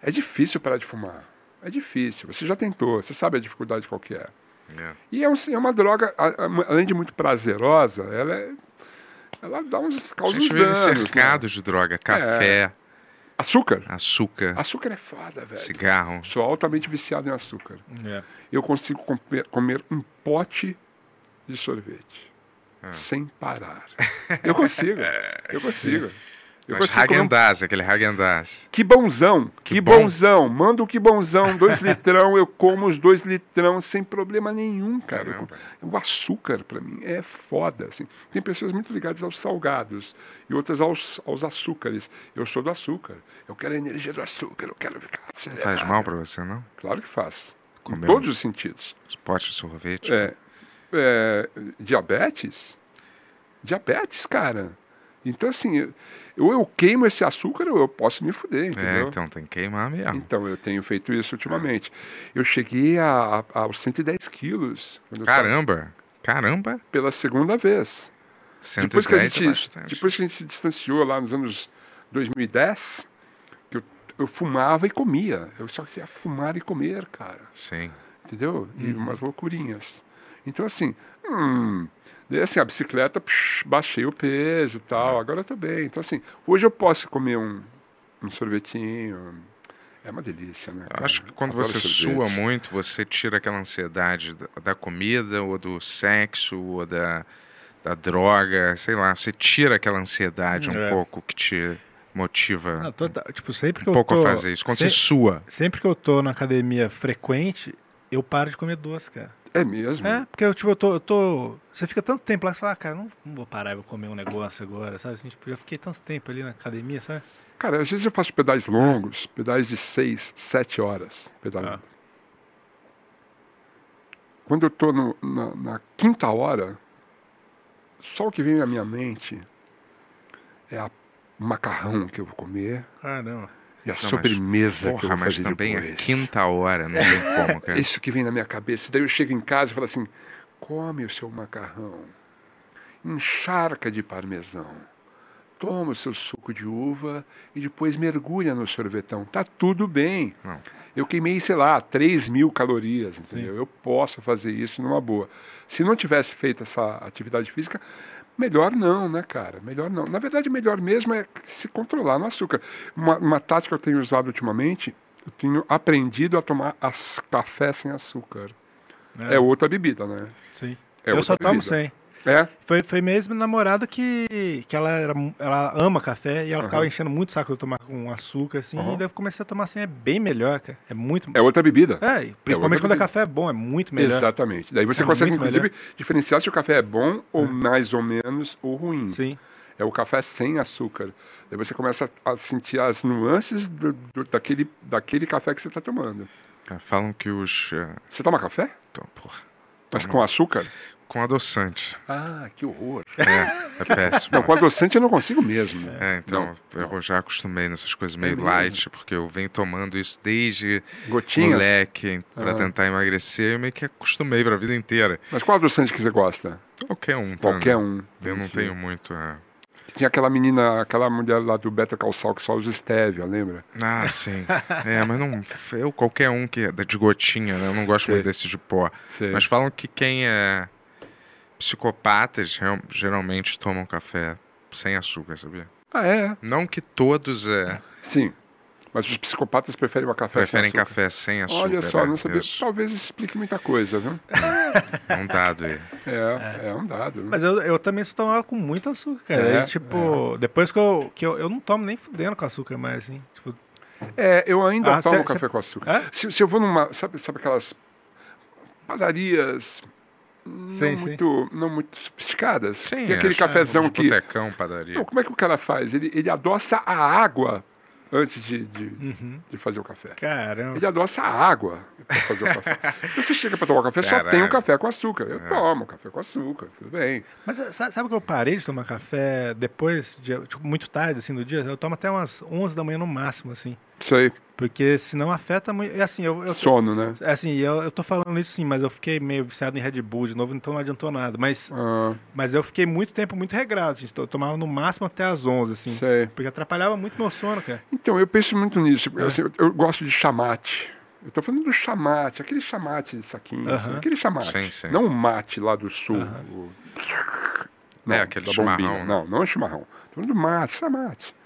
Speaker 8: É difícil parar de fumar. É difícil. Você já tentou, você sabe a dificuldade qual que é.
Speaker 4: É.
Speaker 8: E é, um- é uma droga, a- a- além de muito prazerosa, ela é- Ela dá uns,
Speaker 4: A
Speaker 8: causa
Speaker 4: gente
Speaker 8: uns
Speaker 4: vive
Speaker 8: danos. né? É.
Speaker 4: cercado de droga, café,
Speaker 8: Açúcar.
Speaker 4: açúcar,
Speaker 8: Açúcar é foda, velho.
Speaker 4: cigarro.
Speaker 8: Sou altamente viciado em açúcar.
Speaker 10: É.
Speaker 8: Eu consigo comer, comer um pote de sorvete.
Speaker 4: Ah.
Speaker 8: Sem parar. Eu consigo. Eu consigo. Eu
Speaker 4: Mas
Speaker 8: consigo comer um
Speaker 4: Hagendaz, aquele Hagendaz.
Speaker 8: Que bonzão, que,
Speaker 4: Que bom.
Speaker 8: bonzão, manda o que bonzão, dois litrão, eu como os dois litrão sem problema nenhum, cara. Eu-
Speaker 4: Caramba.
Speaker 8: o açúcar pra mim é foda, assim. Tem pessoas muito ligadas aos salgados e outras aos, aos açúcares. Eu sou do açúcar, eu quero a energia do açúcar, eu quero ficar
Speaker 4: Não
Speaker 8: acelerado.
Speaker 4: faz um mal pra você, não?
Speaker 8: Claro que faz, em
Speaker 4: Comer
Speaker 8: todos os sentidos.
Speaker 4: uns potes de sorvete.
Speaker 8: É, é, diabetes? Diabetes, cara. Então, assim, ou eu queimo esse açúcar ou eu posso me fuder,
Speaker 4: É,
Speaker 8: entendeu?
Speaker 4: então tem que queimar mesmo.
Speaker 8: Então, eu tenho feito isso ultimamente.
Speaker 4: Ah.
Speaker 8: Eu cheguei a, a- aos 110 quilos quando eu tava-
Speaker 4: Caramba, caramba.
Speaker 8: pela segunda vez.
Speaker 4: 110
Speaker 8: Depois que, a
Speaker 4: é
Speaker 8: gente,
Speaker 4: bastante.
Speaker 8: depois que a gente se distanciou lá nos anos 2010, que eu, eu fumava e comia. Eu só queria fumar e comer, cara.
Speaker 4: Sim.
Speaker 8: Entendeu? E
Speaker 4: Uhum.
Speaker 8: umas loucurinhas. Então, assim, hum, daí, assim, a bicicleta, psh, baixei o peso e tal, agora eu tô bem. Então, assim, hoje eu posso comer um, um sorvetinho. É uma delícia, né?
Speaker 4: Eu acho
Speaker 8: cara?
Speaker 4: que quando
Speaker 8: Adoro
Speaker 4: você
Speaker 8: sorvete.
Speaker 4: sua muito, você tira aquela ansiedade da, da comida, ou do sexo, ou da, da droga, sei lá. Você tira aquela ansiedade um
Speaker 10: É.
Speaker 4: pouco que te motiva
Speaker 10: Não, total- tipo, sempre que
Speaker 4: um
Speaker 10: eu
Speaker 4: pouco
Speaker 10: tô,
Speaker 4: a fazer isso. Quando
Speaker 10: se-
Speaker 4: você sua.
Speaker 10: Sempre que eu tô na academia frequente, eu paro de comer doce, cara.
Speaker 8: É mesmo?
Speaker 10: É, porque eu, tipo, eu tô, eu tô- Você fica tanto tempo lá, você fala, ah, cara, não, não vou parar, eu vou comer um negócio agora, sabe? Assim, tipo, eu fiquei tanto tempo ali na academia, sabe?
Speaker 8: Cara, às vezes eu faço pedais longos, pedais de 6, 7 horas
Speaker 4: Ah.
Speaker 8: pedalando. Quando eu tô no- na, na quinta hora, só o que vem à minha mente é a- o macarrão que eu vou comer
Speaker 10: Caramba.
Speaker 8: e a
Speaker 4: mas,
Speaker 8: sobremesa que eu
Speaker 4: Porra,
Speaker 8: vou
Speaker 4: mas
Speaker 8: fazer
Speaker 4: também a
Speaker 8: depois.
Speaker 4: quinta hora, não tem como, cara.
Speaker 8: Isso que vem na minha cabeça. Daí eu chego em casa e falo assim: come o seu macarrão, encharca de parmesão, toma o seu suco de uva e depois mergulha no sorvetão. Tá tudo bem.
Speaker 4: Não.
Speaker 8: Eu queimei, sei lá, 3 mil calorias, entendeu? Eu posso fazer isso numa boa. Se não tivesse feito essa atividade física, melhor não, né, cara? Melhor não. Na verdade, melhor mesmo é se controlar no açúcar. Uma, uma tática que eu tenho usado ultimamente, eu tenho aprendido a tomar as café sem açúcar. É, outra bebida, né?
Speaker 3: Sim.
Speaker 8: É
Speaker 3: eu
Speaker 8: outra
Speaker 3: só tomo
Speaker 8: bebida.
Speaker 3: sem.
Speaker 8: É?
Speaker 3: Foi, foi mesmo namorada que, que ela, era mu- ela ama café e ela ficava enchendo muito o saco de eu tomar com açúcar, assim,
Speaker 8: Aham.
Speaker 3: e daí eu comecei a tomar assim, é bem melhor, cara. É muito.
Speaker 8: É outra bebida.
Speaker 3: É, e principalmente
Speaker 8: outra
Speaker 3: quando é
Speaker 8: bebida.
Speaker 3: café é bom, é muito melhor.
Speaker 8: Exatamente. Daí você
Speaker 3: É
Speaker 8: consegue,
Speaker 3: muito
Speaker 8: inclusive, diferenciar se o café é bom ou mais ou menos ou ruim.
Speaker 3: Sim.
Speaker 8: É o café sem açúcar. Daí você começa a sentir as nuances do- do- daquele, daquele café que você está tomando.
Speaker 4: Ah, Falam que os. ah,
Speaker 8: Você toma café?
Speaker 4: tô- porra,
Speaker 8: Mas
Speaker 4: Tomo.
Speaker 8: com açúcar?
Speaker 4: com adoçante.
Speaker 8: Ah, que horror.
Speaker 4: É, é péssimo.
Speaker 8: Não, com adoçante eu não consigo mesmo.
Speaker 4: É, então eu já acostumei nessas coisas meio
Speaker 8: É mesmo?
Speaker 4: light, porque eu venho tomando isso desde
Speaker 8: Gotinhas.
Speaker 4: moleque pra
Speaker 8: Ah.
Speaker 4: tentar emagrecer, eu meio que acostumei pra vida inteira.
Speaker 8: Mas qual adoçante que você gosta?
Speaker 4: Qualquer um, tá?
Speaker 8: Qualquer um.
Speaker 4: Eu não
Speaker 8: Enfim.
Speaker 4: tenho muito. ah,
Speaker 8: Tinha aquela menina, aquela mulher lá do Beta Calçal que só usa estévia, lembra?
Speaker 4: Ah, sim. É, mas não. Eu, qualquer um que é de gotinha, né? Eu não gosto
Speaker 8: Sei.
Speaker 4: muito desse de pó.
Speaker 8: Sei.
Speaker 4: Mas falam que quem é psicopatas real- geralmente tomam café sem açúcar, sabia?
Speaker 8: Ah, é?
Speaker 4: Não que todos é,
Speaker 8: Sim. Mas os psicopatas preferem uma café
Speaker 4: preferem
Speaker 8: sem um açúcar.
Speaker 4: café sem açúcar.
Speaker 8: Olha só,
Speaker 4: é,
Speaker 8: não sabia.
Speaker 4: isso.
Speaker 8: Talvez isso explique muita coisa, viu?
Speaker 4: É um dado aí.
Speaker 8: É, é, um dado. né?
Speaker 3: Mas eu, eu também só tomava com muito açúcar, cara.
Speaker 8: É,
Speaker 3: Aí, tipo, depois que eu, que eu. Eu não tomo nem fudendo com açúcar mais, assim. Tipo,
Speaker 8: É, eu ainda
Speaker 3: Ah,
Speaker 8: tomo
Speaker 3: cê-
Speaker 8: café
Speaker 3: cê-
Speaker 8: com açúcar.
Speaker 3: é?
Speaker 8: Se, se eu vou numa. Sabe, sabe aquelas padarias. Não,
Speaker 3: Sim, sim.
Speaker 8: muito, não muito sofisticadas.
Speaker 4: Sim,
Speaker 8: Tem aquele
Speaker 4: acho que é
Speaker 8: cafezão
Speaker 4: uns
Speaker 8: que.
Speaker 4: Botecão, padaria.
Speaker 8: Não, como é que o cara faz? Ele, ele adoça a água antes de, de,
Speaker 3: uhum.
Speaker 8: de fazer o café.
Speaker 3: Caramba.
Speaker 8: Ele adoça a água pra fazer o café. Você chega pra tomar café, só
Speaker 4: Caralho.
Speaker 8: tem o café com açúcar. Eu
Speaker 4: É.
Speaker 8: tomo café com açúcar, tudo bem.
Speaker 3: Mas eh, sa- sabe que eu parei de tomar café depois, de, tipo, muito tarde, assim, do dia? Eu tomo até umas 11 da manhã no máximo, assim.
Speaker 8: Isso aí,
Speaker 3: Porque senão afeta muito. E assim, eu, eu
Speaker 8: sono, né?
Speaker 3: Assim, eu, eu tô falando isso sim, mas eu fiquei meio viciado em Red Bull de novo, então não adiantou nada. Mas,
Speaker 8: Ah,
Speaker 3: mas eu fiquei muito tempo muito regrado, assim, eu tomava no máximo até as 11, assim.
Speaker 8: isso aí.
Speaker 3: Porque atrapalhava muito meu sono, cara.
Speaker 8: Então, eu penso muito nisso.
Speaker 3: É.
Speaker 8: Eu, assim, eu- eu gosto de chamate. Eu tô falando do chamate, aquele chamate de saquinho, assim,
Speaker 3: Aham.
Speaker 8: aquele chamate.
Speaker 4: Sim, sim.
Speaker 8: Não o mate lá do sul.
Speaker 3: Aham.
Speaker 8: o-
Speaker 4: É, aquele
Speaker 8: da
Speaker 4: chimarrão,
Speaker 8: bombinha.
Speaker 4: né?
Speaker 8: Não, não é chimarrão. Tô falando do mate, chamate.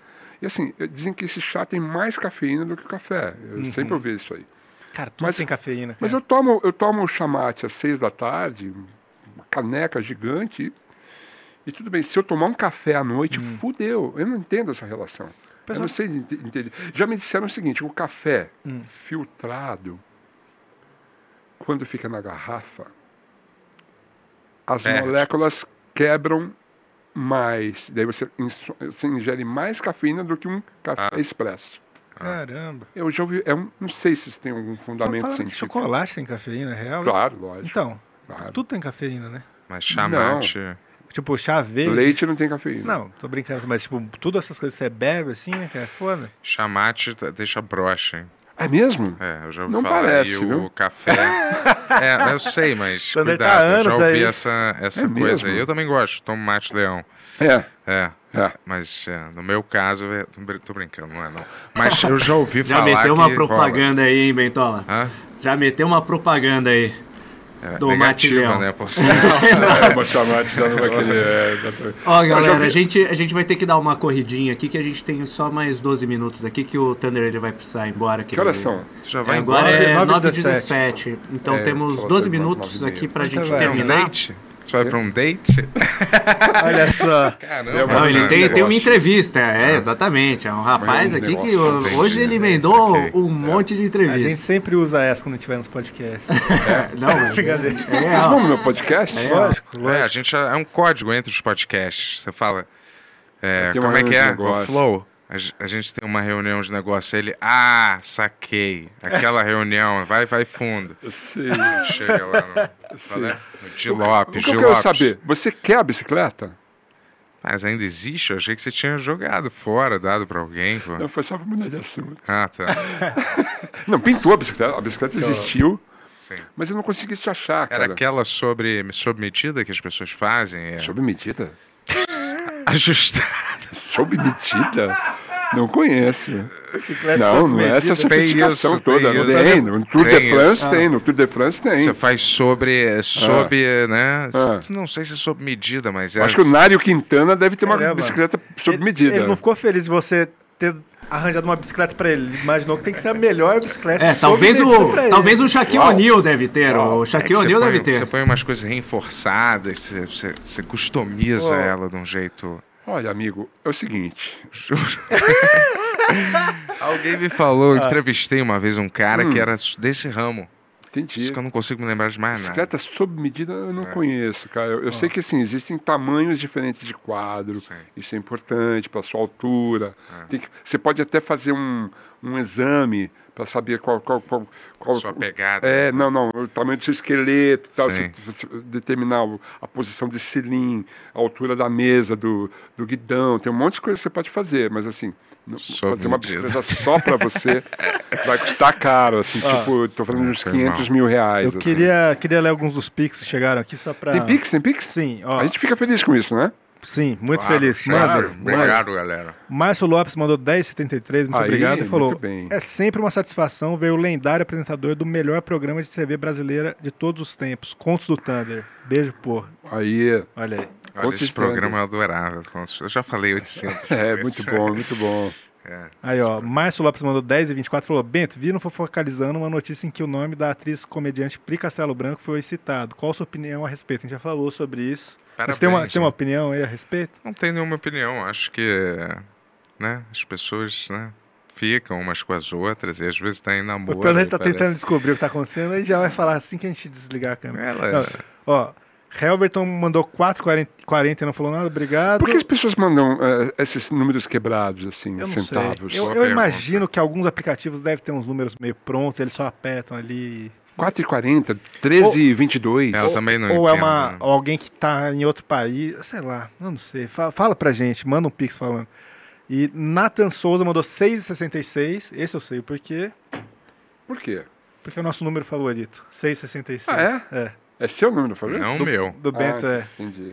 Speaker 8: E assim, eh, dizem que esse chá tem mais cafeína do que o café. Eu
Speaker 3: Uhum.
Speaker 8: sempre ouvi isso aí.
Speaker 3: Cara, tudo
Speaker 8: Mas-
Speaker 3: tem cafeína, cara.
Speaker 8: Mas eu tomo, eu tomo o chamate às seis da tarde, uma caneca gigante, e tudo bem. Se eu tomar um café à noite,
Speaker 3: Hum.
Speaker 8: fudeu. Eu não entendo essa relação. Eu
Speaker 3: Pessoal-
Speaker 8: não sei ente- entender. Já me disseram o seguinte: o café
Speaker 3: é. Hum.
Speaker 8: filtrado, quando fica na garrafa, as
Speaker 4: Perde.
Speaker 8: moléculas quebram mais. Daí você, inso- você ingere mais cafeína do que um café
Speaker 3: Ah.
Speaker 8: expresso.
Speaker 3: Caramba.
Speaker 8: Eu ah, já ouvi. é um- não sei se isso tem algum fundamento
Speaker 3: Falaram que
Speaker 8: científico.
Speaker 3: chocolate tem cafeína, é real?
Speaker 8: Claro, lógico.
Speaker 3: Então,
Speaker 8: claro.
Speaker 3: tudo tem cafeína, né?
Speaker 4: Mas chamate.
Speaker 3: Tipo, chá verde.
Speaker 8: Leite não tem cafeína.
Speaker 3: Não, tô brincando, mas tipo, todas essas coisas que você bebe assim, né, cara? Foda.
Speaker 4: Chamate t- deixa broxa, hein?
Speaker 8: É mesmo?
Speaker 4: É, eu já ouvi
Speaker 8: Não
Speaker 4: falar.
Speaker 8: parece,
Speaker 4: e
Speaker 8: viu?
Speaker 4: o café. é, eu sei, mas
Speaker 3: Sander
Speaker 4: cuidado,
Speaker 3: tá há
Speaker 4: eu já
Speaker 3: anos
Speaker 4: ouvi
Speaker 3: aí.
Speaker 4: essa, essa
Speaker 8: É
Speaker 4: coisa aí.
Speaker 8: mesmo?
Speaker 4: Eu também gosto, tomo mate leão.
Speaker 8: É.
Speaker 4: É.
Speaker 8: É.
Speaker 4: Mas é, no meu caso, é, tô brin- tô brincando, não é não. Mas eu já ouvi
Speaker 9: Já
Speaker 4: falar.
Speaker 9: meteu uma
Speaker 4: que
Speaker 9: propaganda aí, hein, Bentola?
Speaker 4: Rola. Hã?
Speaker 9: Já meteu uma propaganda aí.
Speaker 4: É,
Speaker 9: Do
Speaker 4: negativa,
Speaker 9: mate leão.
Speaker 4: né? Por sinal.
Speaker 8: É, mas chamate já não vai querer. é, exatamente.
Speaker 9: Ó,
Speaker 8: já
Speaker 9: galera,
Speaker 8: vi-
Speaker 9: a gente, a gente vai ter que dar uma corridinha aqui, que a gente tem só mais 12 minutos aqui, que o Thunder ele vai precisar ir embora. Que
Speaker 8: Que horas
Speaker 9: ele-
Speaker 8: são?
Speaker 4: Tu já vai
Speaker 9: É, agora
Speaker 4: embora.
Speaker 9: é
Speaker 3: 9 e
Speaker 9: 9h17. Então
Speaker 8: É,
Speaker 9: temos
Speaker 8: só
Speaker 9: 12
Speaker 8: umas
Speaker 9: minutos
Speaker 8: 9h30.
Speaker 9: aqui pra
Speaker 3: Então
Speaker 9: gente
Speaker 3: vai.
Speaker 4: Vai pra um
Speaker 9: terminar.
Speaker 4: date? Tu vai pra um date?
Speaker 3: Olha só.
Speaker 4: Caramba.
Speaker 9: Não, ele
Speaker 8: Não,
Speaker 9: tem,
Speaker 8: eu
Speaker 9: tem uma
Speaker 8: gosto.
Speaker 9: entrevista, é, exatamente. É um rapaz
Speaker 8: um
Speaker 9: aqui que
Speaker 8: negócio,
Speaker 9: ó,
Speaker 4: entendi,
Speaker 9: hoje ele
Speaker 4: entendi,
Speaker 9: emendou
Speaker 4: ok.
Speaker 9: um monte de
Speaker 3: A gente
Speaker 9: entrevista.
Speaker 3: sempre usa essa quando tiver nos podcasts.
Speaker 9: Não,
Speaker 8: Tá
Speaker 9: mas-
Speaker 3: Brincadeira.
Speaker 9: é,
Speaker 8: Vocês
Speaker 9: ó,
Speaker 8: vão no meu podcast?
Speaker 9: É, ó.
Speaker 3: Lógico, lógico.
Speaker 4: É, a gente é um código entre os podcasts. Você fala. é,
Speaker 8: Tem uma
Speaker 4: como é que
Speaker 8: reunião de
Speaker 4: é?
Speaker 8: negócio.
Speaker 4: O Flow. A, ge- a gente tem uma reunião de negócio. Ele. Ah, saquei. Aquela reunião. Vai, vai fundo.
Speaker 8: Sim.
Speaker 4: Chega lá no. Qual é? No Di Lopes,
Speaker 8: o que
Speaker 4: Di
Speaker 8: eu quero
Speaker 4: Lopes.
Speaker 8: saber? Você quer a bicicleta?
Speaker 4: Mas ainda existe? Eu achei que você tinha jogado fora, dado pra alguém. pô.
Speaker 8: Não, foi só pra mudar de assunto.
Speaker 4: Ah, tá.
Speaker 8: Não, pintou a bicicleta. A bicicleta existiu,
Speaker 4: Sim.
Speaker 8: mas eu não consegui te achar,
Speaker 4: Era
Speaker 8: cara.
Speaker 4: aquela sobre, sob medida que as pessoas fazem. É,
Speaker 8: Sob medida?
Speaker 4: ajustar.
Speaker 8: sob medida? Não conheço. Não, não é essa
Speaker 4: Tem
Speaker 8: sofisticação
Speaker 4: isso,
Speaker 8: toda.
Speaker 4: tem
Speaker 8: Não
Speaker 4: isso.
Speaker 8: tem. No Tour
Speaker 4: Tem
Speaker 8: de France
Speaker 4: isso.
Speaker 8: tem, no Tour de France tem.
Speaker 4: Você faz sobre, é, sobre né?
Speaker 8: Ah.
Speaker 4: Não sei se é sob medida, mas é.
Speaker 8: Acho que o Nário Quintana deve ter uma
Speaker 3: Caramba.
Speaker 8: bicicleta sob medida.
Speaker 3: Ele não ficou feliz de você ter arranjado uma bicicleta pra ele. Ele Imaginou que tem que ser a melhor bicicleta.
Speaker 9: É,
Speaker 3: sob
Speaker 9: talvez
Speaker 3: medida pra
Speaker 9: o,
Speaker 3: ele.
Speaker 9: talvez o Shaquille O'Neal deve ter. O
Speaker 4: É que
Speaker 9: Shaquille
Speaker 4: você
Speaker 9: O'Neal
Speaker 4: põe-
Speaker 9: um deve
Speaker 4: Você
Speaker 9: ter.
Speaker 4: põe umas coisas reenforçadas, você, você- você customiza
Speaker 3: Pô.
Speaker 4: ela de um jeito.
Speaker 8: Olha, amigo, é o seguinte.
Speaker 4: Alguém me falou, eu entrevistei uma vez um cara que era desse ramo.
Speaker 8: Entendi.
Speaker 4: Isso que eu não consigo me lembrar de mais nada. É.
Speaker 8: Bicicleta sob medida eu não conheço, cara. Eu, eu sei que assim, existem tamanhos diferentes de quadro,
Speaker 4: Sim. É.
Speaker 8: isso é importante para sua altura. Tem que- você pode até fazer um, um exame para saber qual. qual, qual, qual-
Speaker 4: Sua pegada.
Speaker 8: É, não, não, o tamanho do seu esqueleto, tal,
Speaker 4: Sim.
Speaker 8: você, você determinar o- a posição de cilim, a altura da mesa, do, do guidão, tem um monte de coisa que você pode fazer, mas assim, não-
Speaker 4: Sob
Speaker 8: fazer uma
Speaker 4: medida.
Speaker 8: bicicleta só para você vai custar caro, assim, tipo, tô falando de uns
Speaker 4: Foi mal.
Speaker 8: 500 mil reais.
Speaker 3: Ah, Eu
Speaker 8: assim.
Speaker 3: queria, queria ler alguns dos pics que chegaram aqui só pra.
Speaker 8: Tem Pix? Tem Pix?
Speaker 3: Sim, ó.
Speaker 8: A gente fica feliz com isso, né?
Speaker 3: Sim, muito
Speaker 4: Claro,
Speaker 3: feliz.
Speaker 4: claro.
Speaker 3: Manda, manda.
Speaker 4: Obrigado, galera.
Speaker 3: Márcio Lopes mandou 10,73, muito
Speaker 8: Aí,
Speaker 3: obrigado. E
Speaker 8: muito
Speaker 3: falou:
Speaker 8: bem.
Speaker 3: É sempre uma satisfação ver o lendário apresentador do melhor programa de TV brasileira de todos os tempos, Contos do Thunder. Beijo, porra.
Speaker 8: Aí, é,
Speaker 3: Olha aí.
Speaker 4: Olha,
Speaker 8: Outro
Speaker 4: esse
Speaker 8: estranho.
Speaker 4: programa eu adorava. Eu já falei 800.
Speaker 8: é
Speaker 4: vezes.
Speaker 8: muito bom, muito bom.
Speaker 3: Aí, ó. Márcio Lopes mandou 10 e 24 falou: Bento, vi não foi focalizando uma notícia em que o nome da atriz comediante Pri Castelo Branco foi citado. Qual a sua opinião a respeito? A gente já falou sobre isso. Mas
Speaker 4: Parabéns,
Speaker 3: tem uma, tem uma
Speaker 4: né?
Speaker 3: opinião aí a respeito?
Speaker 4: Não tenho nenhuma opinião. Acho que né, as pessoas né, ficam umas com as outras e às vezes tá em namoro.
Speaker 3: o Tanner
Speaker 4: e
Speaker 3: tá
Speaker 4: parece-
Speaker 3: tentando descobrir o que tá acontecendo e já vai falar assim que a gente desligar a câmera.
Speaker 4: Elas-
Speaker 3: Ó, Helverton mandou 4,40 e não falou nada, obrigado.
Speaker 8: Por que as pessoas mandam eh, esses números quebrados, assim,
Speaker 3: Eu não
Speaker 8: centavos?
Speaker 3: sei. Eu,
Speaker 4: Boa
Speaker 3: eu
Speaker 4: pergunta.
Speaker 3: imagino que alguns aplicativos devem ter uns números meio prontos, eles só apertam ali.
Speaker 8: 4,40, 13,22.
Speaker 4: Eu também não
Speaker 3: ou é
Speaker 4: entendo,
Speaker 3: uma,
Speaker 4: né?
Speaker 3: ou alguém que tá em outro país, sei lá, eu não sei. Fala, fala pra gente, manda um pix falando. E Nathan Souza mandou 6,66. Esse eu sei por quê.
Speaker 8: Por quê?
Speaker 3: Porque é o nosso número favorito. 6,66.
Speaker 8: Ah,
Speaker 3: é? É.
Speaker 8: É seu número, falei?
Speaker 4: Não o Ah, meu.
Speaker 3: Do Bento
Speaker 8: ah,
Speaker 3: é.
Speaker 8: Entendi.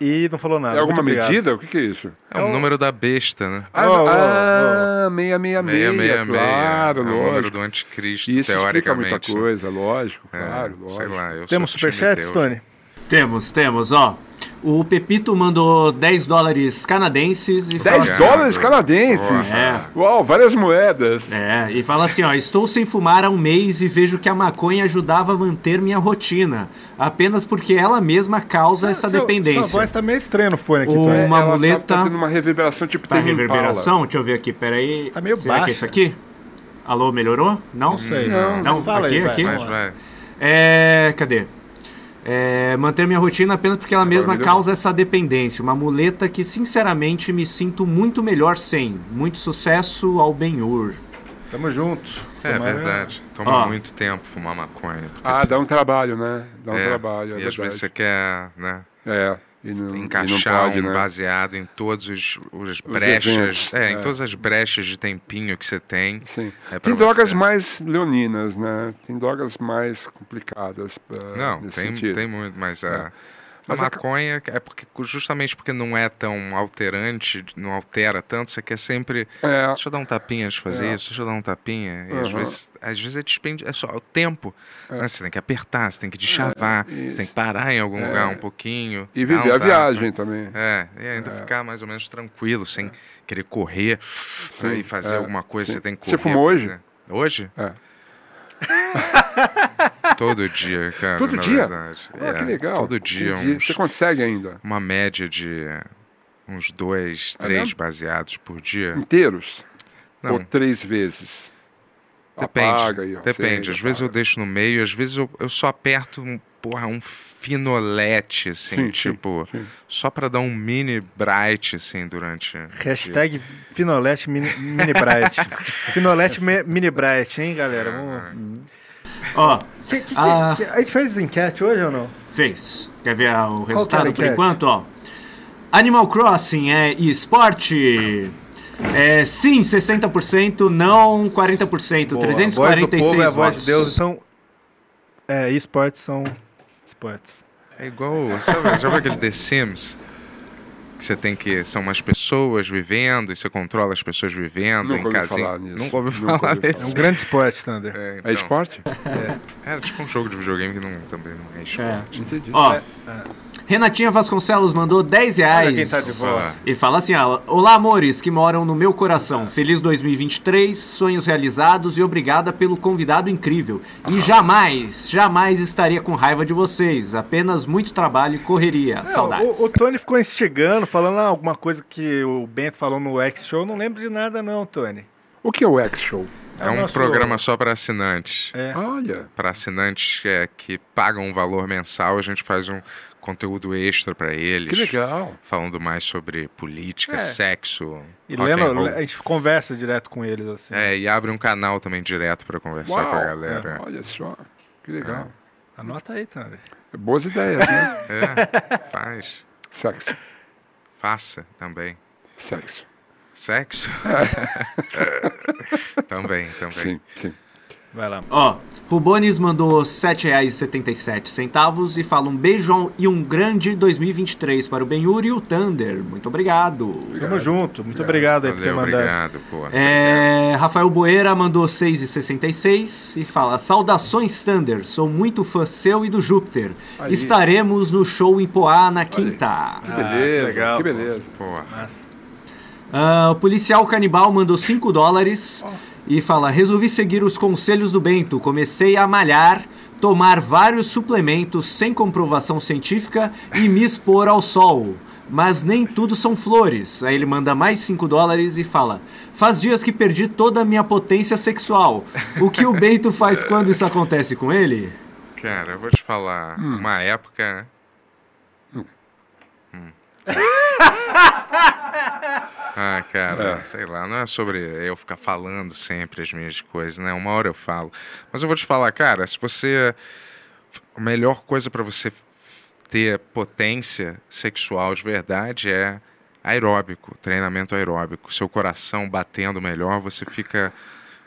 Speaker 3: E não falou nada.
Speaker 8: É alguma
Speaker 3: muito obrigado.
Speaker 8: medida? O que, que é isso?
Speaker 4: É o número da besta, né?
Speaker 8: Ah,
Speaker 3: Oh, oh,
Speaker 8: ah, 666, claro,
Speaker 4: é o número
Speaker 8: lógico.
Speaker 4: do anticristo,
Speaker 8: Isso explica
Speaker 4: teoricamente. né?
Speaker 8: muita coisa, lógico,
Speaker 4: É,
Speaker 8: claro, lógico.
Speaker 4: sei lá, eu
Speaker 3: Temos
Speaker 4: sou time
Speaker 3: superchats,
Speaker 4: Deus.
Speaker 3: Tony?
Speaker 9: Temos, temos, ó. O Pepito mandou 10 dólares canadenses e fala
Speaker 4: Tá
Speaker 8: 10
Speaker 9: assim,
Speaker 8: dólares canadenses?
Speaker 9: É.
Speaker 8: Uau, várias moedas.
Speaker 9: É, e fala assim, ó, estou sem fumar há um mês e vejo que a maconha ajudava a manter minha rotina, apenas porque ela mesma causa essa
Speaker 3: É, Seu- Sua
Speaker 9: dependência.
Speaker 3: voz tá meio estranha no fone aqui,
Speaker 9: O-
Speaker 3: Tony.
Speaker 9: Uma
Speaker 8: ela tá-
Speaker 9: muleta.
Speaker 8: Tá tendo uma reverberação, tipo,
Speaker 9: Tá
Speaker 8: tem um Impala.
Speaker 9: reverberação? Deixa eu ver aqui, peraí.
Speaker 3: Tá meio
Speaker 9: Será que
Speaker 3: baixo.
Speaker 9: é isso aqui? Alô, melhorou? Não?
Speaker 3: Não sei.
Speaker 8: Não,
Speaker 9: Não,
Speaker 3: mas fala
Speaker 9: aqui,
Speaker 3: aí, vai,
Speaker 9: aqui.
Speaker 3: vai.
Speaker 4: Mas vai.
Speaker 9: É. Cadê? É, manter minha rotina apenas porque ela mesma
Speaker 8: melhorou.
Speaker 9: causa essa dependência. Uma muleta que, sinceramente, me sinto muito melhor sem. Muito sucesso ao Benhur.
Speaker 3: Tamo junto.
Speaker 4: É
Speaker 3: Tomara-
Speaker 4: verdade. Toma
Speaker 9: Ó.
Speaker 4: muito tempo fumar maconha. porque
Speaker 8: Ah,
Speaker 4: você-
Speaker 8: dá um trabalho, né? Dá um
Speaker 4: é,
Speaker 8: trabalho, é
Speaker 4: E às
Speaker 8: verdade.
Speaker 4: vezes você quer, né?
Speaker 8: É, e não,
Speaker 4: encaixar
Speaker 8: e não pode,
Speaker 4: um
Speaker 8: né?
Speaker 4: baseado em todas os, os brechas,
Speaker 8: eventos,
Speaker 4: é, em
Speaker 8: é.
Speaker 4: todas as brechas de tempinho que você tem.
Speaker 8: Sim.
Speaker 4: É pra
Speaker 8: Tem drogas
Speaker 4: você.
Speaker 8: mais leoninas, né? Tem drogas mais complicadas pra,
Speaker 4: Não,
Speaker 8: É, nesse
Speaker 4: tem,
Speaker 8: sentido. É.
Speaker 4: tem muito, mas a, a
Speaker 8: Mas a ca-
Speaker 4: maconha é porque justamente porque não é tão alterante, não altera tanto, você quer sempre
Speaker 8: É,
Speaker 4: deixa eu dar um tapinha, deixa eu fazer
Speaker 8: É.
Speaker 4: isso, deixa eu dar um tapinha. E às
Speaker 8: Aham.
Speaker 4: vezes, às vezes é despende, é só o tempo.
Speaker 8: É.
Speaker 4: né? Você tem que apertar, você tem que deschavar, você
Speaker 8: isso.
Speaker 4: tem que parar em algum
Speaker 8: É.
Speaker 4: lugar um pouquinho.
Speaker 8: e
Speaker 4: dar
Speaker 8: viver
Speaker 4: um
Speaker 8: a
Speaker 4: tapa.
Speaker 8: viagem também.
Speaker 4: É, e ainda ficar mais ou menos tranquilo, sem querer correr pra
Speaker 8: É. Sim,
Speaker 4: ir fazer
Speaker 8: é,
Speaker 4: alguma coisa,
Speaker 8: sim.
Speaker 4: você tem que
Speaker 8: Você
Speaker 4: correr.
Speaker 8: fumou hoje?
Speaker 4: fazer. Hoje?
Speaker 8: É.
Speaker 4: Todo dia, cara.
Speaker 8: Todo
Speaker 4: na
Speaker 8: dia?
Speaker 4: verdade.
Speaker 8: Ah, que
Speaker 4: É,
Speaker 8: legal.
Speaker 4: Todo dia,
Speaker 8: Entendi.
Speaker 4: uns-
Speaker 8: Você consegue ainda?
Speaker 4: uma média de uns dois,
Speaker 8: É
Speaker 4: três
Speaker 8: mesmo?
Speaker 4: baseados por dia.
Speaker 8: Inteiros?
Speaker 4: É. Não,
Speaker 8: Ou três vezes?
Speaker 4: Depende.
Speaker 8: Apaga e
Speaker 4: Depende.
Speaker 8: acende,
Speaker 4: Às vezes eu
Speaker 8: apaga.
Speaker 4: deixo no meio, às vezes eu, eu só aperto um, porra, um finolete, assim,
Speaker 8: Sim, sim,
Speaker 4: tipo,
Speaker 8: sim.
Speaker 4: só pra dar um mini bright, assim, durante. o dia.
Speaker 3: Hashtag Finolete Mini, mini Bright. Finolete me- Mini Bright, hein, galera? Vamos-
Speaker 9: Ó,
Speaker 3: Que- que- que-
Speaker 9: Ah.
Speaker 3: que- a gente fez enquete hoje ou não?
Speaker 9: fez. Quer ver ah, o
Speaker 3: que era
Speaker 9: resultado
Speaker 3: a
Speaker 9: por
Speaker 3: enquete?
Speaker 9: enquanto? Ó. Animal Crossing é esporte? É, sim, 60%, não 40%,
Speaker 3: Boa, a voz do
Speaker 9: 346
Speaker 3: povo é a
Speaker 9: votos.
Speaker 3: voz de Deus, então... É, esportes são esportes.
Speaker 4: É igual. Sabe, já viu aquele The Sims? Que você tem que. São umas pessoas vivendo e você controla as pessoas vivendo
Speaker 8: Nunca
Speaker 4: em
Speaker 8: ouvi
Speaker 4: casinha.
Speaker 8: falar nisso.
Speaker 4: Nunca ouvi
Speaker 8: Nunca
Speaker 4: falar
Speaker 8: ouvi
Speaker 4: nisso.
Speaker 8: falar.
Speaker 3: É um grande esporte, Thunder.
Speaker 4: É,
Speaker 8: É esporte?
Speaker 4: É, era tipo um jogo de videogame que não, também não
Speaker 3: então.
Speaker 4: é esporte.
Speaker 8: Entendi.
Speaker 9: Ó, Renatinha Vasconcelos mandou 10 reais.
Speaker 3: quem tá de volta.
Speaker 9: E fala assim, ó, Olá, amores que moram no meu coração. Feliz 2023, sonhos realizados e obrigada pelo convidado incrível. E jamais, jamais estaria com raiva de vocês. Apenas muito trabalho e correria.
Speaker 3: Não,
Speaker 9: Saudades.
Speaker 3: É, O, o Tony ficou instigando, falando "Ah, alguma coisa que o Bento falou no X-Show. Não lembro de nada, não, Tony.
Speaker 8: O que é o X-Show?
Speaker 4: É um
Speaker 3: nosso-
Speaker 4: programa só para assinantes.
Speaker 3: É.
Speaker 8: Olha,
Speaker 4: Para assinantes é, que pagam um valor mensal, a gente faz um conteúdo extra para eles.
Speaker 8: que legal.
Speaker 4: Falando mais sobre política,
Speaker 3: É.
Speaker 4: sexo.
Speaker 3: E
Speaker 4: rock and
Speaker 3: lembra,
Speaker 8: é
Speaker 4: roll.
Speaker 3: a gente conversa direto com eles, assim.
Speaker 4: É, e abre um canal também direto pra conversar
Speaker 8: Uau, É.
Speaker 4: com a galera.
Speaker 8: Olha só, que legal.
Speaker 3: Anota aí, Thunder.
Speaker 8: Boas ideias, né?
Speaker 4: É, faz.
Speaker 8: Sexo,
Speaker 4: Faça também.
Speaker 8: sexo.
Speaker 4: Sexo? também, também.
Speaker 8: Sim, sim.
Speaker 3: Vai lá.
Speaker 9: Ó, Pubones mandou R$ 7,77 e fala um beijo e um grande 2023 para o Benhur e o Thunder. Muito obrigado.
Speaker 3: Tamo junto. Muito obrigado aí por ter
Speaker 4: Valeu,
Speaker 3: mandado.
Speaker 4: obrigado, pô.
Speaker 9: É, Rafael Boeira mandou 6,66 e fala: Saudações, Thunder. Sou muito fã seu e do Júpiter.
Speaker 8: Aí.
Speaker 9: Estaremos no show em Poá na quinta.
Speaker 8: Que beleza,
Speaker 3: legal,
Speaker 8: que
Speaker 3: pô.
Speaker 8: beleza.
Speaker 4: Porra.
Speaker 9: Ah, o policial canibal mandou 5 dólares e fala: Resolvi seguir os conselhos do Bento. Comecei a malhar, tomar vários suplementos sem comprovação científica e me expor ao sol. Mas nem tudo são flores. Aí ele manda mais 5 dólares e fala: Faz dias que perdi toda a minha potência sexual. O que o Bento faz quando isso acontece com ele?
Speaker 4: Cara, eu vou te falar.
Speaker 3: Hum.
Speaker 4: Uma época. né? Hum. Ah, cara, sei lá, não é sobre eu ficar falando sempre as minhas coisas, né? Uma hora eu falo. Mas eu vou te falar, cara, se você. A melhor coisa pra você ter potência sexual de verdade é aeróbico, treinamento aeróbico. Seu coração batendo melhor, você fica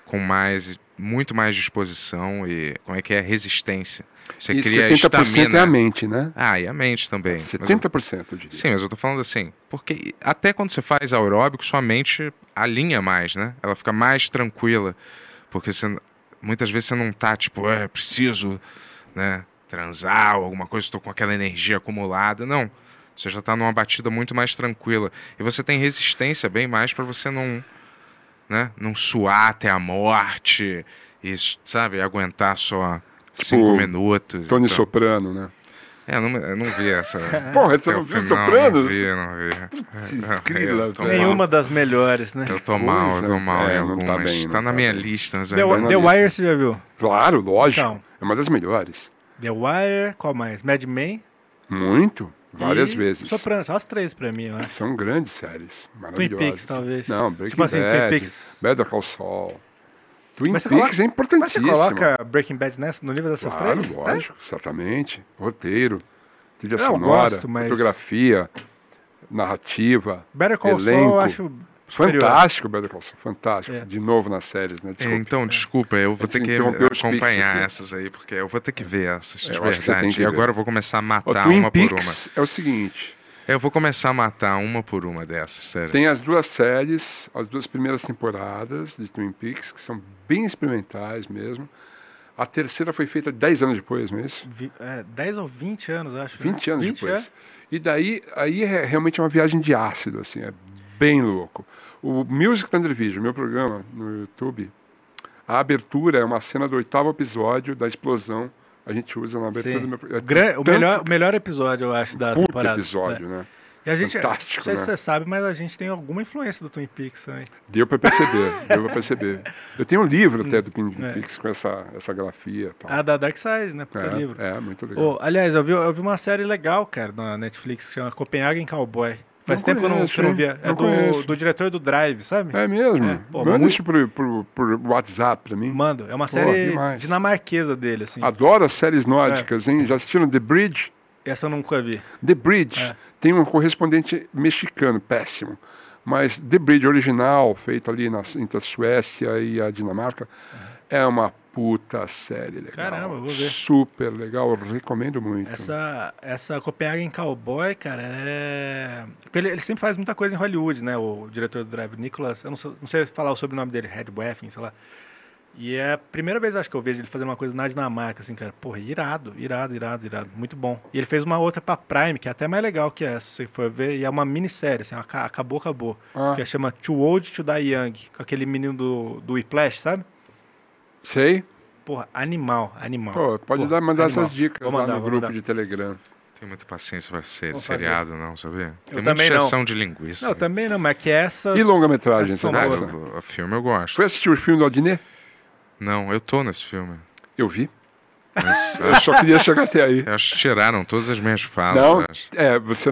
Speaker 4: com mais, muito mais disposição e como é que é resistência. Você
Speaker 8: E
Speaker 4: cria
Speaker 8: 70% é a
Speaker 4: estamina.
Speaker 8: mente, né?
Speaker 4: ah, e a mente também. Mas eu-
Speaker 8: 70% eu diria.
Speaker 4: Sim, mas eu tô falando assim, porque até quando você faz aeróbico, sua mente alinha mais, né? Ela fica mais tranquila, porque você, muitas vezes você não tá tipo, é, preciso, né, transar ou alguma coisa, estou com aquela energia acumulada, não. Você já tá numa batida muito mais tranquila e você tem resistência bem mais para você não, né, não suar até a morte e, sabe, aguentar só
Speaker 8: Tipo,
Speaker 4: cinco minutos.
Speaker 8: Tony
Speaker 4: então.
Speaker 8: Soprano, né?
Speaker 4: É, eu não, eu não vi essa.
Speaker 8: Porra, você
Speaker 4: até
Speaker 8: não
Speaker 4: o
Speaker 8: viu
Speaker 4: final,
Speaker 8: Sopranos?
Speaker 4: Não vi, não vi.
Speaker 8: Putz,
Speaker 4: É,
Speaker 8: grila,
Speaker 4: eu tô
Speaker 8: velho.
Speaker 4: mal.
Speaker 3: Nenhuma das melhores, né?
Speaker 4: Eu tô mal, eu tô
Speaker 8: Coisa.
Speaker 4: mal em
Speaker 8: É, não
Speaker 4: algumas.
Speaker 8: tá
Speaker 4: Tá,
Speaker 8: bem, não
Speaker 4: na
Speaker 8: tá
Speaker 4: minha
Speaker 8: bem.
Speaker 4: lista, mas
Speaker 3: The,
Speaker 4: ainda não
Speaker 3: The
Speaker 8: analista.
Speaker 3: Wire você já viu?
Speaker 8: Claro, lógico.
Speaker 3: Então.
Speaker 8: É uma das melhores.
Speaker 3: The Wire, qual mais? Mad Men.
Speaker 8: Muito, várias
Speaker 3: e
Speaker 8: vezes.
Speaker 3: Sopranos, só as três pra mim, eu acho.
Speaker 8: São grandes séries,
Speaker 3: Twin
Speaker 8: maravilhosas.
Speaker 3: Peaks, talvez.
Speaker 8: Não, Breaking
Speaker 3: Tipo assim, Twin
Speaker 8: Bad,
Speaker 3: Peaks.
Speaker 8: Better Call Saul. Twin
Speaker 3: Mas você
Speaker 8: Peaks
Speaker 3: coloca-
Speaker 8: é
Speaker 3: Mas você
Speaker 8: importantíssimo.
Speaker 3: coloca Breaking Bad nessa, no nível dessas
Speaker 8: claro,
Speaker 3: três?
Speaker 8: lógico, certamente. Roteiro, trilha
Speaker 3: Não, eu
Speaker 8: sonora,
Speaker 3: gosto, mas-
Speaker 8: fotografia, narrativa.
Speaker 3: É? Better Call Saul, eu
Speaker 8: Elenco.
Speaker 3: acho superior.
Speaker 8: Fantástico, Better Call Saul, fantástico.
Speaker 3: É.
Speaker 8: De novo nas séries, né?
Speaker 4: É,
Speaker 8: Desculpa.
Speaker 4: então, desculpa, eu vou
Speaker 8: Eu
Speaker 4: ter
Speaker 8: te
Speaker 4: que
Speaker 8: interrompi os
Speaker 4: acompanhar
Speaker 8: piques
Speaker 4: essas aí, porque eu vou ter que ver essas, de
Speaker 8: Eu acho que você tem
Speaker 4: verdade.
Speaker 8: que
Speaker 4: E
Speaker 8: ver.
Speaker 4: agora eu vou começar a
Speaker 8: O
Speaker 3: Tá,
Speaker 4: matar
Speaker 8: Twin
Speaker 4: uma por uma.
Speaker 8: Peaks é o seguinte,
Speaker 4: Eu vou começar a matar uma por uma dessas, sério.
Speaker 8: tem as duas séries, as duas primeiras temporadas de Twin Peaks, que são bem experimentais mesmo. A terceira foi feita 10 anos depois, não é isso?
Speaker 3: Vi- é, 10 ou 20 anos, acho. né?
Speaker 8: 20 anos
Speaker 3: 20
Speaker 8: depois. E daí, aí é realmente uma viagem de ácido, assim, é bem louco. O Music Thunder Vision, meu programa no YouTube, a abertura é uma cena do oitavo episódio da explosão. A gente usa na abertura
Speaker 3: Sim.
Speaker 8: do meu é
Speaker 3: O,
Speaker 8: programa.
Speaker 3: gran- o melhor, o melhor episódio, eu acho, da
Speaker 8: puto
Speaker 3: temporada.
Speaker 8: episódio, né?
Speaker 3: É. E a gente,
Speaker 8: Fantástico,
Speaker 3: não sei se
Speaker 8: né?
Speaker 3: você sabe, mas a gente tem alguma influência do Twin Peaks também.
Speaker 8: Deu para perceber, deu para perceber. Eu tenho um livro até do Pin
Speaker 3: É.
Speaker 8: Pix com essa, essa grafia e tal.
Speaker 3: Ah, da Dark Side, né? Puta
Speaker 8: é,
Speaker 3: livro.
Speaker 8: é, muito legal.
Speaker 3: Ô, aliás, eu vi, eu vi uma série legal, cara, na Netflix, que chama Copenhagen Cowboy. Faz
Speaker 8: Não
Speaker 3: tempo que eu não,
Speaker 8: conheço,
Speaker 3: que eu não
Speaker 8: hein?
Speaker 3: via. É
Speaker 8: Não
Speaker 3: do,
Speaker 8: conheço.
Speaker 3: do diretor do Drive, sabe?
Speaker 8: É mesmo?
Speaker 3: É, pô,
Speaker 8: Manda
Speaker 3: muito-
Speaker 8: isso por, por, por WhatsApp para mim.
Speaker 3: Mando. É uma série
Speaker 8: demais.
Speaker 3: dinamarquesa dele, assim.
Speaker 8: Adoro as séries nórdicas, hein? Já assistiram The Bridge?
Speaker 3: Essa eu nunca vi.
Speaker 8: The Bridge
Speaker 3: É.
Speaker 8: tem um correspondente mexicano, péssimo. Mas The Bridge original, feito ali na, entre a Suécia e a Dinamarca, é uma puta série legal.
Speaker 10: Caramba, vou ver.
Speaker 8: Super legal, recomendo muito.
Speaker 10: Essa, essa Copenhagen Cowboy, cara, é. Porque ele, ele sempre faz muita coisa em Hollywood, né? O diretor do Drive, Nicholas. Eu não, sou- não sei falar o sobrenome dele, Red Weffin, sei lá. E é a primeira vez, acho que eu vejo ele fazendo uma coisa na Dinamarca, assim, cara. Porra, irado, irado, irado, irado. Muito bom. E ele fez uma outra pra Prime, que é até mais legal que essa, se você for ver. E é uma minissérie, assim, aca- acabou, acabou.
Speaker 8: Ah,
Speaker 3: é
Speaker 10: Que chama Too Old to Die Young, com aquele menino do, do Whiplash, sabe?
Speaker 8: sei?
Speaker 10: Porra, animal, animal.
Speaker 8: Pô, pode
Speaker 10: Pô,
Speaker 8: dar, mandar
Speaker 10: animal.
Speaker 8: essas dicas
Speaker 10: Vou
Speaker 8: lá
Speaker 10: mandar,
Speaker 8: no
Speaker 10: vou
Speaker 8: grupo
Speaker 10: mandar.
Speaker 8: de Telegram.
Speaker 4: Tenho muita paciência pra ser
Speaker 10: Vou fazer.
Speaker 4: seriado, não, sabia? Tem muita
Speaker 10: também não.
Speaker 4: exceção de linguiça.
Speaker 10: Não, também não, mas que é essa.
Speaker 8: E longa-metragem,
Speaker 10: Essa
Speaker 8: você
Speaker 10: é
Speaker 4: Ah,
Speaker 10: uma
Speaker 8: gosta?
Speaker 10: boa.
Speaker 4: eu- o filme eu gosto.
Speaker 8: né? Foi assistir o filme do Aldinê?
Speaker 4: Não, eu tô nesse filme.
Speaker 8: Eu vi.
Speaker 4: Mas
Speaker 8: Eu só queria chegar até aí.
Speaker 4: eu acho que tiraram todas as minhas falas.
Speaker 8: Não,
Speaker 4: eu Ah, acho.
Speaker 8: é, você.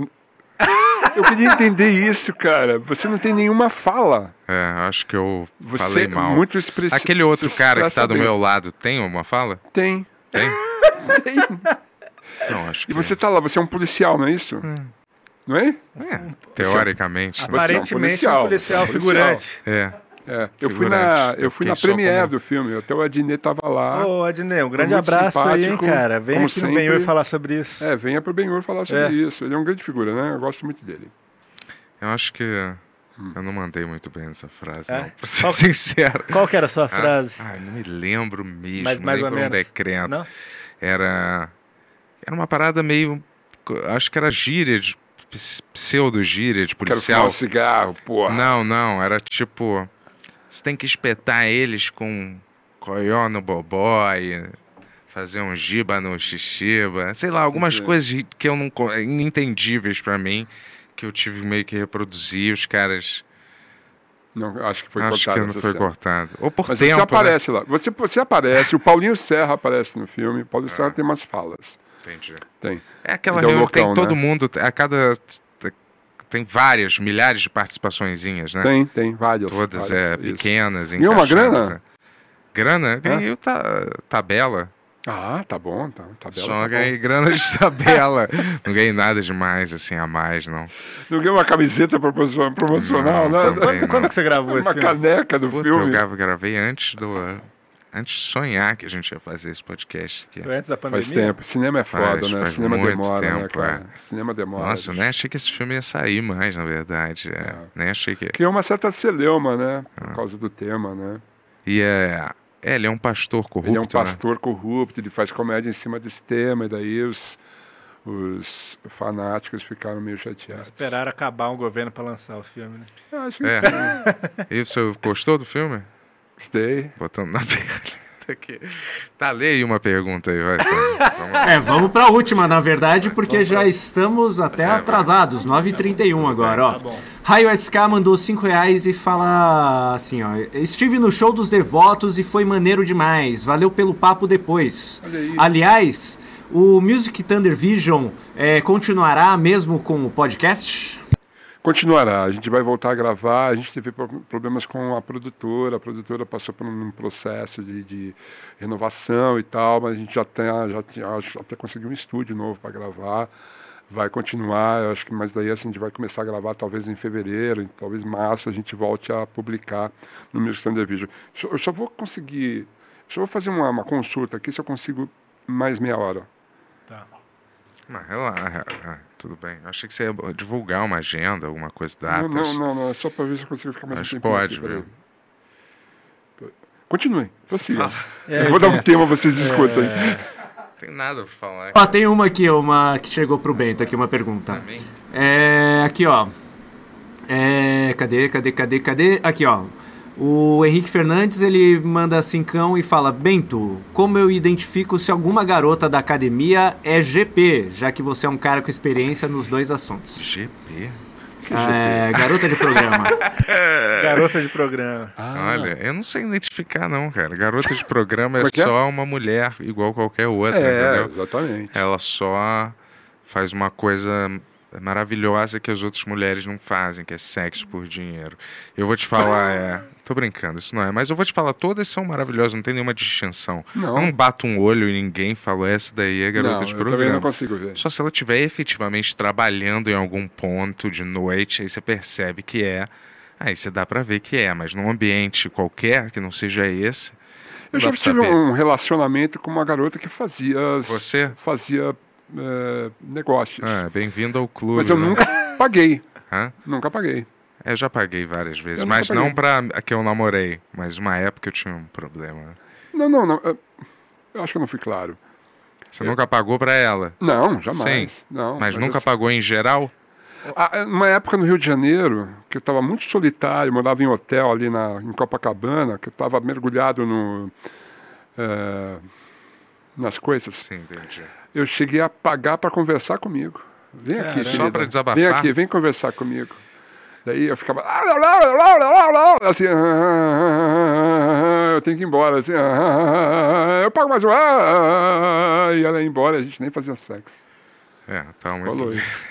Speaker 8: Eu queria entender isso, cara. Você não tem nenhuma fala.
Speaker 4: É, eu acho que eu
Speaker 8: Você
Speaker 4: falei mal.
Speaker 8: é muito expressivo.
Speaker 4: Aquele outro
Speaker 8: Você
Speaker 4: cara que
Speaker 8: expressa
Speaker 4: tá do
Speaker 8: bem.
Speaker 4: meu lado tem uma fala?
Speaker 8: Tem.
Speaker 4: Tem?
Speaker 8: Tem.
Speaker 4: Não, acho que.
Speaker 8: E você tá lá, você é um policial, não é isso?
Speaker 4: Hum.
Speaker 8: Não é?
Speaker 4: Teoricamente.
Speaker 3: Ah,
Speaker 4: né?
Speaker 10: Aparentemente é um policial,
Speaker 8: Você é um
Speaker 10: figurante.
Speaker 4: É.
Speaker 8: É, eu fui
Speaker 4: Figurante.
Speaker 8: na,
Speaker 4: Eu
Speaker 8: eu fui
Speaker 4: fiquei
Speaker 8: na
Speaker 4: só
Speaker 8: premiere
Speaker 4: como-
Speaker 8: do filme, até o Adnet tava lá.
Speaker 10: Ô, Adnei, um grande
Speaker 8: Tá? muito
Speaker 10: abraço aí, hein,
Speaker 8: simpático,
Speaker 10: cara. Vem
Speaker 8: como
Speaker 10: aqui no Benhur
Speaker 8: sempre.
Speaker 10: falar sobre isso.
Speaker 8: É, venha pro Benhur falar sobre isso. Ele é um grande figura, né? Eu gosto muito dele.
Speaker 4: Eu acho que. Eu não mandei muito bem essa frase,
Speaker 10: É?
Speaker 4: não, pra ser
Speaker 10: Qual-
Speaker 4: sincero.
Speaker 10: Qual que era a
Speaker 8: É.
Speaker 10: sua
Speaker 4: Ah,
Speaker 10: frase?
Speaker 4: Ai, não me lembro mesmo,
Speaker 10: Mas mais
Speaker 4: nem
Speaker 10: ou
Speaker 4: por um
Speaker 10: menos.
Speaker 8: É.
Speaker 4: decreto.
Speaker 10: Não?
Speaker 4: Era. Era uma parada meio. Acho que era gíria, de- ps- pseudo-gíria de
Speaker 8: Quero fumar
Speaker 4: policial.
Speaker 8: um cigarro, porra.
Speaker 4: Não, não, era tipo. Você tem que espetar eles com coió no bobói, fazer um giba no xixiba, sei lá, algumas
Speaker 8: Entendi.
Speaker 4: coisas que eu não. co- inentendíveis pra mim, que eu tive meio que reproduzir, os caras.
Speaker 8: Não, acho que foi
Speaker 4: acho que
Speaker 8: cortado.
Speaker 4: não
Speaker 8: essa
Speaker 4: foi
Speaker 8: cena.
Speaker 4: cortado. Ou por
Speaker 8: Mas
Speaker 4: tempo.
Speaker 8: você
Speaker 4: né?
Speaker 8: aparece lá. Você, você aparece, o Paulinho Serra aparece no filme. O
Speaker 4: É.
Speaker 8: Paulinho Serra tem umas falas.
Speaker 4: Entendi.
Speaker 8: Tem.
Speaker 4: É aquela
Speaker 8: Ele é o
Speaker 4: reunião que tem
Speaker 8: loucão,
Speaker 4: todo
Speaker 8: né?
Speaker 4: mundo, é, a cada. Tem várias, milhares de participaçõezinhas, né?
Speaker 8: Tem, tem, várias.
Speaker 4: Todas
Speaker 8: várias,
Speaker 4: é,
Speaker 8: isso.
Speaker 4: pequenas,
Speaker 8: Ganhou uma
Speaker 4: encaixadas,
Speaker 8: grana?
Speaker 4: né? Grana? Ganhei o ta- tabela.
Speaker 8: Ah, tá bom, tá, tá
Speaker 4: Só
Speaker 8: bela. tá bom.
Speaker 4: ganhei grana de tabela. não ganhei nada demais, assim, a mais, não.
Speaker 8: Não ganhou uma camiseta proporcion- promocional,
Speaker 4: Não,
Speaker 8: nada.
Speaker 4: também não.
Speaker 10: Quando que você gravou esse
Speaker 8: É Uma
Speaker 10: filme?
Speaker 8: caneca do
Speaker 4: Puta, eu
Speaker 8: filme.
Speaker 4: gra- gravei antes do. Antes de sonhar que a gente ia fazer esse podcast
Speaker 8: É,
Speaker 4: aqui.
Speaker 10: Foi antes da pandemia?
Speaker 8: Faz tempo. Cinema é foda,
Speaker 4: Faz-
Speaker 8: né?
Speaker 4: faz
Speaker 8: Cinema
Speaker 4: muito
Speaker 8: demora, né,
Speaker 4: tempo, é.
Speaker 8: cara? Cinema demora.
Speaker 4: Nossa, né? eu
Speaker 8: bicho.
Speaker 4: nem achei que esse filme ia sair mais, na verdade. É,
Speaker 8: É.
Speaker 4: Nem achei que.
Speaker 8: Criou uma certa celeuma, né?
Speaker 4: Ah.
Speaker 8: Por causa do tema, né?
Speaker 4: E é. É, ele é um pastor corrupto.
Speaker 8: Ele é um
Speaker 4: né?
Speaker 8: pastor corrupto, ele faz comédia em cima desse tema, e daí os, os fanáticos ficaram meio chateados.
Speaker 10: Esperaram acabar o governo pra lançar o filme, né?
Speaker 8: Eu acho que
Speaker 4: É.
Speaker 8: sim.
Speaker 4: E você gostou do filme?
Speaker 8: Gostei.
Speaker 4: Botando na pergunta aqui. Tá, lê aí uma pergunta aí, vai. Tony. Vamos lá.
Speaker 9: É, vamos pra última, na verdade, porque já estamos até atrasados, 9h31 agora, ó. Raio SK mandou 5 reais e fala assim, ó. Estive no show dos devotos e foi maneiro demais. Valeu pelo papo depois. Aliás, o Music Thunder Vision é, continuará mesmo com o podcast?
Speaker 8: Continuará, a gente vai voltar a gravar, a gente teve pro- problemas com a produtora, a produtora passou por um processo de, de renovação e tal, mas a gente já tem, já tinha, acho- até conseguiu um estúdio novo para gravar, vai continuar, eu acho que mas daí assim, a gente vai começar a gravar talvez em fevereiro, em- talvez março a gente volte a publicar no Music Thunder Vision. Só- Eu só vou conseguir, só vou fazer uma, uma consulta aqui se eu consigo mais meia hora.
Speaker 4: Mas relaxa, ah, tudo bem. Eu achei que você ia divulgar uma agenda, alguma coisa, datas.
Speaker 8: Não, não, não, não, é só para ver se eu consigo ficar mais
Speaker 4: Mas
Speaker 8: um tempinho
Speaker 4: tá. pode,
Speaker 8: peraí.
Speaker 4: viu?
Speaker 8: Continue, prossiga.
Speaker 10: É,
Speaker 8: eu vou dar um tema, vocês escutam.
Speaker 4: Tem nada pra falar.
Speaker 8: Ah.
Speaker 9: Ó, tem uma aqui, uma que chegou pro Bento aqui, uma pergunta.
Speaker 4: Também.
Speaker 9: É, aqui, ó. É, cadê, cadê, cadê, cadê? Aqui, ó. O Henrique Fernandes, ele manda cincão e fala: Bento, como eu identifico se alguma garota da academia é GP, já que você é um cara com experiência nos dois assuntos?
Speaker 4: GP?
Speaker 9: É, garota de programa.
Speaker 8: É.
Speaker 10: Garota de programa.
Speaker 8: Ah.
Speaker 4: Olha, eu não sei identificar, não, cara. Garota de programa é
Speaker 8: Como é que é?
Speaker 4: só uma mulher igual qualquer outra,
Speaker 8: É,
Speaker 4: entendeu?
Speaker 8: exatamente.
Speaker 4: Ela só faz uma coisa maravilhosa que as outras mulheres não fazem, que é sexo por dinheiro. Eu vou te falar, é. Tô brincando, isso não é. Mas eu vou te falar, todas são maravilhosas, não tem nenhuma distinção. Eu
Speaker 8: Não,
Speaker 4: não bato um olho e ninguém fala, essa daí é garota
Speaker 8: não,
Speaker 4: de
Speaker 8: eu também não
Speaker 4: programa.
Speaker 8: consigo ver.
Speaker 4: Só se ela estiver efetivamente trabalhando em algum ponto de noite, aí você percebe que é. Aí você dá pra ver que é, mas num ambiente qualquer que não seja esse,
Speaker 8: Eu já
Speaker 4: pra
Speaker 8: tive
Speaker 4: saber.
Speaker 8: um relacionamento com uma garota que fazia.
Speaker 4: Você?
Speaker 8: Fazia é, negócios.
Speaker 4: Ah, bem-vindo ao clube.
Speaker 8: Mas eu
Speaker 4: né?
Speaker 8: nunca paguei.
Speaker 4: Hã?
Speaker 8: Nunca paguei.
Speaker 4: Eu já paguei várias vezes,
Speaker 8: Eu nunca
Speaker 4: mas não pra a que eu namorei. Mas uma época eu tinha um problema.
Speaker 8: Não, não, não. eu- Eu acho que eu não fui claro.
Speaker 4: Você nunca pagou pra ela?
Speaker 8: Não, jamais.
Speaker 4: Sim.
Speaker 8: Não,
Speaker 4: mas,
Speaker 8: mas
Speaker 4: nunca
Speaker 8: eu-
Speaker 4: pagou em geral?
Speaker 8: Ah, Uma época no Rio de Janeiro, que eu estava muito solitário, morava em hotel ali na, em Copacabana, que eu estava mergulhado no, eh, nas coisas.
Speaker 4: Sim, entendi.
Speaker 8: Eu cheguei a pagar para conversar comigo. Vem aqui,
Speaker 4: Caramba. Só
Speaker 8: querida.
Speaker 4: pra desabafar?
Speaker 8: Vem aqui, vem conversar comigo. Daí eu ficava. "Ah, lá, lá, lá, lá, lá, lá", Assim, "Ah, ah, ah, ah, ah", eu tenho que ir embora. Assim, "Ah, ah, ah, ah, eu pago mais um. "Ah, ah, ah", e ela ia embora, a gente nem fazia sexo.
Speaker 4: É, tá muito.
Speaker 8: Falou isso.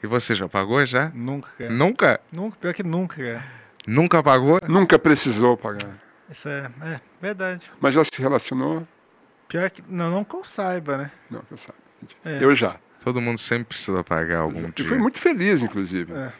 Speaker 4: e você já pagou já?
Speaker 10: Nunca, cara.
Speaker 4: Nunca?
Speaker 10: Nunca, pior que nunca, cara.
Speaker 4: Nunca pagou?
Speaker 8: Nunca precisou pagar.
Speaker 10: Isso é, é verdade.
Speaker 8: Mas já se relacionou?
Speaker 10: Pior que. Não, não que eu saiba, né?
Speaker 8: Não, que eu saiba. entendi.
Speaker 10: É.
Speaker 8: Eu já.
Speaker 4: Todo mundo sempre precisa pagar algum
Speaker 8: E
Speaker 4: dia.
Speaker 8: fui muito feliz, inclusive.
Speaker 10: É.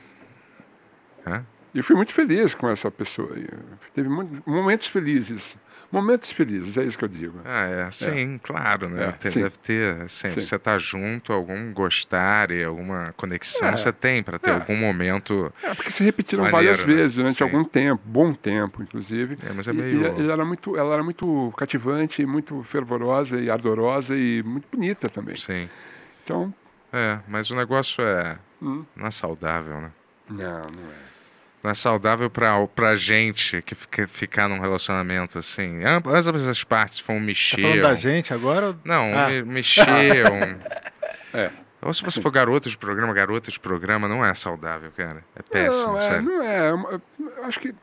Speaker 4: Hã?
Speaker 8: E fui muito feliz com essa pessoa. aí. Teve mu- momentos felizes. Momentos felizes, é isso que eu digo.
Speaker 4: Ah, é. Sim, claro, né?
Speaker 8: É,
Speaker 4: Tem-
Speaker 8: sim.
Speaker 4: Deve ter. Sempre.
Speaker 8: Sim.
Speaker 4: Você tá junto, algum gostar e alguma conexão
Speaker 8: É.
Speaker 4: você tem pra ter
Speaker 8: É.
Speaker 4: algum momento.
Speaker 8: É, porque se repetiram
Speaker 4: Maneiro,
Speaker 8: várias
Speaker 4: né?
Speaker 8: vezes durante
Speaker 4: Sim.
Speaker 8: algum tempo, bom tempo, inclusive.
Speaker 4: É, mas é
Speaker 8: E-
Speaker 4: meio.
Speaker 8: e ela- ela era muito, ela era muito cativante, muito fervorosa e ardorosa e muito bonita também.
Speaker 4: Sim.
Speaker 8: Então,
Speaker 4: É, mas o negócio é.
Speaker 8: Hum.
Speaker 4: Não é saudável, né?
Speaker 8: não, não é.
Speaker 4: Não é saudável pra, pra gente que fica, ficar num relacionamento assim. Am- Ambas as partes foram
Speaker 10: Tá
Speaker 4: mexer.
Speaker 10: falando da gente agora? ou-
Speaker 4: Não, um
Speaker 10: Ah.
Speaker 4: me- mexer. um-
Speaker 8: É.
Speaker 4: Ou se você for garoto de programa, garota de programa, não é saudável, cara. É péssimo,
Speaker 8: não, é,
Speaker 4: sério.
Speaker 8: não é. é uma- eu Acho que.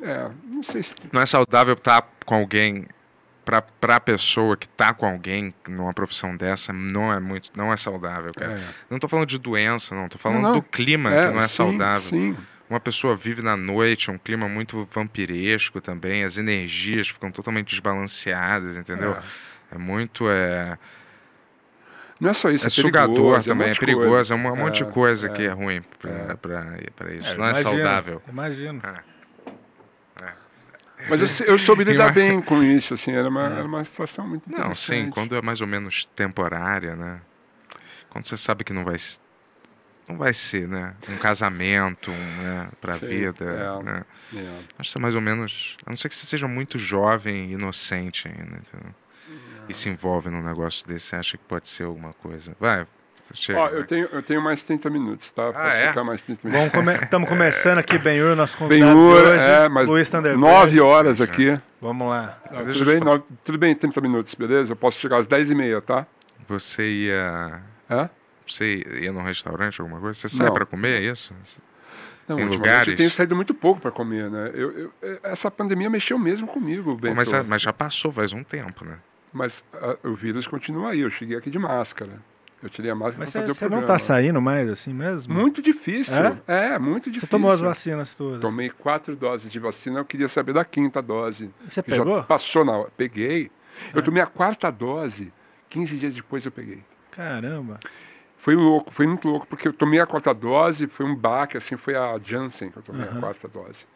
Speaker 8: É, não sei se.
Speaker 4: Não é saudável estar com alguém. Pra, pra pessoa que tá com alguém numa profissão dessa, não é muito. Não é saudável, cara.
Speaker 8: É.
Speaker 4: Não tô falando de doença, não. Tô falando
Speaker 8: não.
Speaker 4: do clima, que não é
Speaker 8: sim,
Speaker 4: saudável.
Speaker 8: Sim.
Speaker 4: Uma pessoa vive na noite, é um clima muito vampiresco também, as energias ficam totalmente desbalanceadas, entendeu? É, muito. É,
Speaker 8: Não é só isso,
Speaker 4: é
Speaker 8: é,
Speaker 4: sugador
Speaker 8: perigoso,
Speaker 4: também,
Speaker 8: é, um
Speaker 4: é
Speaker 8: monte de
Speaker 4: perigoso,
Speaker 8: coisa.
Speaker 4: é um um monte de
Speaker 8: É,
Speaker 4: coisa
Speaker 8: é.
Speaker 4: que é ruim pra, pra, pra isso.
Speaker 10: É,
Speaker 4: Não é
Speaker 10: imagino,
Speaker 4: saudável.
Speaker 10: Imagino.
Speaker 8: Mas eu, se- eu soube lidar
Speaker 4: Ima-
Speaker 8: bem com isso, assim, era uma, era uma situação muito
Speaker 4: É. Não, sim,
Speaker 8: interessante.
Speaker 4: quando é mais ou menos temporária, né? Quando você sabe que não vai. s- Não vai ser, né? Um casamento, um, né? Pra
Speaker 8: Sim,
Speaker 4: vida.
Speaker 8: é.
Speaker 4: Né?
Speaker 8: É.
Speaker 4: Acho que é mais ou menos. A não ser que você seja muito jovem e inocente ainda, entendeu? E se envolve num negócio desse, você acha que pode ser alguma coisa. Vai, chega.
Speaker 8: Ó,
Speaker 4: vai.
Speaker 8: eu tenho, eu tenho mais 30 minutos, tá? Posso
Speaker 4: é?
Speaker 8: ficar mais 30 minutos.
Speaker 10: Estamos começando aqui, Benhur, nosso
Speaker 8: Bem,
Speaker 10: convidado. de
Speaker 8: Ur,
Speaker 10: hoje,
Speaker 8: é, mas
Speaker 10: Luiz Thunderbird.
Speaker 8: 9 horas aqui.
Speaker 10: Vamos lá.
Speaker 4: Tá, Deixa
Speaker 8: Tudo
Speaker 4: eu
Speaker 8: bem,
Speaker 4: falar.
Speaker 8: nove- tudo bem, 30 minutos, beleza? Eu posso chegar às 10h30, tá?
Speaker 4: Você ia.
Speaker 8: Hã?
Speaker 4: Você ia num restaurante, alguma coisa? Você sai
Speaker 8: Não.
Speaker 4: pra comer, é isso?
Speaker 8: Não,
Speaker 4: Em
Speaker 8: ultimamente
Speaker 4: lugares?
Speaker 8: eu tenho saído muito pouco para comer, né? Eu, eu- essa pandemia mexeu mesmo comigo,
Speaker 4: Pô,
Speaker 8: Bento.
Speaker 4: mas, é, mas já passou faz um tempo, né?
Speaker 8: Mas, ah, o vírus continua aí. Eu cheguei aqui de máscara. Eu tirei a máscara
Speaker 10: Mas você,
Speaker 8: para fazer o
Speaker 10: você não tá
Speaker 8: programa.
Speaker 10: saindo mais assim mesmo?
Speaker 8: Muito difícil. É, muito
Speaker 10: Você
Speaker 8: difícil.
Speaker 10: tomou as vacinas todas?
Speaker 8: Tomei quatro doses de vacina, eu queria saber da quinta dose.
Speaker 10: Você
Speaker 8: que já tá-
Speaker 10: pegou?
Speaker 8: passou na hora. Peguei. Eu
Speaker 4: É.
Speaker 8: tomei a quarta dose, 15 dias depois eu peguei.
Speaker 10: Caramba.
Speaker 8: Foi louco, foi muito louco, porque eu tomei a quarta dose, foi um baque, assim, foi a Janssen que eu tomei
Speaker 10: Aham.
Speaker 8: a quarta dose.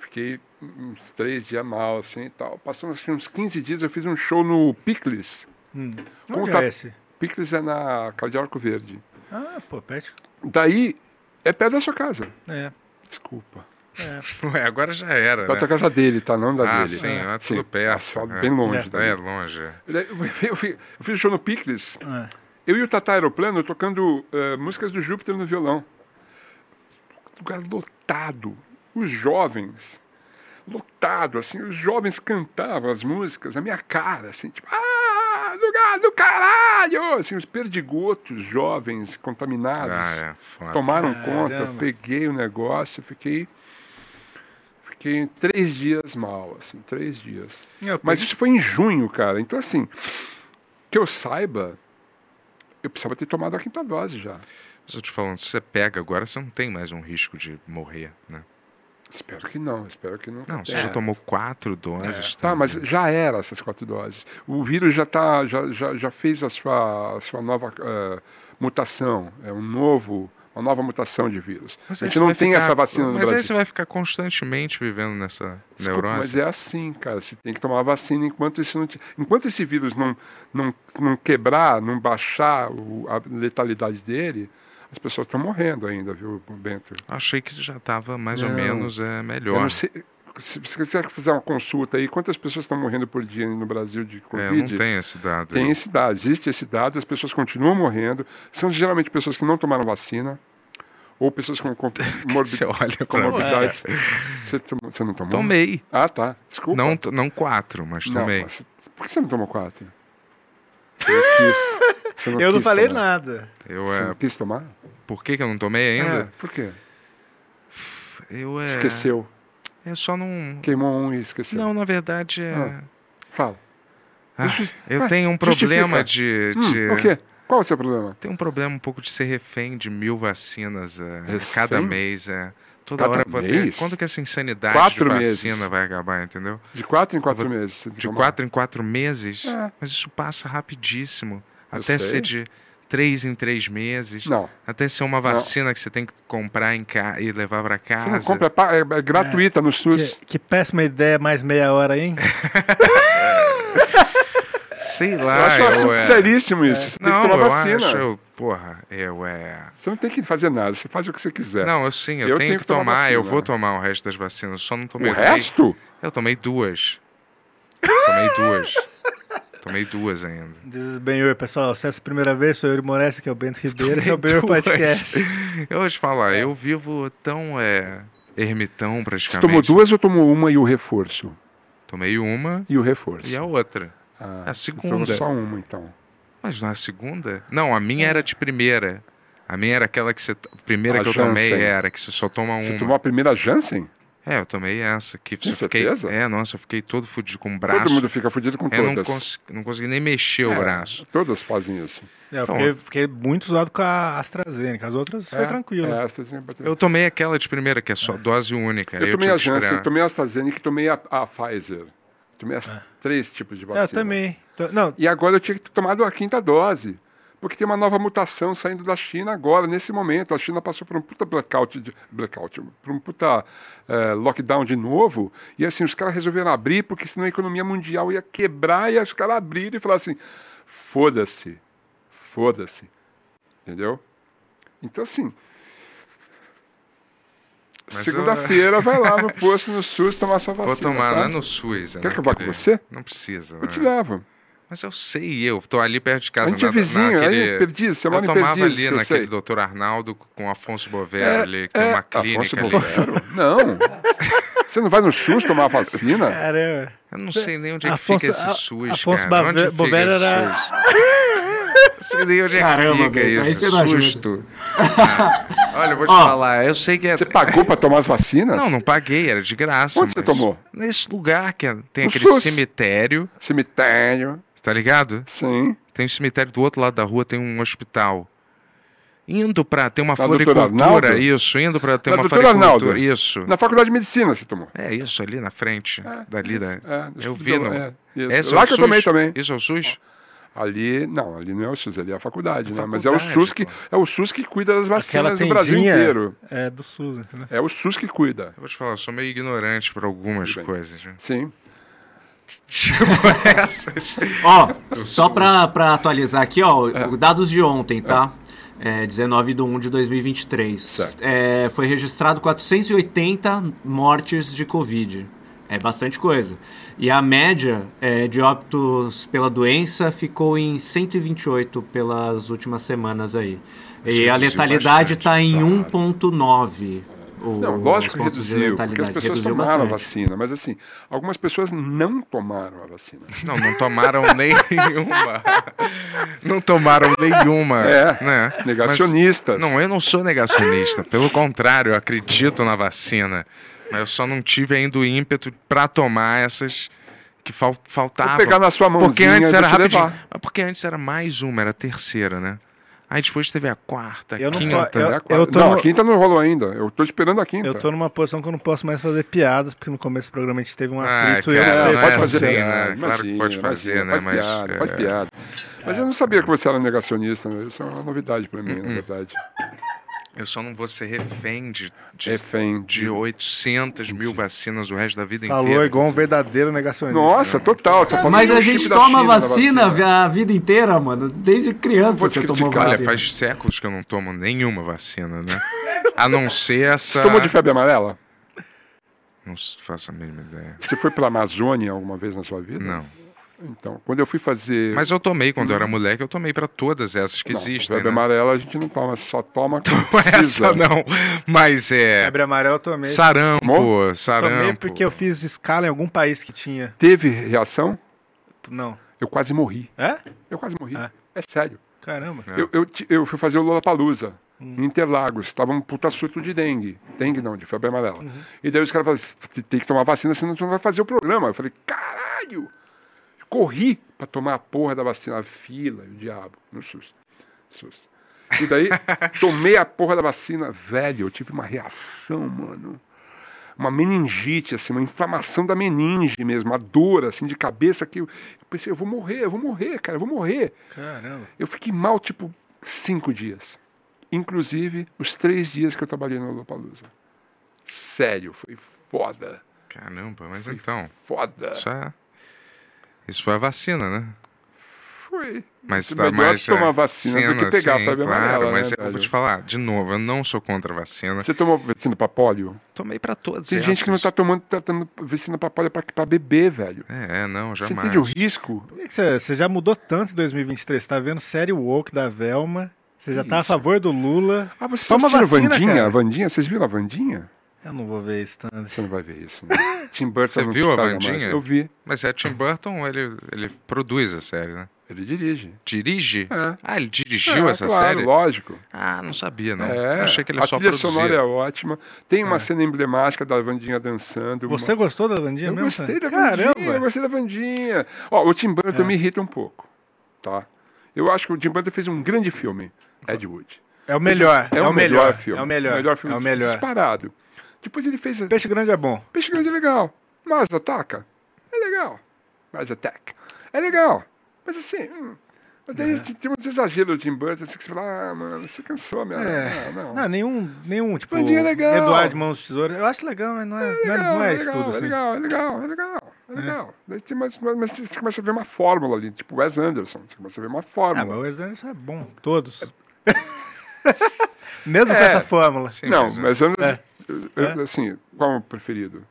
Speaker 8: Fiquei uns três dians mal, assim, e tal. Passou acho que uns 15 dias, eu fiz um show no Picles.
Speaker 10: Hum.
Speaker 8: Como
Speaker 10: Onde
Speaker 8: tá-
Speaker 10: é esse?
Speaker 8: Picles é na Cardeal Arco Verde.
Speaker 10: Ah, pô, pet.
Speaker 8: Daí, é perto da sua casa.
Speaker 10: É.
Speaker 8: Desculpa.
Speaker 4: Ué, agora já era.
Speaker 8: Da
Speaker 4: né?
Speaker 8: tua casa dele, tá? Não da
Speaker 4: Ah,
Speaker 8: dele.
Speaker 4: sim, é tudo perto,
Speaker 8: Só
Speaker 4: né?
Speaker 8: bem longe
Speaker 4: É
Speaker 8: daí.
Speaker 4: longe.
Speaker 8: Né, Eu, eu- eu fi- eu fiz o show no Picles,
Speaker 10: Ah,
Speaker 8: eu e o Tata Aeroplano tocando eh, músicas do Júpiter no violão. Lugar lotado, os jovens, lotado, assim, os jovens cantavam as músicas na minha cara, assim, tipo, ah, lugar do caralho! Assim, os perdigotos jovens contaminados
Speaker 4: Ah, é. Foda.
Speaker 8: tomaram
Speaker 10: Caramba.
Speaker 8: conta, eu peguei o negócio, fiquei. Fiquei três dias mal, assim, três dias.
Speaker 10: Eu
Speaker 8: Mas isso foi em junho, cara. Então, assim, que eu saiba, eu precisava ter tomado a quinta dose já.
Speaker 4: Mas eu te falando, se você pega agora, você não tem mais um risco de morrer, né?
Speaker 8: Espero que não, espero que não.
Speaker 4: Não, você
Speaker 8: tenha.
Speaker 4: já tomou quatro doses.
Speaker 8: É.
Speaker 4: né?
Speaker 8: Tá,
Speaker 4: também.
Speaker 8: mas já era essas quatro doses. O vírus já, tá, já, já, já fez a sua, a sua nova eh, mutação. É um novo, Uma nova mutação de vírus.
Speaker 4: Mas
Speaker 8: a
Speaker 4: aí
Speaker 8: gente
Speaker 4: você
Speaker 8: não
Speaker 4: vai
Speaker 8: tem
Speaker 4: ficar-
Speaker 8: essa vacina no
Speaker 4: Mas aí
Speaker 8: Brasil.
Speaker 4: você vai ficar constantemente vivendo nessa
Speaker 8: Desculpa,
Speaker 4: neurose.
Speaker 8: mas é assim, cara. Você tem que tomar a vacina enquanto isso não te- enquanto esse vírus não, não, não quebrar, não baixar o- a letalidade dele, as pessoas estão morrendo ainda, viu, Bento?
Speaker 4: Achei que já estava mais ou
Speaker 8: é- Não.
Speaker 4: menos é,
Speaker 8: Eu
Speaker 4: melhor.
Speaker 8: não sei- se se você quiser fizer uma consulta aí, quantas pessoas estão morrendo por dia no Brasil de
Speaker 4: É,
Speaker 8: Covid?
Speaker 4: não tem esse dado.
Speaker 8: Tem esse dado, existe esse dado, as pessoas continuam morrendo. São geralmente pessoas que não tomaram vacina ou pessoas com, com morbi-
Speaker 4: Você olha pra mim.
Speaker 8: comorbidades. Você, tomou- você não tomou?
Speaker 4: É. Tomei.
Speaker 8: Ah, tá. Desculpa.
Speaker 4: Não, to- não quatro, mas
Speaker 8: Não,
Speaker 4: tomei.
Speaker 8: mas por que você não tomou quatro? Eu, quis, você
Speaker 10: Eu não
Speaker 8: quis
Speaker 10: falei
Speaker 8: tomar.
Speaker 10: nada.
Speaker 4: Eu,
Speaker 8: Você
Speaker 4: é,
Speaker 8: não quis tomar?
Speaker 4: por que, que eu não tomei
Speaker 8: É,
Speaker 4: ainda?
Speaker 8: por quê?
Speaker 4: Eu é.
Speaker 8: Esqueceu.
Speaker 4: Eu só não.
Speaker 8: Queimou um e esqueceu.
Speaker 4: Não, na verdade é.
Speaker 8: Ah. Fala.
Speaker 4: Ah,
Speaker 8: Justi-
Speaker 4: eu
Speaker 8: Ah,
Speaker 4: tenho um problema de.
Speaker 8: Hum,
Speaker 4: de...
Speaker 8: o quê? Qual é o seu problema?
Speaker 4: Tem um problema um pouco de ser refém de mil vacinas é,
Speaker 8: Refém?
Speaker 4: cada mês. É. Toda
Speaker 8: Cada
Speaker 4: hora eu vou ter.
Speaker 8: mês?
Speaker 4: Quando que essa insanidade
Speaker 8: Quatro
Speaker 4: de
Speaker 8: meses.
Speaker 4: vacina vai acabar, entendeu?
Speaker 8: De quatro em quatro
Speaker 4: Eu
Speaker 8: meses. você tem que
Speaker 4: De
Speaker 8: tomar?
Speaker 4: quatro em quatro meses.
Speaker 8: É.
Speaker 4: Mas isso passa rapidíssimo.
Speaker 8: Eu
Speaker 4: Até
Speaker 8: sei.
Speaker 4: ser de três em três meses.
Speaker 8: Não.
Speaker 4: Até ser uma vacina que você tem que comprar em ca... e levar pra casa. É.
Speaker 8: Você não compra, é pa- é, é gratuita no SUS.
Speaker 10: Que, que péssima ideia, mais meia hora, hein?
Speaker 4: Sei
Speaker 8: eu
Speaker 4: lá,
Speaker 8: acho um assunto
Speaker 4: eu, é...
Speaker 8: seríssimo isso. Você tem
Speaker 4: Não,
Speaker 8: que tomar
Speaker 4: eu
Speaker 8: vacina.
Speaker 4: acho, eu, porra, eu é...
Speaker 8: Você não tem que fazer nada, você faz o que você quiser.
Speaker 4: Não, eu sim, eu,
Speaker 8: É. Eu
Speaker 4: tenho,
Speaker 8: tenho
Speaker 4: que
Speaker 8: que tomar
Speaker 4: tomar, eu
Speaker 8: vacina.
Speaker 4: vou tomar o resto das vacinas, eu só não tomei
Speaker 8: o
Speaker 4: eu tomei-
Speaker 8: resto?
Speaker 4: Eu tomei duas. Tomei duas. tomei duas ainda.
Speaker 10: Dizes bem, oi, pessoal. Se essa é a primeira vez, sou eu, Moraes, que é o Bento Ribeiro, esse é o
Speaker 4: Tomei
Speaker 10: Benhur
Speaker 4: duas.
Speaker 10: Podcast.
Speaker 4: Eu vou te falar, eu vivo tão é, ermitão
Speaker 8: É. Você
Speaker 4: praticamente.
Speaker 8: tomou duas ou tomou uma e o reforço?
Speaker 4: Tomei uma
Speaker 8: E o reforço?
Speaker 4: e é um a outra.
Speaker 8: Ah,
Speaker 4: a
Speaker 8: você
Speaker 4: segunda.
Speaker 8: Tomou só É. uma, então.
Speaker 4: Mas na segunda? Não, a minha era de primeira. A minha era aquela que você. A primeira
Speaker 8: A
Speaker 4: que eu tomei
Speaker 8: Janssen.
Speaker 4: era, que você só toma uma.
Speaker 8: Você tomou a primeira Janssen?
Speaker 4: É, eu tomei essa. Que
Speaker 8: Tem
Speaker 4: eu fiquei...
Speaker 8: certeza?
Speaker 4: É, nossa, eu fiquei todo fudido com o braço.
Speaker 8: Todo mundo fica fudido com
Speaker 4: eu
Speaker 8: todas.
Speaker 4: não, cons... não consegui nem mexer o
Speaker 8: É,
Speaker 4: braço.
Speaker 8: Todas fazem isso.
Speaker 10: É, eu
Speaker 4: Então,
Speaker 10: fiquei, fiquei muito zoado com a AstraZeneca. As outras foi
Speaker 8: É,
Speaker 10: tranquilo.
Speaker 8: é, AstraZeneca.
Speaker 4: Eu tomei aquela de primeira, que é só dose única. aí
Speaker 8: Eu tomei
Speaker 4: eu
Speaker 8: a
Speaker 4: tive que
Speaker 8: Janssen,
Speaker 4: esperar.
Speaker 8: tomei a AstraZeneca e tomei a, a Pfizer. Tomei as
Speaker 10: É.
Speaker 8: três tipos de vacina.
Speaker 10: eu também. Tô- Não,
Speaker 8: E agora eu tinha que ter tomado a quinta dose. Porque tem uma nova mutação saindo da China agora, nesse momento. A China passou por um puta blackout, de- blackout por um puta eh, lockdown de novo. E assim, os caras resolveram abrir, porque senão a economia mundial ia quebrar. E aí os caras abriram e falaram assim: foda-se, foda-se. Entendeu? Então, assim.
Speaker 4: Mas eu-
Speaker 8: Segunda-feira, vai lá no posto no SUS tomar sua vacina.
Speaker 4: Vou tomar
Speaker 8: tá?
Speaker 4: lá no SUS. né,
Speaker 8: Quer que eu vá com
Speaker 4: querido?
Speaker 8: você?
Speaker 4: Não precisa.
Speaker 8: Eu te
Speaker 4: né?
Speaker 8: levo.
Speaker 4: Mas eu sei, eu tô ali perto de casa.
Speaker 8: a gente é
Speaker 4: na-
Speaker 8: vizinho,
Speaker 4: naquele-
Speaker 8: aí Perdiz, você
Speaker 4: Eu
Speaker 8: mora em
Speaker 4: tomava
Speaker 8: Perdiz,
Speaker 4: ali
Speaker 8: que eu
Speaker 4: naquele
Speaker 8: sei.
Speaker 4: doutor Arnaldo com Afonso Bovero ali, que tem
Speaker 8: é,
Speaker 4: uma
Speaker 8: Afonso
Speaker 4: clínica ali. né?
Speaker 8: Bovero. Não. Você não vai no SUS tomar a vacina?
Speaker 10: cara.
Speaker 4: Eu não sei nem onde é que
Speaker 10: Afonso-
Speaker 4: fica esse
Speaker 10: A-
Speaker 4: SUS,
Speaker 10: Afonso
Speaker 4: cara.
Speaker 10: Bave-
Speaker 4: onde fica
Speaker 10: Bovero
Speaker 4: esse
Speaker 10: era-
Speaker 4: SUS? Não sei nem onde é
Speaker 9: Caramba,
Speaker 4: que
Speaker 9: Beto,
Speaker 4: fica
Speaker 9: aí
Speaker 4: isso.
Speaker 9: você não
Speaker 4: Susto. Ah, olha, eu vou te
Speaker 9: Ó,
Speaker 4: falar, eu sei que é...
Speaker 8: Você pagou pra tomar as vacinas?
Speaker 4: Não, não paguei, era de graça.
Speaker 8: Onde você
Speaker 4: mas-
Speaker 8: tomou?
Speaker 4: Nesse lugar que é- tem
Speaker 8: No
Speaker 4: aquele
Speaker 8: SUS.
Speaker 4: cemitério,
Speaker 8: Cemitério.
Speaker 4: tá ligado?
Speaker 8: Sim.
Speaker 4: Tem um cemitério do outro lado da rua, tem um hospital. Indo pra ter uma
Speaker 8: Na doutora
Speaker 4: floricultura,
Speaker 8: Tá, Arnaldo?
Speaker 4: isso. Indo pra ter
Speaker 8: Na
Speaker 4: uma
Speaker 8: doutora Arnaldo?
Speaker 4: floricultura, isso.
Speaker 8: Na faculdade de medicina você tomou.
Speaker 4: É isso, ali na frente. dali da.
Speaker 8: É,
Speaker 4: Eu
Speaker 8: isso,
Speaker 4: vi, não.
Speaker 8: é, isso.
Speaker 4: Esse é
Speaker 8: Lá
Speaker 4: o
Speaker 8: que eu
Speaker 4: SUS?
Speaker 8: tomei também.
Speaker 4: Isso é o SUS?
Speaker 8: Ali, não, ali não é o SUS, ali é a faculdade,
Speaker 4: É
Speaker 8: né? Mas é o
Speaker 4: faculdade,
Speaker 8: SUS que
Speaker 4: pô.
Speaker 8: é o SUS que cuida das
Speaker 10: Aquela
Speaker 8: vacinas do Brasil
Speaker 10: tendinha.
Speaker 8: inteiro.
Speaker 10: É do SUS, entendeu?
Speaker 8: É o SUS que cuida.
Speaker 4: Eu vou te falar, eu sou meio ignorante pra algumas
Speaker 8: Tudo bem.
Speaker 4: coisas. né?
Speaker 8: Sim.
Speaker 4: Tipo essas.
Speaker 9: Ó, só pra, pra atualizar aqui, ó,
Speaker 8: É.
Speaker 9: o- dados de ontem, tá? É, 19 de 1 de 2023.
Speaker 8: Certo.
Speaker 9: É, foi registrado 480 mortes de Covid. É bastante coisa. E a média é, de óbitos pela doença ficou em 128 pelas últimas semanas aí. E a
Speaker 4: Reduziu
Speaker 9: letalidade
Speaker 4: bastante,
Speaker 9: está em 1,9. o-
Speaker 8: tá. Não, lógico
Speaker 9: os
Speaker 8: que
Speaker 9: pontos de
Speaker 8: reduziu, porque as
Speaker 9: letalidade.
Speaker 8: pessoas
Speaker 9: Reduziu
Speaker 8: tomaram a
Speaker 9: bastante.
Speaker 8: vacina, mas assim, algumas pessoas não tomaram a vacina.
Speaker 4: Não, não tomaram nenhuma. Não tomaram nenhuma.
Speaker 8: É,
Speaker 4: né? Mas-
Speaker 8: Negacionistas.
Speaker 4: não, é eu não sou negacionista. Pelo contrário, eu acredito na vacina. Mas eu só não tive ainda o ímpeto pra tomar essas que fal
Speaker 8: Vou
Speaker 4: faltavam.
Speaker 8: pegar na sua mãozinha
Speaker 4: Porque antes
Speaker 8: e vou
Speaker 4: era
Speaker 8: te
Speaker 4: rapidinho.
Speaker 8: levar.
Speaker 4: Mas porque antes era mais uma, era a terceira, né? Aí depois teve a quarta,
Speaker 10: Eu não
Speaker 4: quinta.
Speaker 10: po- Eu-
Speaker 8: É a quarta.
Speaker 10: eu tô
Speaker 8: não,
Speaker 10: no-
Speaker 8: a quinta não rolou ainda. Eu tô esperando a quinta.
Speaker 10: Eu tô numa posição que eu não posso mais fazer piadas, porque no começo do programa a gente teve um
Speaker 4: Ah,
Speaker 10: atrito e eu
Speaker 4: cara,
Speaker 10: não
Speaker 8: É,
Speaker 10: sei
Speaker 4: não
Speaker 10: fazer.
Speaker 4: é assim,
Speaker 8: piada,
Speaker 4: né? Claro que pode fazer,
Speaker 8: imagina,
Speaker 4: né,
Speaker 8: Faz
Speaker 4: mas,
Speaker 8: piada,
Speaker 4: é.
Speaker 8: faz
Speaker 4: Hum,
Speaker 8: piada. Mas eu não sabia que você era negacionista, né? isso é uma novidade pra mim, na verdade.
Speaker 4: Eu só não vou ser refém de, de,
Speaker 8: Refém
Speaker 4: de 800 mil vacinas o resto da vida
Speaker 8: Tá
Speaker 3: Falou
Speaker 4: inteira.
Speaker 3: igual um verdadeiro negacionista.
Speaker 8: Nossa, total. só falta
Speaker 9: Mas
Speaker 8: é o
Speaker 9: a
Speaker 8: chip
Speaker 9: gente
Speaker 8: da
Speaker 9: toma
Speaker 8: China né, na
Speaker 9: vacina a vida inteira, mano. Desde criança
Speaker 8: Vou te
Speaker 9: você tomou
Speaker 8: criticar,
Speaker 4: Olha,
Speaker 9: vacina.
Speaker 4: faz séculos que eu não tomo nenhuma vacina, né? A não ser essa.
Speaker 8: Você tomou de febre amarela?
Speaker 4: Não s- faço a mínima ideia.
Speaker 8: Você foi pra Amazônia alguma vez na sua vida?
Speaker 4: Não.
Speaker 8: Então, quando eu fui fazer.
Speaker 4: Mas eu tomei quando eu era moleque, eu tomei pra todas essas que
Speaker 8: Hum. Não,
Speaker 4: existem.
Speaker 8: Febre
Speaker 4: Né?
Speaker 8: amarela a gente não toma, só toma quando
Speaker 4: Não é
Speaker 8: precisa.
Speaker 4: essa não. Mas é.
Speaker 3: Febre amarela eu tomei.
Speaker 4: Sarampo,
Speaker 3: Tomei
Speaker 4: sarampo.
Speaker 3: porque eu fiz escala em algum país que tinha.
Speaker 8: Teve reação?
Speaker 3: Não.
Speaker 8: Eu quase morri.
Speaker 3: É?
Speaker 8: Eu quase morri.
Speaker 3: Ah.
Speaker 8: É sério.
Speaker 3: Caramba.
Speaker 4: É.
Speaker 8: Eu, eu, ti- eu fui fazer o Lollapalooza em Interlagos. Tava um puta surto de dengue. Dengue não, de febre amarela. E daí os caras falaram assim, "Você tem que tomar vacina, senão tu não vai fazer o programa. Eu falei, caralho! Corri pra tomar a porra da vacina. A fila, e o diabo, no SUS. SUS. E daí, tomei a porra da vacina. Velho, eu tive uma reação, mano. Uma meningite, assim, uma inflamação da meninge mesmo. A dor, assim, de cabeça que... Eu eu pensei, eu vou morrer, eu vou morrer, cara, eu vou morrer.
Speaker 3: Caramba.
Speaker 8: Eu fiquei mal, tipo, cinco dias. Inclusive, os três dias que eu trabalhei no Lollapalooza. Sério, foi foda.
Speaker 4: Caramba, mas então.
Speaker 8: Foda.
Speaker 4: Isso, é... isso foi a vacina, né?
Speaker 8: Foi.
Speaker 4: Mas
Speaker 8: Muito
Speaker 4: tá
Speaker 8: melhor
Speaker 4: mais.
Speaker 8: tomar
Speaker 4: é,
Speaker 8: vacina do que pegar a
Speaker 4: sim,
Speaker 8: febre
Speaker 4: Claro,
Speaker 8: amarela,
Speaker 4: mas é,
Speaker 8: né,
Speaker 4: eu vou
Speaker 8: velho?
Speaker 4: te falar, de novo, eu não sou contra a vacina.
Speaker 8: Você tomou vacina pra pólio?
Speaker 4: Tomei pra todas
Speaker 8: Tem gente que não
Speaker 4: essas.
Speaker 8: tá tomando tá tomando vacina pra pólio pra, pra beber, velho.
Speaker 4: É, é, não,
Speaker 8: Você
Speaker 4: jamais.
Speaker 8: entende o risco?
Speaker 3: Por que que Você você já mudou tanto em 2023. Você tá vendo série woke da Velma. Você já tá a
Speaker 8: Isso.
Speaker 3: favor do Lula.
Speaker 8: Ah, vocês
Speaker 3: Toma
Speaker 8: assistiram
Speaker 3: vacina,
Speaker 8: Vandinha?
Speaker 3: cara.
Speaker 8: Vandinha? Vocês viram a Vandinha?
Speaker 3: Eu não vou ver isso tanto.
Speaker 8: Você não vai ver isso, né? Tim Burton
Speaker 4: Você
Speaker 8: não
Speaker 4: viu a
Speaker 8: paga
Speaker 4: Wandinha?
Speaker 8: mais. Eu vi.
Speaker 4: Mas é Tim Burton, ele, ele produz a série, né?
Speaker 8: Ele dirige.
Speaker 4: Dirige?
Speaker 8: É.
Speaker 4: Ah, ele dirigiu
Speaker 8: É,
Speaker 4: essa
Speaker 8: claro,
Speaker 4: série?
Speaker 8: lógico.
Speaker 4: Ah, não sabia, não.
Speaker 8: É,
Speaker 4: Achei que ele
Speaker 8: a
Speaker 4: só
Speaker 8: trilha
Speaker 4: produzia. É.
Speaker 8: sonora é ótima. Tem uma cena emblemática da Vandinha dançando. uma-
Speaker 3: Você gostou da Vandinha
Speaker 8: Eu
Speaker 3: mesmo?
Speaker 8: gostei da
Speaker 3: Sandra? Caramba. É.
Speaker 8: Vandinha, eu gostei da Vandinha. Ó, o Tim Burton me irrita um pouco, tá? Eu acho que o Tim Burton fez um grande filme, Ed Wood. um-
Speaker 3: É o melhor. É,
Speaker 8: o melhor, filme.
Speaker 3: É o melhor.
Speaker 8: filme
Speaker 3: É o melhor.
Speaker 8: disparado. Depois ele fez... a-
Speaker 3: Peixe grande é bom.
Speaker 8: Peixe Grande é legal. Mars Ataca é legal. Mars Attack é legal. Mas assim... hum, Mas
Speaker 3: É.
Speaker 8: daí tem uns exageros do Tim Burton, assim, que você fala, ah, mano, você cansou, minha...
Speaker 3: É.
Speaker 8: Ah, não.
Speaker 3: Não, nenhum, nenhum, tipo,
Speaker 8: Bandinha é legal.
Speaker 3: Eduardo de Mãos de Tesoura. Eu acho legal, mas não é, não é, não é isso
Speaker 8: legal,
Speaker 3: tudo,
Speaker 8: é
Speaker 3: assim.
Speaker 8: legal, é legal, é legal, é legal. Daí tem mais, mas, mas você começa a ver uma fórmula ali, tipo Wes Anderson, você começa a ver uma
Speaker 3: Ah, mas
Speaker 8: fórmula.
Speaker 3: o Wes Anderson é bom, todos. Mesmo com
Speaker 8: É.
Speaker 3: essa fórmula.
Speaker 4: Sim,
Speaker 8: não,
Speaker 4: mas é.
Speaker 8: Wes Anderson, eu- eu-
Speaker 3: um. É.
Speaker 8: assim, qual é o preferido?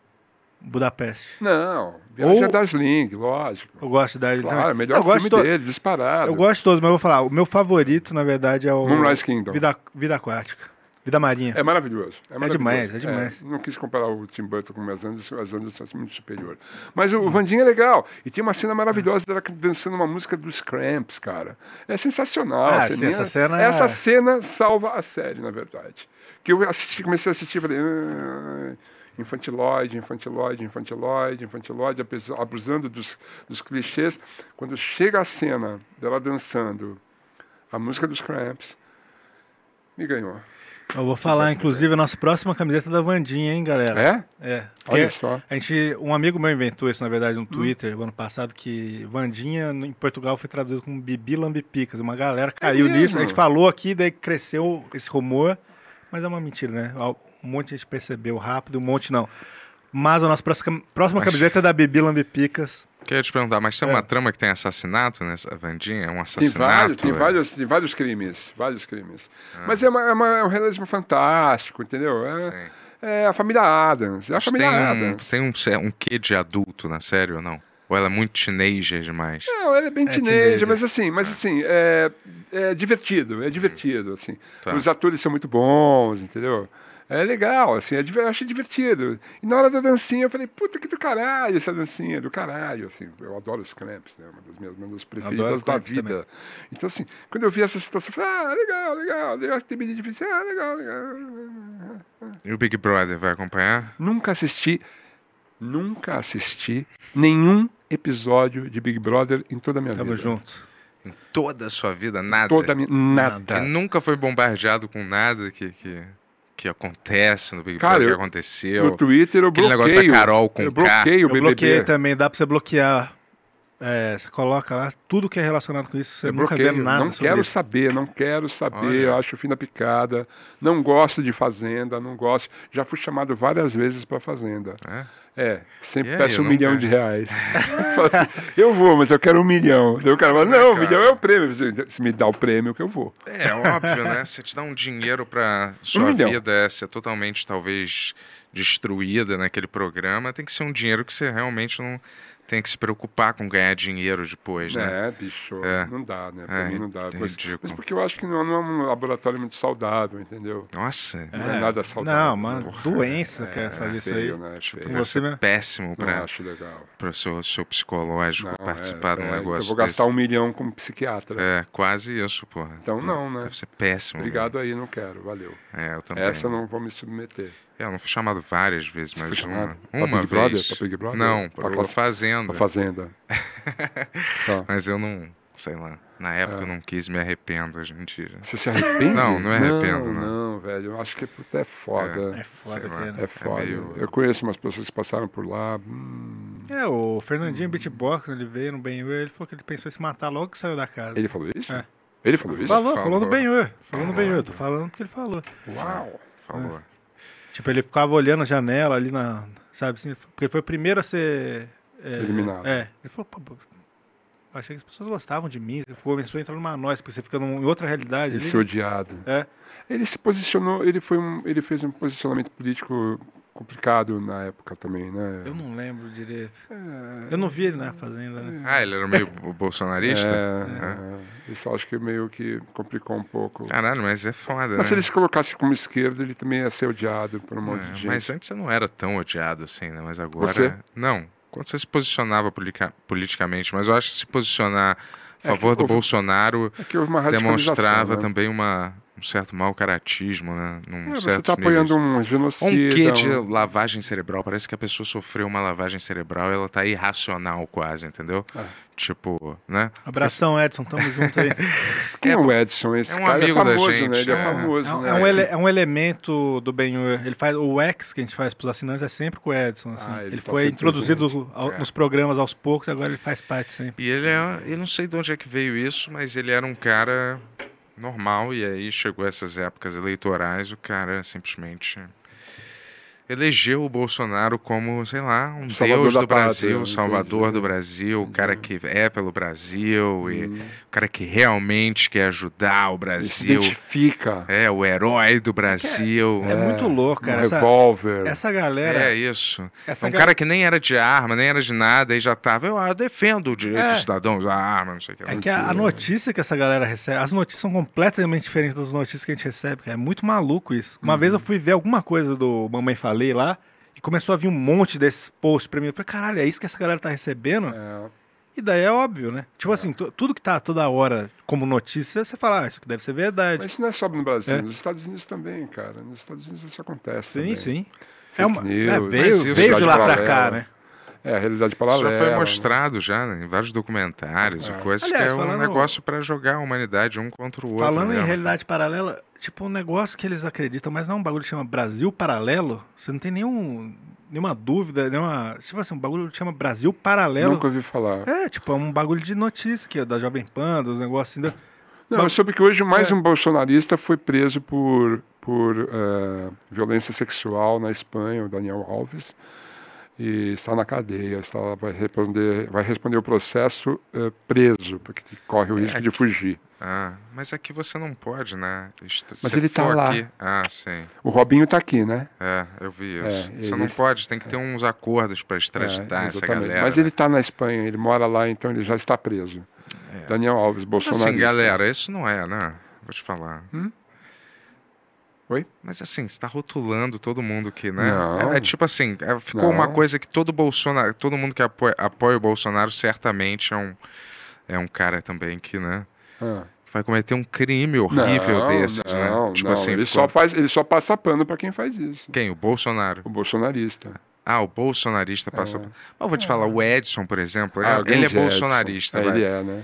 Speaker 3: Budapeste.
Speaker 8: Não, Viagem
Speaker 3: Ou-
Speaker 8: das Link, lógico.
Speaker 3: Eu gosto da
Speaker 8: Claro, melhor
Speaker 3: eu gosto
Speaker 8: filme
Speaker 3: to-
Speaker 8: dele, disparado.
Speaker 3: Eu gosto de todos, mas eu vou falar. O meu favorito, na verdade, é o
Speaker 8: Moonrise Kingdom.
Speaker 3: Vida, Vida Aquática. Vida Marinha.
Speaker 8: É maravilhoso. É, maravilhoso.
Speaker 3: demais, é demais.
Speaker 8: não quis comparar o Tim Burton com o Wes Anderson, o Wes Anderson é muito superior. Mas o, o Vandinha é legal. E tem uma cena maravilhosa dela dançando uma música dos Cramps, cara. É sensacional.
Speaker 3: Ah,
Speaker 8: a
Speaker 3: sim,
Speaker 8: ceninha.
Speaker 3: essa cena é-
Speaker 8: Essa cena salva a série, na verdade. Que eu assisti, comecei a assistir e falei... "Ah, Infantiloide, infantiloide, infantiloide, infantiloide, apesa- abusando dos, dos clichês. Quando chega a cena dela dançando a música dos Cramps, me ganhou. É
Speaker 3: Eu vou falar, inclusive, a nossa próxima camiseta da Vandinha, hein, galera?
Speaker 8: É?
Speaker 3: É. Porque
Speaker 8: Olha só.
Speaker 3: A gente, um amigo meu inventou isso, na verdade,
Speaker 8: Hum.
Speaker 3: no Twitter, o ano passado, que Vandinha, no- em Portugal, foi traduzido como Bibi Lambipicas. Uma galera caiu
Speaker 8: É mesmo?
Speaker 3: nisso. A gente falou aqui, daí cresceu esse rumor. Mas é uma mentira, né? Al- Um monte de gente percebeu rápido, um monte não. Mas a nossa próxima, próxima
Speaker 4: Mas-
Speaker 3: camiseta é da Bibi Lambipicas.
Speaker 4: Queria te perguntar, mas tem
Speaker 3: É.
Speaker 4: uma trama que tem assassinato nessa Vandinha? É um
Speaker 8: Tem
Speaker 4: assassinato?
Speaker 8: vários, tem
Speaker 4: é? Ah.
Speaker 8: vários, tem vários crimes, vários crimes. Mas é, uma, é, uma- é um realismo fantástico, entendeu? É,
Speaker 4: Sim.
Speaker 8: é a família Adams, é a
Speaker 4: Mas
Speaker 8: família
Speaker 4: tem um,
Speaker 8: Adams.
Speaker 4: tem um, ce- um quê de adulto na série ou não? Ou ela é muito teenager demais?
Speaker 8: Não, ele é bem
Speaker 3: É,
Speaker 8: teenager,
Speaker 3: teenager.
Speaker 8: mas assim, mas assim, é, é divertido, é divertido, assim.
Speaker 4: Tá.
Speaker 8: Os atores são muito bons, entendeu? É legal, assim, é, diver- eu achei divertido. E na hora da dancinha eu falei, puta que do caralho essa dancinha, do caralho, assim. Eu adoro os cramps, né? Uma das minhas, uma das preferidas da
Speaker 3: Cramps
Speaker 8: vida.
Speaker 3: também.
Speaker 8: Então, assim, quando eu vi essa situação, eu falei, ah, legal, legal, legal, tem medida difícil, ah, legal, legal.
Speaker 4: E o Big Brother vai acompanhar?
Speaker 8: Nunca assisti, nunca assisti nenhum episódio de Big Brother em toda a minha
Speaker 3: Tamo
Speaker 8: vida.
Speaker 3: junto.
Speaker 4: Em toda a sua vida, nada?
Speaker 8: Toda a minha, nada.
Speaker 4: E nunca foi bombardeado com nada que, que, que acontece no Big
Speaker 8: Cara,
Speaker 4: Brother, que
Speaker 8: eu-
Speaker 4: aconteceu?
Speaker 8: No Twitter eu
Speaker 4: Aquele
Speaker 8: bloqueio.
Speaker 4: negócio da Carol com
Speaker 8: eu
Speaker 4: K.
Speaker 8: bloqueio o
Speaker 3: Eu então. bloqueei
Speaker 8: BBB.
Speaker 3: também, dá pra você bloquear É, você coloca lá tudo que é relacionado com isso, você
Speaker 8: Eu
Speaker 3: nunca
Speaker 8: bloqueio,
Speaker 3: vê nada
Speaker 8: não
Speaker 3: sobre
Speaker 8: quero
Speaker 3: isso.
Speaker 8: saber, não quero
Speaker 4: Olha.
Speaker 8: saber, eu acho o fim da picada, não gosto de fazenda, não gosto. Já fui chamado várias vezes para fazenda.
Speaker 4: É?
Speaker 8: É, sempre
Speaker 4: E aí,
Speaker 8: peço
Speaker 4: eu
Speaker 8: um
Speaker 4: não
Speaker 8: milhão
Speaker 4: quero.
Speaker 8: de reais. Falo assim, eu vou, mas eu quero um milhão. Daí o cara fala, não, um
Speaker 4: cara.
Speaker 8: milhão é o prêmio. Eu falei, Se me dá o prêmio que eu vou.
Speaker 4: É óbvio, né? Você te dá um dinheiro pra sua
Speaker 8: milhão.
Speaker 4: vida é ser totalmente, talvez, destruída naquele programa. Tem que ser um dinheiro que você realmente não tem que se preocupar com ganhar dinheiro depois, né?
Speaker 8: É, bicho,
Speaker 4: É.
Speaker 8: não dá, né? Pra
Speaker 4: É,
Speaker 8: mim não dá.
Speaker 4: é
Speaker 8: Mas-
Speaker 4: ridículo.
Speaker 8: Mas porque eu acho que não, não é um laboratório muito saudável, entendeu?
Speaker 4: Nossa,
Speaker 8: Não é, nada saudável.
Speaker 3: Não, mano,
Speaker 8: Porra,
Speaker 3: doença
Speaker 8: é,
Speaker 3: quer fazer isso aí.
Speaker 8: feio, Né?
Speaker 4: tipo,
Speaker 8: Feio.
Speaker 4: deve
Speaker 3: você
Speaker 4: ser
Speaker 3: mesmo.
Speaker 4: péssimo
Speaker 8: Não
Speaker 4: pra,
Speaker 8: acho legal.
Speaker 4: pro seu, seu psicológico
Speaker 8: Não,
Speaker 4: participar
Speaker 8: é,
Speaker 4: de um
Speaker 8: é, então
Speaker 4: negócio
Speaker 8: Eu vou gastar
Speaker 4: desse.
Speaker 8: um milhão como psiquiatra.
Speaker 4: É, tá, quase isso, porra.
Speaker 8: Então não, né?
Speaker 4: Deve ser péssimo.
Speaker 8: Obrigado aí, não quero, valeu.
Speaker 4: né? É, eu também. É,
Speaker 8: Essa eu não vou me submeter.
Speaker 4: Eu não fui chamado várias vezes,
Speaker 8: Você
Speaker 4: mas
Speaker 8: foi
Speaker 4: uma,
Speaker 8: chamado? Pra
Speaker 4: uma
Speaker 8: Big Brother?
Speaker 4: vez.
Speaker 8: Pra Big Brother?
Speaker 4: Não,
Speaker 8: Pra
Speaker 4: pra né?
Speaker 8: classe-
Speaker 4: Fazenda.
Speaker 8: A fazenda. Tá.
Speaker 4: Mas eu não, sei lá, na época
Speaker 8: É.
Speaker 4: eu não quis, me arrependo hoje em dia.
Speaker 8: Você se arrepende?
Speaker 4: Não, não me arrependo,
Speaker 8: Não,
Speaker 4: não.
Speaker 8: não, velho. Eu acho que puta, é foda.
Speaker 3: É foda
Speaker 4: Sei lá.
Speaker 3: que é, né?
Speaker 8: É, foda.
Speaker 4: meio-
Speaker 8: Eu conheço umas pessoas que passaram por lá. hum.
Speaker 3: É, o Fernandinho Beatbox, ele veio no Ben ele falou que ele pensou em se matar logo que saiu da casa.
Speaker 8: Ele falou isso?
Speaker 3: É.
Speaker 8: Ele falou isso?
Speaker 3: falou,
Speaker 4: falou.
Speaker 3: falou no Ben Falou no Ben
Speaker 4: Falou.
Speaker 3: tô falando porque ele falou.
Speaker 8: Uau!
Speaker 4: Falou.
Speaker 8: É.
Speaker 3: Tipo, ele ficava olhando a janela ali na. Sabe assim? Porque ele foi o primeiro a ser. é,
Speaker 8: Eliminado.
Speaker 3: É. Ele falou, pô, pô, achei que as pessoas gostavam de mim. Você começou a entrar numa noise, porque você fica num- em outra realidade.
Speaker 8: Ele
Speaker 3: ali.
Speaker 8: ser odiado.
Speaker 3: É.
Speaker 8: Ele se posicionou, ele, foi um, ele fez um posicionamento político complicado na época também, né?
Speaker 3: Eu não lembro direito.
Speaker 8: É,
Speaker 3: Eu não vi ele na fazenda, né?
Speaker 4: Ah, ele era meio bo- bolsonarista?
Speaker 8: É, é. Isso eu acho que meio que complicou um pouco.
Speaker 4: Caralho, mas né? é foda,
Speaker 8: Mas se
Speaker 4: né?
Speaker 8: ele se colocasse como esquerdo, ele também ia ser odiado por um monte
Speaker 4: É,
Speaker 8: de gente.
Speaker 4: Mas antes você não era tão odiado assim, né? Mas agora.
Speaker 8: Você?
Speaker 4: Não. Quando você se posicionava politica- politicamente, mas eu acho que se posicionar a
Speaker 8: É que
Speaker 4: favor do
Speaker 8: houve-
Speaker 4: Bolsonaro
Speaker 8: É que houve uma radicalização.
Speaker 4: demonstrava
Speaker 8: né?
Speaker 4: também uma, um certo mau caratismo, né? Num
Speaker 8: É, você
Speaker 4: certo
Speaker 8: está apoiando um
Speaker 4: Um
Speaker 8: genocídio.
Speaker 4: quê de lavagem cerebral? Parece que a pessoa sofreu uma lavagem cerebral e ela tá irracional quase, entendeu?
Speaker 8: É.
Speaker 4: Tipo, né?
Speaker 3: Abração, Edson, tamo junto aí.
Speaker 8: Quem é o Edson? Esse
Speaker 4: é um
Speaker 8: cara
Speaker 4: amigo
Speaker 8: é
Speaker 4: da
Speaker 8: famoso,
Speaker 4: gente,
Speaker 8: né? Ele é,
Speaker 4: é.
Speaker 8: famoso,
Speaker 3: É um,
Speaker 8: né?
Speaker 3: é um ele- é um elemento do Ben Ele faz o X que a gente faz pros assinantes é sempre com o Edson. assim.
Speaker 8: Ah, ele
Speaker 3: ele
Speaker 8: tá
Speaker 3: foi
Speaker 8: sempre
Speaker 3: introduzido ao-
Speaker 4: É.
Speaker 3: nos programas aos poucos, agora ele faz parte sempre.
Speaker 4: E ele é. Eu não sei de onde é que veio isso, mas ele era um cara normal e aí chegou essas épocas eleitorais, o cara simplesmente elegeu o Bolsonaro como, sei lá, um
Speaker 8: Salvador
Speaker 4: deus
Speaker 8: da
Speaker 4: do
Speaker 8: pátria,
Speaker 4: Brasil,
Speaker 8: entendi. Uhum.
Speaker 4: salvador do Brasil, o cara que é pelo Brasil e
Speaker 8: Hum,
Speaker 4: o cara que realmente quer ajudar o
Speaker 8: ele se
Speaker 4: Brasil.
Speaker 8: identifica.
Speaker 4: É, o herói do Brasil.
Speaker 3: É, muito louco,
Speaker 8: Um
Speaker 3: cara. Essa,
Speaker 8: revólver.
Speaker 3: essa galera.
Speaker 4: É isso.
Speaker 3: essa
Speaker 4: Um
Speaker 3: galera-
Speaker 4: cara que nem era de arma, nem era de nada, e já tava, eu, ah, eu defendo o direito
Speaker 3: É.
Speaker 4: do cidadão a usar arma, não sei o que. lá.
Speaker 3: É que a, a notícia que essa galera recebe, as notícias são completamente diferentes das notícias que a gente recebe, cara. É muito maluco isso. Uma vez eu fui ver alguma coisa do Mamãe Falei lá e começou a vir um monte desses posts pra mim. Eu falei, caralho, é isso que essa galera tá recebendo?
Speaker 8: É.
Speaker 3: E daí é óbvio, né? Tipo assim, tu- tudo que tá toda hora como notícia, você fala, ah, isso aqui deve ser verdade.
Speaker 8: Mas isso não é só no Brasil,
Speaker 3: É.
Speaker 8: nos Estados Unidos também, cara. Nos Estados Unidos isso acontece.
Speaker 3: sim,
Speaker 8: também.
Speaker 3: sim.
Speaker 8: Fake
Speaker 3: É uma,
Speaker 8: news,
Speaker 3: é,
Speaker 4: mas isso-
Speaker 3: veio veio de lá pra cá, né?
Speaker 8: É, realidade
Speaker 4: Isso
Speaker 8: paralela.
Speaker 4: já foi mostrado já né, em vários documentários
Speaker 8: É.
Speaker 4: e coisas
Speaker 3: Aliás,
Speaker 4: que é um
Speaker 3: falando-
Speaker 4: negócio pra jogar a humanidade um contra o outro.
Speaker 3: Falando em
Speaker 4: mesmo.
Speaker 3: realidade paralela, tipo, um negócio que eles acreditam, mas não é um bagulho que chama Brasil Paralelo. Você não tem nenhum, nenhuma dúvida, nenhuma. Tipo assim, um bagulho que chama Brasil Paralelo.
Speaker 8: Nunca ouvi falar.
Speaker 3: É, tipo, é um bagulho de notícia aqui, ó, da Jovem Pan, dos negócios ainda.
Speaker 8: Não, eu soube que hoje
Speaker 4: é.
Speaker 8: mais um bolsonarista foi preso por, por eh, violência sexual na Espanha, o Daniel Alves, e está na cadeia, está, lá, vai, responder, vai responder o processo eh, preso, porque corre
Speaker 4: É,
Speaker 8: o risco de fugir.
Speaker 4: Ah, mas aqui você não pode, né? Isto-
Speaker 8: Mas
Speaker 4: se
Speaker 8: ele tá
Speaker 4: for
Speaker 8: lá.
Speaker 4: aqui- Ah, sim.
Speaker 8: O Robinho está aqui, né?
Speaker 4: É, eu vi
Speaker 8: É,
Speaker 4: isso. você
Speaker 8: ele-
Speaker 4: não pode, tem que ter uns acordos pra
Speaker 8: É,
Speaker 4: extraditar Tá, essa
Speaker 8: exatamente.
Speaker 4: galera.
Speaker 8: Mas
Speaker 4: né?
Speaker 8: ele está na Espanha, ele mora lá, então ele já está preso. Daniel Alves,
Speaker 4: É. Mas
Speaker 8: bolsonarista.
Speaker 4: assim, galera, isso não é, né? Vou te falar.
Speaker 8: Hum? Oi?
Speaker 4: Mas assim, você tá rotulando todo mundo que, né?
Speaker 8: Não.
Speaker 4: É, é tipo assim, é, ficou uma
Speaker 8: Não.
Speaker 4: coisa que todo Bolsonaro, todo mundo que apoia, apoia o Bolsonaro certamente é um, é um cara também que, né?
Speaker 8: Ah.
Speaker 4: Vai cometer um crime horrível
Speaker 8: não,
Speaker 4: desses,
Speaker 8: não,
Speaker 4: né? Tipo
Speaker 8: não,
Speaker 4: assim,
Speaker 8: ele,
Speaker 4: ficou-
Speaker 8: só faz, ele só passa pano para quem faz isso.
Speaker 4: quem? O Bolsonaro.
Speaker 8: O bolsonarista.
Speaker 4: Ah, o bolsonarista passa.
Speaker 8: É.
Speaker 4: Mas eu vou te falar, o Edson, por exemplo, ele,
Speaker 8: Ah,
Speaker 4: é-
Speaker 8: o
Speaker 4: ele é
Speaker 8: grande Edson.
Speaker 4: bolsonarista,
Speaker 8: É,
Speaker 4: vai.
Speaker 8: Ele é, né?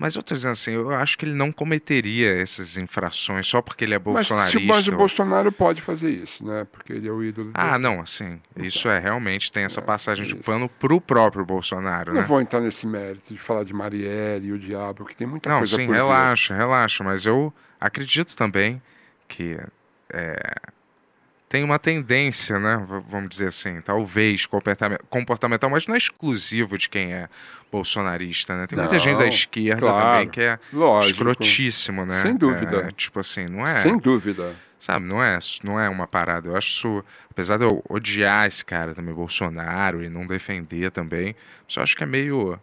Speaker 4: Mas eu tô dizendo assim, eu acho que ele não cometeria essas infrações só porque ele é
Speaker 8: Mas
Speaker 4: bolsonarista.
Speaker 8: se o Mas o
Speaker 4: ou-
Speaker 8: Bolsonaro pode fazer isso, né? Porque ele é o ídolo dele.
Speaker 4: Ah, não, assim, isso é realmente tem essa passagem de pano pro próprio Bolsonaro,
Speaker 8: Não
Speaker 4: né?
Speaker 8: vou entrar nesse mérito de falar de Marielle e o diabo, que tem muita
Speaker 4: Não,
Speaker 8: coisa
Speaker 4: sim,
Speaker 8: por vir.
Speaker 4: relaxa, relaxa, mas eu acredito também que é, tem uma tendência, né, v- vamos dizer assim, talvez comportame- comportamental, mas não é exclusivo de quem é bolsonarista, né? Tem muita
Speaker 8: Não,
Speaker 4: gente da esquerda
Speaker 8: claro,
Speaker 4: também que é
Speaker 8: lógico.
Speaker 4: escrotíssimo, né?
Speaker 8: Sem dúvida.
Speaker 4: É, tipo assim, não é...
Speaker 8: Sem dúvida.
Speaker 4: Sabe, não é, não é uma parada. Eu acho isso. Apesar de eu odiar esse cara também, Bolsonaro, e não defender também, só acho que é meio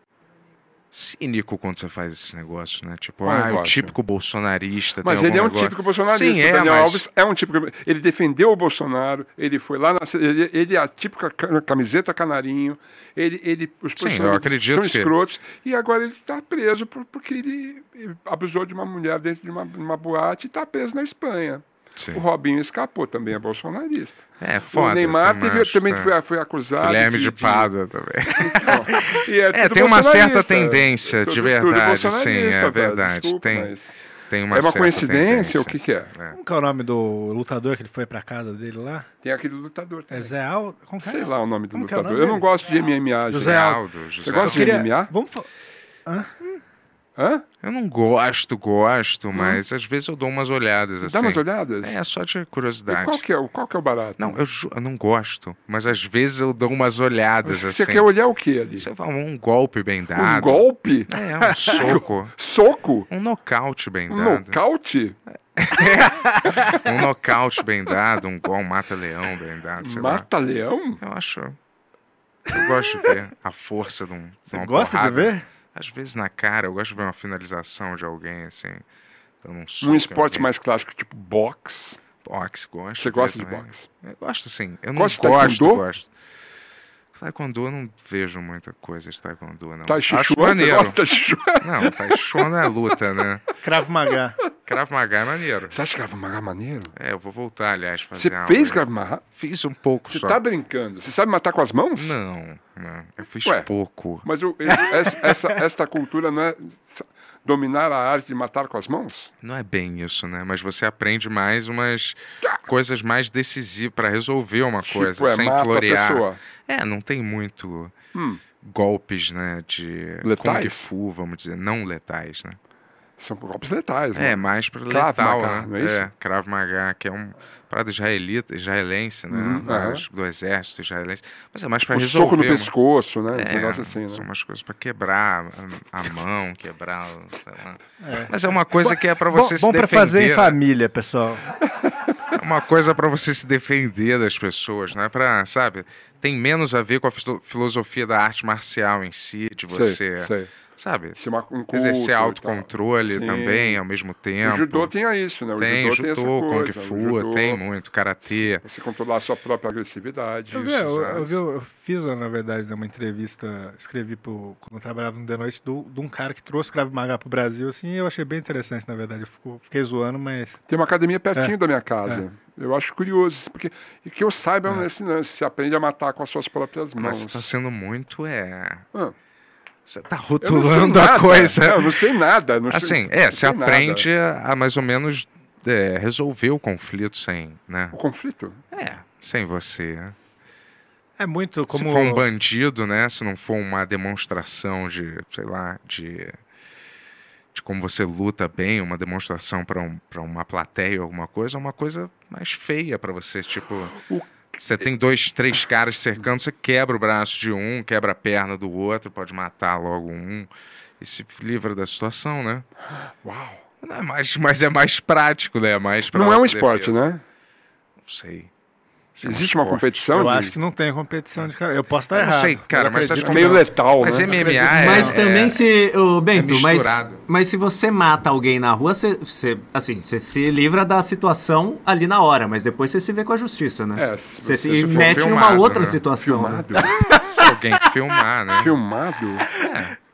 Speaker 4: cínico quando você faz esse negócio, né? Tipo,
Speaker 8: Qual
Speaker 4: ah, o
Speaker 8: negócio?
Speaker 4: típico bolsonarista.
Speaker 8: Mas
Speaker 4: tem
Speaker 8: ele é um
Speaker 4: algum negócio.
Speaker 8: típico bolsonarista.
Speaker 4: Sim, é,
Speaker 8: Daniel
Speaker 4: mas-
Speaker 8: Alves é um típico. Ele defendeu o Bolsonaro, ele foi lá na. Ele, ele é a típica ca- camiseta canarinho, ele, ele, os
Speaker 4: Sim, eu
Speaker 8: professores
Speaker 4: acredito
Speaker 8: são
Speaker 4: que-
Speaker 8: escrotos, e agora ele está preso por- porque ele ele abusou de uma mulher dentro de uma, de uma boate e está preso na Espanha.
Speaker 4: Sim.
Speaker 8: O Robinho escapou, também é bolsonarista.
Speaker 4: É, foda.
Speaker 8: o Neymar
Speaker 4: também
Speaker 8: teve-
Speaker 4: acho,
Speaker 8: também
Speaker 4: né?
Speaker 8: foi, foi acusado.
Speaker 4: Guilherme de Pádua também.
Speaker 8: e
Speaker 4: É,
Speaker 8: tudo
Speaker 4: tem uma certa
Speaker 8: bolsonarista.
Speaker 4: tendência, de
Speaker 8: Tudo- tudo
Speaker 4: verdade, sim, é
Speaker 8: bolsonarista, velho,
Speaker 4: verdade,
Speaker 8: desculpa,
Speaker 4: tem-
Speaker 8: mas-
Speaker 4: Tem uma
Speaker 8: É uma
Speaker 4: certa
Speaker 8: coincidência?
Speaker 4: tendência.
Speaker 8: O que, que é?
Speaker 4: É.
Speaker 10: Como que é o nome do lutador que ele foi pra casa dele lá?
Speaker 8: Tem aquele lutador
Speaker 10: É
Speaker 8: também.
Speaker 10: Zé Al... Como que é?
Speaker 8: Sei lá o nome do
Speaker 10: Como que é o
Speaker 8: lutador.
Speaker 10: nome
Speaker 8: Eu não
Speaker 10: dele?
Speaker 8: gosto de MMA.
Speaker 10: José
Speaker 8: gente.
Speaker 10: Alves.
Speaker 4: Aldo, José
Speaker 8: Você gosta
Speaker 4: Aldo.
Speaker 8: de MMA?
Speaker 10: Vamos fa-
Speaker 8: Hã?
Speaker 4: Eu não gosto, gosto, mas às vezes eu dou umas olhadas assim.
Speaker 8: Hum? Dá umas olhadas?
Speaker 4: É, só de
Speaker 8: E
Speaker 4: curiosidade.
Speaker 8: qual, que é, o- qual que é o barato?
Speaker 4: Não, eu, ju- eu não gosto, mas às vezes eu dou umas olhadas
Speaker 8: Você
Speaker 4: assim.
Speaker 8: quer olhar o que ali?
Speaker 4: Você fala um golpe bem dado.
Speaker 8: Um golpe?
Speaker 4: É, um soco.
Speaker 8: Soco?
Speaker 4: Um nocaute bem
Speaker 8: Um
Speaker 4: dado.
Speaker 8: nocaute?
Speaker 4: Um nocaute bem dado, um gol, um mata-leão bem dado, sei
Speaker 8: Mata-leão?
Speaker 4: lá. Eu acho. Eu gosto de ver a força de um. de
Speaker 8: É
Speaker 10: Você
Speaker 4: uma
Speaker 10: gosta de
Speaker 4: porrada.
Speaker 10: ver?
Speaker 4: Às vezes na cara, eu gosto de ver uma finalização de alguém, assim. dando um, soco
Speaker 8: Um
Speaker 4: em
Speaker 8: esporte
Speaker 4: alguém.
Speaker 8: mais clássico, tipo boxe.
Speaker 4: Boxe, gosto.
Speaker 8: Você
Speaker 4: ver
Speaker 8: gosta de
Speaker 4: também.
Speaker 8: boxe?
Speaker 4: Eu gosto sim. Eu não
Speaker 8: Gosta de
Speaker 4: gosto,
Speaker 8: taekwondo?
Speaker 4: gosto. Taekwondo eu não vejo muita coisa de taekwondo, não.
Speaker 8: Tá
Speaker 4: Acho
Speaker 8: Sichuan? Você
Speaker 4: maneiro.
Speaker 8: gosta de Sichuan?
Speaker 4: Não, taekwondo é luta, né?
Speaker 10: Cravo Magá.
Speaker 4: Krav Maga é maneiro.
Speaker 8: Você acha Krav Maga maneiro?
Speaker 4: É, eu vou voltar, aliás, fazer
Speaker 8: Você
Speaker 4: aula.
Speaker 8: fez Krav Maga?
Speaker 4: Fiz um pouco
Speaker 8: Você
Speaker 4: só.
Speaker 8: tá brincando? Você sabe matar com as mãos?
Speaker 4: Não, não. Eu fiz
Speaker 8: Ué.
Speaker 4: pouco.
Speaker 8: Mas o- esse- essa, essa, esta cultura não é dominar a arte de matar com as mãos?
Speaker 4: Não é bem isso, né? Mas você aprende mais umas coisas mais decisivas pra resolver uma coisa,
Speaker 8: Ah! tipo, é
Speaker 4: sem
Speaker 8: mata a
Speaker 4: florear.
Speaker 8: pessoa.
Speaker 4: É, não tem muito
Speaker 8: Hum.
Speaker 4: golpes, né, de Kung
Speaker 8: Letais?
Speaker 4: Fu, vamos dizer, não letais, né?
Speaker 8: São golpes letais,
Speaker 4: É,
Speaker 8: né?
Speaker 4: mais pra
Speaker 8: Krav
Speaker 4: letal,
Speaker 8: Maga,
Speaker 4: né?
Speaker 8: não é isso?
Speaker 4: Krav Maga, que é um parada israelita, israelense, né?
Speaker 8: Uhum,
Speaker 4: Vários Do exército israelense. Mas é mais pra
Speaker 8: Um
Speaker 4: resolver.
Speaker 8: soco no
Speaker 4: uma-
Speaker 8: pescoço, né?
Speaker 4: É,
Speaker 8: um negócio assim, né?
Speaker 4: são umas coisas pra quebrar a, a mão, quebrar, o- sei lá.
Speaker 10: É.
Speaker 4: Mas é uma coisa que é pra
Speaker 10: Bom,
Speaker 4: você se
Speaker 10: bom pra
Speaker 4: defender.
Speaker 10: fazer em
Speaker 4: né?
Speaker 10: família, pessoal.
Speaker 4: É uma coisa pra você se defender das pessoas, não é pra, sabe? Tem menos a ver com a fiso- filosofia da arte marcial em si, de
Speaker 8: Sei,
Speaker 4: um você,
Speaker 8: sei.
Speaker 4: sabe?
Speaker 8: Se uma- um culto e
Speaker 4: Exercer
Speaker 8: tal.
Speaker 4: autocontrole
Speaker 8: Sim.
Speaker 4: também ao mesmo tempo.
Speaker 8: O judô tinha isso, né? O
Speaker 4: Tem,
Speaker 8: judô, tem essa
Speaker 4: judô,
Speaker 8: coisa. né?
Speaker 4: Kung
Speaker 8: o
Speaker 4: Fu,
Speaker 8: judô,
Speaker 4: tem um- muito, Karatê.
Speaker 8: Você controlar a sua própria agressividade.
Speaker 10: Eu, vi,
Speaker 8: isso,
Speaker 10: eu,
Speaker 8: sabe?
Speaker 10: eu vi- um- eu fiz, na verdade, né, uma entrevista, escrevi pro, quando eu trabalhava no The Noite, do, de um cara que trouxe Krav Maga pro Brasil, assim, e eu achei bem interessante, na verdade. Eu fico- fiquei zoando, mas...
Speaker 8: Tem uma academia pertinho
Speaker 10: É,
Speaker 8: da minha casa. Eu acho curioso, porque e que eu saiba é. esse lance, você aprende a matar com as suas próprias
Speaker 4: Mas
Speaker 8: mãos.
Speaker 4: você tá sendo muito, é...
Speaker 8: Ah.
Speaker 4: Você tá
Speaker 8: Eu não sei
Speaker 4: rotulando a
Speaker 8: nada,
Speaker 4: coisa.
Speaker 8: Eu não sei nada. Não sei-
Speaker 4: Assim, é,
Speaker 8: não
Speaker 4: você
Speaker 8: sei nada.
Speaker 4: aprende a, a mais ou menos é, resolver o conflito sem, né?
Speaker 8: O conflito?
Speaker 4: É, sem você. né?
Speaker 10: É muito como...
Speaker 4: Se for um bandido, né? Se não for uma demonstração de, sei lá, de, de como você luta bem, uma demonstração pra um, pra uma plateia, alguma coisa, é uma coisa mais feia pra você. Tipo,
Speaker 8: O-
Speaker 4: você tem dois, três caras cercando, você quebra o braço de um, quebra a perna do outro, pode matar logo um e se livra da situação, né?
Speaker 8: Uau.
Speaker 4: Não é mais, mas é mais prático, né? É mais pra
Speaker 8: Não é um
Speaker 4: autodefesa.
Speaker 8: esporte, né?
Speaker 4: Não sei. Se é um
Speaker 8: Existe uma
Speaker 4: esporte.
Speaker 8: competição?
Speaker 10: Eu
Speaker 8: de-
Speaker 10: acho que não tem competição de cara. Eu posso estar
Speaker 4: né? Eu não
Speaker 10: errado.
Speaker 4: sei, cara, mas
Speaker 10: acredito
Speaker 4: acho que
Speaker 8: é meio
Speaker 10: não.
Speaker 8: letal,
Speaker 4: Mas
Speaker 8: né?
Speaker 4: MMA é.
Speaker 9: mas também
Speaker 4: é-
Speaker 9: se. ô, Bento, mas,
Speaker 4: misturado.
Speaker 9: mas se você mata alguém na rua, você, você- assim, você se livra da situação ali na hora, mas depois você se vê com a justiça, né?
Speaker 8: É, se
Speaker 9: você
Speaker 8: você
Speaker 9: se,
Speaker 4: se for
Speaker 9: mete
Speaker 4: filmado,
Speaker 9: numa outra
Speaker 4: né?
Speaker 9: situação. né?
Speaker 8: filmado.
Speaker 4: se alguém filmar, né?
Speaker 8: filmado?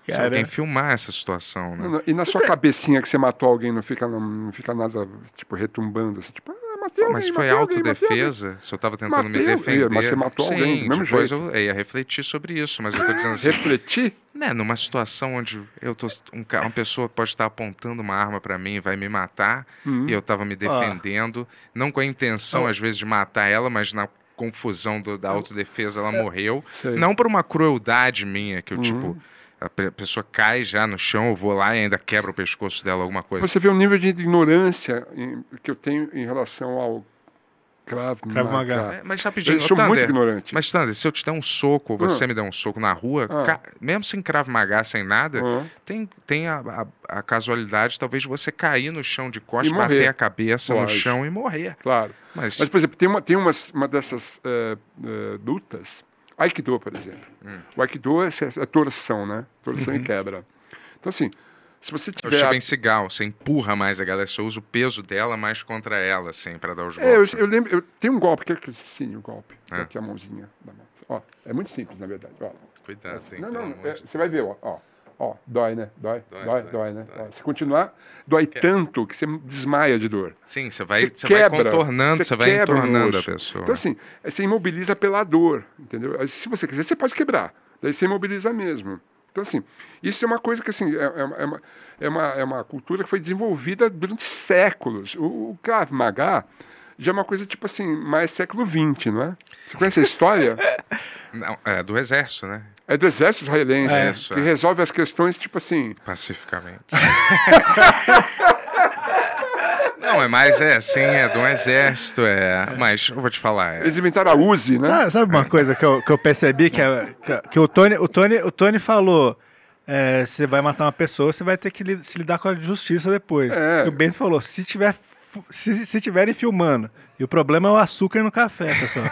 Speaker 4: Se
Speaker 10: Cara.
Speaker 4: alguém filmar essa situação, né?
Speaker 8: E na sua cabecinha que você matou alguém, não fica, não fica nada, tipo, retumbando, assim, tipo, ah, matei alguém,
Speaker 4: Mas se foi
Speaker 8: matei alguém, matei
Speaker 4: autodefesa, se eu tava tentando me
Speaker 8: Matei alguém,
Speaker 4: defender.
Speaker 8: mas você matou
Speaker 4: Sim,
Speaker 8: alguém, do mesmo
Speaker 4: depois eu ia refletir sobre isso, mas eu tô dizendo
Speaker 8: alguém.
Speaker 4: assim.
Speaker 8: Refletir?
Speaker 4: né, numa situação onde eu tô, um ca- uma pessoa pode estar apontando uma arma pra mim e vai me matar,
Speaker 8: Hum. Ah.
Speaker 4: e eu tava me defendendo, não com a intenção,
Speaker 3: Ó.
Speaker 4: às vezes, de matar ela, mas na confusão do- da
Speaker 8: Hum.
Speaker 4: autodefesa ela
Speaker 8: É.
Speaker 4: morreu.
Speaker 8: Sei.
Speaker 4: Não por uma crueldade minha, que eu,
Speaker 8: Uhum.
Speaker 4: tipo, a pe- pessoa cai já no chão, eu vou lá e ainda quebro o pescoço dela, alguma coisa.
Speaker 8: Você vê o nível de ignorância em- que eu tenho em relação ao Krav
Speaker 3: Krav Maga.
Speaker 8: Maga.
Speaker 4: É, mas rapidinho,
Speaker 8: tá Eu sou
Speaker 4: Thunder,
Speaker 8: muito ignorante.
Speaker 4: Mas, Thunder, se eu te der um soco, ou você
Speaker 8: Ah.
Speaker 4: me der um soco na rua,
Speaker 8: Ah.
Speaker 4: ca- mesmo sem cravo magá, sem nada,
Speaker 8: Ah.
Speaker 4: tem, tem a, a- a casualidade, talvez, de você cair no chão de costas,
Speaker 8: E morrer.
Speaker 4: bater a cabeça
Speaker 8: Lógico.
Speaker 4: no chão e morrer.
Speaker 8: Claro.
Speaker 4: Mas,
Speaker 8: Mas, por exemplo, tem uma, tem umas, uma dessas eh, eh, lutas, Aikido, por exemplo.
Speaker 4: Hum.
Speaker 8: O Aikido é, é torção, né? Torção e quebra. Então, assim, se você
Speaker 4: Uhum. eu
Speaker 8: tiver...
Speaker 4: Steven Seagal, você empurra mais a galera, você usa o peso dela mais contra ela, assim, pra dar os
Speaker 8: É, eu,
Speaker 4: golpes.
Speaker 8: eu lembro, eu, tem um golpe, que é que sim, o golpe.
Speaker 4: É.
Speaker 8: Aqui a mãozinha da mão. Ó, é muito simples, na verdade. Ó.
Speaker 4: Cuidado, hein?
Speaker 8: não,
Speaker 4: pelo
Speaker 8: não,
Speaker 4: amor
Speaker 8: é,
Speaker 4: um de
Speaker 8: você vai ver, ó, ó. Ó, dói, né? Dói,
Speaker 4: tá, Dói,
Speaker 8: dói,
Speaker 4: dói,
Speaker 8: dói, né? Ó, se continuar, dói tanto que você desmaia de dor.
Speaker 4: Sim, você vai,
Speaker 8: Você
Speaker 4: você vai
Speaker 8: quebra,
Speaker 4: contornando, você,
Speaker 8: você
Speaker 4: vai
Speaker 8: quebra o
Speaker 4: entornando a
Speaker 8: osso.
Speaker 4: pessoa.
Speaker 8: Então, assim, é, você imobiliza pela dor, entendeu? Aí, Se você quiser, você pode quebrar. Daí você imobiliza mesmo. Então, assim, isso é uma coisa que, assim, é, é uma, é, uma, é, uma, é uma cultura que foi desenvolvida durante séculos. O, o Krav Maga já é uma coisa, tipo assim, mais século XX, não é? Você conhece a história?
Speaker 4: Não, é do exército, né?
Speaker 8: É do exército israelense,
Speaker 4: É.
Speaker 8: que resolve as questões, tipo assim...
Speaker 4: Pacificamente. Não, é mais, é assim, é de um exército, é. Mas eu vou te falar, é.
Speaker 8: Eles inventaram a Uzi, né?
Speaker 10: Sabe, sabe uma coisa que eu, que eu percebi que, é- que- que o Tony, o Tony, o Tony falou. é, você vai matar uma pessoa, você vai ter que li- se lidar com a justiça depois.
Speaker 8: É.
Speaker 10: E o Bento falou: se tiver fu- se, se tiverem filmando, e o problema é o açúcar no café, pessoal.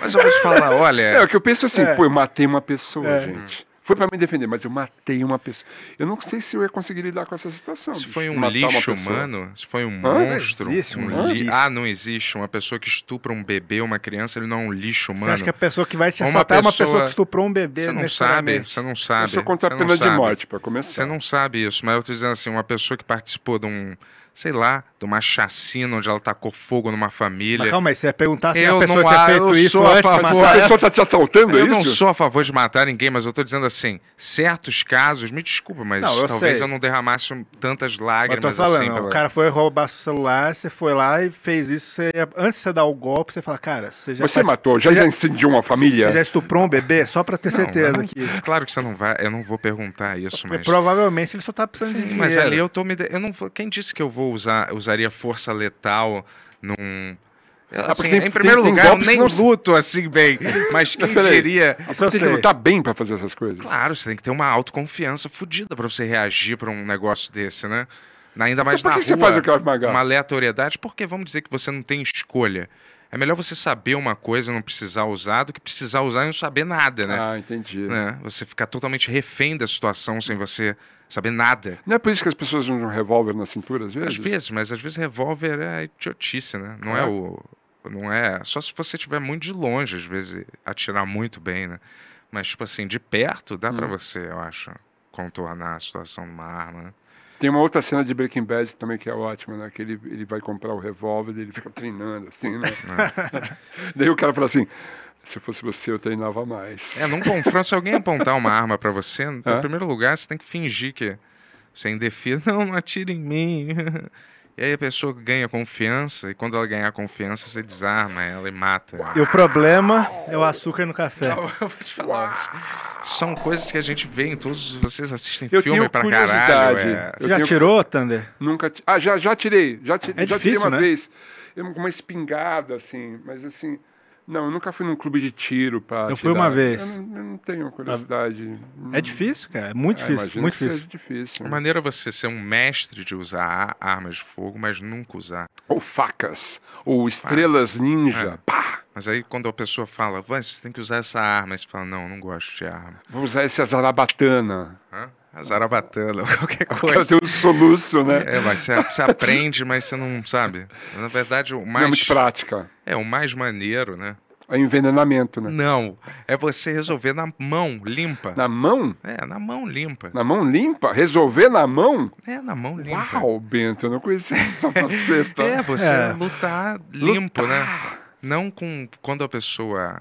Speaker 4: Mas eu vou te falar,
Speaker 8: É,
Speaker 4: olha.
Speaker 8: o que eu penso assim,
Speaker 10: É.
Speaker 8: pô, eu matei uma pessoa,
Speaker 10: É.
Speaker 8: gente. Foi pra me defender, mas eu matei uma pessoa. Eu não sei se eu ia conseguir lidar com essa situação.
Speaker 4: Se
Speaker 8: bicho,
Speaker 4: foi um
Speaker 8: matar uma
Speaker 4: lixo
Speaker 8: pessoa. Ah,
Speaker 4: humano, se foi um
Speaker 8: Não
Speaker 4: monstro.
Speaker 10: existe
Speaker 4: um
Speaker 10: um
Speaker 4: li-
Speaker 10: lixo.
Speaker 4: Ah, não existe. Uma pessoa que estupra um bebê, uma criança, ele não é um lixo
Speaker 10: Você
Speaker 4: humano.
Speaker 10: acha que a pessoa que vai te
Speaker 4: Uma
Speaker 10: assaltar é uma pessoa
Speaker 4: pessoa-
Speaker 10: que estuprou um bebê?
Speaker 4: Você não sabe,
Speaker 10: necessariamente?
Speaker 4: você não sabe.
Speaker 8: Eu sou contra
Speaker 4: você
Speaker 8: a
Speaker 4: não
Speaker 8: pena de
Speaker 4: sabe.
Speaker 8: morte, pra começar.
Speaker 4: Você não sabe isso, mas eu tô dizendo assim, uma pessoa que participou de um, sei lá, de uma chacina onde ela tacou fogo numa família.
Speaker 10: Mas calma aí, você ia perguntar se
Speaker 4: Eu
Speaker 10: a pessoa
Speaker 4: não
Speaker 10: tinha
Speaker 4: a- eu
Speaker 10: feito isso
Speaker 4: sou a
Speaker 10: antes de
Speaker 4: favor.
Speaker 8: Pô, a
Speaker 10: matar ela.
Speaker 8: pessoa tá te assaltando, é
Speaker 4: Eu
Speaker 8: isso?
Speaker 4: não sou a favor de matar ninguém, mas eu tô dizendo assim, certos casos, me desculpa, mas
Speaker 10: Não, eu
Speaker 4: talvez
Speaker 10: sei.
Speaker 4: eu não derramasse um,
Speaker 10: Mas
Speaker 4: tantas
Speaker 10: eu tô
Speaker 4: lágrimas
Speaker 10: falando,
Speaker 4: assim.
Speaker 10: o
Speaker 4: pela-
Speaker 10: cara foi roubar seu celular, você foi lá e fez isso. Você ia- antes de você dar o golpe, você fala, cara, você já,
Speaker 8: Você
Speaker 10: participou-
Speaker 8: matou, já,
Speaker 10: já-
Speaker 8: incendiou uma família?
Speaker 10: você já estuprou um bebê? Só pra ter
Speaker 4: Não,
Speaker 10: certeza
Speaker 4: mas
Speaker 10: que.
Speaker 4: não- Claro que você não vai, eu não vou perguntar isso,
Speaker 10: Porque
Speaker 4: mas.
Speaker 10: provavelmente ele só tá precisando de
Speaker 4: Sim,
Speaker 10: dinheiro.
Speaker 4: mas ali eu tô me. de- Eu não vou- Quem disse que eu vou usar, usaria força letal num. Eu,
Speaker 8: Ah,
Speaker 4: assim,
Speaker 8: porque tem-
Speaker 4: em primeiro
Speaker 8: tem- tem
Speaker 4: lugar, eu
Speaker 8: golpes que
Speaker 4: nem
Speaker 8: não se-
Speaker 4: luto assim bem. Mas quem
Speaker 8: Peraí.
Speaker 4: diria.
Speaker 10: Isso eu
Speaker 8: Você tem que
Speaker 10: sei.
Speaker 8: lutar bem pra fazer essas coisas.
Speaker 4: Claro, você tem que ter uma autoconfiança fodida pra você reagir pra um negócio desse, né? Ainda mais
Speaker 8: Mas Então por
Speaker 4: na
Speaker 8: que você
Speaker 4: rua,
Speaker 8: faz o Krav Maga?
Speaker 4: uma aleatoriedade, porque vamos dizer que você não tem escolha. É melhor você saber uma coisa e não precisar usar do que precisar usar e não saber nada, né?
Speaker 8: Ah, entendi.
Speaker 4: né? Você ficar totalmente refém da situação sem você saber nada.
Speaker 8: Não é por isso que as pessoas usam um revólver na cintura às vezes?
Speaker 4: Às vezes, mas às vezes revólver é idiotice, né? Não é,
Speaker 8: É.
Speaker 4: o. Não é. Só se você estiver muito de longe, às vezes, atirar muito bem, né? Mas, tipo assim, de perto dá pra
Speaker 8: Hum.
Speaker 4: você, eu acho, contornar a situação de uma arma, né?
Speaker 8: Tem uma outra cena de Breaking Bad também que é ótima, né? Que ele, ele vai comprar o revólver e ele fica treinando, assim, né?
Speaker 10: É.
Speaker 8: Daí o cara fala assim, se fosse você eu treinava mais.
Speaker 4: É, num confronto, se alguém apontar uma arma pra você, no
Speaker 8: É.
Speaker 4: primeiro lugar, você tem que fingir que você é indefeso. Não, não atire em mim. E aí a pessoa ganha confiança, e quando ela ganhar confiança, você desarma ela e mata. ela.
Speaker 10: E o problema é o açúcar no café.
Speaker 4: Eu vou te falar. São coisas que a gente vê em todos. Vocês assistem
Speaker 8: Eu
Speaker 4: filme
Speaker 8: tenho
Speaker 4: pra caralho.
Speaker 8: curiosidade.
Speaker 4: É.
Speaker 8: Eu
Speaker 10: Você já
Speaker 8: tenho-
Speaker 10: tirou, Thunder?
Speaker 8: Nunca. ti- Ah, já, já tirei. Já, ti-
Speaker 10: É
Speaker 8: já tirei
Speaker 10: difícil,
Speaker 8: uma
Speaker 10: né?
Speaker 8: vez. Eu- com Uma espingarda, assim. Mas assim. Não, eu nunca fui num clube de tiro pra.
Speaker 10: Eu fui uma vez.
Speaker 8: Eu não, eu não tenho curiosidade.
Speaker 10: É difícil, cara. É muito
Speaker 8: Ah,
Speaker 10: difícil.
Speaker 8: imagino
Speaker 10: Muito
Speaker 8: que seja
Speaker 10: difícil.
Speaker 8: difícil. né?
Speaker 4: A maneira é você ser um mestre de usar a- armas de fogo, mas nunca usar.
Speaker 8: Ou facas. Ou estrelas ninja.
Speaker 4: É.
Speaker 8: Pá!
Speaker 4: Mas aí quando a pessoa fala, "Vai, você tem que usar essa arma, aí você fala, não, eu não gosto de arma.
Speaker 8: Vamos usar esse azarabatana.
Speaker 4: Hã? A zarabatana, ou qualquer
Speaker 8: Eu
Speaker 4: coisa.
Speaker 8: tenho um soluço, né?
Speaker 4: É, mas você, você aprende, mas você não sabe. Na verdade, o
Speaker 8: Não é
Speaker 4: mais.
Speaker 8: muito prática.
Speaker 4: É, o mais maneiro, né?
Speaker 8: É envenenamento, né?
Speaker 4: Não. É você resolver na mão limpa.
Speaker 8: Na mão?
Speaker 4: É, na mão limpa.
Speaker 8: Na mão limpa? Resolver na mão?
Speaker 4: É, na mão limpa.
Speaker 8: Uau, Bento, eu não conhecia essa faceta.
Speaker 4: É, você
Speaker 10: É.
Speaker 4: lutar limpo, né? Não com quando a pessoa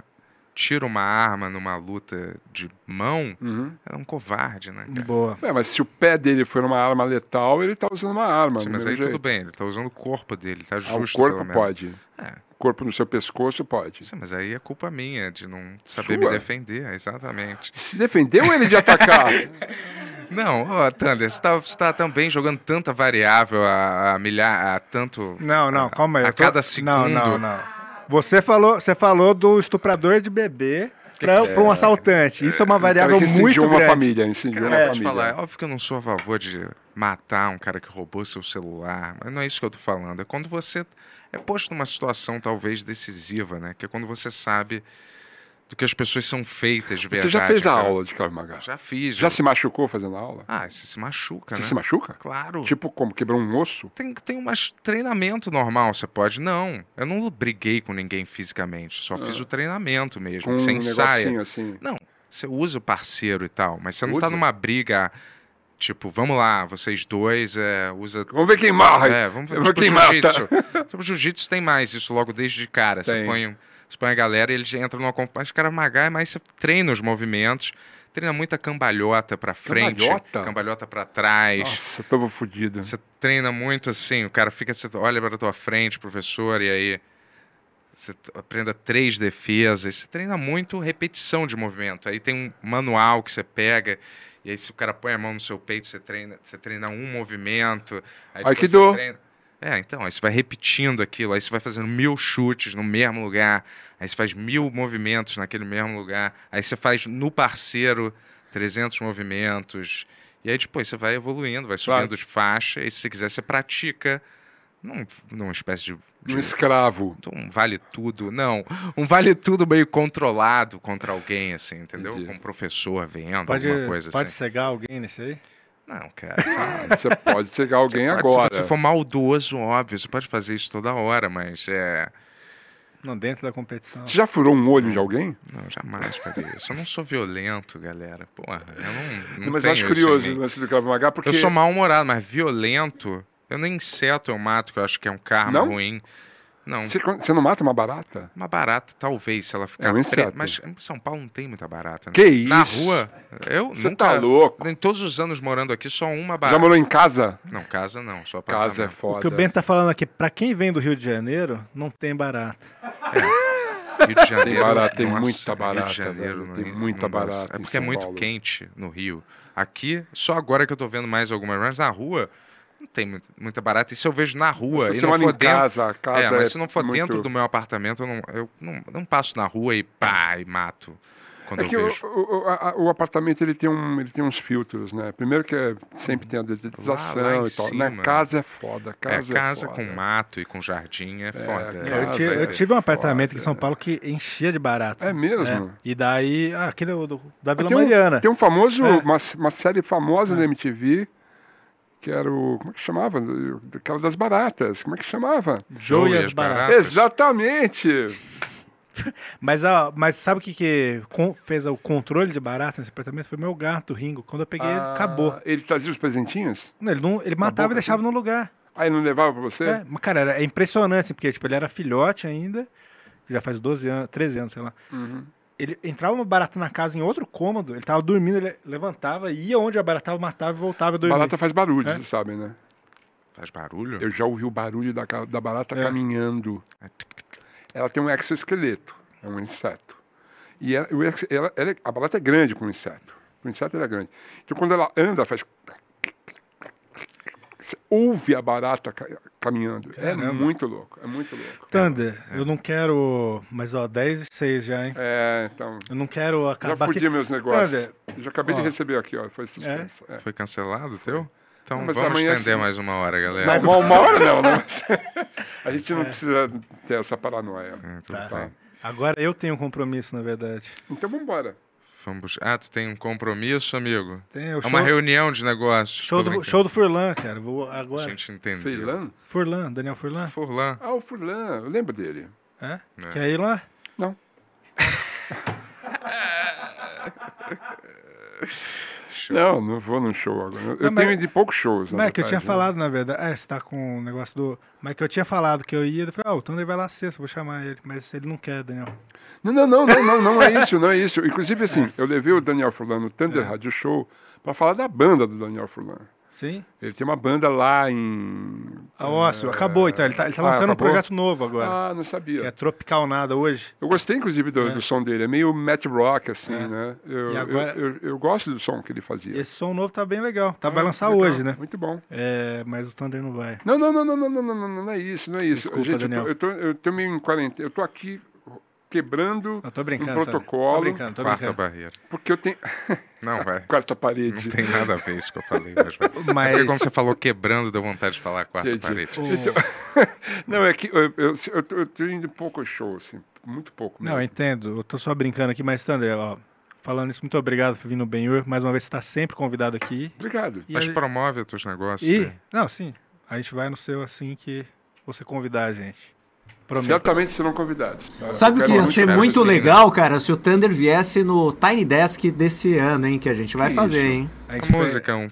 Speaker 4: tira uma arma numa luta de mão,
Speaker 8: Uhum.
Speaker 4: é um covarde, né? cara?
Speaker 3: Boa.
Speaker 8: É, mas se o pé dele for uma arma letal, ele tá usando uma arma.
Speaker 4: Sim,
Speaker 8: do
Speaker 4: mas
Speaker 8: mesmo
Speaker 4: aí
Speaker 8: jeito.
Speaker 4: tudo bem, ele tá usando o corpo dele, tá
Speaker 8: Ah,
Speaker 4: justo.
Speaker 8: o corpo
Speaker 4: pelo menos.
Speaker 8: pode.
Speaker 4: É.
Speaker 8: O corpo no seu pescoço pode.
Speaker 4: Sim, mas aí é culpa minha de não saber me
Speaker 8: Sua?
Speaker 4: defender, exatamente.
Speaker 8: Se defendeu ele de atacar?
Speaker 4: Não, ó, Thunder, você tá, você tá também jogando tanta variável a, a milhar, a tanto.
Speaker 3: Não, não, calma aí.
Speaker 4: A
Speaker 3: eu tô-
Speaker 4: cada
Speaker 3: Não,
Speaker 4: segundo.
Speaker 3: não, não. Você falou, você falou do estuprador de bebê pra, pra um assaltante. Isso é uma variável
Speaker 8: Então, ele incendiou
Speaker 3: muito
Speaker 8: uma
Speaker 3: grande.
Speaker 8: família, incendiou
Speaker 4: Cara,
Speaker 8: uma
Speaker 4: eu vou te
Speaker 8: família.
Speaker 4: falar, é óbvio que eu não sou a favor de matar um cara que roubou seu celular, mas não é isso que eu tô falando. É quando você é posto numa situação talvez decisiva, né? Que é quando você sabe do que as pessoas são feitas de
Speaker 8: Você
Speaker 4: verdade.
Speaker 8: já fez a
Speaker 4: cara.
Speaker 8: aula de Krav Maga?
Speaker 4: Já fiz.
Speaker 8: Já se machucou fazendo a aula?
Speaker 4: Ah, você se machuca,
Speaker 8: Você
Speaker 4: né?
Speaker 8: se machuca?
Speaker 4: Claro.
Speaker 8: Tipo como? Quebrou um osso?
Speaker 4: Tem, tem um treinamento normal, você pode. Não, eu não briguei com ninguém fisicamente, só fiz o treinamento mesmo,
Speaker 8: Ah. Com um
Speaker 4: Tipo, sem ensaio.
Speaker 8: negocinho assim?
Speaker 4: Você usa o parceiro e tal, mas você não tá
Speaker 8: Usa.
Speaker 4: numa briga, tipo, vamos lá, vocês dois, é, usa...
Speaker 8: Vamos ver quem marra!
Speaker 4: É, vamos
Speaker 8: eu
Speaker 4: ver,
Speaker 8: vou
Speaker 4: tipo,
Speaker 8: queimar,
Speaker 4: jiu-jitsu. Tipo, jiu-jitsu tem mais isso logo desde de cara. Você
Speaker 8: Tem.
Speaker 4: põe, um- você põe a galera e eles entram numa... comp- Mas cara magá é mais, você treina os movimentos, treina muita cambalhota pra frente,
Speaker 8: Cambalhota?
Speaker 4: cambalhota pra trás...
Speaker 8: Nossa, tava fudido.
Speaker 4: Você treina muito assim, o cara fica, você olha para tua frente, professor, e aí você t- aprenda três defesas. Você treina muito repetição de movimento. Aí tem um manual que você pega, e aí se o cara põe a mão no seu peito, você treina, você treina um movimento. Aí depois
Speaker 8: Aikido.
Speaker 4: você treina- É, então, aí você vai repetindo aquilo, aí você vai fazendo mil chutes no mesmo lugar, aí você faz mil movimentos naquele mesmo lugar, aí você faz no parceiro 300 movimentos, e aí depois você vai evoluindo, vai subindo
Speaker 8: Claro.
Speaker 4: de faixa, e se você quiser você pratica num, numa espécie de, de-
Speaker 8: Um escravo.
Speaker 4: um vale tudo, não, um vale tudo meio controlado contra alguém, assim, entendeu?
Speaker 8: Entendi.
Speaker 4: Com um professor vendo,
Speaker 3: Pode,
Speaker 4: alguma coisa
Speaker 3: pode
Speaker 4: assim.
Speaker 3: cegar alguém nesse aí?
Speaker 4: Não, cara, sabe?
Speaker 8: Você pode chegar alguém
Speaker 4: Pode,
Speaker 8: agora.
Speaker 4: Se você for maldoso, óbvio, você pode fazer isso toda hora, mas é.
Speaker 3: Não, dentro da competição.
Speaker 8: Você já furou um olho de alguém?
Speaker 4: Não, eu jamais faria isso. Eu não sou violento, galera. Porra, eu não. não
Speaker 8: mas eu acho
Speaker 4: tenho isso em
Speaker 8: curioso
Speaker 4: mim.
Speaker 8: o lance do Krav Maga, porque...
Speaker 4: Eu sou mal-humorado, mas violento. Eu nem inseto eu mato, que eu acho que é um karma
Speaker 8: Não?
Speaker 4: ruim. Não.
Speaker 8: Você, você não mata uma barata?
Speaker 4: Uma barata, talvez, se ela ficar
Speaker 8: um
Speaker 4: preta.
Speaker 8: inseto.
Speaker 4: Mas em São Paulo não tem muita barata, né?
Speaker 8: Que isso?
Speaker 4: Na rua, eu
Speaker 8: Você
Speaker 4: nunca.
Speaker 8: tá louco?
Speaker 4: Em todos os anos morando aqui, só uma
Speaker 8: Já
Speaker 4: barata.
Speaker 8: morou em casa?
Speaker 4: Não, casa não, só
Speaker 8: Casa é
Speaker 4: apartamento.
Speaker 8: foda.
Speaker 3: O que o Ben tá falando aqui, pra quem vem do Rio de Janeiro, não tem barato.
Speaker 4: Rio de Janeiro.
Speaker 8: barata, tem
Speaker 4: nossa,
Speaker 8: muita barata,
Speaker 4: Rio de Janeiro,
Speaker 8: velho, tem
Speaker 4: não-
Speaker 8: muita
Speaker 4: não dá.
Speaker 8: barata
Speaker 4: É
Speaker 8: em
Speaker 4: porque é
Speaker 8: São
Speaker 4: muito
Speaker 8: Paulo.
Speaker 4: quente no Rio. Aqui, só agora que eu tô vendo mais algumas, mas na rua não tem muito- muita barata. E se eu vejo na rua
Speaker 8: Se
Speaker 4: e
Speaker 8: você
Speaker 4: não
Speaker 8: mora
Speaker 4: for
Speaker 8: em
Speaker 4: dentro.
Speaker 8: casa, a casa
Speaker 4: é, mas
Speaker 8: é
Speaker 4: se não for
Speaker 8: muito-
Speaker 4: dentro do meu apartamento, eu não, eu não, não passo na rua e pá, e mato quando
Speaker 8: É que
Speaker 4: eu
Speaker 8: o,
Speaker 4: vejo.
Speaker 8: o- a- a- o apartamento ele tem, um, ele tem uns filtros, né? Primeiro que é- sempre tem a
Speaker 4: Lá- lá em
Speaker 8: dedetização e tal. né?
Speaker 4: cima.
Speaker 8: Casa é foda, casa
Speaker 4: é,
Speaker 8: é,
Speaker 4: casa
Speaker 8: foda.
Speaker 4: com mato e com jardim é, foda.
Speaker 8: cara,
Speaker 3: É, eu,
Speaker 8: Ah,
Speaker 3: ti- eu
Speaker 8: velho.
Speaker 3: tive um apartamento aqui em São
Speaker 8: Foda.
Speaker 3: Paulo que enchia de barato. né?
Speaker 8: É mesmo?
Speaker 3: E daí, ah, aquele é o do- da Vila
Speaker 8: tem um-
Speaker 3: Mariana.
Speaker 8: Tem um famoso,
Speaker 3: É.
Speaker 8: uma, uma série famosa
Speaker 3: É.
Speaker 8: da MTV, que era o. Como é que chamava? Aquela das baratas. Como é que chamava?
Speaker 3: Joe e as
Speaker 4: Joias
Speaker 3: baratas.
Speaker 4: baratas.
Speaker 8: Exatamente!
Speaker 3: Mas, ah, mas sabe o que, que con- fez o controle de barata nesse apartamento? Foi meu gato, Ringo. Quando eu peguei, ele
Speaker 8: Ah,
Speaker 3: acabou.
Speaker 8: Ele trazia os presentinhos?
Speaker 3: Não, Ele, não, ele matava
Speaker 8: boca,
Speaker 3: e deixava no lugar.
Speaker 8: Aí ele não levava pra você?
Speaker 3: É, mas, cara, era- é impressionante, assim, porque tipo, ele era filhote ainda, já faz 12 anos, 13 anos, sei lá.
Speaker 8: Uhum.
Speaker 3: Ele entrava uma barata na casa em outro cômodo, ele tava dormindo, ele levantava, ia onde a barata tava, matava e voltava a dormir.
Speaker 8: Barata faz barulho,
Speaker 3: É.
Speaker 8: vocês sabem, né?
Speaker 4: Faz barulho?
Speaker 8: Eu já ouvi o barulho da, ca- da barata
Speaker 3: É.
Speaker 8: caminhando. Ela tem um exoesqueleto, é um inseto. E ela, o ex- ela- ela é- a barata é grande com o inseto. O inseto ela é grande. Então quando ela anda, ela faz. Você ouve a barata ca- caminhando. É
Speaker 3: Caramba.
Speaker 8: muito louco, é muito louco.
Speaker 3: Thunder, eu não quero. Mas ó, 10 e 6 já, hein?
Speaker 8: É, então.
Speaker 3: Eu não quero
Speaker 8: Já
Speaker 3: acabar.
Speaker 8: fudi
Speaker 3: aqui.
Speaker 8: meus negócios.
Speaker 3: Thunder,
Speaker 8: Eu já acabei
Speaker 3: ó.
Speaker 8: de receber aqui, ó. Foi suspensa. É.
Speaker 4: Foi cancelado o teu? Então
Speaker 8: Não, mas
Speaker 4: vamos
Speaker 8: amanhã
Speaker 4: estender
Speaker 8: sim.
Speaker 4: mais uma hora, galera.
Speaker 3: Mas-
Speaker 8: Uma, uma hora não, né? A gente
Speaker 3: É.
Speaker 8: não precisa ter essa paranoia.
Speaker 4: É, tudo
Speaker 3: Tá.
Speaker 4: bem.
Speaker 3: Agora eu tenho um compromisso, na verdade.
Speaker 8: Então vamos embora.
Speaker 4: Vamos buscar. Ah, tu tem um compromisso, amigo?
Speaker 3: Tem o
Speaker 4: É
Speaker 3: show,
Speaker 4: uma reunião de negócios.
Speaker 3: show,
Speaker 4: tô
Speaker 3: do,
Speaker 4: brincando.
Speaker 3: show do Furlan, cara. Vou
Speaker 4: A
Speaker 3: agora.
Speaker 4: gente entendeu.
Speaker 8: Feilan?
Speaker 3: Furlan, Daniel Furlan.
Speaker 4: Furlan.
Speaker 8: Ah, o Furlan, eu lembro dele.
Speaker 3: É?
Speaker 4: É.
Speaker 3: Quer ir lá?
Speaker 4: show.
Speaker 8: Não, não vou num show agora. Eu
Speaker 3: Não, mas-
Speaker 8: tenho ido de poucos shows. na
Speaker 3: Mas é que eu tinha
Speaker 8: verdade, né?
Speaker 3: falado, na verdade. É, você tá com o negócio do. Mas que eu tinha falado que eu ia. Eu falei, ah, o Thunder vai lá sexta, vou chamar ele. Mas ele não quer, Daniel.
Speaker 8: Não, não, não, não, não, não é isso, não é isso. Inclusive, assim, eu levei o Daniel Fulano no
Speaker 3: É.
Speaker 8: Thunder Radio Show para falar da banda do Daniel Fulano.
Speaker 3: Sim?
Speaker 8: Ele tem uma banda lá em.
Speaker 3: Ah, ócio, acabou então. Ele tá, ele tá
Speaker 8: É. Ah,
Speaker 3: lançando um
Speaker 8: acabou?
Speaker 3: projeto novo agora.
Speaker 8: Ah, não sabia.
Speaker 3: que é Tropical Nada hoje.
Speaker 8: Eu gostei, inclusive, do, do som dele. É meio Matt Rock, assim, né? Eu,
Speaker 3: É. E agora-
Speaker 8: eu, eu, eu gosto do som que ele fazia.
Speaker 3: Esse som novo tá bem legal. Tá vai
Speaker 8: Ah,
Speaker 3: lançar
Speaker 8: legal,
Speaker 3: hoje, né?
Speaker 8: Muito bom.
Speaker 3: É, mas o Thunder não vai.
Speaker 8: Não, não, não, não, não, não, não, não, não é isso, não é isso.
Speaker 3: Desculpa,
Speaker 8: Gente, eu
Speaker 3: Daniel.
Speaker 8: tô, eu, tô, eu tô meio em quarentena. Eu tô aqui quebrando
Speaker 3: Eu tô
Speaker 8: um
Speaker 3: brincando. Thunder. Tô
Speaker 8: protocolo,
Speaker 3: brincando, tô
Speaker 4: Quarta
Speaker 3: brincando.
Speaker 4: barreira.
Speaker 8: porque eu tenho.
Speaker 4: Não, vai.
Speaker 8: Quarta
Speaker 4: Não
Speaker 8: parede.
Speaker 4: tem nada a ver isso que eu falei, mas vai. É
Speaker 3: Mas.
Speaker 4: porque quando você falou quebrando, deu vontade de falar a quarta
Speaker 8: Entendi.
Speaker 4: parede.
Speaker 8: Então, não, é que eu, eu, eu, tô- eu tô indo em pouco show, assim, muito pouco
Speaker 3: Não, eu
Speaker 8: mesmo.
Speaker 3: entendo. Eu tô só brincando aqui, mas Thunder, ó. Falando isso, muito obrigado por vir no Benhur. Mais uma vez, você tá sempre convidado aqui.
Speaker 8: Obrigado.
Speaker 3: E
Speaker 4: Mas
Speaker 3: a-
Speaker 4: promove os teus negócios.
Speaker 3: E,
Speaker 4: né?
Speaker 3: não, sim. A gente vai no seu assim que você convidar a gente. Prometo.
Speaker 8: Certamente serão convidados. tá?
Speaker 9: Sabe o
Speaker 8: Eu
Speaker 9: que
Speaker 8: quero
Speaker 9: ia ser
Speaker 4: cara,
Speaker 9: muito
Speaker 4: assim, né?
Speaker 9: legal, cara, se o Thunder viesse no Tiny Desk desse ano, hein? Que a gente vai
Speaker 8: Que
Speaker 9: fazer,
Speaker 8: isso?
Speaker 9: hein?
Speaker 3: A
Speaker 4: A
Speaker 3: gente vai-
Speaker 4: música é um,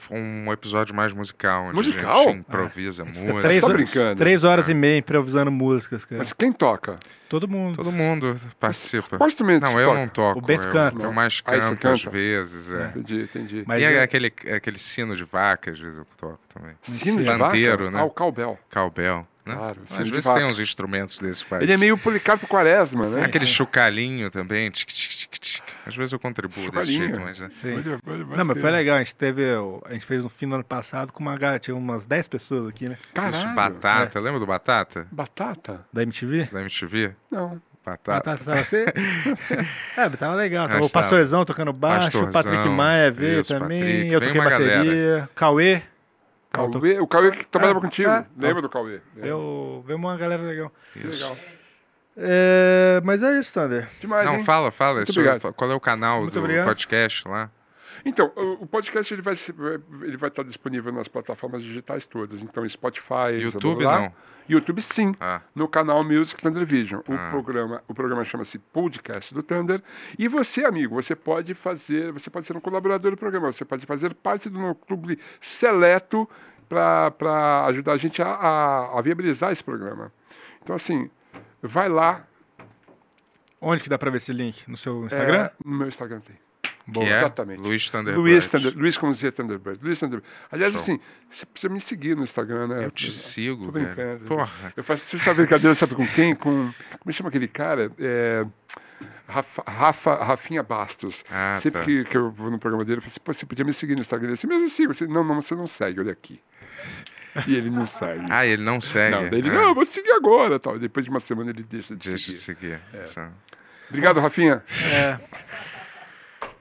Speaker 4: um episódio mais musical, onde a
Speaker 8: Musical?
Speaker 4: gente improvisa
Speaker 3: Ah, Fica
Speaker 4: música.
Speaker 3: três,
Speaker 8: tá
Speaker 3: horas-
Speaker 8: brincando.
Speaker 3: três
Speaker 4: Ah.
Speaker 3: horas e meia improvisando músicas, cara.
Speaker 8: Mas quem toca?
Speaker 3: Todo mundo.
Speaker 4: Todo mundo participa.
Speaker 8: Quais instrumentos
Speaker 4: Não,
Speaker 8: você
Speaker 4: eu
Speaker 8: toca?
Speaker 4: não toco.
Speaker 3: O Bento
Speaker 4: eu,
Speaker 3: canta.
Speaker 4: Eu mais
Speaker 8: Ah,
Speaker 4: canto
Speaker 8: você
Speaker 4: às
Speaker 8: canta?
Speaker 4: vezes. É.
Speaker 8: Entendi, entendi.
Speaker 3: Mas
Speaker 4: e é
Speaker 3: eu-
Speaker 4: aquele, aquele sino de vaca, às vezes eu toco também.
Speaker 8: Sino de
Speaker 4: Pandeiro,
Speaker 8: vaca?
Speaker 4: né?
Speaker 8: Ah, o cowbell.
Speaker 4: Cowbell. Né?
Speaker 8: Claro, sino
Speaker 4: às
Speaker 8: Ah, de
Speaker 4: vezes
Speaker 8: vaca.
Speaker 4: tem um- uns instrumentos desse país.
Speaker 8: Ele é meio Policarpo Quaresma, né?
Speaker 4: Aquele chocalhinho também. Tic, tic, tic, tic. Às vezes eu contribuo desse
Speaker 8: Chocalhinho.
Speaker 4: jeito, mas... Né?
Speaker 3: Sim.
Speaker 8: Olha, olha,
Speaker 3: Não, mas
Speaker 8: bacana.
Speaker 3: foi legal. A gente teve. A gente fez no fim do ano passado com uma galera. Tinha umas 10 pessoas aqui, né?
Speaker 8: Caralho. É.
Speaker 4: Isso, batata. Lembra do Batata?
Speaker 8: Batata?
Speaker 3: Da MTV.
Speaker 4: Da MTV?
Speaker 8: Não.
Speaker 3: Ah, tá,
Speaker 4: Batata.
Speaker 3: tá, você... é, mas tava legal. Tava
Speaker 4: Ah,
Speaker 3: o Pastorzão tocando baixo, o Patrick
Speaker 4: Pastorzão,
Speaker 3: Maia veio
Speaker 4: isso,
Speaker 3: também.
Speaker 4: Patrick,
Speaker 3: eu
Speaker 4: veio
Speaker 3: toquei
Speaker 4: uma galera.
Speaker 3: bateria. Cauê. Tava to-
Speaker 8: Cauê, o Cauê que trabalhava
Speaker 3: Ah,
Speaker 8: contigo.
Speaker 3: ah.
Speaker 8: Lembra do Cauê? É. Lembra.
Speaker 3: Veio, veio uma galera legal.
Speaker 4: Isso.
Speaker 8: Legal.
Speaker 3: É, mas é isso, Thunder.
Speaker 8: Demais,
Speaker 4: Não,
Speaker 8: hein?
Speaker 4: fala, fala.
Speaker 8: Muito
Speaker 4: isso-
Speaker 8: obrigado.
Speaker 4: qual é o canal
Speaker 3: Muito
Speaker 4: do
Speaker 3: obrigado.
Speaker 4: podcast lá?
Speaker 8: Então, o o podcast ele vai, se- ele vai estar disponível nas plataformas digitais todas. Então, Spotify,
Speaker 4: YouTube
Speaker 8: blá, blá, blá.
Speaker 4: não.
Speaker 8: YouTube sim,
Speaker 4: Ah.
Speaker 8: no canal Music Thunder Vision. O
Speaker 4: Ah.
Speaker 8: programa, o programa chama-se Podcast do Thunder. E você, amigo, você pode fazer, você pode ser um colaborador do programa, você pode fazer parte do meu clube seleto para ajudar a gente a, a- a viabilizar esse programa. Então, assim, vai lá.
Speaker 3: Onde que dá pra ver esse link? No seu
Speaker 8: é,
Speaker 3: Instagram?
Speaker 8: no meu Instagram tem.
Speaker 4: Que é
Speaker 8: Exatamente.
Speaker 4: Luiz Thunderbird.
Speaker 8: Luiz, Thunder, Luiz com Z Thunderbird. Luiz Thunderbird. Aliás,
Speaker 4: Show.
Speaker 8: assim, você precisa me seguir no Instagram, né?
Speaker 4: Eu te sigo,
Speaker 8: Tô
Speaker 4: velho.
Speaker 8: brincando.
Speaker 4: Porra.
Speaker 8: Eu faço essa brincadeira, sabe com quem? Com. Como chama aquele cara? É, Rafa, Rafa, Rafinha Bastos.
Speaker 4: Ah,
Speaker 8: Sempre
Speaker 4: tá.
Speaker 8: que, que eu vou no programa dele, eu falo assim, "Pô, você podia me seguir no Instagram. Ele assim, mas eu sigo. Eu disse, não, não, você não segue, olha aqui. E ele não segue.
Speaker 4: Ah, ele não segue.
Speaker 8: não, daí ele,
Speaker 4: ah,
Speaker 8: não, eu vou seguir agora. Tal. Depois de uma semana ele deixa de
Speaker 4: Deixa de
Speaker 8: seguir. É.
Speaker 4: seguir. Só-
Speaker 8: Obrigado, Rafinha.
Speaker 3: É.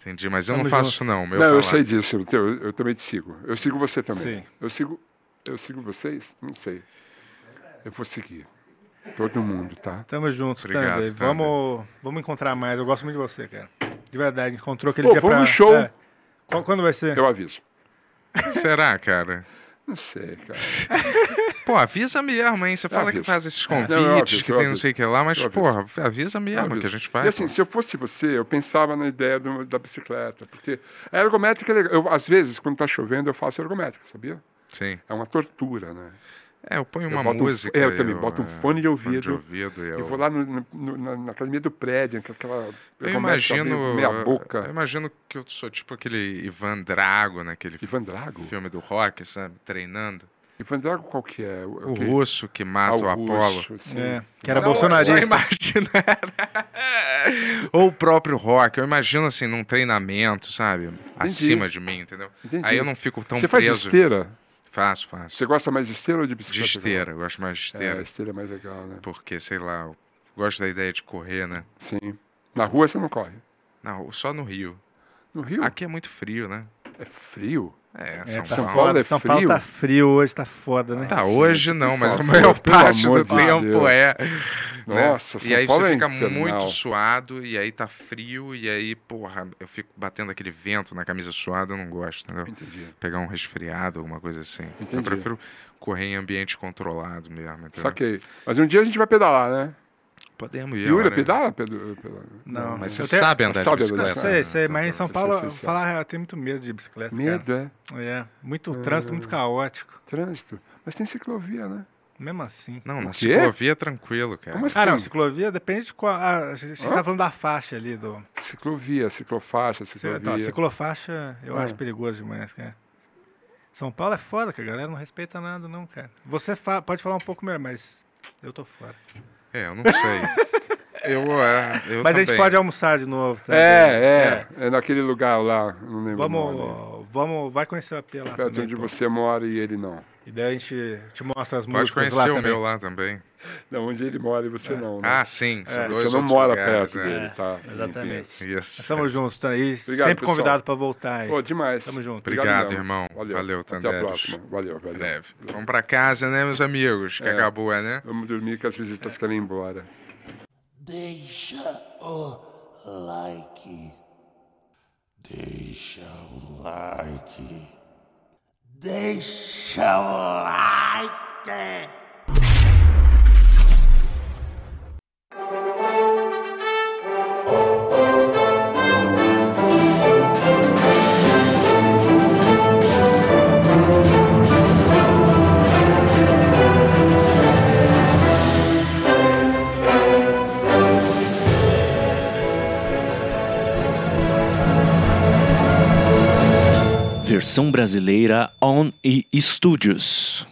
Speaker 4: Entendi, mas eu
Speaker 3: Tamo
Speaker 4: não faço isso não. Meu
Speaker 8: não, eu
Speaker 4: falar.
Speaker 8: sei disso. Eu, eu- eu também te sigo. Eu sigo você também.
Speaker 3: Sim.
Speaker 8: Eu sigo, eu sigo vocês? Não sei. Eu vou seguir. Todo mundo, tá?
Speaker 3: Tamo junto,
Speaker 4: Obrigado,
Speaker 3: Thunder.
Speaker 4: Thunder.
Speaker 3: Vamos, vamos encontrar mais. Eu gosto muito de você, cara. De verdade, a gente encontrou aquele
Speaker 8: Pô,
Speaker 3: dia
Speaker 8: vamos
Speaker 3: pra...
Speaker 8: no show.
Speaker 3: É. Qu- Quando vai ser?
Speaker 8: Eu aviso.
Speaker 4: Será, cara?
Speaker 8: Não sei, cara.
Speaker 4: Pô, avisa mesmo, hein? Você fala que
Speaker 8: aviso.
Speaker 4: faz esses
Speaker 8: Não, eu
Speaker 4: convites,
Speaker 8: aviso,
Speaker 4: que
Speaker 8: eu
Speaker 4: tem não
Speaker 8: aviso.
Speaker 4: sei o que lá, mas,
Speaker 8: Eu aviso.
Speaker 4: porra, avisa mesmo É, que a gente faz.
Speaker 8: E assim,
Speaker 4: pô.
Speaker 8: se eu fosse você, eu pensava na ideia do- da bicicleta, porque a ergométrica é legal. Eu, às vezes, quando tá chovendo, eu faço ergométrica, sabia?
Speaker 4: Sim.
Speaker 8: É uma tortura, né?
Speaker 4: É, eu ponho
Speaker 8: Eu
Speaker 4: uma
Speaker 8: boto um-
Speaker 4: música.
Speaker 8: é, eu também boto um
Speaker 4: é,
Speaker 8: fone de ouvido.
Speaker 4: Fone de ouvido e eu,
Speaker 8: Eu vou lá no- no- no- na, na academia do prédio, que é aquela
Speaker 4: Eu
Speaker 8: ergométrica meio-
Speaker 4: imagino.
Speaker 8: meia
Speaker 4: Eu
Speaker 8: boca.
Speaker 4: imagino que eu sou tipo aquele Ivan Drago naquele
Speaker 8: Ivan Drago?
Speaker 4: filme do rock, sabe? Treinando.
Speaker 8: Ivan Drago qual que é?
Speaker 4: O russo que
Speaker 8: Ah,
Speaker 4: mata o Apolo.
Speaker 3: É, que era
Speaker 4: Não, Eu só
Speaker 3: bolsonarista.
Speaker 4: imagino. Ou o próprio rock. Eu imagino assim, num treinamento, sabe? Acima de mim, entendeu?
Speaker 8: Entendi.
Speaker 4: Aí eu não fico tão
Speaker 8: Você faz
Speaker 4: preso.
Speaker 8: esteira?
Speaker 4: Faço, faço.
Speaker 8: Você gosta mais de esteira ou
Speaker 4: De
Speaker 8: de bicicleta?
Speaker 4: esteira, eu gosto mais de
Speaker 8: É,
Speaker 4: esteira.
Speaker 8: esteira é mais legal, né?
Speaker 4: Porque, sei lá, eu gosto da ideia de correr, né?
Speaker 8: Sim. Na rua você não corre.
Speaker 4: Não, só no Rio.
Speaker 8: No Rio
Speaker 4: Aqui é muito frio, né?
Speaker 8: é frio.
Speaker 4: É,
Speaker 3: É,
Speaker 4: São
Speaker 3: tá
Speaker 4: Paulo.
Speaker 3: foda.
Speaker 8: é
Speaker 3: São Paulo
Speaker 8: frio.
Speaker 3: tá frio hoje, tá foda, né?
Speaker 4: Tá, hoje não, mas a
Speaker 8: Por
Speaker 4: maior
Speaker 8: favor, pelo
Speaker 4: parte
Speaker 8: amor
Speaker 4: do
Speaker 8: de
Speaker 4: tempo
Speaker 8: Deus.
Speaker 4: é. né?
Speaker 8: Nossa, São
Speaker 4: E aí
Speaker 8: Paulo
Speaker 4: você
Speaker 8: é
Speaker 4: fica
Speaker 8: infernal.
Speaker 4: muito suado, e aí tá frio, e aí, porra, eu fico batendo aquele vento na camisa suada, eu não gosto, entendeu?
Speaker 8: Entendi.
Speaker 4: Pegar um resfriado, alguma coisa assim. Eu
Speaker 8: Entendi.
Speaker 4: prefiro correr em ambiente controlado mesmo, entendeu?
Speaker 8: Saquei. Mas um dia a gente vai pedalar, né?
Speaker 4: Podemos ir.
Speaker 8: Yuri
Speaker 4: agora.
Speaker 8: pedala, Pedro? eh, pedala?
Speaker 3: Não,
Speaker 4: Mas
Speaker 3: eu
Speaker 4: você
Speaker 3: tenho-
Speaker 4: sabe andar
Speaker 8: Sabe
Speaker 4: de
Speaker 8: andar de
Speaker 4: bicicleta.
Speaker 8: bicicleta.
Speaker 3: Sei, sei,
Speaker 4: né?
Speaker 3: mas em
Speaker 4: Então,
Speaker 3: São
Speaker 4: isso é
Speaker 3: Paulo,
Speaker 8: essencial.
Speaker 3: falar, eu tenho muito medo de bicicleta.
Speaker 8: Medo, é.
Speaker 3: Cara. É, muito trânsito, muito caótico.
Speaker 8: Trânsito. Mas tem ciclovia, né?
Speaker 3: Mesmo assim.
Speaker 4: Não, na
Speaker 8: quê?
Speaker 4: ciclovia é tranquilo, cara.
Speaker 8: Como assim?
Speaker 3: Ah, não, ciclovia depende de qual. Ah, a gente
Speaker 8: Hã?
Speaker 3: está falando da faixa ali do.
Speaker 8: Ciclovia, ciclofaixa,
Speaker 3: Ciclovia.
Speaker 4: tá
Speaker 8: ciclovia.
Speaker 3: ciclofaixa eu
Speaker 8: Ah.
Speaker 4: É.
Speaker 3: acho perigoso demais, cara. São Paulo é foda, que a galera não respeita nada, não, cara. Você fa- pode falar um pouco melhor, mas eu tô fora.
Speaker 4: É, eu não sei. eu, é, eu
Speaker 3: mas
Speaker 4: também.
Speaker 3: a gente pode almoçar de novo, tá?
Speaker 4: né?
Speaker 8: É, é, é. naquele lugar lá, não lembro o nome.
Speaker 3: Vamos, vamos, vai conhecer o AP lá
Speaker 8: Perto
Speaker 3: também.
Speaker 8: onde
Speaker 3: pô.
Speaker 8: você mora e ele não.
Speaker 3: E daí a gente te mostra as
Speaker 4: Pode
Speaker 3: músicas
Speaker 4: conhecer
Speaker 3: lá
Speaker 4: o
Speaker 3: também.
Speaker 4: meu lá também.
Speaker 8: Não, onde ele mora e você não, né?
Speaker 4: Ah, sim. São dois
Speaker 8: você não
Speaker 4: outros
Speaker 8: mora
Speaker 4: lugares,
Speaker 8: perto
Speaker 4: é.
Speaker 8: dele, tá?
Speaker 3: Exatamente.
Speaker 4: Isso.
Speaker 3: Estamos juntos, tá? E
Speaker 8: Obrigado,
Speaker 3: sempre
Speaker 8: pessoal.
Speaker 3: convidado pra voltar aí.
Speaker 8: Pô, demais.
Speaker 3: Tamo junto.
Speaker 4: Obrigado,
Speaker 8: mesmo.
Speaker 4: irmão. Valeu,
Speaker 8: Até a
Speaker 4: Tandéres.
Speaker 8: próxima. Valeu, valeu.
Speaker 4: Breve. Vamos pra casa, né, meus amigos?
Speaker 8: É.
Speaker 4: Que acabou, né?
Speaker 8: Vamos dormir que as visitas querem ir embora.
Speaker 11: Deixa o like. Deixa o like. Deixa o like.
Speaker 9: Versão brasileira On e Studios.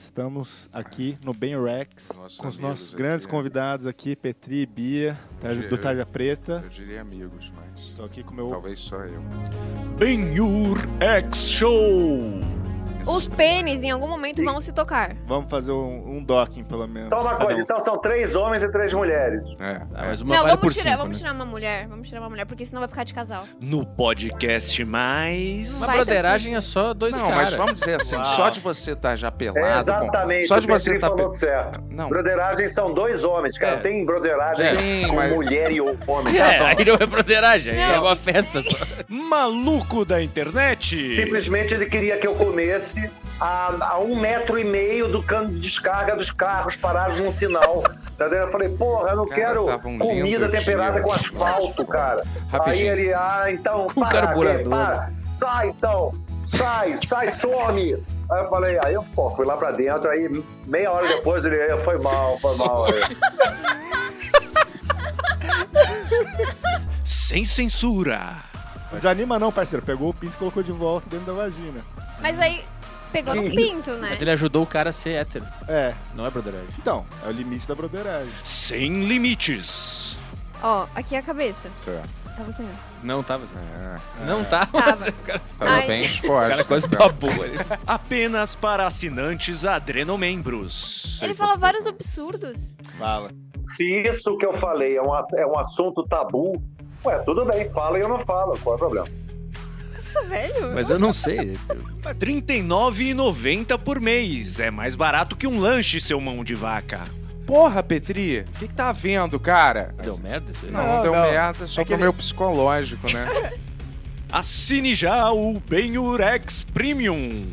Speaker 3: Estamos aqui no Ben Rex
Speaker 4: Nossos
Speaker 3: com os
Speaker 4: amigos
Speaker 3: nossos
Speaker 4: aqui,
Speaker 3: grandes
Speaker 4: né?
Speaker 3: convidados aqui, Petri e Bia, tarde-
Speaker 4: Dia.
Speaker 3: do Tarja Preta.
Speaker 4: Eu diria amigos, mas
Speaker 3: Estou aqui com o meu.
Speaker 4: talvez só eu.
Speaker 9: Ben-Yur X Show.
Speaker 12: Os pênis em algum momento vão se tocar.
Speaker 3: Vamos fazer um, um docking, pelo menos.
Speaker 13: Só uma
Speaker 3: cada
Speaker 13: coisa,
Speaker 3: um.
Speaker 13: então são três homens e três mulheres.
Speaker 4: É,
Speaker 9: Ah, mas uma
Speaker 12: Não,
Speaker 9: vale por
Speaker 12: vamos tirar,
Speaker 9: cinco,
Speaker 12: vamos
Speaker 9: né?
Speaker 12: tirar uma mulher, vamos tirar uma mulher, porque senão vai ficar de casal.
Speaker 9: No podcast mais...
Speaker 12: Uma
Speaker 14: Uma broderagem é só dois
Speaker 13: Não,
Speaker 14: caras.
Speaker 13: mas
Speaker 14: vamos
Speaker 4: dizer assim,
Speaker 13: Uau.
Speaker 4: só de você estar já pelado.
Speaker 13: É,
Speaker 4: com-
Speaker 13: exatamente.
Speaker 4: Só de
Speaker 13: o
Speaker 4: você
Speaker 13: Petri
Speaker 4: estar
Speaker 13: falou
Speaker 4: pe-
Speaker 13: certo.
Speaker 4: Não.
Speaker 13: Broderagem são dois homens, cara. Não Tem broderagem
Speaker 4: Sim,
Speaker 13: com
Speaker 4: mas-
Speaker 13: mulher e homem.
Speaker 9: É,
Speaker 13: Tá bom.
Speaker 9: aí não é broderagem, aí é
Speaker 13: Não.
Speaker 9: uma festa só. Maluco da internet!
Speaker 13: Simplesmente ele queria que eu comesse a, a um metro e meio do cano de descarga dos carros parados num sinal. Tá vendo? Eu falei, porra, eu não
Speaker 4: Cara,
Speaker 13: quero
Speaker 4: tava um
Speaker 13: comida
Speaker 4: lindo
Speaker 13: temperada
Speaker 4: dia. assim,
Speaker 13: com asfalto, cara. Aí
Speaker 4: Rapidinho. Um
Speaker 13: ele, ah, então,
Speaker 4: Com
Speaker 13: para,
Speaker 4: carburador.
Speaker 13: Kê, para. Sai, então. Sai, sai, some. Aí eu falei, aí eu pô, fui lá pra dentro, aí meia hora depois ele, "Eh, foi mal, foi mal. aí.
Speaker 9: Sem censura.
Speaker 3: Desanima não, parceiro. Pegou o pinto e colocou de volta dentro da vagina.
Speaker 12: Mas aí pegou no pinto, né?
Speaker 14: Mas ele ajudou o cara a ser hétero.
Speaker 3: É.
Speaker 14: Não é broderagem.
Speaker 3: Então, é o limite da broderagem.
Speaker 9: Sem limites.
Speaker 12: Ó, aqui é a cabeça. Tá você.
Speaker 14: Não tava assim.
Speaker 4: é,
Speaker 14: Não tava.
Speaker 12: Tava.
Speaker 14: O cara
Speaker 12: Tava Ai. bem
Speaker 9: exposto.
Speaker 14: O cara é quase babou ali.
Speaker 9: Apenas para assinantes adrenomembros.
Speaker 12: Ele
Speaker 14: tá
Speaker 12: fala vários absurdos.
Speaker 9: Fala.
Speaker 13: Se isso que eu falei é um, ass- é um assunto tabu, ué, tudo bem, fala e eu não falo, qual é o problema?
Speaker 12: Nossa, velho.
Speaker 9: Mas eu não sei. R$ 39,90 por mês. É mais barato que um lanche, seu mão de vaca.
Speaker 4: Porra, Petri, o que, que tá havendo, cara?
Speaker 14: Deu merda isso aí?
Speaker 4: Não, não deu
Speaker 9: não.
Speaker 4: merda, só
Speaker 9: É que
Speaker 4: pro
Speaker 9: ele-
Speaker 4: meu psicológico, né?
Speaker 9: Assine já o Benhurex Premium.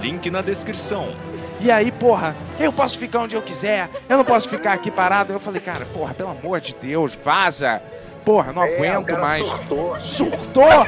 Speaker 9: Link na descrição.
Speaker 4: E aí, porra, eu posso ficar onde eu quiser, eu não posso ficar aqui parado. Eu falei, cara, porra, pelo amor de Deus, vaza. Porra, não
Speaker 13: É, o
Speaker 4: aguento
Speaker 13: cara
Speaker 4: mais.
Speaker 13: surtou.
Speaker 4: Surtou?